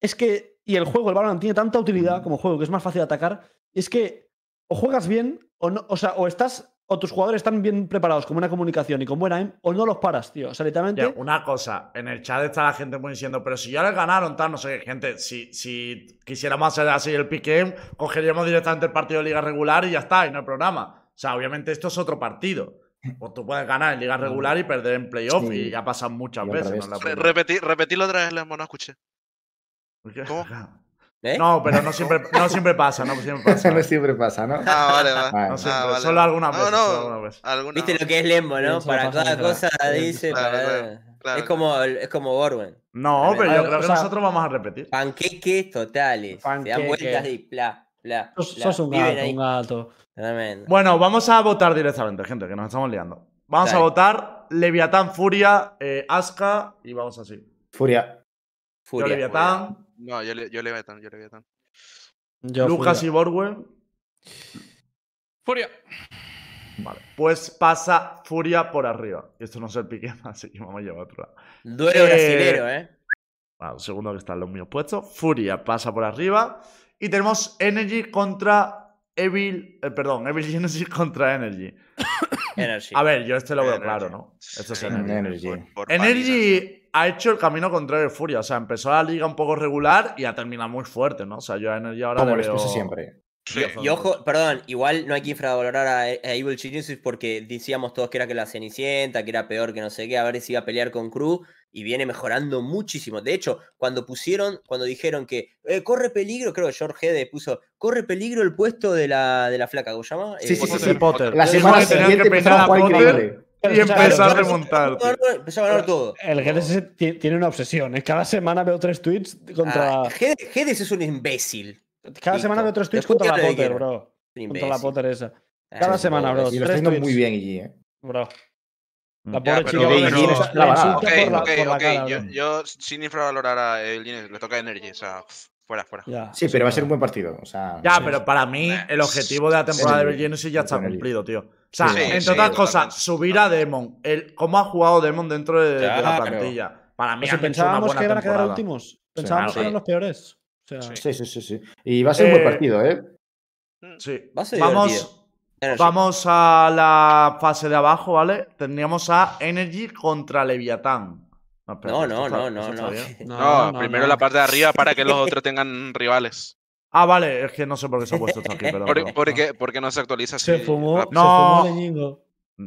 Speaker 4: es que. Y el juego, el Valorant, tiene tanta
Speaker 2: Mm.
Speaker 4: utilidad como juego que es más fácil de atacar. Es que o juegas bien, o no, o sea, o estás. O tus jugadores están bien preparados con buena comunicación y con buena aim, o no los paras, tío. O sea, literalmente.
Speaker 1: Ya, una cosa, en el chat está la gente muy diciendo, pero si ya le ganaron, tal, no sé qué, gente, si, si quisiéramos hacer así el pick game, cogeríamos directamente el partido de liga regular y ya está, y no el programa. O sea, obviamente esto es otro partido. O tú puedes ganar en liga regular y perder en playoff,
Speaker 6: Sí.
Speaker 1: y ya pasan muchas
Speaker 6: Y al
Speaker 1: veces.
Speaker 6: revés.
Speaker 1: no es la
Speaker 2: re-
Speaker 1: primera.
Speaker 2: repetí, repetirlo otra vez, Lemon, no escuché. ¿Cómo?
Speaker 3: ¿Eh?
Speaker 1: No, pero no siempre, no siempre pasa, no siempre pasa.
Speaker 6: no siempre pasa, ¿no?
Speaker 2: Ah, vale, va.
Speaker 6: Vale.
Speaker 1: No
Speaker 2: Ah,
Speaker 1: siempre,
Speaker 2: vale.
Speaker 1: solo algunas
Speaker 2: No,
Speaker 1: veces.
Speaker 2: no,
Speaker 1: solo algunas veces.
Speaker 2: alguna-
Speaker 3: Viste lo que es Lembo,
Speaker 4: Sí,
Speaker 3: ¿no?
Speaker 4: se la
Speaker 3: Para
Speaker 4: pasan
Speaker 3: cada
Speaker 4: por
Speaker 3: cosa
Speaker 4: ahí.
Speaker 3: dice.
Speaker 2: Claro,
Speaker 3: para-
Speaker 2: claro, claro,
Speaker 3: es, como, es como Borwen.
Speaker 1: No, pero
Speaker 3: A
Speaker 1: yo
Speaker 4: ver,
Speaker 1: creo
Speaker 4: o
Speaker 1: que
Speaker 4: sea-
Speaker 1: nosotros vamos a repetir.
Speaker 3: Panqueques totales. Se dan
Speaker 4: Panqueques.
Speaker 3: vueltas y bla, bla.
Speaker 4: Sos,
Speaker 3: bla.
Speaker 4: sos un
Speaker 3: Viven
Speaker 4: gato,
Speaker 3: ahí.
Speaker 4: un gato.
Speaker 3: Tremendo.
Speaker 1: Bueno, vamos a votar directamente, gente, que nos estamos liando. Vamos
Speaker 3: Dale.
Speaker 1: a votar Leviatán, Furia, eh, Aska y vamos así.
Speaker 6: Furia.
Speaker 1: Yo
Speaker 3: Furia.
Speaker 1: Leviatán,
Speaker 2: No, yo, le- yo Leviathan, yo Leviathan.
Speaker 4: Yo
Speaker 1: Lucas
Speaker 4: Furia.
Speaker 1: y Borwen.
Speaker 5: Furia.
Speaker 1: Vale. Pues pasa Furia por arriba. Y Esto no es el pique, así que vamos a llevar otro.
Speaker 3: Duelo
Speaker 1: Eh,
Speaker 3: brasilero, ¿eh?
Speaker 1: Vale, un segundo que están los míos puestos. Furia pasa por arriba. Y tenemos Energy contra Evil. eh, perdón, Evil Genesis contra Energy.
Speaker 3: Energy.
Speaker 1: A ver, yo este lo veo
Speaker 2: Energy.
Speaker 1: claro, ¿no? Esto es
Speaker 2: Sí,
Speaker 1: Energy.
Speaker 6: Energy.
Speaker 2: por- por paliza.
Speaker 1: Energy ha hecho el camino contrario de Furia. O sea, empezó la liga un poco regular y ha terminado muy fuerte, ¿no? O sea, yo a Energy ahora.
Speaker 6: Como
Speaker 1: le
Speaker 6: les
Speaker 1: veo-
Speaker 6: puse siempre.
Speaker 2: Sí.
Speaker 1: Yo-
Speaker 3: Y ojo, perdón, igual no hay que infravalorar a, a Evil Geniuses porque decíamos todos que era que la Cenicienta, que era peor que no sé qué, a ver si iba a pelear con Crew y viene mejorando muchísimo. De hecho, cuando pusieron, cuando dijeron que eh, corre peligro, creo que George Hede puso, corre peligro el puesto de la, de la flaca, ¿cómo se llama?
Speaker 6: Sí,
Speaker 3: Eh,
Speaker 6: sí, sí,
Speaker 1: Potter,
Speaker 6: sí.
Speaker 1: Potter.
Speaker 6: La
Speaker 1: Yo
Speaker 6: semana
Speaker 1: digo que tenían
Speaker 6: siguiente
Speaker 1: que
Speaker 6: empezó a
Speaker 1: pegar a
Speaker 6: jugar
Speaker 1: Potter
Speaker 6: increíble.
Speaker 1: Y
Speaker 4: Claro,
Speaker 1: empezó a
Speaker 4: claro.
Speaker 1: remontar. tío.
Speaker 3: Empezó a ganar todo.
Speaker 4: El GDS ti- tiene una obsesión. ¿eh? Cada semana veo tres tweets contra.
Speaker 3: Ah, Hede- Hede es un imbécil.
Speaker 4: cada
Speaker 3: listo.
Speaker 4: semana veo tres tweets
Speaker 3: Después
Speaker 4: contra
Speaker 3: ya
Speaker 4: la
Speaker 3: te
Speaker 4: Potter,
Speaker 3: digo.
Speaker 4: bro.
Speaker 3: Un
Speaker 4: Contra la
Speaker 3: imbécil.
Speaker 4: Potter esa.
Speaker 3: Ah,
Speaker 4: cada
Speaker 3: sí,
Speaker 4: semana,
Speaker 3: pobre.
Speaker 4: bro.
Speaker 6: Y lo está
Speaker 4: Tres
Speaker 6: haciendo
Speaker 4: tweets.
Speaker 6: muy bien, Gigi, ¿eh?
Speaker 4: Bro. La
Speaker 1: Mm.
Speaker 4: pobre
Speaker 2: Ya, pero
Speaker 4: chica
Speaker 2: de
Speaker 4: bro,
Speaker 2: Gigi no
Speaker 4: la-
Speaker 6: es la
Speaker 4: la
Speaker 6: banana.
Speaker 4: insulta
Speaker 2: Ok,
Speaker 4: por la,
Speaker 2: ok,
Speaker 4: por la
Speaker 2: ok.
Speaker 4: cara,
Speaker 2: Yo,
Speaker 4: bro.
Speaker 2: yo sin infravalorar a Evil Genesis, le toca Energy. O sea, fuera, fuera.
Speaker 4: Ya,
Speaker 6: Sí, pero va a ser
Speaker 4: claro.
Speaker 6: un buen partido. O sea,
Speaker 1: Ya,
Speaker 4: Sí, sí.
Speaker 1: pero para mí
Speaker 2: Nah.
Speaker 1: el objetivo de la temporada de
Speaker 6: Energy.
Speaker 1: Bill Genesis ya está
Speaker 6: Energy.
Speaker 1: cumplido, tío. O sea,
Speaker 6: Sí,
Speaker 1: entre
Speaker 6: sí,
Speaker 1: otras cosas,
Speaker 2: totalmente,
Speaker 1: subir a
Speaker 2: totalmente.
Speaker 1: Demon, el, cómo ha jugado Demon dentro de, de la
Speaker 3: Claro.
Speaker 1: plantilla. Para mí
Speaker 4: O
Speaker 1: han hecho
Speaker 4: sea,
Speaker 1: una
Speaker 4: pensábamos
Speaker 1: buena
Speaker 4: Pues que iban a quedar
Speaker 1: temporada.
Speaker 4: últimos. Pensábamos
Speaker 1: claro.
Speaker 4: que eran los peores. O sea,
Speaker 6: Sí, sí, sí, sí. Y va a ser un buen
Speaker 1: Eh,
Speaker 6: partido, ¿eh?
Speaker 1: Sí.
Speaker 3: Va a ser divertido.
Speaker 1: Vamos,
Speaker 3: Energy.
Speaker 1: vamos a la fase de abajo, ¿vale? Tendríamos a Energy contra Leviatán. espérate,
Speaker 3: No,
Speaker 1: esto
Speaker 3: no,
Speaker 1: está-
Speaker 3: no,
Speaker 1: esto
Speaker 3: no,
Speaker 1: está
Speaker 3: no.
Speaker 1: bien.
Speaker 2: No, primero
Speaker 4: no.
Speaker 2: la parte de arriba para que los otros tengan rivales.
Speaker 1: Ah, vale, es que no sé por qué se ha puesto esto aquí, perdón.
Speaker 2: Por-
Speaker 1: perdón.
Speaker 2: Porque, porque no se actualiza así.
Speaker 4: Se fumó,
Speaker 2: rápido.
Speaker 1: No.
Speaker 4: se fumó de Ñingo.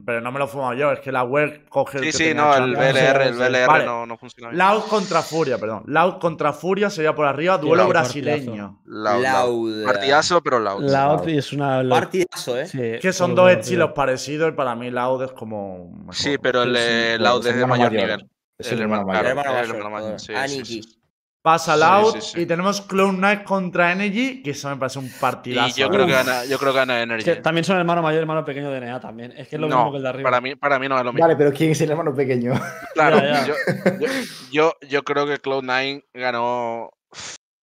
Speaker 1: Pero no me lo he fumado yo, es que la web coge el
Speaker 2: Sí,
Speaker 1: que
Speaker 2: sí,
Speaker 1: tenía
Speaker 2: no, el
Speaker 1: Champions.
Speaker 2: VLR, el VLR
Speaker 1: Vale.
Speaker 2: no, no funciona bien.
Speaker 1: Loud contra Furia, perdón. Loud contra Furia sería por arriba, duelo
Speaker 2: Loud,
Speaker 1: brasileño.
Speaker 2: Loud, loud.
Speaker 3: Lauda.
Speaker 2: Partidazo, pero loud.
Speaker 4: La OTI es una. lo-
Speaker 3: Partidazo, ¿eh?
Speaker 4: sí,
Speaker 1: Que son
Speaker 4: solo
Speaker 1: dos
Speaker 4: por
Speaker 1: estilos
Speaker 4: Dios.
Speaker 1: parecidos y para mí Loud es como. mejor.
Speaker 2: Sí, pero el
Speaker 6: Sí, sí,
Speaker 2: eh,
Speaker 6: pero
Speaker 2: loud
Speaker 6: se
Speaker 2: es de
Speaker 6: gana
Speaker 2: mayor
Speaker 6: mayor.
Speaker 2: nivel.
Speaker 6: Es el, hermano mayor.
Speaker 3: hermano
Speaker 2: el
Speaker 3: mayor,
Speaker 2: hermano mayor,
Speaker 3: joder.
Speaker 2: sí, sí,
Speaker 3: Aniki.
Speaker 2: sí.
Speaker 1: Pasa
Speaker 2: Sí,
Speaker 1: Loud
Speaker 2: sí, sí.
Speaker 1: y tenemos Clone Knight contra Energy, que eso me parece un partidazo.
Speaker 2: Y yo creo, que
Speaker 1: ¿eh?
Speaker 2: gana, yo creo que gana Energy.
Speaker 4: que también son hermano mayor y hermano pequeño de NA también. Es que es lo mismo
Speaker 2: no,
Speaker 4: que el de arriba.
Speaker 2: para mí, para mí no es lo mismo.
Speaker 6: Vale, pero ¿quién es el hermano pequeño?
Speaker 2: Claro,
Speaker 4: Ya, ya.
Speaker 2: Yo, yo- yo- yo creo que Cloud9 ganó.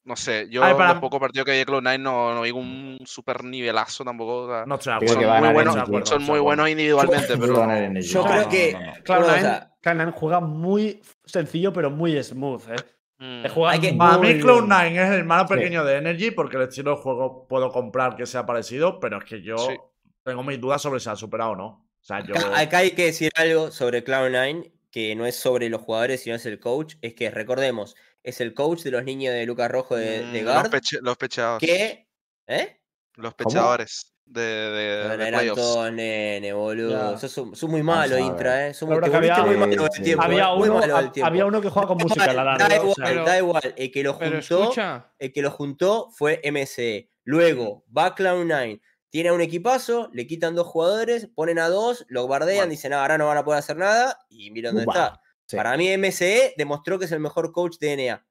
Speaker 2: No sé, yo
Speaker 1: Ay, para-
Speaker 2: los pocos partidos que vi de Cloud9 no, no vi un super nivelazo tampoco. o sea,
Speaker 1: No estoy de
Speaker 6: Creo
Speaker 1: acuerdo.
Speaker 6: que va a
Speaker 1: muy
Speaker 6: ganar
Speaker 1: buenos,
Speaker 6: Energy,
Speaker 1: de acuerdo,
Speaker 2: son
Speaker 1: de
Speaker 2: muy
Speaker 1: acuerdo.
Speaker 2: buenos individualmente,
Speaker 6: Yo
Speaker 2: pero.
Speaker 6: creo que va a ganar Energy.
Speaker 3: Yo
Speaker 6: No,
Speaker 3: creo
Speaker 6: no,
Speaker 3: que.
Speaker 6: no, no.
Speaker 4: Cloud9
Speaker 3: bueno, o sea,
Speaker 4: Cloud9 juega muy sencillo, pero muy smooth. ¿eh?
Speaker 2: mm,
Speaker 4: Le juega
Speaker 3: Hay que-
Speaker 1: Para
Speaker 4: muy
Speaker 1: mí
Speaker 4: bien.
Speaker 1: Cloud9 es el hermano pequeño de Energy porque el estilo de juego puedo comprar que sea parecido, pero es que yo
Speaker 2: Sí.
Speaker 1: tengo mis dudas sobre si ha superado o no. O sea, yo...
Speaker 3: acá, acá hay que decir algo sobre Cloud9, que no es sobre los jugadores, sino es el coach. Es que recordemos, es el coach de los niños de Lucas Rojo de, de
Speaker 2: mm, los,
Speaker 3: Guard.
Speaker 2: peche- los pecheados.
Speaker 3: que. ¿Eh?
Speaker 2: Los
Speaker 6: ¿Cómo?
Speaker 2: pechadores de, de,
Speaker 3: Pero
Speaker 2: de
Speaker 3: eran
Speaker 2: playoffs.
Speaker 3: todos nene, boludo.
Speaker 4: Ya.
Speaker 3: Sos, un- sos muy
Speaker 6: Vamos
Speaker 3: malo,
Speaker 6: a ver.
Speaker 3: Intra, ¿eh? Sos muy,
Speaker 4: Pero
Speaker 3: te
Speaker 4: que
Speaker 3: volviste
Speaker 4: había-
Speaker 3: muy malo del
Speaker 6: Sí, sí.
Speaker 3: tiempo. eh,
Speaker 4: Había
Speaker 3: muy
Speaker 4: uno,
Speaker 3: malo del
Speaker 4: ha-
Speaker 3: tiempo.
Speaker 4: había uno que juega con
Speaker 3: Da
Speaker 4: música, la
Speaker 3: igual,
Speaker 4: larga.
Speaker 3: Da
Speaker 4: o
Speaker 3: igual,
Speaker 4: sea,
Speaker 5: Pero-
Speaker 3: da igual. El que lo
Speaker 5: Pero
Speaker 3: juntó,
Speaker 5: escucha,
Speaker 3: el que lo juntó fue MSE. Luego, va Cloud9. Tiene un equipazo, le quitan dos jugadores, ponen a dos, lo bardean,
Speaker 2: Bueno.
Speaker 3: dicen, "Ah, ahora no van a poder hacer nada, y mira dónde
Speaker 6: Bueno,
Speaker 3: está.
Speaker 6: sí.
Speaker 3: Para mí, MSE demostró que es el mejor coach de NA.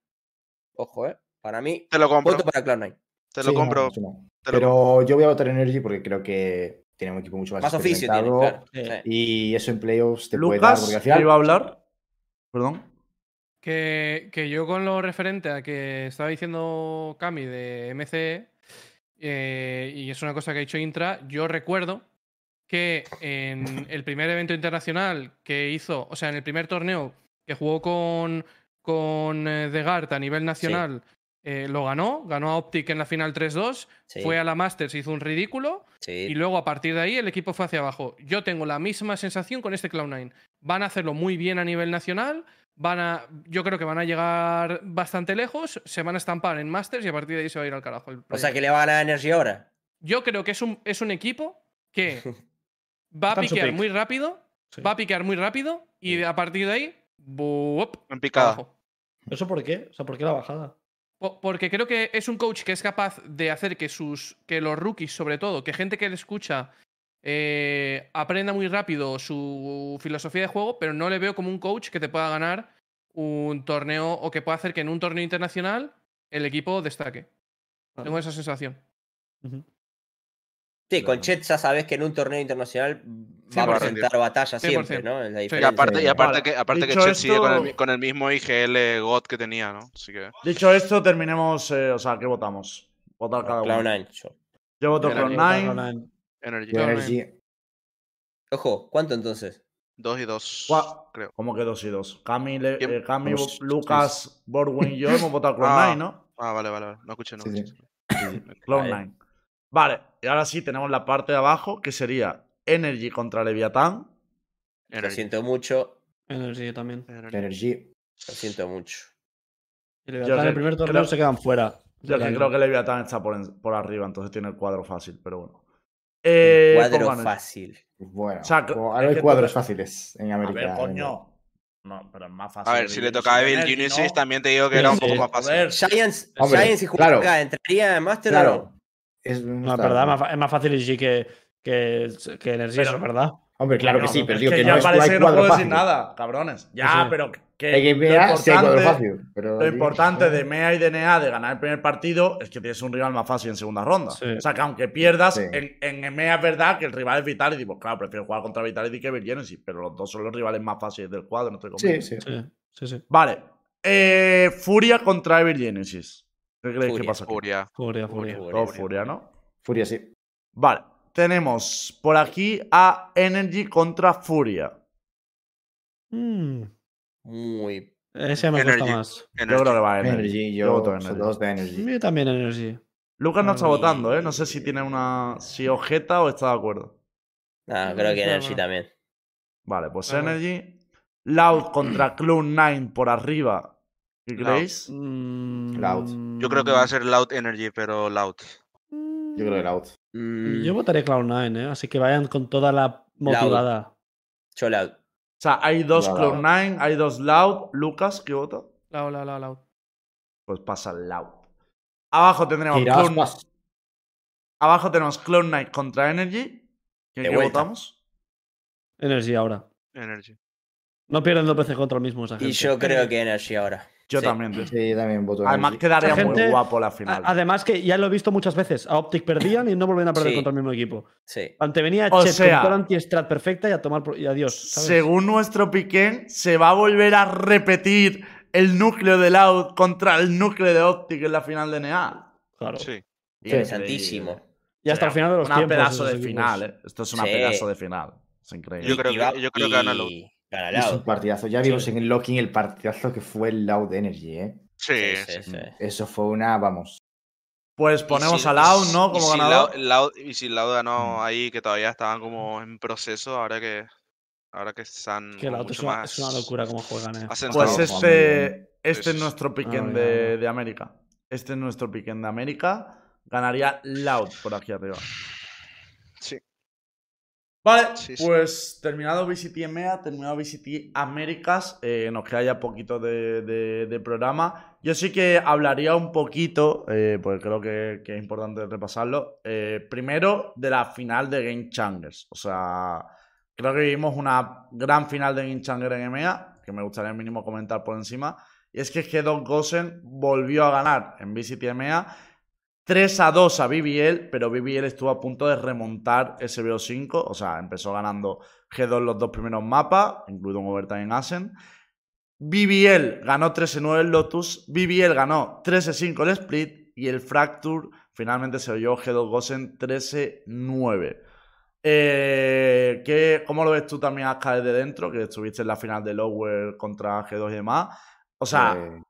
Speaker 3: Ojo, ¿eh? Para mí,
Speaker 2: Te lo compro,
Speaker 3: voto para Cloud9.
Speaker 2: te
Speaker 6: Sí,
Speaker 2: lo
Speaker 6: no,
Speaker 2: compro.
Speaker 6: sí, no.
Speaker 2: te lo
Speaker 6: Pero yo voy a votar Energy porque creo que tiene un equipo mucho más,
Speaker 3: Más oficio tiene,
Speaker 6: experimentado
Speaker 3: claro.
Speaker 4: Sí.
Speaker 3: Sí.
Speaker 6: Y eso en playoffs te puede dar. Porque al
Speaker 1: Lucas, ¿qué
Speaker 6: final,
Speaker 1: iba a hablar? Perdón.
Speaker 5: que, que yo con lo referente a que estaba diciendo Cami de MCE, eh, y es una cosa que ha dicho Intra, yo recuerdo que en el primer evento internacional que hizo, o sea, en el primer torneo que jugó con, con eh, The Guard a nivel nacional, eh, lo ganó, ganó a Optic en la final 3-2,
Speaker 3: Sí,
Speaker 5: fue a la Masters, hizo un ridículo,
Speaker 3: sí.
Speaker 5: y luego a partir de ahí el equipo fue hacia abajo. Yo tengo la misma sensación con este Cloud9. Van a hacerlo muy bien a nivel nacional. Van a, yo creo que van a llegar bastante lejos, se van a estampar en Masters y a partir de ahí se va a ir al carajo. el
Speaker 3: O sea
Speaker 5: proyecto.
Speaker 3: que le va a ganar Energy ahora.
Speaker 5: Yo creo que es un, es un equipo que va a
Speaker 4: Está en su
Speaker 5: piquear
Speaker 4: pick.
Speaker 5: muy rápido,
Speaker 4: Sí.
Speaker 5: va a piquear muy rápido y de- a partir de ahí, buop,
Speaker 2: En picada.
Speaker 5: abajo.
Speaker 4: ¿Eso por qué? O sea, ¿por qué la bajada?
Speaker 5: Po- Porque creo que es un coach que es capaz de hacer que sus. que los rookies, sobre todo, que gente que le escucha eh, aprenda muy rápido su filosofía de juego, pero no le veo como un coach que te pueda ganar un torneo o que pueda hacer que en un torneo internacional el equipo destaque. Tengo esa sensación.
Speaker 3: Sí, con Chet ya sabes que en un torneo internacional va
Speaker 5: va
Speaker 3: a
Speaker 5: a
Speaker 3: presentar batalla
Speaker 5: 100%.
Speaker 3: siempre, ¿no? Es la
Speaker 2: Y
Speaker 3: diferencia.
Speaker 2: aparte, y
Speaker 6: eh,
Speaker 2: aparte
Speaker 1: Ahora,
Speaker 2: que, aparte que
Speaker 1: dicho
Speaker 2: Chet sigue con el, mi-
Speaker 1: esto-
Speaker 2: con el mismo IGL God que tenía, ¿no? Así que.
Speaker 1: Dicho esto, terminemos. eh, o sea, ¿qué votamos? Votar cada uno.
Speaker 3: Cloud9, yo.
Speaker 1: Yo voto
Speaker 2: Energy.
Speaker 1: Cloud9.
Speaker 4: Cloud9.
Speaker 2: Energy.
Speaker 6: yo Energy.
Speaker 3: Ojo, ¿cuánto entonces?
Speaker 2: 2 y 2.
Speaker 1: Gua-
Speaker 2: Creo.
Speaker 1: ¿Cómo que dos y dos? Cami, le-
Speaker 2: ¿Quién?
Speaker 1: eh, Cami,
Speaker 6: Vamos,
Speaker 1: Lucas, Borwin y yo hemos votado
Speaker 2: Ah.
Speaker 1: Cloud9, ¿no?
Speaker 2: Ah, vale, vale, vale. No escuché, no
Speaker 6: Sí, sí.
Speaker 2: escuché.
Speaker 1: Cloud9. Vale, y ahora sí tenemos la parte de abajo que sería Energy contra Leviatán.
Speaker 3: Lo
Speaker 2: Energy.
Speaker 3: siento mucho,
Speaker 4: Energy también.
Speaker 2: Energy.
Speaker 6: Energy.
Speaker 3: lo siento mucho.
Speaker 4: Y Libertad en
Speaker 1: que-
Speaker 4: el primer torneo
Speaker 1: creo-
Speaker 4: se quedan fuera.
Speaker 1: Yo es que
Speaker 4: Leviatán.
Speaker 1: creo que Leviatán está por, en- por arriba, entonces tiene el cuadro fácil, pero bueno.
Speaker 3: Un
Speaker 1: Eh,
Speaker 3: cuadro
Speaker 1: pongan-
Speaker 3: fácil.
Speaker 6: Bueno,
Speaker 1: O sea,
Speaker 6: como
Speaker 1: es
Speaker 6: ahora
Speaker 1: que
Speaker 6: hay cuadros
Speaker 1: tú-
Speaker 6: fáciles en
Speaker 1: A
Speaker 6: América.
Speaker 1: ver,
Speaker 6: venga.
Speaker 1: coño. No, pero es más fácil.
Speaker 2: A ver, si le
Speaker 1: Evil
Speaker 2: tocaba a
Speaker 1: Genesis,
Speaker 2: Evil Genesis,
Speaker 1: ¿no?
Speaker 2: también te digo que
Speaker 4: Sí,
Speaker 2: era un
Speaker 4: sí.
Speaker 2: poco más
Speaker 1: Joder,
Speaker 2: fácil.
Speaker 3: Giants,
Speaker 6: Hombre,
Speaker 3: Giants si jugara
Speaker 6: claro.
Speaker 3: acá, ¿entraría en
Speaker 1: este
Speaker 3: Master o
Speaker 6: Claro.
Speaker 3: no?
Speaker 6: Es,
Speaker 4: No, es
Speaker 6: está-
Speaker 4: verdad, más fa- es más fácil IG que, que, que Energy,
Speaker 1: Pero-
Speaker 4: eso es verdad.
Speaker 6: Hombre, claro que
Speaker 1: No,
Speaker 6: sí,
Speaker 1: no,
Speaker 6: pero
Speaker 1: es
Speaker 6: digo
Speaker 1: ya
Speaker 6: que, no es no
Speaker 1: parece
Speaker 6: hay
Speaker 1: que no puedo decir
Speaker 6: cuadro fácil.
Speaker 1: nada, cabrones. Ya,
Speaker 4: Sí.
Speaker 1: pero que- que
Speaker 6: Hay que
Speaker 1: lo
Speaker 6: ver si hay cuadro
Speaker 1: importante-
Speaker 6: fácil. Pero
Speaker 1: Lo
Speaker 6: digo,
Speaker 1: importante de MEA y DNA de ganar el primer partido es que tienes un rival más fácil en segunda ronda.
Speaker 4: Sí.
Speaker 1: O sea, que aunque pierdas,
Speaker 6: Sí.
Speaker 1: en, en MEA es verdad que el rival es Vitality. Pues claro, prefiero jugar contra Vitality que Virgenesis, pero los dos son los rivales más fáciles del cuadro, no estoy
Speaker 6: Sí,
Speaker 1: conmigo.
Speaker 6: sí.
Speaker 4: Sí, sí, sí.
Speaker 1: Vale. Eh, Furia contra Evil Genesis. ¿Qué creéis que
Speaker 3: Furia,
Speaker 1: pasa? aquí?
Speaker 2: Furia.
Speaker 4: Furia, furia.
Speaker 3: Furia.
Speaker 1: Todo Furia, ¿no?
Speaker 6: Furia, sí.
Speaker 1: Vale. Tenemos por aquí a Energy contra Furia.
Speaker 4: Mm,
Speaker 3: Muy.
Speaker 4: ese me
Speaker 2: Energy.
Speaker 4: gusta más.
Speaker 1: Yo
Speaker 2: Energy.
Speaker 1: creo que va a Energy.
Speaker 6: Energy,
Speaker 1: Yo
Speaker 6: yo,
Speaker 1: voto Energy.
Speaker 6: son dos de Energy.
Speaker 4: Yo también Energy.
Speaker 1: Lucas no está
Speaker 4: Ay.
Speaker 1: votando, ¿eh? No sé si tiene una. Si objeta o está de acuerdo.
Speaker 3: No,
Speaker 5: No,
Speaker 3: creo que
Speaker 5: no,
Speaker 3: Energy
Speaker 5: no.
Speaker 3: también.
Speaker 1: Vale, pues
Speaker 5: Vale.
Speaker 1: Energy. Loud contra Cloud9 por arriba. ¿Qué
Speaker 2: Loud.
Speaker 1: creéis?
Speaker 4: Mm,
Speaker 6: Loud.
Speaker 2: Yo creo que va a ser Loud Energy, pero Loud.
Speaker 4: mm,
Speaker 6: Yo creo que el out.
Speaker 3: Mm,
Speaker 4: Yo votaré Cloud9, ¿eh? así que vayan con toda la motivada.
Speaker 3: yo la-
Speaker 1: O sea, hay dos
Speaker 6: Loud.
Speaker 1: Cloud9, hay dos Loud. Lucas, ¿qué vota?
Speaker 5: Lao, lao, lao, lao.
Speaker 1: Pues pasa Loud. Abajo tendremos
Speaker 6: Tiradas
Speaker 1: Cloud-
Speaker 6: más.
Speaker 1: Abajo tenemos Cloud9 contra Energy. ¿Qué,
Speaker 3: De
Speaker 1: qué
Speaker 3: vuelta.
Speaker 1: votamos?
Speaker 4: Energy ahora.
Speaker 2: Energy.
Speaker 4: No pierden dos veces contra el mismo esa gente.
Speaker 3: Y yo creo que Energy ahora.
Speaker 1: Yo
Speaker 3: Sí.
Speaker 1: también.
Speaker 6: Sí, también voto.
Speaker 1: Además,
Speaker 6: Energy.
Speaker 1: quedaría
Speaker 4: Esa
Speaker 1: muy
Speaker 4: gente-
Speaker 1: guapo la
Speaker 4: A-
Speaker 1: final.
Speaker 4: Además que ya lo he visto muchas veces. A Optic perdían y no volvían a perder
Speaker 3: Sí.
Speaker 4: contra el mismo equipo.
Speaker 3: Sí.
Speaker 4: Ante venía
Speaker 1: O
Speaker 4: Chet
Speaker 1: sea-
Speaker 4: con toda la anti-strat perfecta y a tomar por- y adiós. ¿sabes?
Speaker 1: Según nuestro Piquén, se va a volver a repetir el núcleo de Loud contra el núcleo de Optic en la final de NA.
Speaker 4: Claro.
Speaker 2: Sí.
Speaker 3: Interesantísimo.
Speaker 4: Y hasta el final de los
Speaker 1: Una
Speaker 4: tiempos.
Speaker 1: pedazo
Speaker 4: esos
Speaker 1: de
Speaker 4: equipos.
Speaker 1: final, ¿eh? Esto es una
Speaker 3: Sí.
Speaker 1: pedazo de final. Es increíble.
Speaker 2: Yo creo que-
Speaker 3: va-
Speaker 2: yo creo que gana Loud.
Speaker 3: y gana
Speaker 6: Es un
Speaker 3: Loud.
Speaker 6: partidazo. Ya vimos en el Locking el partidazo que fue el Loud Energy, ¿eh?
Speaker 2: Sí, sí.
Speaker 3: Sí, sí, sí.
Speaker 6: Eso fue una, vamos.
Speaker 1: Pues
Speaker 2: Y
Speaker 1: ponemos
Speaker 2: si-
Speaker 1: a Loud, ¿no?
Speaker 2: y
Speaker 1: Como
Speaker 2: si
Speaker 1: ganador.
Speaker 2: Lau- Lau- y si Loud ganó ahí, que todavía estaban como en proceso, ahora que. Ahora que están.
Speaker 4: Que la
Speaker 2: como
Speaker 4: otra es
Speaker 2: mucho
Speaker 4: una,
Speaker 2: más
Speaker 4: es una locura cómo juegan. eh.
Speaker 2: asentados.
Speaker 1: Pues
Speaker 6: Estamos jugando
Speaker 1: este, este
Speaker 2: Sí,
Speaker 1: es
Speaker 2: sí,
Speaker 1: nuestro
Speaker 4: Ah,
Speaker 1: piquen
Speaker 4: ya,
Speaker 1: de,
Speaker 4: ya.
Speaker 1: de América. Este es nuestro piquen de América. Ganaría Loud por aquí arriba.
Speaker 2: Sí.
Speaker 1: Vale,
Speaker 2: Sí, sí.
Speaker 1: pues terminado VCT EMEA, terminado VCT Américas, eh, nos queda ya poquito de, de- de programa. Yo sí que hablaría un poquito, eh, porque creo que, que es importante repasarlo, eh, primero de la final de Game Changers. O sea, creo que vivimos una gran final de Game Changer en EMEA, que me gustaría mínimo comentar por encima. Y es que Hedon Gosen volvió a ganar en VCT EMEA 3 a 2 a BBL, pero BBL estuvo a punto de remontar ese BO5. O sea, empezó ganando G2 los dos primeros mapas, incluido un overtime en Asen. BBL ganó 13-9 el Lotus, BBL ganó 13-5 el Split y el Fracture finalmente se oyó G2 Gosen 13-9. Eh, ¿qué- ¿Cómo lo ves tú también, Aska, desde dentro? Que estuviste en la final de Lower contra G2 y demás. O sea,
Speaker 6: Eh,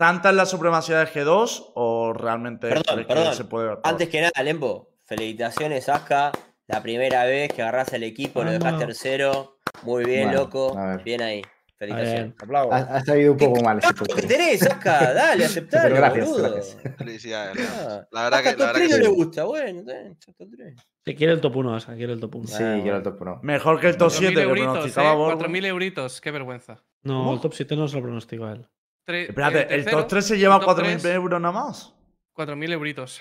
Speaker 1: ¿Tanta es la supremacía de G2 o realmente
Speaker 3: Perdón,
Speaker 1: crees que
Speaker 3: perdón.
Speaker 1: se puede
Speaker 3: Antes que nada, Lembo, felicitaciones, Aska. La primera vez que agarras el equipo, lo dejas
Speaker 4: Vamos.
Speaker 3: tercero. Muy bien,
Speaker 6: Bueno,
Speaker 3: loco.
Speaker 6: a ver.
Speaker 3: Bien ahí. Felicitaciones.
Speaker 1: Aplauso.
Speaker 6: ha, ha salido un poco mal ese
Speaker 3: ¿Qué
Speaker 6: podcast.
Speaker 3: tenés, Aska? Dale, aceptalo,
Speaker 6: Pero gracias,
Speaker 3: boludo.
Speaker 6: gracias.
Speaker 2: Felicidades, Loud.
Speaker 3: Ah,
Speaker 2: La verdad
Speaker 3: Aska
Speaker 2: que. La
Speaker 3: top
Speaker 2: verdad que
Speaker 3: 3 no
Speaker 2: sí.
Speaker 3: le gusta, bueno, está bien, está top 3.
Speaker 4: Que quiere el top 1, Asa, quiere el top 1.
Speaker 6: Sí,
Speaker 3: Ah,
Speaker 6: que era el top uno.
Speaker 1: Mejor que el top
Speaker 5: 4.000
Speaker 1: 7 que
Speaker 5: euritos, eh,
Speaker 1: pronosticaba Borgo.
Speaker 5: 4.000 euritos, qué vergüenza.
Speaker 4: No,
Speaker 1: ¿Cómo?
Speaker 4: el top 7 no se lo pronostico a él.
Speaker 5: Tre-
Speaker 1: Espérate, el
Speaker 5: eh, tercero,
Speaker 1: top 3 se lleva
Speaker 5: el top
Speaker 1: 4.000
Speaker 5: tres, Eh,
Speaker 1: euros nada más.
Speaker 5: 4.000 euritos.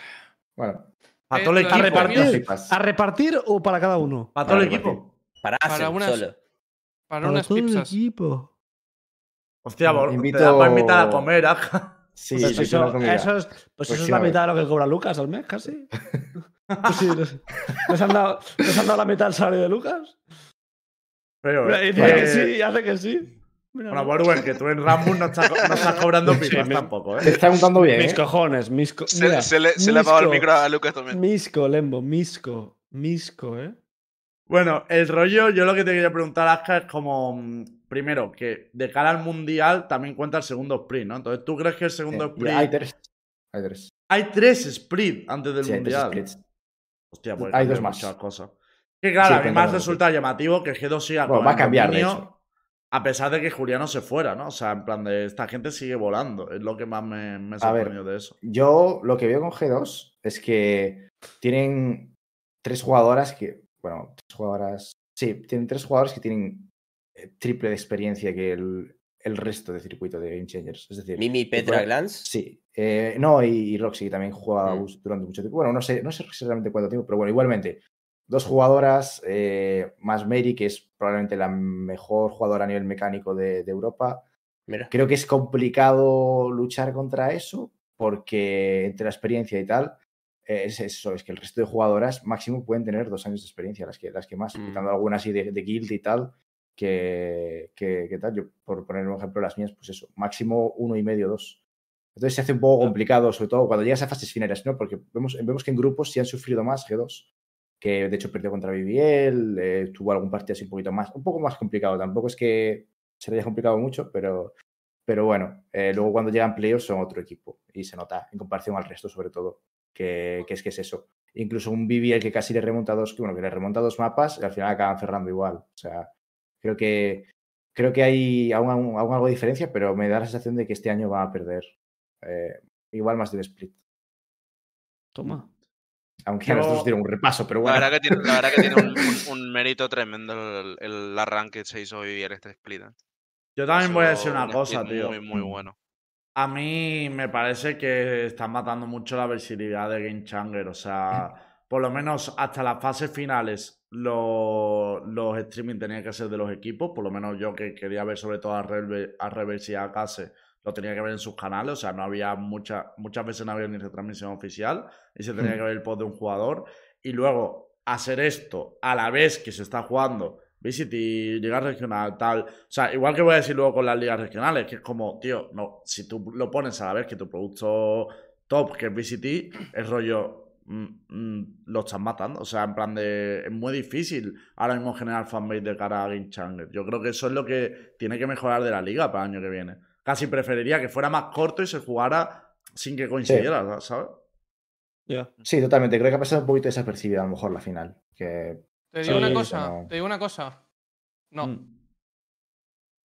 Speaker 6: Bueno,
Speaker 1: Para
Speaker 5: Eh,
Speaker 1: todo el
Speaker 5: lo
Speaker 1: equipo.
Speaker 5: de
Speaker 4: repartir.
Speaker 6: no
Speaker 4: Sí.
Speaker 6: flipas.
Speaker 4: ¿A repartir o para cada uno?
Speaker 1: Para todo el
Speaker 6: Para
Speaker 1: equipo.
Speaker 3: Para
Speaker 5: Para
Speaker 3: Asen
Speaker 5: unas-
Speaker 3: solo.
Speaker 5: Para unas
Speaker 4: todo el
Speaker 5: pizzas.
Speaker 4: equipo.
Speaker 1: Hostia, Borgo,
Speaker 6: Invito-
Speaker 1: te da para invitar a comer, Aska.
Speaker 6: Sí,
Speaker 4: Pues
Speaker 6: sí, sí, una
Speaker 4: eso,
Speaker 6: comida.
Speaker 4: eso es, pues eso es la
Speaker 6: Próximamente.
Speaker 4: mitad de lo que cobra Lucas al mes, casi. Pues sí, les, les han dado, les han dado la mitad del salario de Lucas.
Speaker 5: Pues,
Speaker 1: Pero,
Speaker 4: Mira,
Speaker 1: eh,
Speaker 4: dice que sí, y hace que sí. Mira,
Speaker 1: Bueno, Borwen, que tú en Rambus no estás, no estás cobrando pipas
Speaker 4: me-
Speaker 1: tampoco,
Speaker 6: Te
Speaker 1: ¿eh?
Speaker 6: está juntando bien.
Speaker 4: mis
Speaker 6: ¿eh?
Speaker 4: cojones, misco.
Speaker 2: Se, se le, se le ha apagado el micro a Lucas también.
Speaker 4: Misco, Lembo, misco, misco, ¿eh?
Speaker 1: Bueno, el rollo, yo lo que te quería preguntar, Aska, es como. mm, Primero, que de cara al mundial también cuenta el segundo sprint, ¿no? Entonces, ¿tú crees que el segundo
Speaker 6: Sí,
Speaker 1: sprint.
Speaker 6: Eh, Hay tres. Hay tres.
Speaker 1: Hay tres sprints antes del
Speaker 6: Sí, hay tres
Speaker 1: mundial.
Speaker 6: splits.
Speaker 1: Hostia, pues
Speaker 6: Hay
Speaker 1: cambian
Speaker 6: dos más.
Speaker 1: Muchas cosas. Que claro,
Speaker 6: Sí,
Speaker 1: a mí
Speaker 6: cambian
Speaker 1: más
Speaker 6: dos,
Speaker 1: resulta llamativo que G2 siga
Speaker 6: Bueno,
Speaker 1: con
Speaker 6: va a
Speaker 1: el
Speaker 6: cambiar, de
Speaker 1: dominio,
Speaker 6: hecho.
Speaker 1: A pesar de que Juliano se fuera, ¿no? O sea, en plan de esta gente sigue volando. Es lo que más me, me
Speaker 6: A ver.
Speaker 1: sorprendió de eso.
Speaker 6: Yo lo que veo con G2 es que tienen tres jugadoras que, bueno, tres jugadoras, sí, tienen tres jugadores que tienen eh, triple de experiencia que el, el resto del circuito de Game Changers. Es decir,
Speaker 3: Mimi, Petra,
Speaker 6: fuera-
Speaker 3: Glance.
Speaker 6: sí, eh, no, y, y Roxy que también juega
Speaker 3: Mm.
Speaker 6: us- durante mucho tiempo. Bueno, no sé, no sé exactamente cuánto tiempo, pero bueno, igualmente, dos jugadoras, eh, más Mary, que es probablemente la mejor jugadora a nivel mecánico de- de Europa,
Speaker 3: Mira.
Speaker 6: Creo que es complicado luchar contra eso porque entre la experiencia y tal, eh, es eso, es que el resto de jugadoras máximo pueden tener dos años de experiencia, las que, las que más,
Speaker 3: Mm.
Speaker 6: quitando algunas así de, de guild y tal, que, que, que tal, yo por poner un ejemplo las mías, pues eso, máximo uno y medio, dos. Entonces se hace un poco complicado, sobre todo cuando llegas a fases finales, ¿no? Porque vemos, vemos que en grupos sí han sufrido más G2, que de hecho perdió contra BBL, eh, tuvo algún partido así un poquito más, un poco más complicado, tampoco es que se le haya complicado mucho, pero, pero bueno, eh, luego cuando llegan playoffs son otro equipo y se nota en comparación al resto sobre todo, que, que es que es eso. Incluso un BBL que casi le remonta dos, que bueno, que le remonta dos mapas y al final acaban cerrando igual. O sea, creo que creo que hay aún, aún- aún algo de diferencia, pero me da la sensación de que este año va a perder eh, igual más de un split.
Speaker 4: Toma.
Speaker 6: Aunque a
Speaker 1: Yo-
Speaker 6: nosotros dieron un repaso, pero
Speaker 2: La
Speaker 6: bueno.
Speaker 2: verdad que tiene, la verdad que tiene un, un- un mérito tremendo el, el arranque que se hizo vivir este split. ¿eh?
Speaker 1: Yo también
Speaker 2: Ha
Speaker 1: voy a decir
Speaker 2: sido un
Speaker 1: una cosa,
Speaker 2: split
Speaker 1: tío.
Speaker 2: Muy, muy bueno.
Speaker 1: A mí me parece que están matando mucho la versatilidad de Game Changer. O sea, por lo menos hasta las fases finales los, los streaming tenían que ser de los equipos, por lo menos yo que quería ver sobre todo a Rebel, a Rebel y a Case, lo tenía que ver en sus canales, o sea, no había mucha, muchas veces no había ni retransmisión oficial y se tenía que ver el post de un jugador. Y luego hacer esto a la vez que se está jugando Visit y Liga Regional, tal. O sea, igual que voy a decir luego con las ligas regionales, que es como, tío, no, si tú lo pones a la vez que tu producto top, que es VCT, es rollo, mm, mm, lo estás matando. O sea, en plan de, es muy difícil ahora mismo generar fanbase de cara a Game Changer. Yo creo que eso es lo que tiene que mejorar de la liga para el año que viene. Casi preferiría que fuera más corto y se jugara sin que coincidiera, ¿sabes?
Speaker 6: Sí, totalmente. Creo que ha pasado un poquito desapercibida a lo mejor la final. Que
Speaker 5: Te digo una
Speaker 6: Sí,
Speaker 5: cosa,
Speaker 6: pero-
Speaker 5: te digo una cosa. No,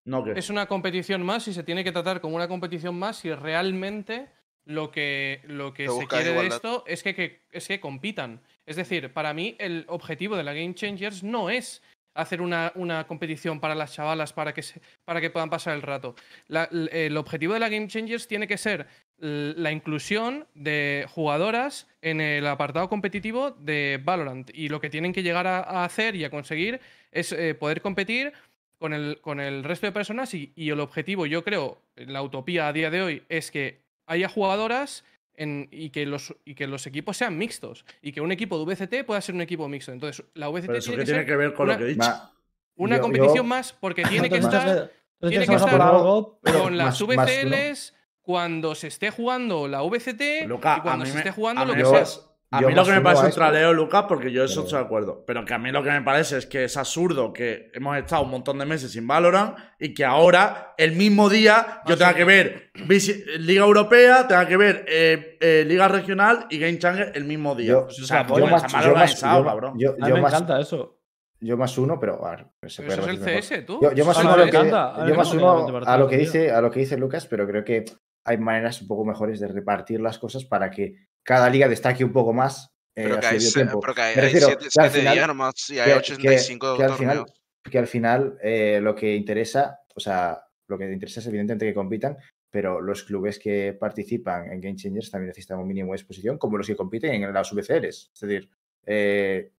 Speaker 1: No, que.
Speaker 5: es una competición más y se tiene que tratar como una competición más y realmente lo que, lo que
Speaker 2: Se
Speaker 5: se
Speaker 2: busca
Speaker 5: quiere de
Speaker 2: igualdad.
Speaker 5: esto es que, que- es que compitan. Es decir, para mí el objetivo de la Game Changers no es hacer una, una competición para las chavalas para que, se- para que puedan pasar el rato. La- l- el objetivo de la Game Changers tiene que ser l- la inclusión de jugadoras en el apartado competitivo de Valorant. Y lo que tienen que llegar a, a hacer y a conseguir es eh, poder competir con el, con el resto de personas y, y el objetivo, yo creo, la utopía a día de hoy es que haya jugadoras en- y, que los, y que los equipos sean mixtos y que un equipo de VCT pueda ser un equipo mixto. Entonces, la VCT
Speaker 1: Pero eso
Speaker 5: tiene
Speaker 1: que
Speaker 5: que
Speaker 1: tiene
Speaker 5: ser
Speaker 1: que ver con lo
Speaker 5: una-
Speaker 1: que he dicho.
Speaker 6: ma-
Speaker 5: una
Speaker 6: yo- yo-
Speaker 5: competición más porque tiene que
Speaker 4: Entonces,
Speaker 5: estar
Speaker 4: entonces tienes
Speaker 5: que
Speaker 4: que
Speaker 5: estar-
Speaker 4: por algo, pero
Speaker 5: con las
Speaker 6: más- más
Speaker 5: VCLs cuando se esté jugando la VCT
Speaker 1: Luca,
Speaker 5: y
Speaker 1: a
Speaker 5: cuando
Speaker 1: mí
Speaker 5: se
Speaker 1: me-
Speaker 5: esté
Speaker 1: a
Speaker 5: jugando lo
Speaker 1: mí
Speaker 5: que
Speaker 1: me-
Speaker 5: sea.
Speaker 1: A
Speaker 6: yo
Speaker 1: mí lo que me
Speaker 6: asumo
Speaker 1: parece
Speaker 6: a este,
Speaker 1: un
Speaker 6: esto.
Speaker 1: traleo, Lucas, porque yo eso
Speaker 6: Pero-
Speaker 1: estoy de acuerdo. Pero que a mí lo que me parece es que es absurdo que hemos estado un montón de meses sin Valorant y que ahora, el mismo día, yo
Speaker 5: Absurdo.
Speaker 1: tenga que ver Visi- Liga Europea, tenga que ver eh, eh, Liga Regional y Game Changer el mismo día.
Speaker 6: Yo-
Speaker 1: pues, o
Speaker 4: yo
Speaker 1: sea,
Speaker 4: más-
Speaker 1: coño,
Speaker 6: yo más-
Speaker 1: está mal
Speaker 6: yo más-
Speaker 1: organizado,
Speaker 6: yo-
Speaker 1: cabrón.
Speaker 6: yo-
Speaker 4: a mí
Speaker 6: yo
Speaker 4: me
Speaker 6: más-
Speaker 4: encanta eso.
Speaker 6: Yo más uno, pero. a ver, pues se
Speaker 5: Pero
Speaker 6: puede
Speaker 5: eso es el
Speaker 6: repetir mejor.
Speaker 5: CS, tú.
Speaker 6: Yo, yo más
Speaker 5: Eso es
Speaker 6: uno
Speaker 4: a
Speaker 6: a
Speaker 5: el
Speaker 6: lo
Speaker 4: mí
Speaker 6: que,
Speaker 4: Ah, me encanta, a mí
Speaker 6: yo
Speaker 4: me
Speaker 6: más
Speaker 4: encanta
Speaker 6: uno
Speaker 4: divertirme,
Speaker 6: a lo que
Speaker 4: tío.
Speaker 6: dice, a lo que dice Lucas, pero creo que hay maneras un poco mejores de repartir las cosas para que cada liga destaque un poco más. eh,
Speaker 2: Pero que
Speaker 6: a su
Speaker 2: hay,
Speaker 6: debido
Speaker 2: se-
Speaker 6: tiempo.
Speaker 2: pero que hay
Speaker 6: Me refiero que
Speaker 2: 7
Speaker 6: al final-
Speaker 2: días nomás y hay
Speaker 6: que-
Speaker 2: 85
Speaker 6: que al
Speaker 2: torneos.
Speaker 6: final, que al final eh, lo que interesa, o sea, lo que interesa es evidentemente que compitan, pero los clubes que participan en Game Changers también necesitan un mínimo de exposición, como los que compiten en las VCRs. Es decir, eh,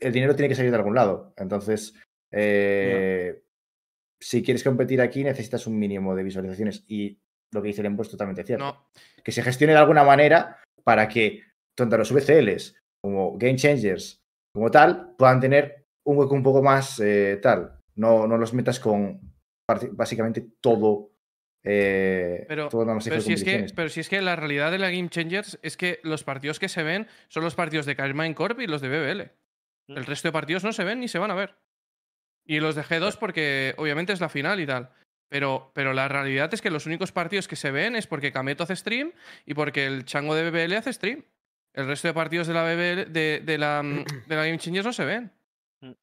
Speaker 6: el dinero tiene que salir de algún lado. Entonces, eh, si quieres competir aquí, necesitas un mínínimo de visualizaciones. Y lo que dice el es totalmente cierto
Speaker 5: No,
Speaker 6: que se gestione de alguna manera para que tanto los VCLs como Game Changers como tal puedan tener un hueco un poco más eh, tal. No, no los metas con parti- básicamente todo. Eh,
Speaker 5: Pero-
Speaker 6: todo nada más
Speaker 5: pero
Speaker 6: hacer
Speaker 5: si, es que,
Speaker 6: competiciones.
Speaker 5: pero si es que la realidad de la Game Changers es que los partidos que se ven son los partidos de Carmine Corp y los de BBL. El resto de partidos no se ven ni se van a ver. Y los de G2 porque obviamente es la final y tal. Pero, pero la realidad es que los únicos partidos que se ven es porque Kameto hace stream y porque el chango de BBL hace stream. El resto de partidos de la BBL, de, de la, mm, de la Game Changers no se ven.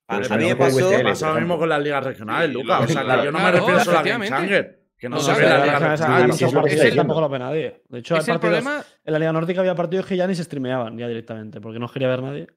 Speaker 1: Vale,
Speaker 3: a mí me
Speaker 1: pero
Speaker 3: pasó-
Speaker 1: pasa
Speaker 6: por
Speaker 1: lo
Speaker 6: ejemplo.
Speaker 1: mismo con las ligas regionales,
Speaker 2: Sí,
Speaker 1: Lucas. O sea,
Speaker 2: claro,
Speaker 1: que yo no me
Speaker 5: claro,
Speaker 1: refiero solo a Game
Speaker 5: efectivamente.
Speaker 1: Changer. Que no
Speaker 5: No,
Speaker 1: se
Speaker 5: no,
Speaker 1: ve
Speaker 5: pero
Speaker 1: la
Speaker 5: la
Speaker 1: liga
Speaker 5: liga
Speaker 1: regional.
Speaker 6: es algo
Speaker 1: tampoco.
Speaker 6: que
Speaker 4: Es
Speaker 6: estoy
Speaker 4: el...
Speaker 6: diciendo.
Speaker 4: Tampoco lo ve nadie. De hecho, hay
Speaker 5: es el
Speaker 4: partidos-
Speaker 5: problema
Speaker 4: en la Liga Nórdica había partidos que ya ni se streameaban ya directamente, porque no quería ver nadie.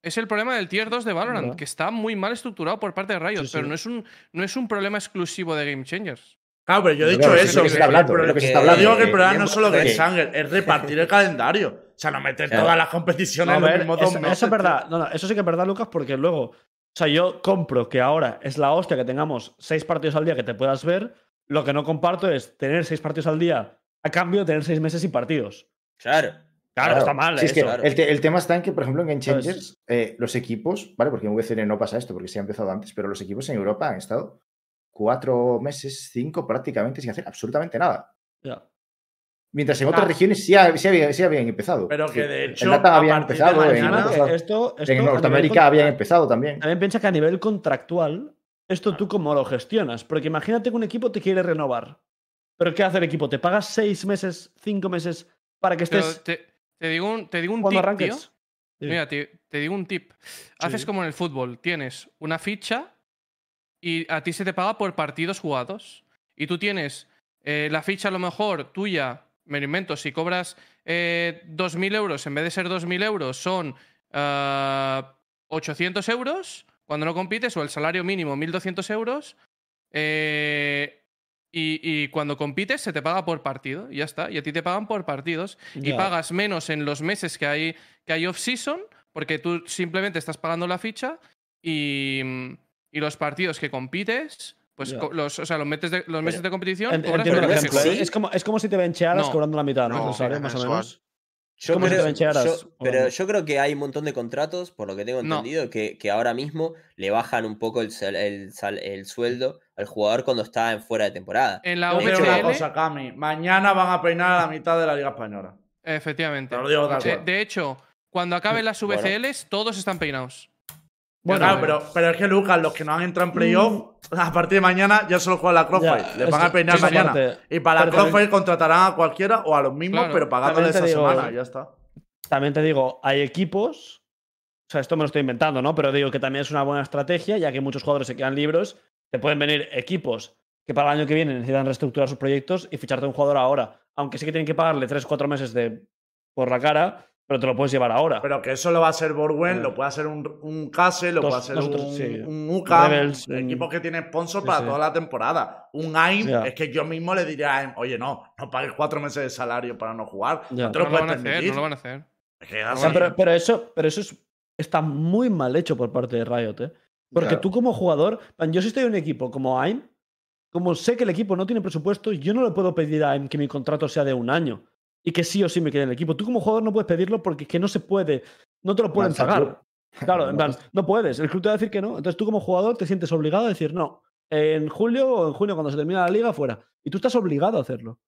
Speaker 5: Es el problema del tier 2 de Valorant,
Speaker 4: ¿Verdad?
Speaker 5: que está muy mal estructurado por parte de Riot,
Speaker 4: Sí,
Speaker 5: pero
Speaker 4: sí.
Speaker 5: no es, un, no es un problema exclusivo de Game Changers.
Speaker 1: Claro, pero yo he
Speaker 6: Yo
Speaker 1: dicho
Speaker 6: creo que
Speaker 1: eso.
Speaker 6: es lo que se está
Speaker 1: el
Speaker 6: hablando,
Speaker 1: problema-
Speaker 6: es lo que se
Speaker 3: que-
Speaker 6: está
Speaker 1: Yo
Speaker 6: hablando.
Speaker 1: digo que el
Speaker 6: Eh,
Speaker 1: problema no es
Speaker 3: bien,
Speaker 1: solo
Speaker 3: pues,
Speaker 1: Game
Speaker 3: sí.
Speaker 1: Changer, es repartir el calendario. O sea, no meter
Speaker 3: Claro.
Speaker 1: todas las
Speaker 4: No,
Speaker 1: competiciones
Speaker 4: a
Speaker 1: en los
Speaker 4: ver,
Speaker 1: mismos
Speaker 4: eso,
Speaker 1: dos
Speaker 4: eso
Speaker 1: meses.
Speaker 4: es verdad. No, no, eso sí que es verdad, Lucas, porque luego, o sea, yo compro que ahora es la hostia que tengamos seis partidos al día que te puedas ver. Lo que no comparto es tener seis partidos al día a cambio de tener seis meses sin partidos.
Speaker 3: Claro.
Speaker 4: Claro, está mal.
Speaker 6: Sí, es que
Speaker 4: eso.
Speaker 3: claro.
Speaker 6: el, te- el tema está en que, por ejemplo, en Game
Speaker 4: Entonces-
Speaker 6: Changers, eh, los equipos, ¿vale? Porque en VCN no pasa esto, porque se ha empezado antes, pero los equipos en Europa han estado cuatro meses, cinco prácticamente, sin hacer absolutamente nada.
Speaker 4: Ya.
Speaker 6: Mientras en otras
Speaker 5: Ah.
Speaker 6: regiones sí, ha- sí había- sí habían empezado.
Speaker 1: Pero
Speaker 6: Sí.
Speaker 1: que de
Speaker 6: En
Speaker 1: hecho,
Speaker 6: LATAM
Speaker 1: a
Speaker 6: habían
Speaker 1: partir de
Speaker 6: empezado, en
Speaker 1: mañana-
Speaker 6: otros
Speaker 4: Encima,
Speaker 6: lados.
Speaker 4: eh, esto, esto
Speaker 6: en
Speaker 4: a nivel
Speaker 6: Norteamérica
Speaker 4: con-
Speaker 6: habían empezado también.
Speaker 4: También piensa que a nivel contractual, esto tú cómo lo gestionas. Porque imagínate que un equipo te quiere renovar. Pero ¿qué hace el equipo? ¿Te pagas seis meses, cinco meses para que
Speaker 5: Pero
Speaker 4: estés
Speaker 5: te, te digo un, te digo un
Speaker 4: cuando
Speaker 5: tip,
Speaker 4: arranques?
Speaker 5: tío. Mira, te, te digo un tip. Haces como en el fútbol, tienes una ficha y a ti se te paga por partidos jugados. Y tú tienes eh, la ficha a lo mejor tuya, me lo invento, si cobras eh, 2.000 euros, en vez de ser 2.000 euros, son ah, 800 euros cuando no compites, o el salario mínimo 1.200 euros. eh, y, y cuando compites se te paga por partido, y ya está. Y a ti te pagan por partidos y
Speaker 4: Ya.
Speaker 5: pagas menos en los meses que hay, que hay off-season Porque tú simplemente estás pagando la ficha y, y los partidos que compites, pues
Speaker 4: Ya.
Speaker 5: co- los, o sea, los, metes de- los meses de competición,
Speaker 4: En-
Speaker 5: cobras
Speaker 4: entiendo lo
Speaker 5: lo que
Speaker 4: que
Speaker 5: te
Speaker 3: ejemplo,
Speaker 5: cobran.
Speaker 4: es, es como, es como si te benchearas
Speaker 5: No,
Speaker 4: cobrando la mitad, ¿no?
Speaker 2: no,
Speaker 4: Rosario,
Speaker 2: es
Speaker 4: más o
Speaker 2: mensual.
Speaker 4: menos.
Speaker 3: Yo
Speaker 4: ¿Cómo se
Speaker 3: creo-
Speaker 4: diferenciaras,
Speaker 3: yo- pero
Speaker 4: Holanda?
Speaker 3: yo creo que hay un montón de contratos, por lo que tengo
Speaker 5: No.
Speaker 3: entendido, que, que ahora mismo le bajan un poco el, sal- el, sal- el sueldo al jugador cuando está en fuera de
Speaker 4: ¿eh?
Speaker 3: temporada.
Speaker 5: En la
Speaker 1: Yo quiero una
Speaker 5: VHL,
Speaker 1: cosa, Cami. Mañana van a peinar a la mitad de la Liga Española.
Speaker 5: efectivamente.
Speaker 1: Te lo digo tal
Speaker 5: Eh,
Speaker 1: cual.
Speaker 5: de hecho, cuando acaben las
Speaker 3: Bueno.
Speaker 5: VCLs, todos están peinados.
Speaker 1: Bueno,
Speaker 5: Bueno,
Speaker 1: claro, Ah, pero, pero es que Lucas, los que no han entrado en playoff, a partir de mañana ya solo juegan la
Speaker 4: Mm. Ya,
Speaker 1: Crossfire. Les van
Speaker 4: es
Speaker 1: a
Speaker 4: que
Speaker 1: peinar
Speaker 4: esa
Speaker 1: mañana.
Speaker 4: parte-
Speaker 1: Y para la
Speaker 4: Pero también-
Speaker 1: Crossfire contratarán a cualquiera o a los mismos,
Speaker 5: Claro.
Speaker 1: pero pagándoles
Speaker 4: También
Speaker 1: esa
Speaker 4: te digo-
Speaker 1: semana. Ya está.
Speaker 4: También te digo, hay equipos. O sea, esto me lo estoy inventando, ¿no? Pero digo que también es una buena estrategia, ya que muchos jugadores se quedan libros. Te pueden venir equipos que para el año que viene necesitan reestructurar sus proyectos y ficharte un jugador ahora. Aunque sí que tienen que pagarle 3-4 meses de por la cara, pero te lo puedes llevar ahora.
Speaker 1: Pero que eso lo va a hacer Borwen,
Speaker 4: Eh.
Speaker 1: lo puede hacer un, un Case, lo
Speaker 4: Dos-
Speaker 1: puede hacer
Speaker 4: dos o tres,
Speaker 1: un,
Speaker 4: sí.
Speaker 1: un UCAM,
Speaker 4: Rebels,
Speaker 1: equipos
Speaker 4: mm.
Speaker 1: que tienen sponsor
Speaker 4: Sí,
Speaker 1: para
Speaker 4: sí.
Speaker 1: toda la temporada. Un AIM,
Speaker 4: Ya.
Speaker 1: es que yo mismo le diría a AIM, oye, no, no pagues cuatro meses de salario para no jugar.
Speaker 4: Ya.
Speaker 1: No te
Speaker 5: No
Speaker 1: lo
Speaker 5: lo
Speaker 1: puedes
Speaker 5: van a hacer,
Speaker 1: permitir.
Speaker 5: no lo van a hacer.
Speaker 1: Es que
Speaker 5: no
Speaker 4: O
Speaker 1: así-
Speaker 4: sea, pero, pero eso, pero eso es- está muy mal hecho por parte de Riot, ¿eh? Porque
Speaker 6: Claro.
Speaker 4: tú como jugador, plan, yo si estoy en un equipo como AIM, como sé que el equipo no tiene presupuesto, yo no le puedo pedir a AIM que mi contrato sea de un año y que sí o sí me quede en el equipo. Tú como jugador no puedes pedirlo porque es que no se puede, no te lo pueden
Speaker 6: Lanza
Speaker 4: pagar.
Speaker 6: tú.
Speaker 4: Claro, en
Speaker 6: No,
Speaker 4: plan,
Speaker 6: pues-
Speaker 4: no puedes. El club te va a decir que no. Entonces tú como jugador te sientes obligado a decir no. En julio o en junio, cuando se termina la liga, fuera. Y tú estás obligado a hacerlo.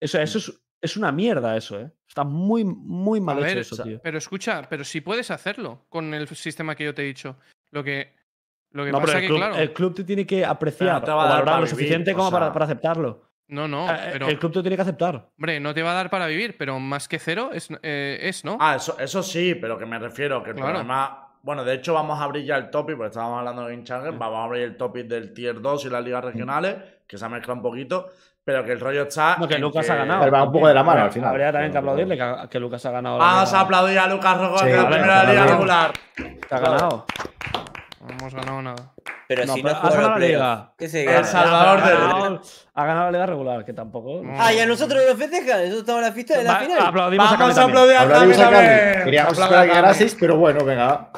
Speaker 4: Eso, eso es, es una mierda, eso, ¿eh? Está muy, muy mal
Speaker 5: A
Speaker 4: hecho
Speaker 5: ver,
Speaker 4: eso,
Speaker 5: o sea,
Speaker 4: tío.
Speaker 5: Pero escucha, pero si puedes hacerlo con el sistema que yo te he dicho. Lo que, lo que
Speaker 4: No, pero
Speaker 5: pasa
Speaker 4: el
Speaker 5: que,
Speaker 4: club,
Speaker 5: claro.
Speaker 4: el club te tiene que
Speaker 1: Pero
Speaker 4: apreciar
Speaker 1: no te va
Speaker 4: o
Speaker 1: a dar
Speaker 4: valorar
Speaker 1: para
Speaker 4: lo
Speaker 1: vivir,
Speaker 4: suficiente
Speaker 1: o
Speaker 4: como
Speaker 1: sea,
Speaker 4: para, para aceptarlo.
Speaker 5: No, no,
Speaker 4: Eh,
Speaker 5: pero.
Speaker 4: el club te tiene que aceptar.
Speaker 5: Hombre, no te va a dar para vivir, pero más que cero es, eh, es ¿no?
Speaker 1: Ah, eso, eso sí, pero que me refiero que el
Speaker 5: Claro.
Speaker 1: problema. Bueno, de hecho, vamos a abrir ya el topic, porque estábamos hablando de Game Challenger, vamos a abrir el topic del Tier 2 y las ligas regionales, que se ha mezclado un poquito, pero que el rollo está.
Speaker 4: No, que
Speaker 1: en
Speaker 4: Lucas ha ganado.
Speaker 6: Pero va un poco de la mano
Speaker 4: Habría-
Speaker 6: al final.
Speaker 4: Habría también que
Speaker 6: Pero-
Speaker 4: aplaudirle que, que Lucas ha ganado. la
Speaker 1: Vamos
Speaker 4: liga.
Speaker 1: a aplaudir a Lucas Rojo,
Speaker 6: Sí,
Speaker 1: que es el
Speaker 6: vale,
Speaker 1: primero de la liga
Speaker 6: aplaudir.
Speaker 1: regular.
Speaker 4: Te ha ganado.
Speaker 5: No hemos ganado nada.
Speaker 3: Pero
Speaker 4: No,
Speaker 3: si
Speaker 4: pero
Speaker 3: no
Speaker 4: ha
Speaker 3: jugaron
Speaker 4: ganado la
Speaker 3: playoffs,
Speaker 4: liga.
Speaker 3: ¿qué se
Speaker 1: El
Speaker 3: gana?
Speaker 1: Salvador
Speaker 4: ha,
Speaker 1: del-
Speaker 4: ganado, ha ganado la liga regular, que tampoco.
Speaker 5: No.
Speaker 3: Ah, y a nosotros nos festejan. Nosotros estamos en la fiesta de la
Speaker 4: Va-
Speaker 3: final.
Speaker 4: Aplaudimos a Cami
Speaker 1: Vamos a
Speaker 4: también.
Speaker 1: aplaudir a Cami
Speaker 6: Hablaríamos a Cami.
Speaker 1: también.
Speaker 6: Queríamos
Speaker 1: Aplauda
Speaker 6: esperar que
Speaker 1: a Cami.
Speaker 6: ganaseis, pero bueno, venga.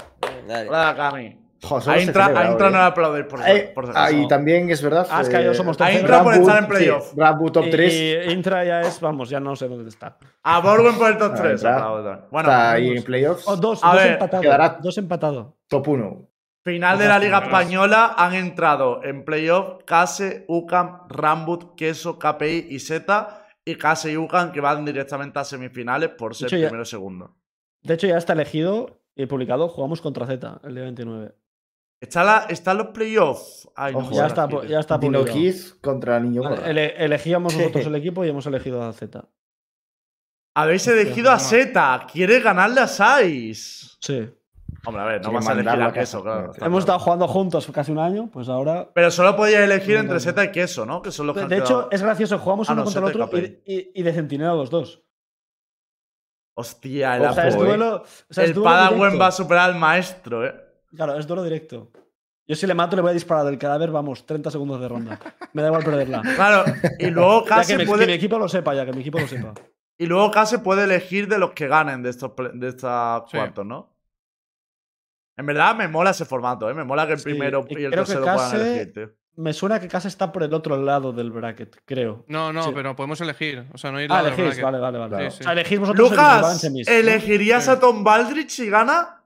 Speaker 3: Dale.
Speaker 1: Aplauda a Cami.
Speaker 6: Jo, solo
Speaker 1: A
Speaker 6: se
Speaker 1: Intra,
Speaker 6: celebra
Speaker 1: a
Speaker 6: hoy.
Speaker 1: Intra no le aplaudéis, por,
Speaker 6: Eh,
Speaker 1: por si
Speaker 6: ah,
Speaker 1: acaso.
Speaker 6: y también es verdad. eh,
Speaker 4: Ah, es que yo somos
Speaker 6: a
Speaker 4: terceros.
Speaker 6: Intra por estar en
Speaker 1: playoff.
Speaker 6: playoff. Brad Wood top
Speaker 4: Y-
Speaker 6: 3.
Speaker 4: Y Intra ya es, vamos, ya no sé dónde está.
Speaker 1: A Borwen por el top 3.
Speaker 6: Intra.
Speaker 1: Bueno,
Speaker 6: Ah, está ahí en
Speaker 1: vamos.
Speaker 6: playoffs.
Speaker 4: O dos,
Speaker 1: A
Speaker 4: dos
Speaker 1: ver,
Speaker 4: empatados.
Speaker 6: quedará-
Speaker 4: Dos empatados.
Speaker 6: Top 1.
Speaker 1: Final de la Liga Española han entrado en playoff Case, UCAM, Rambut, Queso, KPI y Z. Y Case y UCAM que van directamente a semifinales por ser
Speaker 4: hecho, ya-
Speaker 1: primero y segundo.
Speaker 4: De hecho, ya está elegido y publicado. Jugamos contra Z el día 29.
Speaker 1: ¿Están la, están los playoffs? Ay,
Speaker 6: Ojo,
Speaker 1: no,
Speaker 4: ya,
Speaker 6: ahora
Speaker 4: está, pu- ya está
Speaker 6: Dino
Speaker 4: publicado.
Speaker 6: Kiss contra Niño Gorra.
Speaker 4: Ele- elegíamos nosotros el equipo y hemos elegido a Z.
Speaker 1: Habéis elegido a Z. Quiere ganarle a Sais.
Speaker 4: Sí.
Speaker 1: Hombre, a ver, no
Speaker 6: Quiere
Speaker 1: vas a elegir
Speaker 6: mandarlo
Speaker 1: a
Speaker 6: a casa.
Speaker 1: Queso, claro. está
Speaker 4: Hemos
Speaker 1: claro.
Speaker 4: estado jugando juntos casi un año, pues ahora.
Speaker 1: Pero solo podías elegir
Speaker 4: No,
Speaker 1: entre
Speaker 4: no,
Speaker 1: Z y Queso, ¿no? Que son los que han
Speaker 4: Pues De hecho,
Speaker 1: quedado.
Speaker 4: es gracioso. Jugamos
Speaker 1: Ah,
Speaker 4: uno
Speaker 1: no,
Speaker 4: contra el
Speaker 1: Z y
Speaker 4: otro y, y- y de centinela los dos.
Speaker 1: Hostia, el
Speaker 4: O sea, es
Speaker 1: Apo, eh.
Speaker 4: duelo. o sea, es
Speaker 1: El
Speaker 4: duelo
Speaker 1: Padawan
Speaker 4: directo.
Speaker 1: va a superar al maestro, eh.
Speaker 4: Claro, es duelo directo. Yo si le mato le voy a disparar del cadáver, vamos, 30 segundos de ronda. Me da igual perderla.
Speaker 1: Claro, y luego
Speaker 4: Ya que,
Speaker 1: Case
Speaker 4: mi, que mi
Speaker 1: puede.
Speaker 4: equipo lo sepa, ya que mi equipo lo sepa.
Speaker 1: Y luego Case puede elegir de los que ganen de estos ple- de estos
Speaker 5: Sí.
Speaker 1: cuartos, ¿no? En verdad me mola ese formato, ¿eh? Me mola que el
Speaker 4: Sí,
Speaker 1: primero
Speaker 4: y
Speaker 1: y el
Speaker 4: creo que
Speaker 1: tercero puedan
Speaker 4: Case-
Speaker 1: elegir, tío.
Speaker 4: Me suena que Casa está por el otro lado del bracket, creo.
Speaker 5: No, no,
Speaker 4: Sí.
Speaker 5: pero podemos elegir. O sea, no ir
Speaker 4: Ah,
Speaker 5: al
Speaker 4: elegís,
Speaker 5: bracket.
Speaker 4: vale, vale, vale.
Speaker 5: Claro. Sí, sí.
Speaker 4: O sea, elegís vosotros el que os va en
Speaker 1: Lucas,
Speaker 4: semis, ¿no?
Speaker 1: ¿elegirías
Speaker 5: Sí.
Speaker 1: a Tom Baldrich si gana?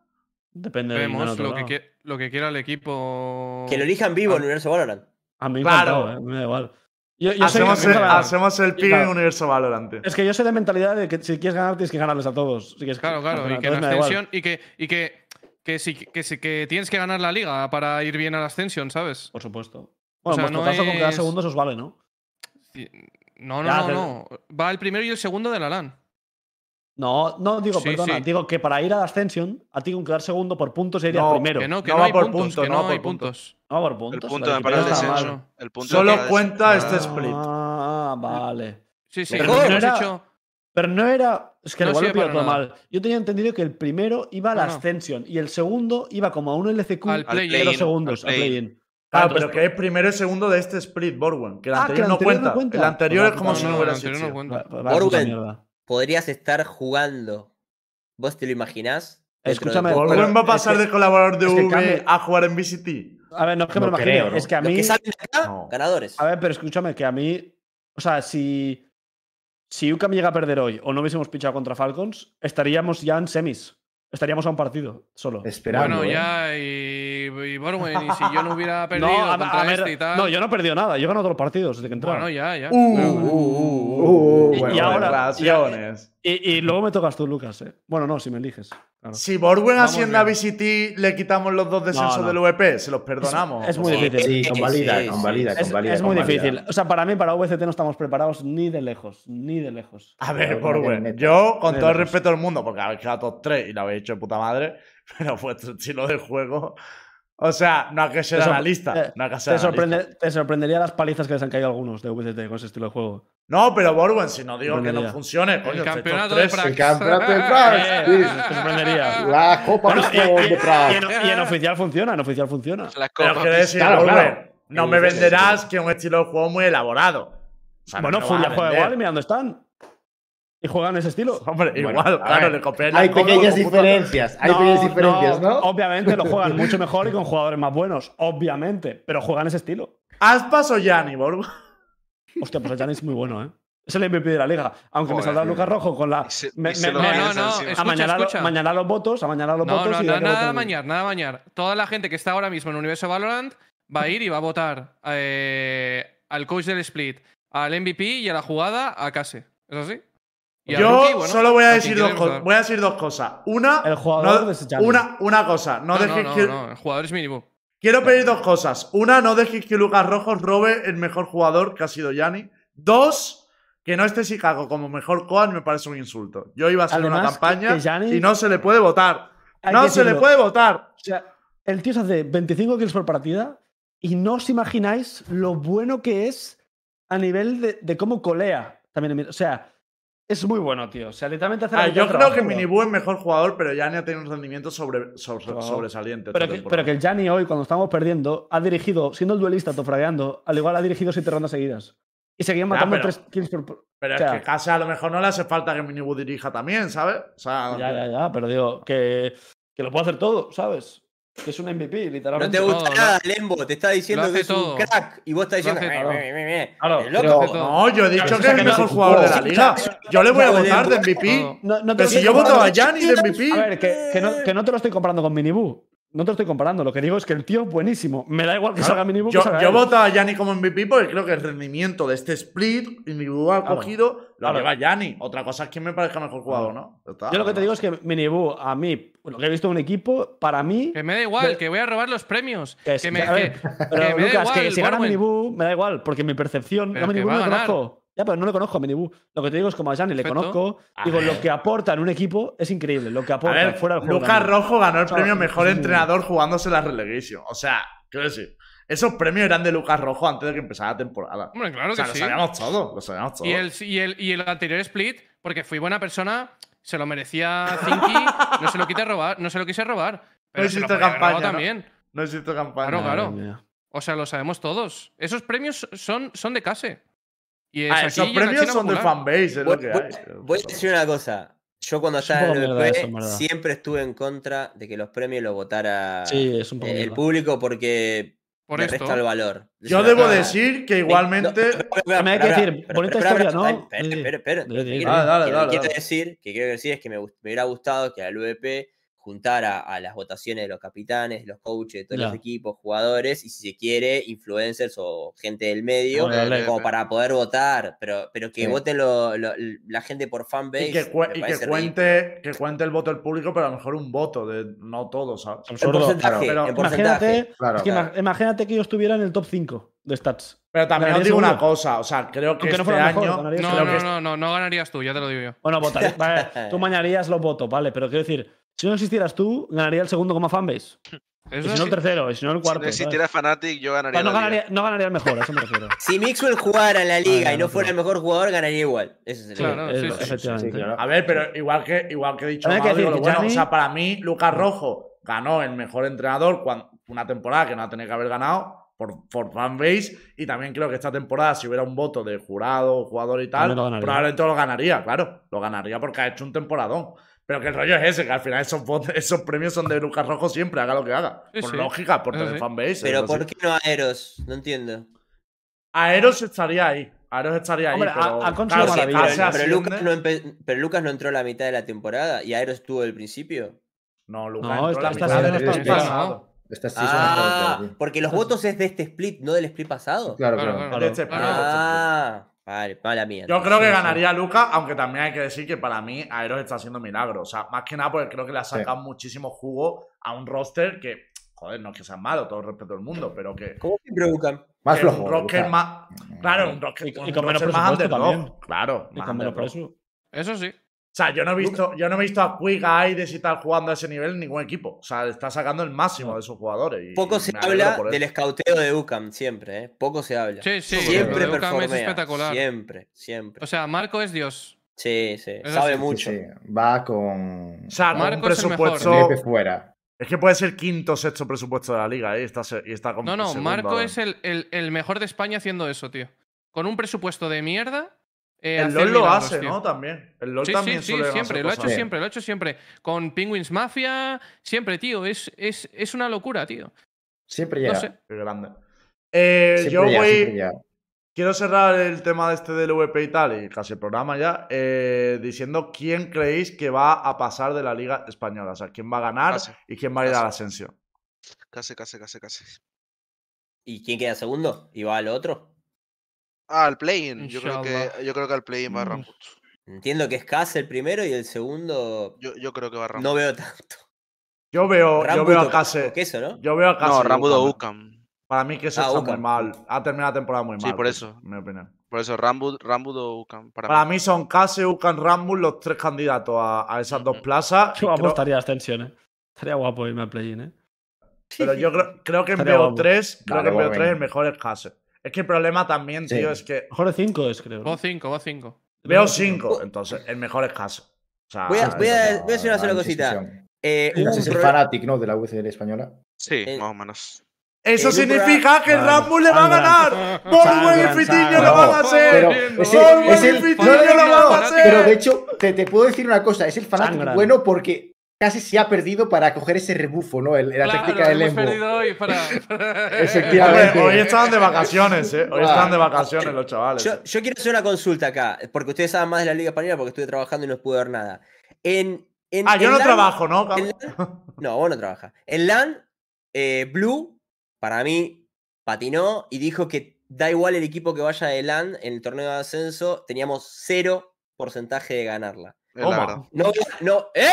Speaker 4: Depende de
Speaker 5: Vemos lo que, quie- lo que quiera el equipo.
Speaker 3: Que lo elijan vivo en Universo Valorant.
Speaker 4: A mí
Speaker 1: Claro.
Speaker 4: encantado, eh, me da igual. Yo, yo soy-
Speaker 1: Hacemos
Speaker 5: soy-
Speaker 1: el,
Speaker 5: Claro.
Speaker 1: hacemos el pick
Speaker 4: Claro.
Speaker 1: en Universo Valorante.
Speaker 4: Es que yo soy de mentalidad de que si quieres ganar, tienes que ganarles a todos. Si quieres
Speaker 5: Claro, claro.
Speaker 4: ganar,
Speaker 5: Y que
Speaker 4: entonces
Speaker 5: la
Speaker 4: pues me da igual.
Speaker 5: ascensión. Y que, y que, que, si, que, si- que tienes que ganar la liga para ir bien a la ascensión, ¿sabes?
Speaker 4: Por supuesto.
Speaker 5: O
Speaker 4: Bueno,
Speaker 5: sea,
Speaker 4: en vuestro
Speaker 5: no
Speaker 4: caso, con cada
Speaker 5: es-
Speaker 4: segundo eso os vale, ¿no?
Speaker 5: Sí. No, no,
Speaker 4: Ya,
Speaker 5: no,
Speaker 4: pero-
Speaker 5: no. Va el primero y el segundo de la LAN.
Speaker 4: No, no digo,
Speaker 5: Sí,
Speaker 4: perdona,
Speaker 5: sí.
Speaker 4: digo que para ir a la Ascension, a ti con quedar segundo por puntos iría
Speaker 1: No,
Speaker 4: primero.
Speaker 5: Que no, que
Speaker 1: no
Speaker 5: no,
Speaker 1: va
Speaker 5: hay
Speaker 1: por
Speaker 5: puntos.
Speaker 1: punto,
Speaker 5: que
Speaker 1: no
Speaker 5: no,
Speaker 1: va
Speaker 5: hay
Speaker 1: por punto.
Speaker 5: puntos.
Speaker 4: No, por
Speaker 2: El
Speaker 4: puntos.
Speaker 2: punto
Speaker 4: la
Speaker 2: me parece
Speaker 4: Wikipedia
Speaker 5: Está
Speaker 4: está
Speaker 5: mal.
Speaker 2: descenso. El punto
Speaker 1: Solo
Speaker 2: me parece-
Speaker 1: cuenta este
Speaker 2: Ah,
Speaker 1: split.
Speaker 4: Ah, vale.
Speaker 5: Sí, sí.
Speaker 3: Mejor.
Speaker 5: hemos
Speaker 4: Era-
Speaker 5: hecho-
Speaker 4: Pero no era. Es que
Speaker 5: No
Speaker 4: igual lo he
Speaker 5: sirve
Speaker 4: pillado
Speaker 5: para
Speaker 4: todo
Speaker 5: nada.
Speaker 4: mal. Yo tenía entendido que el primero iba a la
Speaker 5: No, no.
Speaker 4: Ascension y el segundo iba como a un LCQ
Speaker 5: Al
Speaker 4: de
Speaker 5: play-in,
Speaker 4: los
Speaker 5: al
Speaker 4: segundos, al
Speaker 2: play-in.
Speaker 4: play-in.
Speaker 1: Claro,
Speaker 4: entonces-
Speaker 1: pero que es primero y segundo de este split, Borwen. Que el
Speaker 4: Ah,
Speaker 1: anterior, no, cuenta. El anterior
Speaker 4: Pues
Speaker 1: es
Speaker 4: va,
Speaker 1: como
Speaker 5: No,
Speaker 1: si
Speaker 5: no,
Speaker 1: no
Speaker 5: no,
Speaker 1: hubiera
Speaker 5: el anterior no
Speaker 1: existido.
Speaker 5: cuenta.
Speaker 4: Va- va a puta
Speaker 3: Orwell.
Speaker 4: mierda.
Speaker 3: Podrías estar jugando. ¿Vos te lo imaginás? Dentro
Speaker 4: Escúchame.
Speaker 3: de poco.
Speaker 4: pero
Speaker 1: ¿Cómo va a pasar
Speaker 4: es que-
Speaker 1: de colaborador de
Speaker 4: es que
Speaker 1: V
Speaker 4: cambia.
Speaker 1: a jugar en VCT?
Speaker 4: A ver, no es que me
Speaker 6: No
Speaker 4: lo imagine,
Speaker 6: creo, ¿no?
Speaker 4: Es que a
Speaker 3: Los
Speaker 4: mí.
Speaker 3: que salen de acá,
Speaker 1: No.
Speaker 3: ganadores.
Speaker 4: A ver, pero escúchame, que a mí. O sea, si. Si UCAM llega a perder hoy o no hubiésemos pinchado contra Falcons, estaríamos ya en semis. Estaríamos a un partido solo.
Speaker 6: Esperando.
Speaker 5: bueno,
Speaker 6: ¿eh?
Speaker 5: ya, y, y Borwen, y si yo no hubiera
Speaker 4: no,
Speaker 5: perdido
Speaker 4: a,
Speaker 5: contra
Speaker 4: a ver,
Speaker 5: este y tal.
Speaker 4: no, yo no he perdido nada. Yo he ganado todos los partidos desde que entré.
Speaker 5: Bueno, ya, ya.
Speaker 1: Uh,
Speaker 5: Pero
Speaker 1: uh,
Speaker 5: bueno.
Speaker 1: uh,
Speaker 6: Uh,
Speaker 4: Y-
Speaker 6: bueno,
Speaker 4: y
Speaker 6: bueno.
Speaker 4: ahora-
Speaker 1: Declaraciones.
Speaker 4: y, y luego me tocas tú, Lucas. ¿eh? Bueno, no, si me eliges. claro.
Speaker 1: Si Borwen
Speaker 5: Vamos
Speaker 1: haciendo a
Speaker 5: bien.
Speaker 1: VCT le quitamos los dos descensos
Speaker 4: no.
Speaker 1: del VP, se los perdonamos.
Speaker 4: es muy
Speaker 5: pues
Speaker 1: Sí.
Speaker 4: difícil.
Speaker 6: Sí,
Speaker 3: Sí,
Speaker 6: convalida,
Speaker 3: sí,
Speaker 6: convalida,
Speaker 4: Es,
Speaker 6: convalida,
Speaker 4: es muy
Speaker 6: convalida.
Speaker 4: difícil. O sea, para mí, para VCT no estamos preparados ni de lejos. Ni de lejos.
Speaker 1: A ver,
Speaker 6: Pero
Speaker 1: por
Speaker 6: no tiene
Speaker 1: bueno,
Speaker 6: neta.
Speaker 1: yo con
Speaker 4: No
Speaker 1: todo el
Speaker 4: tiene neta. pues.
Speaker 1: respeto del mundo, porque habéis quedado top 3 y lo habéis hecho de puta madre, pero vuestro estilo de juego. O sea, no hay que ser
Speaker 4: Te sor-
Speaker 1: analista.
Speaker 4: eh,
Speaker 1: No hay que ser
Speaker 4: Te,
Speaker 1: analista.
Speaker 4: sorprende- te sorprendería las palizas que les han caído a algunos de VCT con ese estilo de juego.
Speaker 1: No, pero Borwen, si no digo que no
Speaker 4: Sorprendería.
Speaker 1: funcione, coño,
Speaker 5: El
Speaker 1: estáis
Speaker 5: campeonato
Speaker 1: top
Speaker 5: de Eh,
Speaker 1: tres.
Speaker 5: Prax.
Speaker 6: El campeonato de Prax, sí.
Speaker 4: Te
Speaker 5: eh,
Speaker 4: sorprendería.
Speaker 6: La Ah, copa
Speaker 4: Bueno,
Speaker 6: de
Speaker 4: y,
Speaker 6: Juegos de
Speaker 4: y-
Speaker 6: Praga.
Speaker 4: y en, y en oficial funciona, en oficial funciona.
Speaker 2: La
Speaker 1: Pero
Speaker 2: copa.
Speaker 1: quiero decir,
Speaker 6: claro,
Speaker 1: Borwen,
Speaker 6: claro.
Speaker 1: no
Speaker 6: Sí,
Speaker 1: me
Speaker 6: sí, sí,
Speaker 1: venderás que es un estilo de juego muy elaborado. O sea, no
Speaker 4: bueno,
Speaker 1: me lo vas
Speaker 4: Furia
Speaker 1: a
Speaker 4: juega
Speaker 1: vender.
Speaker 4: igual y mira dónde están. Y juegan ese estilo.
Speaker 1: Hombre,
Speaker 6: Bueno,
Speaker 1: igual,
Speaker 6: a
Speaker 1: claro,
Speaker 6: ver,
Speaker 1: le copiáis la
Speaker 6: Hay
Speaker 1: copa,
Speaker 6: pequeñas
Speaker 1: como puta-
Speaker 6: diferencias, hay
Speaker 4: No,
Speaker 6: pequeñas diferencias, ¿no?
Speaker 4: Obviamente lo juegan mucho mejor y con jugadores más buenos, obviamente, pero juegan ese estilo.
Speaker 1: ¿Aspas o Yanni, Borwen?
Speaker 4: Hostia, pues Jan es muy bueno, ¿eh? Es el MVP de la liga. Aunque me
Speaker 2: Joder.
Speaker 4: saldrá Lucas Rojo con la.
Speaker 2: Y se-
Speaker 4: me-
Speaker 2: y se
Speaker 4: me-
Speaker 2: lo
Speaker 4: me-
Speaker 2: ganan,
Speaker 5: No, no,
Speaker 2: sí, sí.
Speaker 5: escucha,
Speaker 4: amañará, lo-
Speaker 5: escucha.
Speaker 4: amañará los votos, amañará los
Speaker 5: No,
Speaker 4: votos.
Speaker 5: no,
Speaker 4: y dirá
Speaker 5: no,
Speaker 4: que votan
Speaker 5: nada
Speaker 4: en-
Speaker 5: mañar, nada mañar. Toda la gente que está ahora mismo en el universo Valorant va a ir y va a votar eh, al coach del split, al MVP y a la jugada a Case. ¿Es así? Y al
Speaker 1: Yo
Speaker 5: rookie, bueno,
Speaker 1: solo voy a
Speaker 5: quien
Speaker 1: decir dos
Speaker 5: queremos
Speaker 1: cosas.
Speaker 5: dar.
Speaker 1: Voy a decir dos cosas. Una,
Speaker 4: El jugador
Speaker 1: no-
Speaker 4: desechable.
Speaker 1: una, una cosa. No,
Speaker 5: No, no,
Speaker 1: dejes
Speaker 5: no,
Speaker 1: que-
Speaker 5: no, el jugador es mínimo.
Speaker 1: Quiero pedir dos cosas. Una, no dejéis que Lucas Rojos robe el mejor jugador que ha sido Yanni. Dos, que no esté Chicago como mejor coach me parece un insulto. Yo iba a hacer una
Speaker 4: Además,
Speaker 1: campaña
Speaker 4: que Gianni-
Speaker 1: y no se le puede votar.
Speaker 4: Hay
Speaker 1: No
Speaker 4: que
Speaker 1: se le
Speaker 4: decirlo.
Speaker 1: puede votar.
Speaker 4: O sea, el tío se hace 25 kills por partida y no os imagináis lo bueno que es a nivel de, de cómo colea. También, o sea, es muy bueno, tío. O sea, literalmente hace
Speaker 1: Ah,
Speaker 4: la mitad
Speaker 1: yo
Speaker 4: del
Speaker 1: creo que
Speaker 4: trabajo, bro.
Speaker 1: Minibu es mejor jugador, pero Yanni ha tenido un rendimiento sobre, sobre-
Speaker 4: Pero-
Speaker 1: sobresaliente.
Speaker 4: Pero
Speaker 1: esta
Speaker 4: que, pero
Speaker 1: temporada.
Speaker 4: que el Gianni hoy, cuando estábamos perdiendo, ha dirigido, siendo el duelista, tofragueando, al igual ha dirigido siete rondas seguidas. Y seguían
Speaker 1: Ya,
Speaker 4: matando
Speaker 1: pero-
Speaker 4: tres kills por- por.
Speaker 1: Pero
Speaker 4: o sea-
Speaker 1: es que casi a lo mejor no le hace falta que Minibu dirija también, ¿sabes? O sea,
Speaker 4: Ya, ya, ya, pero digo, que, que lo puede hacer todo, ¿sabes? Que es un MVP,
Speaker 3: No
Speaker 4: literalmente.
Speaker 3: te gusta
Speaker 5: no.
Speaker 3: nada, Lembo. Te está diciendo
Speaker 5: hace
Speaker 3: que es
Speaker 5: todo.
Speaker 3: un crack. Y vos estás diciendo.
Speaker 5: hace
Speaker 3: "Eh,
Speaker 4: todo".
Speaker 3: eh, eh, eh".
Speaker 4: Claro,
Speaker 3: Eres loco.
Speaker 6: pero-
Speaker 1: No, yo he
Speaker 4: Claro,
Speaker 1: dicho
Speaker 4: eso
Speaker 1: que es el
Speaker 4: saca
Speaker 1: mejor
Speaker 4: todo.
Speaker 1: jugador de la
Speaker 3: Sí,
Speaker 1: liga.
Speaker 3: claro.
Speaker 1: Yo le voy a votar
Speaker 3: Claro,
Speaker 1: de
Speaker 3: claro.
Speaker 1: MVP.
Speaker 5: Todo.
Speaker 4: pues, No- no te
Speaker 1: Pero
Speaker 4: lo
Speaker 1: si
Speaker 4: estoy
Speaker 1: yo voto a
Speaker 4: comparando-
Speaker 1: Gianni de MVP.
Speaker 4: A ver, que, que no, que no te lo estoy comparando con Miniboo. No te lo estoy comparando. Lo que digo es que el tío es buenísimo. Me da igual que salga Miniboo que
Speaker 1: yo,
Speaker 4: salga
Speaker 1: yo
Speaker 4: él.
Speaker 1: voto a Yanni como MVP porque creo que el rendimiento de este split individual
Speaker 4: Claro.
Speaker 1: cogido lo
Speaker 4: Claro.
Speaker 1: lleva Yanni. Otra cosa es quién me parezca mejor jugador, ¿no? Ya está.
Speaker 4: Yo lo que te digo es que Miniboo, a mí, lo que he visto de un equipo, para mí.
Speaker 5: Que me da igual,
Speaker 4: Pero-
Speaker 5: que voy a robar los premios.
Speaker 4: que
Speaker 5: Que,
Speaker 4: es-
Speaker 5: me,
Speaker 4: a ver,
Speaker 5: que-
Speaker 4: pero
Speaker 5: que me da
Speaker 4: Lucas,
Speaker 5: igual,
Speaker 4: que si gana
Speaker 5: Borwen.
Speaker 4: Miniboo, me da igual, porque mi percepción.
Speaker 5: Pero
Speaker 4: no,
Speaker 5: que
Speaker 4: Miniboo
Speaker 5: va
Speaker 4: no
Speaker 5: a
Speaker 4: lo
Speaker 5: ganar.
Speaker 4: conozco. Ya, pero no lo conozco a Miniboo. Lo que te digo es como a Gianni le
Speaker 5: Perfecto. Ah, eh.
Speaker 4: conozco.
Speaker 1: A
Speaker 4: Digo, lo
Speaker 1: ver.
Speaker 4: que aporta en un equipo es increíble. Lo que
Speaker 1: A
Speaker 4: aporta
Speaker 1: ver,
Speaker 4: fuera del juego.
Speaker 1: Lucas
Speaker 4: también.
Speaker 1: Rojo ganó el
Speaker 4: Eso-
Speaker 1: premio
Speaker 4: eso
Speaker 1: mejor
Speaker 4: es muy
Speaker 1: entrenador jugándose la relegation. O sea, quiero decir, esos premios eran de Lucas Rojo antes de que empezara la temporada.
Speaker 5: Hombre, claro
Speaker 1: o sea,
Speaker 5: que
Speaker 1: lo
Speaker 5: sí.
Speaker 1: sabíamos todo, lo sabíamos todo.
Speaker 5: Y el, y, el, y el anterior split, porque fui buena persona, se lo merecía Zinky, no se lo quise robar, no se lo quise robar. Pero se lo
Speaker 1: hiciste
Speaker 5: podía haber robado
Speaker 1: Pues campaña, ¿no?
Speaker 5: también.
Speaker 1: No existe campaña.
Speaker 5: Claro, claro.
Speaker 4: Madre mía.
Speaker 5: O sea, lo sabemos todos. Esos premios son, son de case. Y es
Speaker 1: Ah,
Speaker 5: aquí
Speaker 1: esos
Speaker 5: y es la
Speaker 1: premios
Speaker 5: China
Speaker 1: son de
Speaker 5: popular.
Speaker 1: fanbase, es
Speaker 3: Voy,
Speaker 1: lo que
Speaker 3: voy-
Speaker 1: hay. pues,
Speaker 3: voy a decir una cosa. Yo cuando
Speaker 4: Es un
Speaker 3: estaba en
Speaker 4: poco
Speaker 3: el
Speaker 4: mierda
Speaker 3: VP
Speaker 4: eso, en verdad.
Speaker 3: siempre estuve en contra de que los premios los votara
Speaker 4: Sí, es un poco.
Speaker 3: eh, el
Speaker 4: mierda.
Speaker 3: público porque
Speaker 5: Por
Speaker 3: le
Speaker 5: esto.
Speaker 3: resta el valor.
Speaker 1: Yo debo
Speaker 3: Ah,
Speaker 1: decir que igualmente.
Speaker 3: no, pero- pero-
Speaker 4: También hay que
Speaker 3: pero-
Speaker 4: decir,
Speaker 3: pero-
Speaker 4: bonita
Speaker 3: pero- pero-
Speaker 4: historia, ¿no?
Speaker 3: Pero,
Speaker 4: Sí.
Speaker 3: pero- pero- ah,
Speaker 4: Dale,
Speaker 3: pero-
Speaker 4: dale,
Speaker 3: lo que
Speaker 1: dale,
Speaker 3: quiero
Speaker 1: dale.
Speaker 3: decir, que quiero decir es que me, gust- me hubiera gustado que la LVP juntara a las votaciones de los capitanes, los coaches, de todos los
Speaker 4: Ya.
Speaker 3: equipos, jugadores y si se quiere, influencers o gente del medio,
Speaker 4: Bueno, dale.
Speaker 3: como para poder votar, pero, pero que
Speaker 6: Sí.
Speaker 3: voten lo- lo- la gente por fanbase.
Speaker 1: Y que, cue-
Speaker 3: me
Speaker 1: y que
Speaker 3: parece ridículo.
Speaker 1: cuente, que cuente el voto del público, pero a lo mejor un voto de no todos, ¿sabes?
Speaker 3: En
Speaker 4: Absurdo.
Speaker 3: porcentaje,
Speaker 1: Claro,
Speaker 3: en
Speaker 1: pero
Speaker 3: porcentaje.
Speaker 4: Imagínate,
Speaker 6: Claro.
Speaker 4: es que ima- imagínate que yo estuviera en el top 5 de stats.
Speaker 1: Pero también
Speaker 4: Ganaría
Speaker 1: os digo
Speaker 4: seguro.
Speaker 1: una cosa, o sea, creo que
Speaker 4: Aunque
Speaker 1: este
Speaker 4: no fuera mejor,
Speaker 1: año.
Speaker 4: ganaría
Speaker 5: No,
Speaker 1: creo
Speaker 5: no,
Speaker 1: que este
Speaker 5: no, no, no, ganarías tú, ya te lo digo yo.
Speaker 4: Bueno, votaría. vale, tú mañarías los votos, ¿vale? Pero quiero decir, si no existieras tú, ganaría el segundo como fanbase. Y
Speaker 5: Eso
Speaker 4: si no el
Speaker 5: sí.
Speaker 4: tercero, y si no el
Speaker 2: si no
Speaker 4: cuarto. ¿sabes?
Speaker 2: existiera Fanatic, yo
Speaker 4: O
Speaker 2: ganaría.
Speaker 4: sea, no,
Speaker 2: la liga.
Speaker 4: ganaría, no ganaría el mejor, a eso me refiero.
Speaker 3: Si Mixwell jugara en la liga
Speaker 4: Ah,
Speaker 3: y
Speaker 4: no,
Speaker 3: no fuera
Speaker 4: no.
Speaker 3: el mejor jugador, ganaría igual. Ese es el
Speaker 5: Claro.
Speaker 4: Es-
Speaker 5: sí, sí, sí,
Speaker 4: efectivamente.
Speaker 6: Sí, claro.
Speaker 1: A ver, pero igual que, igual que he dicho,
Speaker 4: También hay que
Speaker 1: Amado, digo
Speaker 4: decir
Speaker 1: lo
Speaker 4: que
Speaker 1: bueno, o
Speaker 4: Gianni-
Speaker 1: sea, para mí, Lucas Rojo ganó el mejor entrenador cuando, una temporada que no ha tenido que haber ganado por, por fanbase. Y también creo que esta temporada, si hubiera un voto de jurado, jugador y tal,
Speaker 4: También lo ganaría.
Speaker 1: probablemente lo ganaría, claro. Lo ganaría porque ha hecho un temporadón. Pero que el rollo es ese, que al final esos, votos- esos premios son de Lucas Rojo siempre, haga lo que haga.
Speaker 5: Sí,
Speaker 1: por
Speaker 5: sí.
Speaker 1: lógica, por
Speaker 5: Eso
Speaker 1: tener
Speaker 5: sí.
Speaker 1: fanbase.
Speaker 3: Pero
Speaker 1: es así.
Speaker 3: ¿por qué no Aeros? No entiendo.
Speaker 1: Aeros estaría ahí. Aeros estaría ahí.
Speaker 4: Hombre, a-
Speaker 1: pero,
Speaker 4: a Consu
Speaker 1: claro,
Speaker 4: lo
Speaker 1: si
Speaker 4: maravilla,
Speaker 1: Haas se
Speaker 4: ¿no?
Speaker 3: pero,
Speaker 1: asciende-
Speaker 3: Lucas no empe- pero Lucas no entró a la mitad de la temporada y Aeros estuvo del principio.
Speaker 1: No, Lucas
Speaker 4: No,
Speaker 1: entró
Speaker 4: esta,
Speaker 1: la
Speaker 4: esta
Speaker 1: mitad
Speaker 4: season
Speaker 1: del
Speaker 4: Ah, está
Speaker 1: año
Speaker 4: en
Speaker 1: pasado.
Speaker 4: pasado.
Speaker 6: Esta season está
Speaker 3: ah,
Speaker 6: entera, tío.
Speaker 3: porque los votos es de este split, no del split pasado.
Speaker 6: Claro,
Speaker 5: Claro,
Speaker 6: claro.
Speaker 5: claro.
Speaker 1: De este split.
Speaker 3: Ah, vale, mala mía.
Speaker 1: Yo
Speaker 3: entonces.
Speaker 1: creo que ganaría Lucas, aunque también hay que decir que para mí Aeros está haciendo milagros. O sea, más que nada porque creo que le ha sacado muchísimo jugo a un roster que, joder, no es que sea malo, todo el respeto del mundo, pero que.
Speaker 3: ¿Cómo que provocan?
Speaker 6: Más
Speaker 1: que un
Speaker 6: flojo.
Speaker 1: roster
Speaker 6: Lucas.
Speaker 1: más.
Speaker 3: Mm.
Speaker 1: Claro, un roster,
Speaker 4: Y- y
Speaker 1: un
Speaker 4: con menos
Speaker 1: roster más
Speaker 4: presupuesto
Speaker 1: underdog,
Speaker 4: también.
Speaker 1: Claro,
Speaker 4: Y
Speaker 1: más
Speaker 4: con menos
Speaker 1: underdog.
Speaker 4: preso.
Speaker 5: Eso sí.
Speaker 1: O sea, yo no he visto, yo no he visto a Puig, a Aides y tal jugando a ese nivel en ningún equipo. O sea, está sacando el máximo de sus jugadores. y-
Speaker 3: Mm. Poco
Speaker 1: y
Speaker 3: se
Speaker 1: me alegro
Speaker 3: habla
Speaker 1: por él.
Speaker 3: del escauteo de Ucam, siempre, ¿eh? Poco se habla.
Speaker 5: Sí, sí.
Speaker 3: siempre
Speaker 5: lo de Ucam es
Speaker 3: performea,
Speaker 5: espectacular.
Speaker 3: Siempre, siempre.
Speaker 5: O sea, Marco es Dios.
Speaker 3: sí, sí.
Speaker 5: eso
Speaker 3: Sabe
Speaker 5: sí,
Speaker 6: Sí,
Speaker 3: mucho.
Speaker 6: sí, Va con.
Speaker 1: O sea, con un
Speaker 5: Marco es el
Speaker 1: presupuesto.
Speaker 5: mejor.
Speaker 6: Nepe fuera.
Speaker 1: Es que puede ser quinto o sexto presupuesto de la liga, ¿eh? Y está, se- y está como
Speaker 5: No, no,
Speaker 1: segundo
Speaker 5: Marco
Speaker 1: ahora.
Speaker 5: es el, el- el mejor de España haciendo eso, tío. Con un presupuesto de mierda. eh,
Speaker 1: El
Speaker 5: hacer
Speaker 1: LOL lo
Speaker 5: milagros,
Speaker 1: hace,
Speaker 5: tío.
Speaker 1: ¿no? También. El LOL
Speaker 5: Sí,
Speaker 1: también
Speaker 5: sí, sí,
Speaker 1: suele hacer
Speaker 5: siempre, lo ha
Speaker 1: cosas.
Speaker 5: hecho siempre, lo ha hecho siempre. Con Penguins Mafia, siempre, tío. Es, es, es una locura, tío.
Speaker 6: Siempre
Speaker 5: No
Speaker 6: llega.
Speaker 5: sé.
Speaker 1: Qué grande. Eh,
Speaker 6: Siempre
Speaker 1: yo
Speaker 6: llega,
Speaker 1: voy.
Speaker 6: siempre llega.
Speaker 1: Quiero cerrar el tema de este del VP y tal, y casi el programa ya, eh, diciendo quién creéis que va a pasar de la Liga Española. O sea, quién va a ganar
Speaker 2: Pase.
Speaker 1: y quién va a ir a
Speaker 2: Pase.
Speaker 1: la ascensión.
Speaker 2: Casi, casi, casi, casi.
Speaker 3: ¿Y quién queda segundo? ¿Y va al otro?
Speaker 2: Ah, al play-in. Yo creo
Speaker 5: Inshallah.
Speaker 2: que, yo creo que al play-in va
Speaker 5: Mm.
Speaker 2: Ramput.
Speaker 3: Entiendo que es Cas el primero y el segundo
Speaker 2: Yo, yo creo que va Ramput.
Speaker 3: no veo tanto.
Speaker 1: Yo veo, yo
Speaker 3: Rambo
Speaker 1: veo a
Speaker 3: tocó
Speaker 1: Case.
Speaker 3: Queso, ¿no?
Speaker 1: Yo veo a Case.
Speaker 2: No,
Speaker 1: y
Speaker 2: Ramput o
Speaker 1: Ucam.
Speaker 2: Ucam.
Speaker 1: Para mí que se
Speaker 3: Ah,
Speaker 1: está muy
Speaker 3: Ucam.
Speaker 1: mal. Ha terminado la temporada muy mal.
Speaker 2: Sí, por
Speaker 1: pues,
Speaker 2: eso.
Speaker 1: en Mi opinión.
Speaker 2: Por eso, Ramput, Ramput o Ucam. Para,
Speaker 1: Para
Speaker 2: mí.
Speaker 1: mí son Case, Ucan, Rambul los tres candidatos a, a esas dos plazas. y
Speaker 4: Yo
Speaker 1: creo-
Speaker 4: apostaría a Ascensión, ¿eh? Estaría guapo irme al play-in, ¿eh?
Speaker 1: Pero yo creo, creo que en
Speaker 4: Estaría
Speaker 1: veo
Speaker 4: guapo.
Speaker 1: 3, creo
Speaker 6: Vale,
Speaker 1: que en veo
Speaker 6: guapo,
Speaker 1: 3 el
Speaker 6: venga.
Speaker 1: mejor es Case. Es que el problema también,
Speaker 6: Sí.
Speaker 1: tío, es que
Speaker 4: Mejor de 5 es, creo. ¿no?
Speaker 5: Go 5, go 5.
Speaker 1: veo
Speaker 3: cinco.
Speaker 1: 5, entonces el mejor es Case. O sea,
Speaker 3: Voy a-
Speaker 1: es-
Speaker 3: voy a-
Speaker 6: No,
Speaker 3: voy a decir una sola
Speaker 6: la
Speaker 3: cosita.
Speaker 6: discusión.
Speaker 3: Eh, hubo
Speaker 6: Lucas
Speaker 3: un
Speaker 6: es el
Speaker 3: problema-
Speaker 6: fanatic, ¿no? De la UCL española.
Speaker 2: Sí,
Speaker 3: eh,
Speaker 2: más o menos.
Speaker 1: Eso
Speaker 3: en un programa-
Speaker 1: significa que el
Speaker 4: Claro,
Speaker 1: Rambo le va a
Speaker 4: Sandra.
Speaker 1: ganar. Borwell y
Speaker 4: Sandra,
Speaker 1: Fitiño
Speaker 6: Sandra.
Speaker 1: lo van a hacer.
Speaker 6: Pero
Speaker 5: Bien,
Speaker 6: es
Speaker 5: no,
Speaker 6: el,
Speaker 5: no,
Speaker 6: es
Speaker 5: no,
Speaker 6: el-
Speaker 1: no,
Speaker 5: no,
Speaker 6: no,
Speaker 5: no,
Speaker 6: no,
Speaker 5: no,
Speaker 6: no,
Speaker 1: no,
Speaker 5: no,
Speaker 6: Pero
Speaker 1: Eh.
Speaker 6: de hecho, te, te puedo decir una cosa, es el fanático
Speaker 4: Sangran.
Speaker 6: bueno porque casi se ha perdido para coger ese rebufo, ¿no? El- la
Speaker 5: Claro,
Speaker 6: técnica del
Speaker 5: hemos
Speaker 6: Lembo.
Speaker 5: perdido hoy para-
Speaker 1: Hombre,
Speaker 6: Efectivamente.
Speaker 1: hoy estaban de vacaciones, ¿eh? Hoy
Speaker 6: Guau.
Speaker 1: estaban de vacaciones los chavales.
Speaker 3: Yo, yo quiero hacer una consulta acá, porque ustedes saben más de la Liga Española porque estuve trabajando y no pude ver nada. En, en-
Speaker 1: ah, yo
Speaker 3: en
Speaker 1: no
Speaker 3: LAN-
Speaker 1: trabajo, ¿no?
Speaker 3: en
Speaker 1: cabrón?
Speaker 3: LAN- no, vos no trabajas. En LAN, eh, Blue, para mí, patinó y dijo que da igual el equipo que vaya de LAN en el torneo de ascenso, teníamos cero porcentaje de ganarla.
Speaker 2: es
Speaker 1: Toma.
Speaker 2: la verdad.
Speaker 3: No, no, ¿eh?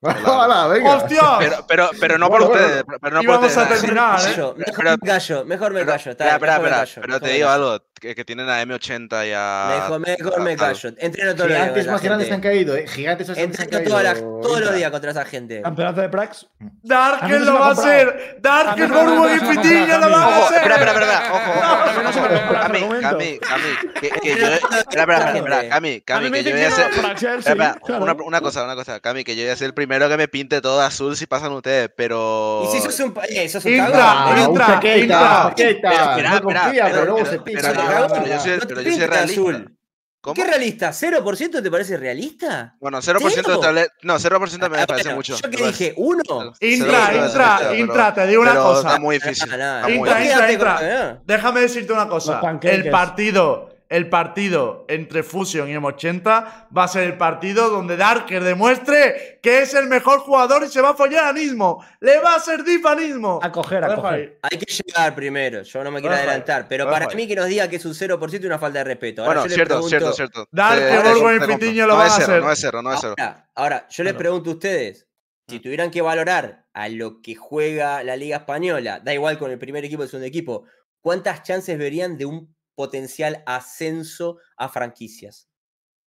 Speaker 6: Hola, venga.
Speaker 1: ¡Hostia!
Speaker 2: Pero, pero, pero no por
Speaker 6: Bueno, bueno,
Speaker 2: ustedes. Pero no por
Speaker 1: Íbamos a
Speaker 2: ustedes.
Speaker 1: terminar,
Speaker 3: Me
Speaker 1: ¿eh?
Speaker 3: callo, mejor
Speaker 2: pero-
Speaker 3: me callo, mejor me
Speaker 2: Pero-
Speaker 3: callo. está
Speaker 2: espera, espera,
Speaker 3: bien, mejor me
Speaker 2: espera,
Speaker 3: callo,
Speaker 2: pero
Speaker 3: mejor
Speaker 2: te
Speaker 3: me
Speaker 2: digo
Speaker 3: callo.
Speaker 2: algo, que, que tienen a M80 y a...
Speaker 3: Mejor, mejor me
Speaker 2: a-
Speaker 3: callo. Entreno todos los días.
Speaker 6: Gigantes
Speaker 3: con
Speaker 6: más
Speaker 3: esa
Speaker 6: grandes se han
Speaker 3: gente.
Speaker 6: caído, ¿eh? Gigantes más grandes se han
Speaker 3: Entreno
Speaker 6: caído.
Speaker 3: todas las- todos los
Speaker 6: Indra.
Speaker 3: días contra esa gente.
Speaker 4: Campeonato de Prax. A mí no
Speaker 1: Darken
Speaker 4: se
Speaker 1: lo
Speaker 4: me ha
Speaker 1: va a
Speaker 4: comprado.
Speaker 1: hacer.
Speaker 4: A mí
Speaker 1: Darken,
Speaker 4: no se me ha
Speaker 1: Borwell y
Speaker 4: comprado.
Speaker 1: Fitiño lo van a
Speaker 2: Ojo,
Speaker 1: hacer.
Speaker 2: espera, espera, espera, ojo, ojo,
Speaker 4: no se me rompa el
Speaker 2: Cami,
Speaker 4: argumento.
Speaker 2: Cami, Cami, que, que yo, espera, espera, espera, espera, Cami,
Speaker 4: A mí
Speaker 2: Cami,
Speaker 4: me
Speaker 2: que yo
Speaker 4: dicen
Speaker 2: voy a
Speaker 4: que no,
Speaker 2: ser,
Speaker 4: para Chelsea,
Speaker 2: espera, espera,
Speaker 4: claro.
Speaker 2: una, una cosa, una cosa, Cami, que yo voy a ser el primero que me pinte todo azul si pasan ustedes, pero,
Speaker 3: Y si sos un, pa- eh, sos un
Speaker 1: Intra,
Speaker 3: cagón,
Speaker 6: Ah,
Speaker 3: boludo.
Speaker 6: un
Speaker 1: intra,
Speaker 6: chaqueta,
Speaker 1: intra.
Speaker 6: chaqueta.
Speaker 2: Pero espera,
Speaker 6: No
Speaker 2: espera,
Speaker 6: confía, pero
Speaker 2: pero-
Speaker 6: luego
Speaker 2: pero-
Speaker 6: se
Speaker 2: pero-
Speaker 6: pincha.
Speaker 2: pero-
Speaker 6: Ah,
Speaker 2: pero yo soy-
Speaker 3: No te
Speaker 2: pero yo soy
Speaker 3: pintes
Speaker 2: realista.
Speaker 3: azul.
Speaker 2: ¿cómo?
Speaker 3: ¿Qué realista? ¿0% te parece realista?
Speaker 2: Bueno, 0% de
Speaker 3: ¿Cero?
Speaker 2: tablet, no, 0% me
Speaker 3: Ah,
Speaker 2: parece
Speaker 3: bueno,
Speaker 2: mucho.
Speaker 3: Yo
Speaker 2: me
Speaker 3: que
Speaker 2: parece-
Speaker 3: dije, uno.
Speaker 2: cero-
Speaker 1: Intra,
Speaker 2: 0% me
Speaker 1: intra,
Speaker 2: parece, pero-
Speaker 1: intra, te digo una
Speaker 2: pero
Speaker 1: cosa.
Speaker 2: Está muy difícil.
Speaker 3: Ah, nada,
Speaker 2: está muy
Speaker 1: Intra,
Speaker 2: difícil.
Speaker 1: intra,
Speaker 3: Quédate
Speaker 1: intra.
Speaker 3: con- eh.
Speaker 1: Déjame decirte una cosa.
Speaker 4: Los panqueques.
Speaker 1: El partido, el partido entre Fusion y M80 va a ser el partido donde Darker demuestre que es el mejor jugador y se va a follar a Nismo. Le va a hacer dip a Nismo.
Speaker 4: A coger, a
Speaker 1: Deja
Speaker 4: coger.
Speaker 1: ahí.
Speaker 3: Hay que llegar primero. Yo no me quiero
Speaker 1: Rafa,
Speaker 3: adelantar. Pero
Speaker 1: Rafa.
Speaker 3: para mí que nos diga que es un 0% es una falta de respeto. Ahora
Speaker 2: Bueno,
Speaker 3: yo les
Speaker 2: cierto,
Speaker 3: pregunto-
Speaker 2: cierto, cierto.
Speaker 1: Dale,
Speaker 2: Te-
Speaker 1: que
Speaker 2: te
Speaker 1: Volvo y
Speaker 2: compro.
Speaker 1: Pitiño lo
Speaker 2: Eh, No
Speaker 1: van
Speaker 2: es
Speaker 1: a
Speaker 2: cero,
Speaker 1: hacer.
Speaker 2: No es cero, no es cero.
Speaker 3: Ahora, ahora, yo les
Speaker 4: Claro.
Speaker 3: pregunto a ustedes, si
Speaker 2: Mm.
Speaker 3: tuvieran que valorar a lo que juega la Liga Española, da igual con el primer equipo y el segundo equipo, ¿cuántas chances verían de un potencial ascenso a franquicias?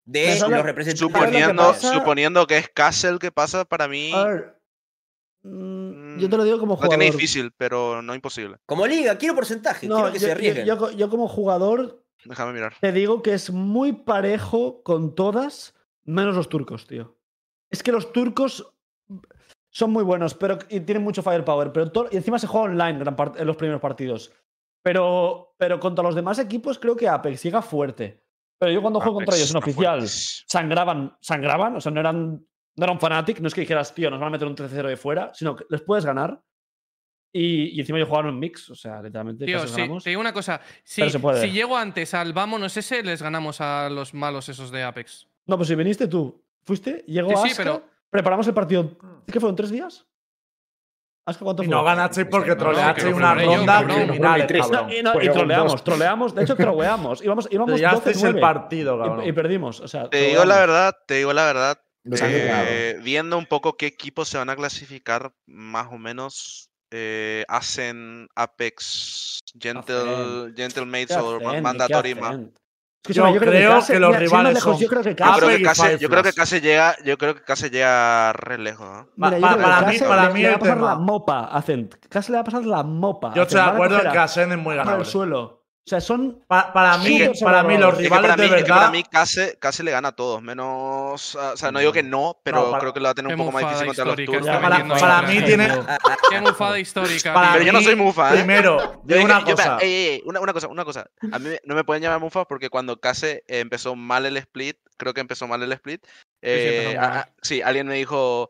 Speaker 3: De
Speaker 4: Me sale-
Speaker 3: los representantes. de la Liga
Speaker 2: Suponiendo,
Speaker 3: Española.
Speaker 4: pasa?
Speaker 2: suponiendo que es Castle que pasa, para mí
Speaker 4: A
Speaker 2: lo
Speaker 4: ver. mm, Yo te lo digo como jugador.
Speaker 2: tiene difícil, pero no imposible.
Speaker 3: Como Liga, quiero porcentaje,
Speaker 4: No,
Speaker 3: quiero que
Speaker 4: yo-
Speaker 3: se
Speaker 4: yo-
Speaker 3: arriesguen.
Speaker 4: yo co- yo como jugador
Speaker 2: Déjame mirar.
Speaker 4: Te digo que es muy parejo con todas, menos los turcos, tío. Es que los turcos son muy buenos pero, y tienen mucho firepower, pero to- y encima se juega online gran parte- en los primeros partidos. Pero, pero contra los demás equipos creo que Apex llega Ah, fuerte. Pero yo cuando juego contra ellos en
Speaker 2: Apex,
Speaker 4: oficial,
Speaker 2: Apex.
Speaker 4: sangraban, sangraban, o sea, no eran no era un fanatic, no es que dijeras, tío, nos van a meter un 13-0 de fuera, sino que les puedes ganar. Y, y encima ellos jugaron en mix, o sea, literalmente
Speaker 5: Tío,
Speaker 4: casi
Speaker 5: sí,
Speaker 4: ganamos.
Speaker 5: te digo una cosa. Si,
Speaker 4: Pero se puede.
Speaker 5: si llego antes al vámonos ese, les ganamos a los malos esos de Apex.
Speaker 4: No, pues si viniste tú, fuiste, llegó
Speaker 5: Sí,
Speaker 4: Aska,
Speaker 5: sí, pero-
Speaker 4: preparamos el partido. ¿Qué fueron tres días? ¿Aska cuánto
Speaker 1: Y
Speaker 4: fue?
Speaker 1: no ganasteis porque
Speaker 6: No,
Speaker 1: troleasteis
Speaker 5: que no
Speaker 1: una
Speaker 5: fueron ellos,
Speaker 1: ronda
Speaker 5: cabrón.
Speaker 1: criminal,
Speaker 6: Fueron tres,
Speaker 1: cabrón.
Speaker 4: Y, no, y
Speaker 6: Fueron
Speaker 4: troleamos,
Speaker 6: dos.
Speaker 4: troleamos, de hecho troleamos. Íbamos, íbamos
Speaker 1: Troleasteis el
Speaker 4: 12-9,
Speaker 1: partido,
Speaker 4: y, y
Speaker 1: cabrón.
Speaker 4: perdimos. O sea,
Speaker 2: Te digo la
Speaker 4: troleamos.
Speaker 2: verdad, te digo la verdad.
Speaker 6: Los han ganado.
Speaker 2: eh, viendo un poco qué equipos se van a clasificar, más o menos eh, hacen Apex, Gentle,
Speaker 4: Qué
Speaker 2: Gentlemates o
Speaker 4: hacen, qué
Speaker 2: Mandatory
Speaker 4: hacen.
Speaker 2: más.
Speaker 4: Es que,
Speaker 1: Yo
Speaker 4: Seba,
Speaker 1: creo
Speaker 4: Case-
Speaker 1: que los
Speaker 4: mira, sin ir más
Speaker 1: rivales
Speaker 4: lejos,
Speaker 1: son-
Speaker 4: Yo creo que
Speaker 1: Ah,
Speaker 2: Yo
Speaker 4: Case-
Speaker 2: creo que
Speaker 1: Apex y
Speaker 2: casi, yo creo que
Speaker 1: Fireflies.
Speaker 2: casi llega, yo creo que casi llega re lejos. ¿no?
Speaker 1: Pa-
Speaker 4: Mira, yo
Speaker 1: pa-
Speaker 4: creo que
Speaker 1: para mí,
Speaker 4: Case
Speaker 1: para
Speaker 4: le-
Speaker 1: mí
Speaker 4: le va a
Speaker 1: el
Speaker 4: pasar
Speaker 1: tema.
Speaker 4: la mopa a Cent. Casi le va a pasar la mopa. a
Speaker 1: Yo estoy de
Speaker 4: Cent. Van a
Speaker 1: acuerdo en
Speaker 4: coger
Speaker 1: que
Speaker 4: a-
Speaker 1: Asen es muy
Speaker 4: van al
Speaker 1: ganable.
Speaker 4: suelo. O sea, son
Speaker 1: Pa- para mí,
Speaker 4: Súper
Speaker 1: para mí los
Speaker 4: sobrevalorados.
Speaker 2: Es que para
Speaker 1: rivales
Speaker 2: mí,
Speaker 1: de
Speaker 2: es que para
Speaker 1: verdad.
Speaker 2: mí casi, casi le gana a todos, menos, ah, o sea, no digo que no, pero
Speaker 1: para-
Speaker 2: creo que lo va a tener
Speaker 5: Qué
Speaker 2: un poco más
Speaker 5: mufada
Speaker 2: difícil contra los
Speaker 5: histórica
Speaker 2: turcos.
Speaker 5: está
Speaker 1: Para-
Speaker 5: metiendo ahí
Speaker 1: para
Speaker 5: atrás,
Speaker 1: mí
Speaker 5: tío.
Speaker 1: tiene-
Speaker 3: Ah,
Speaker 5: Qué mufada histórica.
Speaker 1: Para
Speaker 5: tío.
Speaker 2: Pero yo no
Speaker 1: mí-
Speaker 2: soy mufa, ¿eh?
Speaker 1: Primero,
Speaker 2: Yo
Speaker 1: digo
Speaker 2: dije-
Speaker 1: una
Speaker 2: yo- espera,
Speaker 1: cosa.
Speaker 2: ey, ey, ey, una, una cosa, una cosa. A mí no me pueden llamar mufa porque cuando Case eh, empezó mal el split, creo que empezó mal el split.
Speaker 5: empezó
Speaker 2: eh,
Speaker 5: mal.
Speaker 2: a- a- sí, alguien me dijo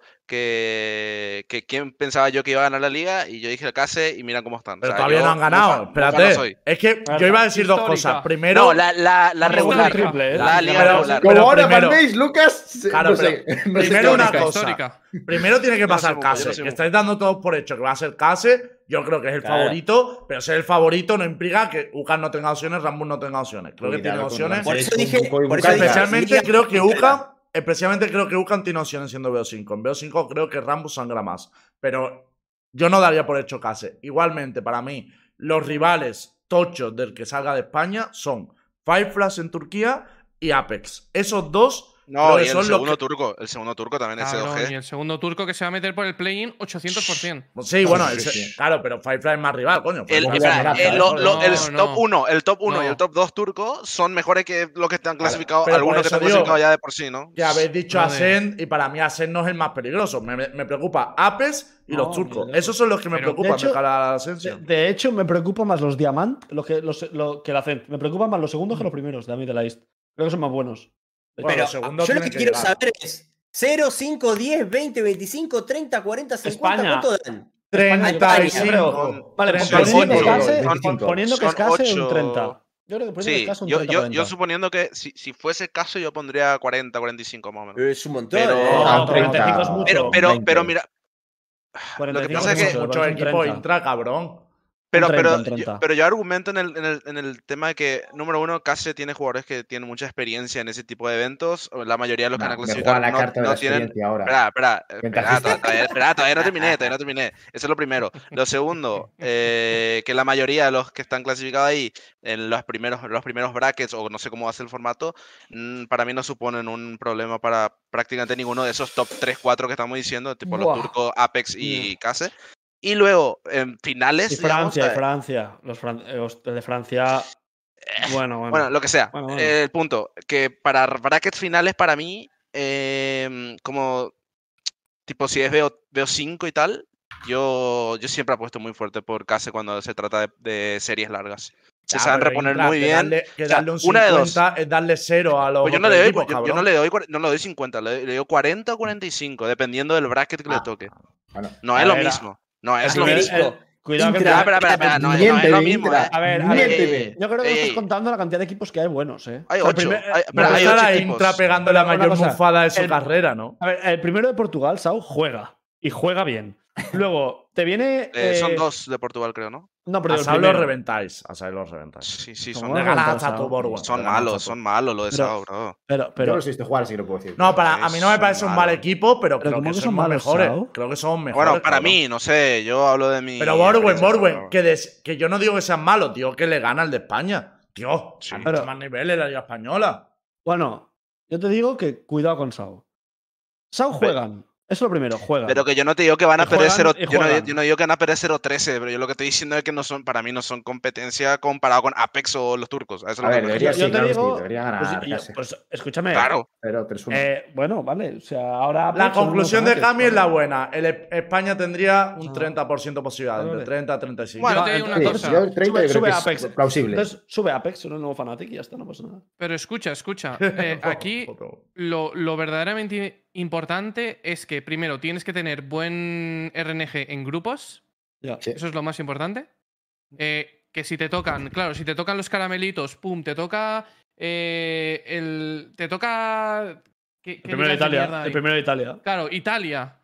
Speaker 2: que, que quién pensaba yo que iba a ganar la liga y yo dije Case y mira cómo están. O
Speaker 1: Pero
Speaker 2: sea,
Speaker 1: todavía
Speaker 2: yo
Speaker 1: no han ganado.
Speaker 2: mufa- mufa no soy.
Speaker 1: Espérate. Es que yo iba a decir dos
Speaker 5: Histórica.
Speaker 1: cosas. Primero,
Speaker 2: No, la, la, la
Speaker 5: Pero-
Speaker 2: regular.
Speaker 4: triple, ¿eh?
Speaker 2: La liga
Speaker 1: Pero-
Speaker 2: regular.
Speaker 1: pero
Speaker 6: Como ahora
Speaker 1: primero-
Speaker 6: palméis, Lucas.
Speaker 1: Claro,
Speaker 6: no sé, no sé
Speaker 1: primero
Speaker 6: qué
Speaker 1: una
Speaker 6: hora es.
Speaker 1: cosa.
Speaker 5: Histórica.
Speaker 1: primero tiene que
Speaker 2: no soy
Speaker 1: pasar
Speaker 2: mufa, yo no
Speaker 1: Case.
Speaker 2: soy
Speaker 1: que
Speaker 2: mufa.
Speaker 1: estáis dando todos por hecho que va a ser Case. Yo creo que es el
Speaker 3: Claro.
Speaker 1: favorito, pero ser el favorito no implica que Ucas no tenga opciones, Rambut no tenga opciones. Creo que
Speaker 6: Cuidado
Speaker 1: tiene
Speaker 6: con
Speaker 1: opciones.
Speaker 6: Ramsey.
Speaker 3: Por eso
Speaker 6: Sí,
Speaker 3: dije.
Speaker 6: un poco
Speaker 3: Por eso
Speaker 6: involucrado.
Speaker 3: dije-
Speaker 1: Especialmente
Speaker 3: diría-
Speaker 1: creo que UCAM, especialmente creo que UCAM tiene opciones siendo BO5. En BO5 creo que Rambo sangra más. Pero yo no daría por hecho Case. Igualmente, para mí, los rivales tochos del que salga de España son Fireflash en Turquía y Apex. Esos dos
Speaker 2: No,
Speaker 1: creo
Speaker 2: y
Speaker 1: que
Speaker 2: el
Speaker 1: son los
Speaker 2: segundo
Speaker 1: que.
Speaker 2: turco, el segundo turco también
Speaker 1: Ah,
Speaker 2: es
Speaker 5: Cabrón, y
Speaker 2: COG.
Speaker 5: el segundo turco que se va a meter por el play-in 800%.
Speaker 1: Sí, bueno,
Speaker 6: Sí, sí,
Speaker 1: ese-
Speaker 6: sí.
Speaker 1: claro, pero Firefly es más rival, coño.
Speaker 2: El,
Speaker 1: Firefly es
Speaker 2: espera,
Speaker 1: más
Speaker 6: amenaza,
Speaker 2: eh,
Speaker 1: rival,
Speaker 2: lo-
Speaker 1: ¿no?
Speaker 2: lo- el
Speaker 5: No,
Speaker 2: top
Speaker 5: no.
Speaker 2: 1, el top 1 y
Speaker 5: No.
Speaker 2: el top 2 turco son mejores que los que están clasificados,
Speaker 1: pero por
Speaker 2: algunos que
Speaker 1: eso
Speaker 2: están
Speaker 1: digo-
Speaker 2: clasificados ya de por sí, ¿no?
Speaker 1: Que habéis dicho
Speaker 5: Madre.
Speaker 1: Asen y para mí Asen no es el más peligroso. Me, me- me preocupa Apes y los
Speaker 4: No,
Speaker 1: turcos.
Speaker 4: ni de
Speaker 1: Esos son los que me
Speaker 5: Pero, de
Speaker 1: preocupan de
Speaker 4: hecho,
Speaker 1: cara a la
Speaker 4: De,
Speaker 1: ascensión.
Speaker 4: de hecho, me preocupa más los Diamant lo que, los, lo, que la Cent. Me preocupan más los segundos que los primeros de a mí de la East. Creo que son más buenos.
Speaker 1: Bueno,
Speaker 3: Pero
Speaker 1: los segundos
Speaker 3: yo lo
Speaker 1: tienen
Speaker 3: que
Speaker 1: que
Speaker 3: quiero
Speaker 1: llegar.
Speaker 3: saber es 0, 5, 10, 20, 25, 30, 40, 50.
Speaker 4: España.
Speaker 3: ¿Cuánto dan?
Speaker 4: Vale,
Speaker 2: Sí,
Speaker 4: pues
Speaker 2: son
Speaker 4: poniendo que
Speaker 2: ocho,
Speaker 4: escase,
Speaker 6: son ocho.
Speaker 4: poniendo que
Speaker 2: Son
Speaker 4: escase un
Speaker 2: ocho.
Speaker 4: 30. Yo creo que poniendo que
Speaker 2: Sí,
Speaker 4: escase un
Speaker 2: yo,
Speaker 4: 30.
Speaker 2: yo, yo suponiendo que si, si fuese caso yo pondría 40, 45 más o menos.
Speaker 3: Es un montón.
Speaker 2: Pero-
Speaker 3: ¿eh?
Speaker 4: No,
Speaker 6: Ah,
Speaker 4: 45 es
Speaker 6: pero-
Speaker 4: mucho.
Speaker 2: Pero, pero,
Speaker 6: 20.
Speaker 2: pero mira, lo que
Speaker 4: 45
Speaker 2: pasa es que-
Speaker 1: Mucho,
Speaker 4: mucho,
Speaker 1: mucho
Speaker 4: parece un
Speaker 1: equipo
Speaker 4: 30.
Speaker 1: intra, cabrón.
Speaker 2: pero,
Speaker 4: 30,
Speaker 2: pero,
Speaker 4: un 30.
Speaker 2: yo, pero yo argumento en el, en, el, en el tema de que, número uno, Case tiene jugadores que tienen mucha experiencia en ese tipo de eventos. o La mayoría de los que
Speaker 6: Nah,
Speaker 2: van a
Speaker 6: me juega
Speaker 2: clasificar
Speaker 6: la
Speaker 2: no-
Speaker 6: carta de
Speaker 2: no
Speaker 6: la
Speaker 2: tienen
Speaker 6: experiencia ahora.
Speaker 2: Espera, eh, espera,
Speaker 6: Ventajista.
Speaker 2: espera, to- todavía, espera, todavía no terminé, todavía no terminé. Eso es lo primero. Lo segundo, eh, que la mayoría de los que están clasificados ahí en los primeros, los primeros brackets o no sé cómo va a ser el formato, mm, para mí no suponen un problema para prácticamente ninguno de esos top 3, 4 que estamos diciendo, tipo
Speaker 4: Buah. Mm.
Speaker 2: los turcos, Apex y Case. Y luego, en finales,
Speaker 4: Y
Speaker 2: digamos,
Speaker 4: Francia, y
Speaker 2: eh,
Speaker 4: Francia. Los fran- eh, host- el de Francia. Bueno, bueno.
Speaker 2: Eh, Bueno, lo que sea.
Speaker 4: Bueno, bueno.
Speaker 2: Eh, El punto, que para brackets finales, para mí, em, como tipo si es veo, 5 y tal, yo, yo siempre apuesto muy fuerte por Case cuando se trata de, de series largas. Se
Speaker 1: Ya,
Speaker 2: saben
Speaker 1: pero
Speaker 2: reponer
Speaker 1: intra,
Speaker 2: muy
Speaker 1: que
Speaker 2: bien.
Speaker 1: darle- que
Speaker 2: O sea,
Speaker 1: darle un
Speaker 2: una de dos.
Speaker 1: 50 es darle cero a los
Speaker 2: Pues yo no
Speaker 1: otros
Speaker 2: le doy,
Speaker 1: equipos,
Speaker 2: yo- yo,
Speaker 1: cabrón.
Speaker 2: no le doy, cuare- no le doy 50, le, doy- le doy 40 o 45, dependiendo del bracket que le toque.
Speaker 6: bueno.
Speaker 2: No
Speaker 4: Ah, A
Speaker 2: es lo
Speaker 4: ver, a-
Speaker 2: mismo. No
Speaker 4: El
Speaker 2: es lo
Speaker 4: primer-
Speaker 2: mismo.
Speaker 4: el- Cuidado que.
Speaker 2: Espera, espera, espera, espera, no, es- no es
Speaker 6: Miénteme,
Speaker 2: lo mismo.
Speaker 6: Intra.
Speaker 2: eh.
Speaker 4: A ver, a ver.
Speaker 6: Miénteme.
Speaker 4: Yo creo que no
Speaker 2: Ey,
Speaker 4: estás
Speaker 2: ey.
Speaker 4: contando la cantidad de equipos que hay buenos, ¿eh?
Speaker 2: Hay
Speaker 4: O sea, el
Speaker 2: ocho,
Speaker 4: primer-
Speaker 2: hay-
Speaker 1: Pero
Speaker 2: pero hay
Speaker 1: está
Speaker 2: ocho
Speaker 1: la
Speaker 2: equipos.
Speaker 1: intra pegando
Speaker 4: Pero
Speaker 1: la
Speaker 4: una
Speaker 1: mayor
Speaker 4: cosa,
Speaker 1: mufada de su
Speaker 4: el-
Speaker 1: carrera, ¿no?
Speaker 4: A ver, el primero de Portugal, Sao, juega. Y juega bien. Luego, te viene.
Speaker 2: Eh, son
Speaker 4: eh,
Speaker 2: dos de Portugal, creo, ¿no?
Speaker 4: No, pero
Speaker 1: A
Speaker 4: del
Speaker 1: Sao lo
Speaker 4: primero.
Speaker 1: reventáis. A Sao lo reventáis.
Speaker 2: Sí, sí,
Speaker 4: ¿Cómo
Speaker 2: son
Speaker 4: no?
Speaker 1: Le
Speaker 2: dos.
Speaker 1: ganas
Speaker 4: reventáis,
Speaker 1: a
Speaker 4: Sao.
Speaker 1: tu Borwan.
Speaker 2: Son
Speaker 1: le ganas a
Speaker 2: malos,
Speaker 1: tu-
Speaker 2: son malos lo de
Speaker 4: Pero-
Speaker 2: Sao, bro.
Speaker 4: Pero,
Speaker 6: Yo
Speaker 4: pero
Speaker 6: no los he visto jugar, así que no puedo decir.
Speaker 1: No, para, a mí no me
Speaker 2: Son
Speaker 1: parece un mal
Speaker 2: malos.
Speaker 1: equipo, pero, creo
Speaker 4: ¿cómo
Speaker 1: que
Speaker 4: que
Speaker 1: son,
Speaker 4: son
Speaker 1: más
Speaker 4: malos,
Speaker 1: mejores.
Speaker 4: Sao?
Speaker 1: Creo que son mejores.
Speaker 2: Bueno, para
Speaker 1: cabrón.
Speaker 2: mí, no sé, yo hablo de mi.
Speaker 1: Pero Borwen,
Speaker 2: experiencia,
Speaker 1: Borwen,
Speaker 2: pero-
Speaker 1: que, des- que yo no digo que sean malos, tío, que le gana al de España. Tío,
Speaker 2: Sí.
Speaker 1: hay
Speaker 4: Pero-
Speaker 1: mucho más niveles la Liga Española.
Speaker 4: Bueno, yo te digo que cuidado con Sao. Sao juegan. Eso es lo primero, juegan.
Speaker 2: Pero que yo no te digo que van a
Speaker 4: Y
Speaker 2: perder
Speaker 4: juegan,
Speaker 2: 0
Speaker 4: y
Speaker 2: yo, no,
Speaker 4: juegan.
Speaker 2: yo no digo que van a perder 0-13, pero yo lo que estoy diciendo es que no son, para mí no son competencia comparado con Apex o los turcos. A eso es
Speaker 6: A
Speaker 2: lo que
Speaker 6: ver,
Speaker 2: me
Speaker 6: debería
Speaker 4: Yo-
Speaker 2: refiero.
Speaker 4: yo te
Speaker 6: sí, claro que sí,
Speaker 4: digo-
Speaker 6: debería
Speaker 4: Pues,
Speaker 6: ganar
Speaker 4: y-
Speaker 6: casi.
Speaker 4: pues, escúchame.
Speaker 2: Claro.
Speaker 6: Pero 3-1.
Speaker 4: Eh, bueno, vale. O sea, ahora.
Speaker 1: La
Speaker 4: pues, son
Speaker 1: conclusión
Speaker 4: unos
Speaker 1: de Cami
Speaker 4: grandes,
Speaker 1: es la
Speaker 4: ¿no?
Speaker 1: buena. El E- España tendría un
Speaker 4: Ah.
Speaker 1: 30% de posibilidades,
Speaker 4: Vale.
Speaker 1: entre 30 a 35.
Speaker 5: Bueno,
Speaker 1: Va-
Speaker 5: te digo una
Speaker 6: Sí,
Speaker 5: cosa.
Speaker 6: yo el 30
Speaker 4: Sube-
Speaker 6: yo creo
Speaker 4: sube
Speaker 6: que
Speaker 4: Apex.
Speaker 6: es plausible.
Speaker 4: Entonces sube Apex, un nuevo Fanatic y ya está, no pasa nada.
Speaker 5: Pero escucha, escucha. eh, aquí
Speaker 1: Otro.
Speaker 5: lo, lo verdaderamente importante es que primero tienes que tener buen RNG en grupos.
Speaker 4: Ya.
Speaker 6: Sí.
Speaker 5: Eso es lo más importante. Eh, que si te tocan, claro, si te tocan los caramelitos, pum, te toca. eh, el, te toca.
Speaker 4: El
Speaker 5: ¿qué- qué
Speaker 4: primero
Speaker 5: ligas
Speaker 4: de
Speaker 5: de
Speaker 4: Italia.
Speaker 5: mierda
Speaker 4: El
Speaker 5: hay?
Speaker 4: primero de Italia.
Speaker 5: Claro, Italia.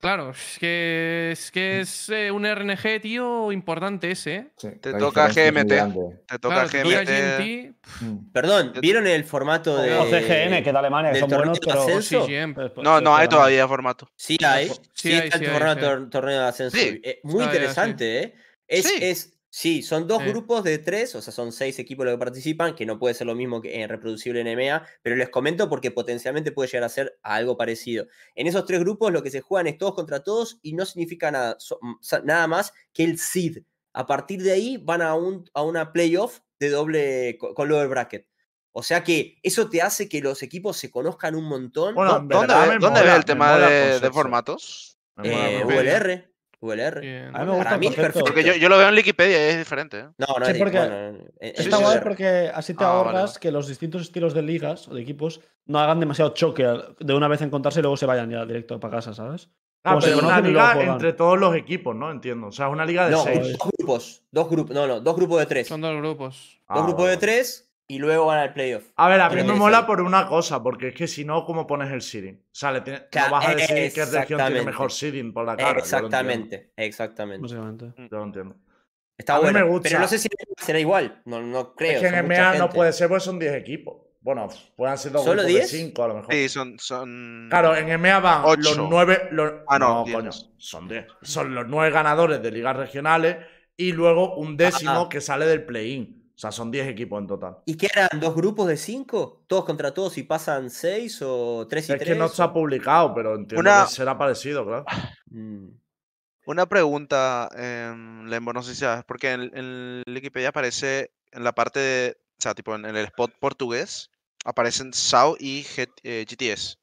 Speaker 5: Claro, es que es, que
Speaker 4: Mm.
Speaker 5: es eh, un RNG, tío, importante ese. ¿eh?
Speaker 6: Sí,
Speaker 2: Te
Speaker 6: la
Speaker 2: toca
Speaker 6: diferencia es muy
Speaker 2: GMT.
Speaker 6: grande.
Speaker 2: Te toca
Speaker 5: Claro, te toca
Speaker 2: GMT.
Speaker 5: GMT,
Speaker 6: Mm.
Speaker 3: Perdón,
Speaker 2: Yo-
Speaker 3: ¿vieron el formato de.
Speaker 4: Los
Speaker 2: Eh,
Speaker 4: CGN, que de Alemania,
Speaker 3: del
Speaker 4: son buenos,
Speaker 3: torneo
Speaker 4: pero.
Speaker 3: de
Speaker 5: sí,
Speaker 3: ascenso?
Speaker 5: GM.
Speaker 4: Pues, pues,
Speaker 2: No, no hay
Speaker 4: pero-
Speaker 2: todavía formato.
Speaker 3: Sí hay.
Speaker 5: Sí
Speaker 3: Sí,
Speaker 5: hay,
Speaker 3: está el
Speaker 5: sí hay,
Speaker 3: torneo,
Speaker 5: sí.
Speaker 3: tor- torneo de ascenso.
Speaker 2: Sí.
Speaker 3: Eh, muy
Speaker 5: Ah, ya, sí.
Speaker 3: interesante, ¿eh? Es,
Speaker 2: Sí.
Speaker 3: es, sí, son dos
Speaker 5: Sí.
Speaker 3: grupos de tres, o sea, son seis equipos los que participan, que no puede ser lo mismo que en reproducible en EMEA, pero les comento porque potencialmente puede llegar a ser algo parecido. En esos tres grupos lo que se juegan es todos contra todos y no significa nada, so- m- sa- nada más que el seed. A partir de ahí van a, un, a una playoff de doble co- con lower bracket. O sea que eso te hace que los equipos se conozcan un montón.
Speaker 1: Bueno, en
Speaker 2: ¿Dó- ¿Dónde,
Speaker 1: verdad
Speaker 2: ve-
Speaker 1: me
Speaker 2: dónde
Speaker 1: mola,
Speaker 2: ves el
Speaker 1: me
Speaker 2: tema
Speaker 1: mola el
Speaker 2: de, de
Speaker 1: concepto.
Speaker 2: formatos?
Speaker 1: Me mola, me
Speaker 3: Eh,
Speaker 1: mola.
Speaker 3: VLR. VLR.
Speaker 1: Eh,
Speaker 5: Bien.
Speaker 4: A mí me gusta
Speaker 3: Para
Speaker 4: el
Speaker 3: mí es
Speaker 4: concepto.
Speaker 3: perfecto.
Speaker 2: Porque yo, yo lo veo en Wikipedia y es diferente. ¿eh?
Speaker 3: No, no,
Speaker 4: Sí,
Speaker 3: es-
Speaker 4: porque
Speaker 3: bueno, eh, en- en-
Speaker 4: Está
Speaker 3: en-
Speaker 4: guay
Speaker 3: en-
Speaker 4: porque así te
Speaker 2: Ah, vale,
Speaker 4: ahorras
Speaker 2: vale.
Speaker 4: que los distintos estilos de ligas o de equipos no hagan demasiado choque al- de una vez encontrarse y luego se vayan ya directo para casa, ¿sabes?
Speaker 1: Ah,
Speaker 4: Como se
Speaker 1: pero una
Speaker 4: conocen y luego
Speaker 1: liga
Speaker 4: juegan.
Speaker 1: entre todos los equipos, ¿no? Entiendo. O sea, una liga de
Speaker 3: No,
Speaker 1: seis.
Speaker 3: dos grupos. Dos grupos. No, no, dos grupos de tres.
Speaker 5: Son
Speaker 3: Dos
Speaker 5: dos grupos.
Speaker 1: Ah,
Speaker 3: grupos
Speaker 1: vale,
Speaker 3: de
Speaker 1: vale.
Speaker 3: tres y luego van al playoff.
Speaker 2: Ah,
Speaker 1: A ver, a mí
Speaker 3: Tres
Speaker 1: me
Speaker 3: de
Speaker 1: mola
Speaker 3: seis.
Speaker 1: por una cosa, porque es que si no, ¿cómo pones el seeding? O sea, le tiene-
Speaker 3: Claro,
Speaker 1: no vas a decir qué región tiene
Speaker 3: eh, exactamente.
Speaker 1: mejor seeding por la cara. yo lo entiendo,
Speaker 3: exactamente, exactamente.
Speaker 4: Básicamente.
Speaker 1: Yo lo entiendo.
Speaker 3: Está
Speaker 1: Pues a mí
Speaker 3: bueno.
Speaker 1: me gusta.
Speaker 3: Pero no sé si será igual. No, no creo.
Speaker 1: es que
Speaker 3: son
Speaker 1: en
Speaker 3: mucha
Speaker 1: MA no
Speaker 3: gente.
Speaker 1: puede ser porque son 10 equipos. Bueno, pf, puedan ser dos
Speaker 3: ¿Solo
Speaker 1: grupos
Speaker 3: 10?
Speaker 1: de 5 a lo mejor.
Speaker 2: Sí, son. son...
Speaker 1: Claro, en EMEA van
Speaker 2: Ocho.
Speaker 1: los nueve. los-
Speaker 2: Ah, no,
Speaker 1: no,
Speaker 2: diez.
Speaker 1: coño. Son diez. Son los nueve ganadores de ligas regionales y luego un décimo
Speaker 3: Ah.
Speaker 1: que sale del play-in. O sea, son diez equipos en total.
Speaker 3: ¿Y qué eran? ¿Dos grupos de cinco? ¿Todos contra todos y pasan seis o tres y
Speaker 1: es
Speaker 3: tres?
Speaker 1: que no está publicado, pero entiendo
Speaker 2: Una-
Speaker 1: que será parecido, claro.
Speaker 3: Mm.
Speaker 2: Una pregunta, em, Lembo, no sé si sabes, porque en, en el Wikipedia aparece en la parte de, o sea, tipo en, el spot portugués, aparecen SAO y G- eh, GTS.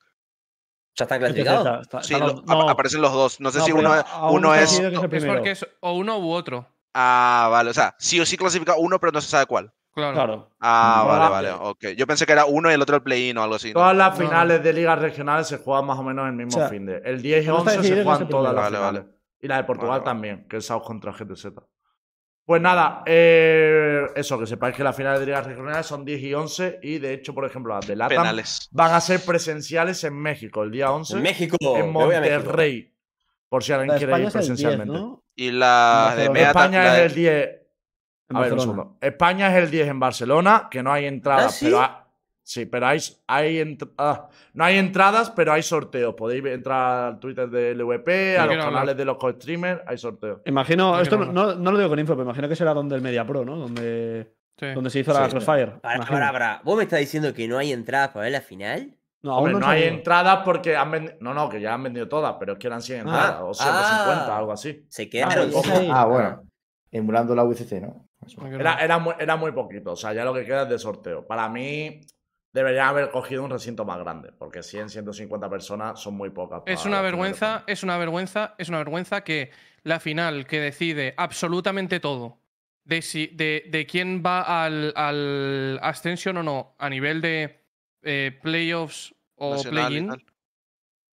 Speaker 3: ¿Ya están
Speaker 4: Está-
Speaker 3: clasificados?
Speaker 4: está-
Speaker 2: Sí,
Speaker 4: está-
Speaker 2: lo-
Speaker 4: Ah, no,
Speaker 2: ap- aparecen los dos. No sé
Speaker 4: no,
Speaker 2: si
Speaker 4: pero
Speaker 2: uno, es-
Speaker 4: aún
Speaker 2: uno
Speaker 4: no está
Speaker 2: es-
Speaker 4: decidido que es el
Speaker 5: Es
Speaker 4: primero.
Speaker 5: porque es o uno u otro.
Speaker 2: Ah, vale, o sea, sí o sí clasifica uno, pero no se sabe cuál.
Speaker 5: Claro.
Speaker 4: Claro.
Speaker 2: Ah,
Speaker 1: No,
Speaker 2: vale,
Speaker 1: la-
Speaker 2: vale, ok. Yo pensé que era uno y el otro el play-in o algo así. ¿no?
Speaker 1: Todas las
Speaker 5: No.
Speaker 1: finales de ligas regionales se juegan más o menos el mismo
Speaker 4: O sea,
Speaker 1: fin de. El 10 y
Speaker 4: no está
Speaker 1: 11
Speaker 4: decidido
Speaker 1: se
Speaker 4: que
Speaker 1: juegan
Speaker 4: sea
Speaker 1: todas las
Speaker 2: primero. Vale,
Speaker 1: finales. Y la de Portugal
Speaker 2: Vale, vale.
Speaker 1: también, que es South contra GTZ. Pues nada, eh, eso, que sepáis que las finales de ligas regionales son 10 y 11 y de hecho, por ejemplo, las de LATAM
Speaker 2: Penales.
Speaker 1: van a ser presenciales en México el día 11
Speaker 3: En México.
Speaker 1: en
Speaker 3: me voy a México.
Speaker 1: Monterrey. Por si alguien
Speaker 4: La de
Speaker 1: quiere
Speaker 4: España
Speaker 1: ir
Speaker 4: es el 10,
Speaker 1: presencialmente.
Speaker 4: ¿no?
Speaker 2: Y la de
Speaker 4: Barcelona.
Speaker 2: media ta-
Speaker 1: España
Speaker 2: la de-
Speaker 1: es el 10. A
Speaker 4: En
Speaker 1: ver, un
Speaker 4: Barcelona.
Speaker 1: segundo. España es el 10 en Barcelona, que no hay entradas,
Speaker 3: ¿Ah, sí?
Speaker 1: pero ha- sí, pero hay, hay ent- ah, no hay entradas, pero hay sorteos. Podéis entrar al Twitter del LVP,
Speaker 5: No
Speaker 1: a los
Speaker 5: quiero
Speaker 1: canales
Speaker 5: hablar.
Speaker 1: de los co-streamers, hay sorteos.
Speaker 4: Imagino,
Speaker 5: No
Speaker 4: esto
Speaker 5: quiero
Speaker 4: no, no, no lo digo con info, pero imagino que será donde el Media Pro, ¿no? Donde,
Speaker 5: Sí.
Speaker 4: donde se hizo la
Speaker 1: Sí.
Speaker 4: Crossfire.
Speaker 3: Pará,
Speaker 4: imagino.
Speaker 3: pará, pará. ¿Vos me estás diciendo que no hay entradas para ver la final?
Speaker 4: No,
Speaker 1: Hombre,
Speaker 4: aún no,
Speaker 1: no hay
Speaker 4: salió.
Speaker 1: entradas porque han vendido. No, no, que ya han vendido todas, pero es que eran 100 entradas o 150,
Speaker 3: ah.
Speaker 1: algo así.
Speaker 3: Se
Speaker 1: Ah,
Speaker 3: quedaron.
Speaker 1: pues,
Speaker 3: sin-
Speaker 4: ojo.
Speaker 6: Ah, bueno. Emulando la UCC, ¿no?
Speaker 5: No quiero
Speaker 1: Era,
Speaker 5: hablar.
Speaker 1: era, muy, era muy poquito, o sea, ya lo que queda es de sorteo. Para mí, deberían haber cogido un recinto más grande, porque 100, 150 personas son muy pocas.
Speaker 2: Ah,
Speaker 5: Es
Speaker 1: para
Speaker 5: una
Speaker 1: la final de
Speaker 5: vergüenza,
Speaker 1: España.
Speaker 5: es una vergüenza, es una vergüenza que la final que decide absolutamente todo de, si, de, de quién va al, al Ascension o no a nivel de eh, playoffs o
Speaker 2: Nacional y
Speaker 5: play-in
Speaker 2: tal.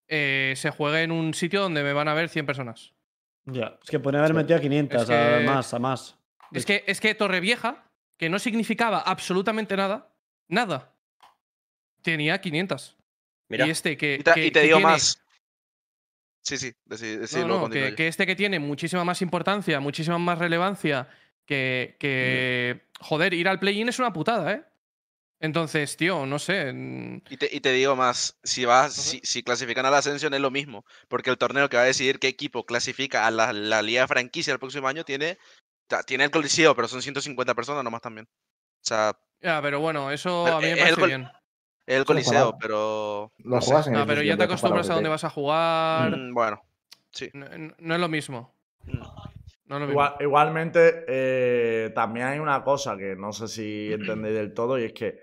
Speaker 5: eh, se juegue en un sitio donde me van a ver 100 personas.
Speaker 4: Ya, es que podrían haber metido a 500,
Speaker 5: Es que-
Speaker 4: a más, a más.
Speaker 5: Es que, es que Torrevieja, que no significaba absolutamente nada, nada, tenía 500.
Speaker 3: Mirá.
Speaker 5: Y este que.
Speaker 2: Y ta-
Speaker 5: que-
Speaker 2: y te
Speaker 5: que
Speaker 2: digo
Speaker 5: tiene-
Speaker 2: más. Sí, sí, decí, decí,
Speaker 5: No,
Speaker 2: luego
Speaker 5: no, que,
Speaker 2: continúa.
Speaker 5: que este que tiene muchísima más importancia, muchísima más relevancia que. que joder, ir al play-in es una putada, ¿eh? Entonces, tío, no sé. mm,
Speaker 2: Y te, y te digo más, si vas, si, si clasifican a la ascensión es lo mismo, porque el torneo que va a decidir qué equipo clasifica a la, la liga de franquicia el próximo año tiene, ta- tiene el coliseo, pero son 150 personas nomás también. O sea,
Speaker 5: Ya, pero bueno, eso
Speaker 2: Pero
Speaker 5: a mí me
Speaker 2: es el
Speaker 5: parece
Speaker 2: col-
Speaker 5: bien.
Speaker 2: es el
Speaker 6: Solo
Speaker 2: coliseo,
Speaker 6: jugaba.
Speaker 2: pero
Speaker 6: Lo
Speaker 2: no sé.
Speaker 6: juegas en el
Speaker 5: No, pero ya te acostumbras a dónde vas a jugar.
Speaker 2: Mm, bueno,
Speaker 5: No, no es lo mismo.
Speaker 2: Mm.
Speaker 5: No es lo mismo.
Speaker 1: Igual- igualmente, eh, también hay una cosa que no sé si entendéis del todo, y es que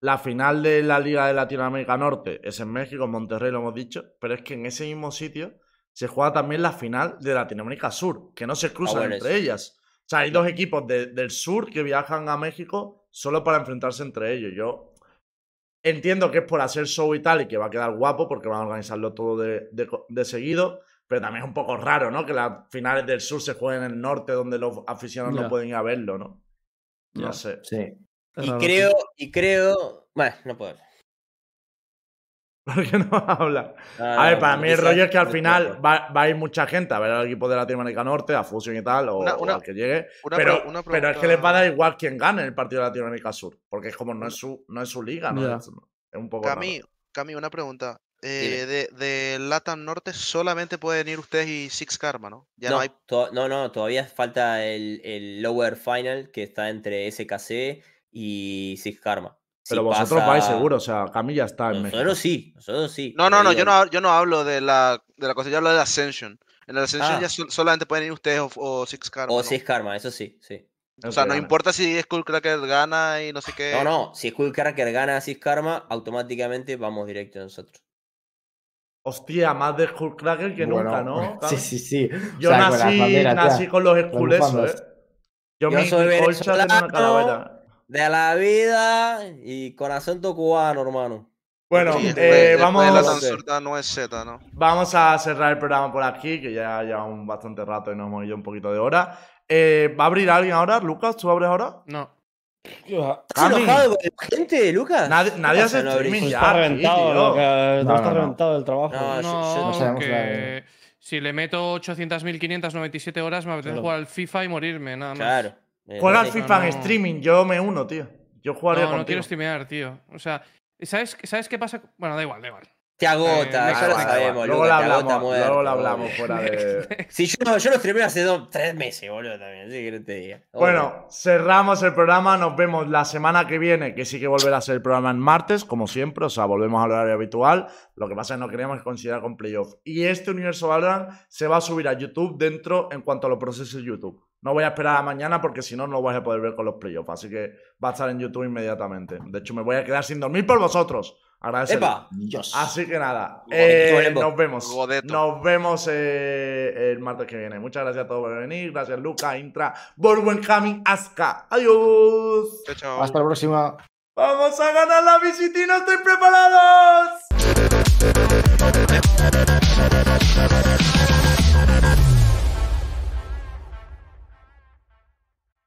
Speaker 1: la final de la Liga de Latinoamérica Norte es en México, en Monterrey, lo hemos dicho, pero es que en ese mismo sitio se juega también la final de Latinoamérica Sur, que no se cruzan
Speaker 3: Ah, bueno,
Speaker 1: entre
Speaker 3: eso.
Speaker 1: ellas. O sea, hay dos equipos de- del sur que viajan a México solo para enfrentarse entre ellos. Yo Entiendo que es por hacer show y tal y que va a quedar guapo porque van a organizarlo todo de, de co- de seguido, pero también es un poco raro, ¿no? Que las finales del sur se jueguen en el norte donde los aficionados
Speaker 4: Ya.
Speaker 1: no pueden ir a verlo, ¿no? No
Speaker 4: Ya.
Speaker 1: sé.
Speaker 6: Sí.
Speaker 4: Es
Speaker 3: Y
Speaker 4: raro,
Speaker 3: creo, y creo. Bueno, no puedo.
Speaker 1: ¿Por qué no habla?
Speaker 3: No,
Speaker 1: A ver,
Speaker 3: no,
Speaker 1: para
Speaker 3: no,
Speaker 1: mí el
Speaker 3: quizás-
Speaker 1: rollo es que al
Speaker 3: no, no,
Speaker 1: final
Speaker 3: no.
Speaker 1: va, va a ir mucha gente a ver al equipo de Latinoamérica Norte, a Fusion y tal, o,
Speaker 2: Una-
Speaker 1: o
Speaker 2: una-
Speaker 1: al que llegue.
Speaker 2: Una
Speaker 1: pero,
Speaker 2: pre- una
Speaker 1: pero es que les va a
Speaker 2: pregunta-
Speaker 1: dar igual quien gane el partido de Latinoamérica Sur, porque es como no es su, no es su liga, ¿no?
Speaker 4: Ya.
Speaker 1: Es, es un poco.
Speaker 2: Cami,
Speaker 1: raro.
Speaker 2: Cami, una pregunta.
Speaker 3: Dime.
Speaker 2: Eh, de, de Latam Norte solamente pueden ir ustedes y Six Karma, ¿no? Ya no,
Speaker 3: No,
Speaker 2: hay.
Speaker 3: to- no, no, todavía falta el, el lower final que está entre SKC y Six Karma. Si
Speaker 1: Pero vosotros vais
Speaker 3: pasa-
Speaker 1: seguro, o sea, Cami ya está en México.
Speaker 3: Nosotros sí, nosotros sí.
Speaker 2: No,
Speaker 3: te
Speaker 2: no, no,
Speaker 3: digo,
Speaker 2: yo no, hab- yo no hablo de la, de la cosa, yo hablo de Ascension. En el Ascension
Speaker 3: Ah.
Speaker 2: ya sol- solamente pueden ir ustedes o, o Six Karma.
Speaker 3: O
Speaker 2: ¿no?
Speaker 3: Six Karma, eso sí, sí.
Speaker 2: O sea, no
Speaker 1: Gana.
Speaker 2: importa si Skullcracker gana y no sé qué.
Speaker 3: No, no, si Skullcracker gana a Six Karma, automáticamente vamos directo nosotros.
Speaker 1: Hostia, más de Skullcracker que
Speaker 6: Bueno,
Speaker 1: nunca,
Speaker 6: pues,
Speaker 1: ¿no?
Speaker 6: Sí,
Speaker 1: Cami?
Speaker 6: sí, sí.
Speaker 1: Yo
Speaker 6: O sea, con las
Speaker 1: nací,
Speaker 6: banderas,
Speaker 1: nací
Speaker 6: ya.
Speaker 1: con los
Speaker 6: bufandas.
Speaker 1: esculesos, ¿eh? Yo,
Speaker 3: Yo
Speaker 1: mi,
Speaker 3: soy
Speaker 1: mi colcha tenía una
Speaker 3: venezolano.
Speaker 1: calavera.
Speaker 3: De la vida y con acento cubano, hermano.
Speaker 1: Bueno,
Speaker 2: Sí,
Speaker 1: eh,
Speaker 2: después- después
Speaker 1: vamos,
Speaker 2: de
Speaker 3: no
Speaker 2: Latam
Speaker 3: sé.
Speaker 2: Sur ya no es Z, ¿no?
Speaker 1: Vamos a cerrar el programa por aquí, que ya llevamos bastante rato y nos hemos ido un poquito de hora. Eh, ¿Va a abrir alguien ahora? Lucas, ¿tú abres ahora?
Speaker 5: No.
Speaker 4: tío.
Speaker 3: ¿Estás
Speaker 1: Cami.
Speaker 3: enojado con la gente, Lucas?
Speaker 1: Nadie,
Speaker 3: ¿Qué
Speaker 1: nadie
Speaker 3: pasa,
Speaker 1: hace
Speaker 3: no abrís?
Speaker 1: streaming ya.
Speaker 4: pues Está
Speaker 1: sí,
Speaker 4: reventado,
Speaker 1: tío.
Speaker 4: lo que-
Speaker 6: No,
Speaker 4: está
Speaker 6: no, no.
Speaker 4: reventado el trabajo.
Speaker 3: No, yo- yo-
Speaker 5: No,
Speaker 6: no sabemos
Speaker 5: que si le meto 800.597 horas me apetece
Speaker 4: Claro.
Speaker 5: jugar al FIFA y morirme, nada más.
Speaker 3: Claro. eh,
Speaker 1: Juega al
Speaker 3: no sé.
Speaker 1: FIFA en
Speaker 5: no.
Speaker 1: streaming, yo me uno, tío. Yo jugaría
Speaker 5: No, no
Speaker 1: contigo.
Speaker 5: quiero streamear, tío. O sea, ¿sabes, ¿sabes qué pasa? Bueno, da igual, da igual.
Speaker 3: Te agota,
Speaker 5: Eh,
Speaker 3: eso
Speaker 1: Da
Speaker 3: lo
Speaker 1: igual, da
Speaker 3: sabemos,
Speaker 1: igual. Ah, Luego lo
Speaker 3: Lucas, te agota
Speaker 1: hablamos,
Speaker 3: muerto,
Speaker 1: luego lo
Speaker 3: boludo.
Speaker 1: hablamos fuera de.
Speaker 3: Si yo, no- yo lo streamé hace dos, tres meses, boludo, también, así que no te diga. Oh,
Speaker 1: Bueno, cerramos el programa. Nos vemos la semana que viene, que sí que volverá a ser el programa en martes, como siempre. O sea, volvemos al horario habitual. Lo que pasa es que no queríamos considerar con playoff. Y este universo Valorant se va a subir a YouTube dentro en cuanto a los procesos de YouTube. No voy a esperar a mañana porque si no, no lo vais a poder ver con los playoffs. Así que va a estar en YouTube inmediatamente. De hecho, me voy a quedar sin dormir por vosotros. Agradeceros.
Speaker 3: Epa,
Speaker 6: Dios.
Speaker 1: Así que nada,
Speaker 3: Joder,
Speaker 1: eh,
Speaker 3: qué bolembo.
Speaker 1: nos vemos.
Speaker 2: Godeto.
Speaker 1: Nos vemos eh, el martes que viene. Muchas gracias a todos por venir. Gracias, Luca, Intra, Borwen, Hamming, Aska. Adiós.
Speaker 2: Chao, chao.
Speaker 6: Hasta la próxima.
Speaker 1: Vamos a ganar la visita y no estoy preparados.
Speaker 2: Me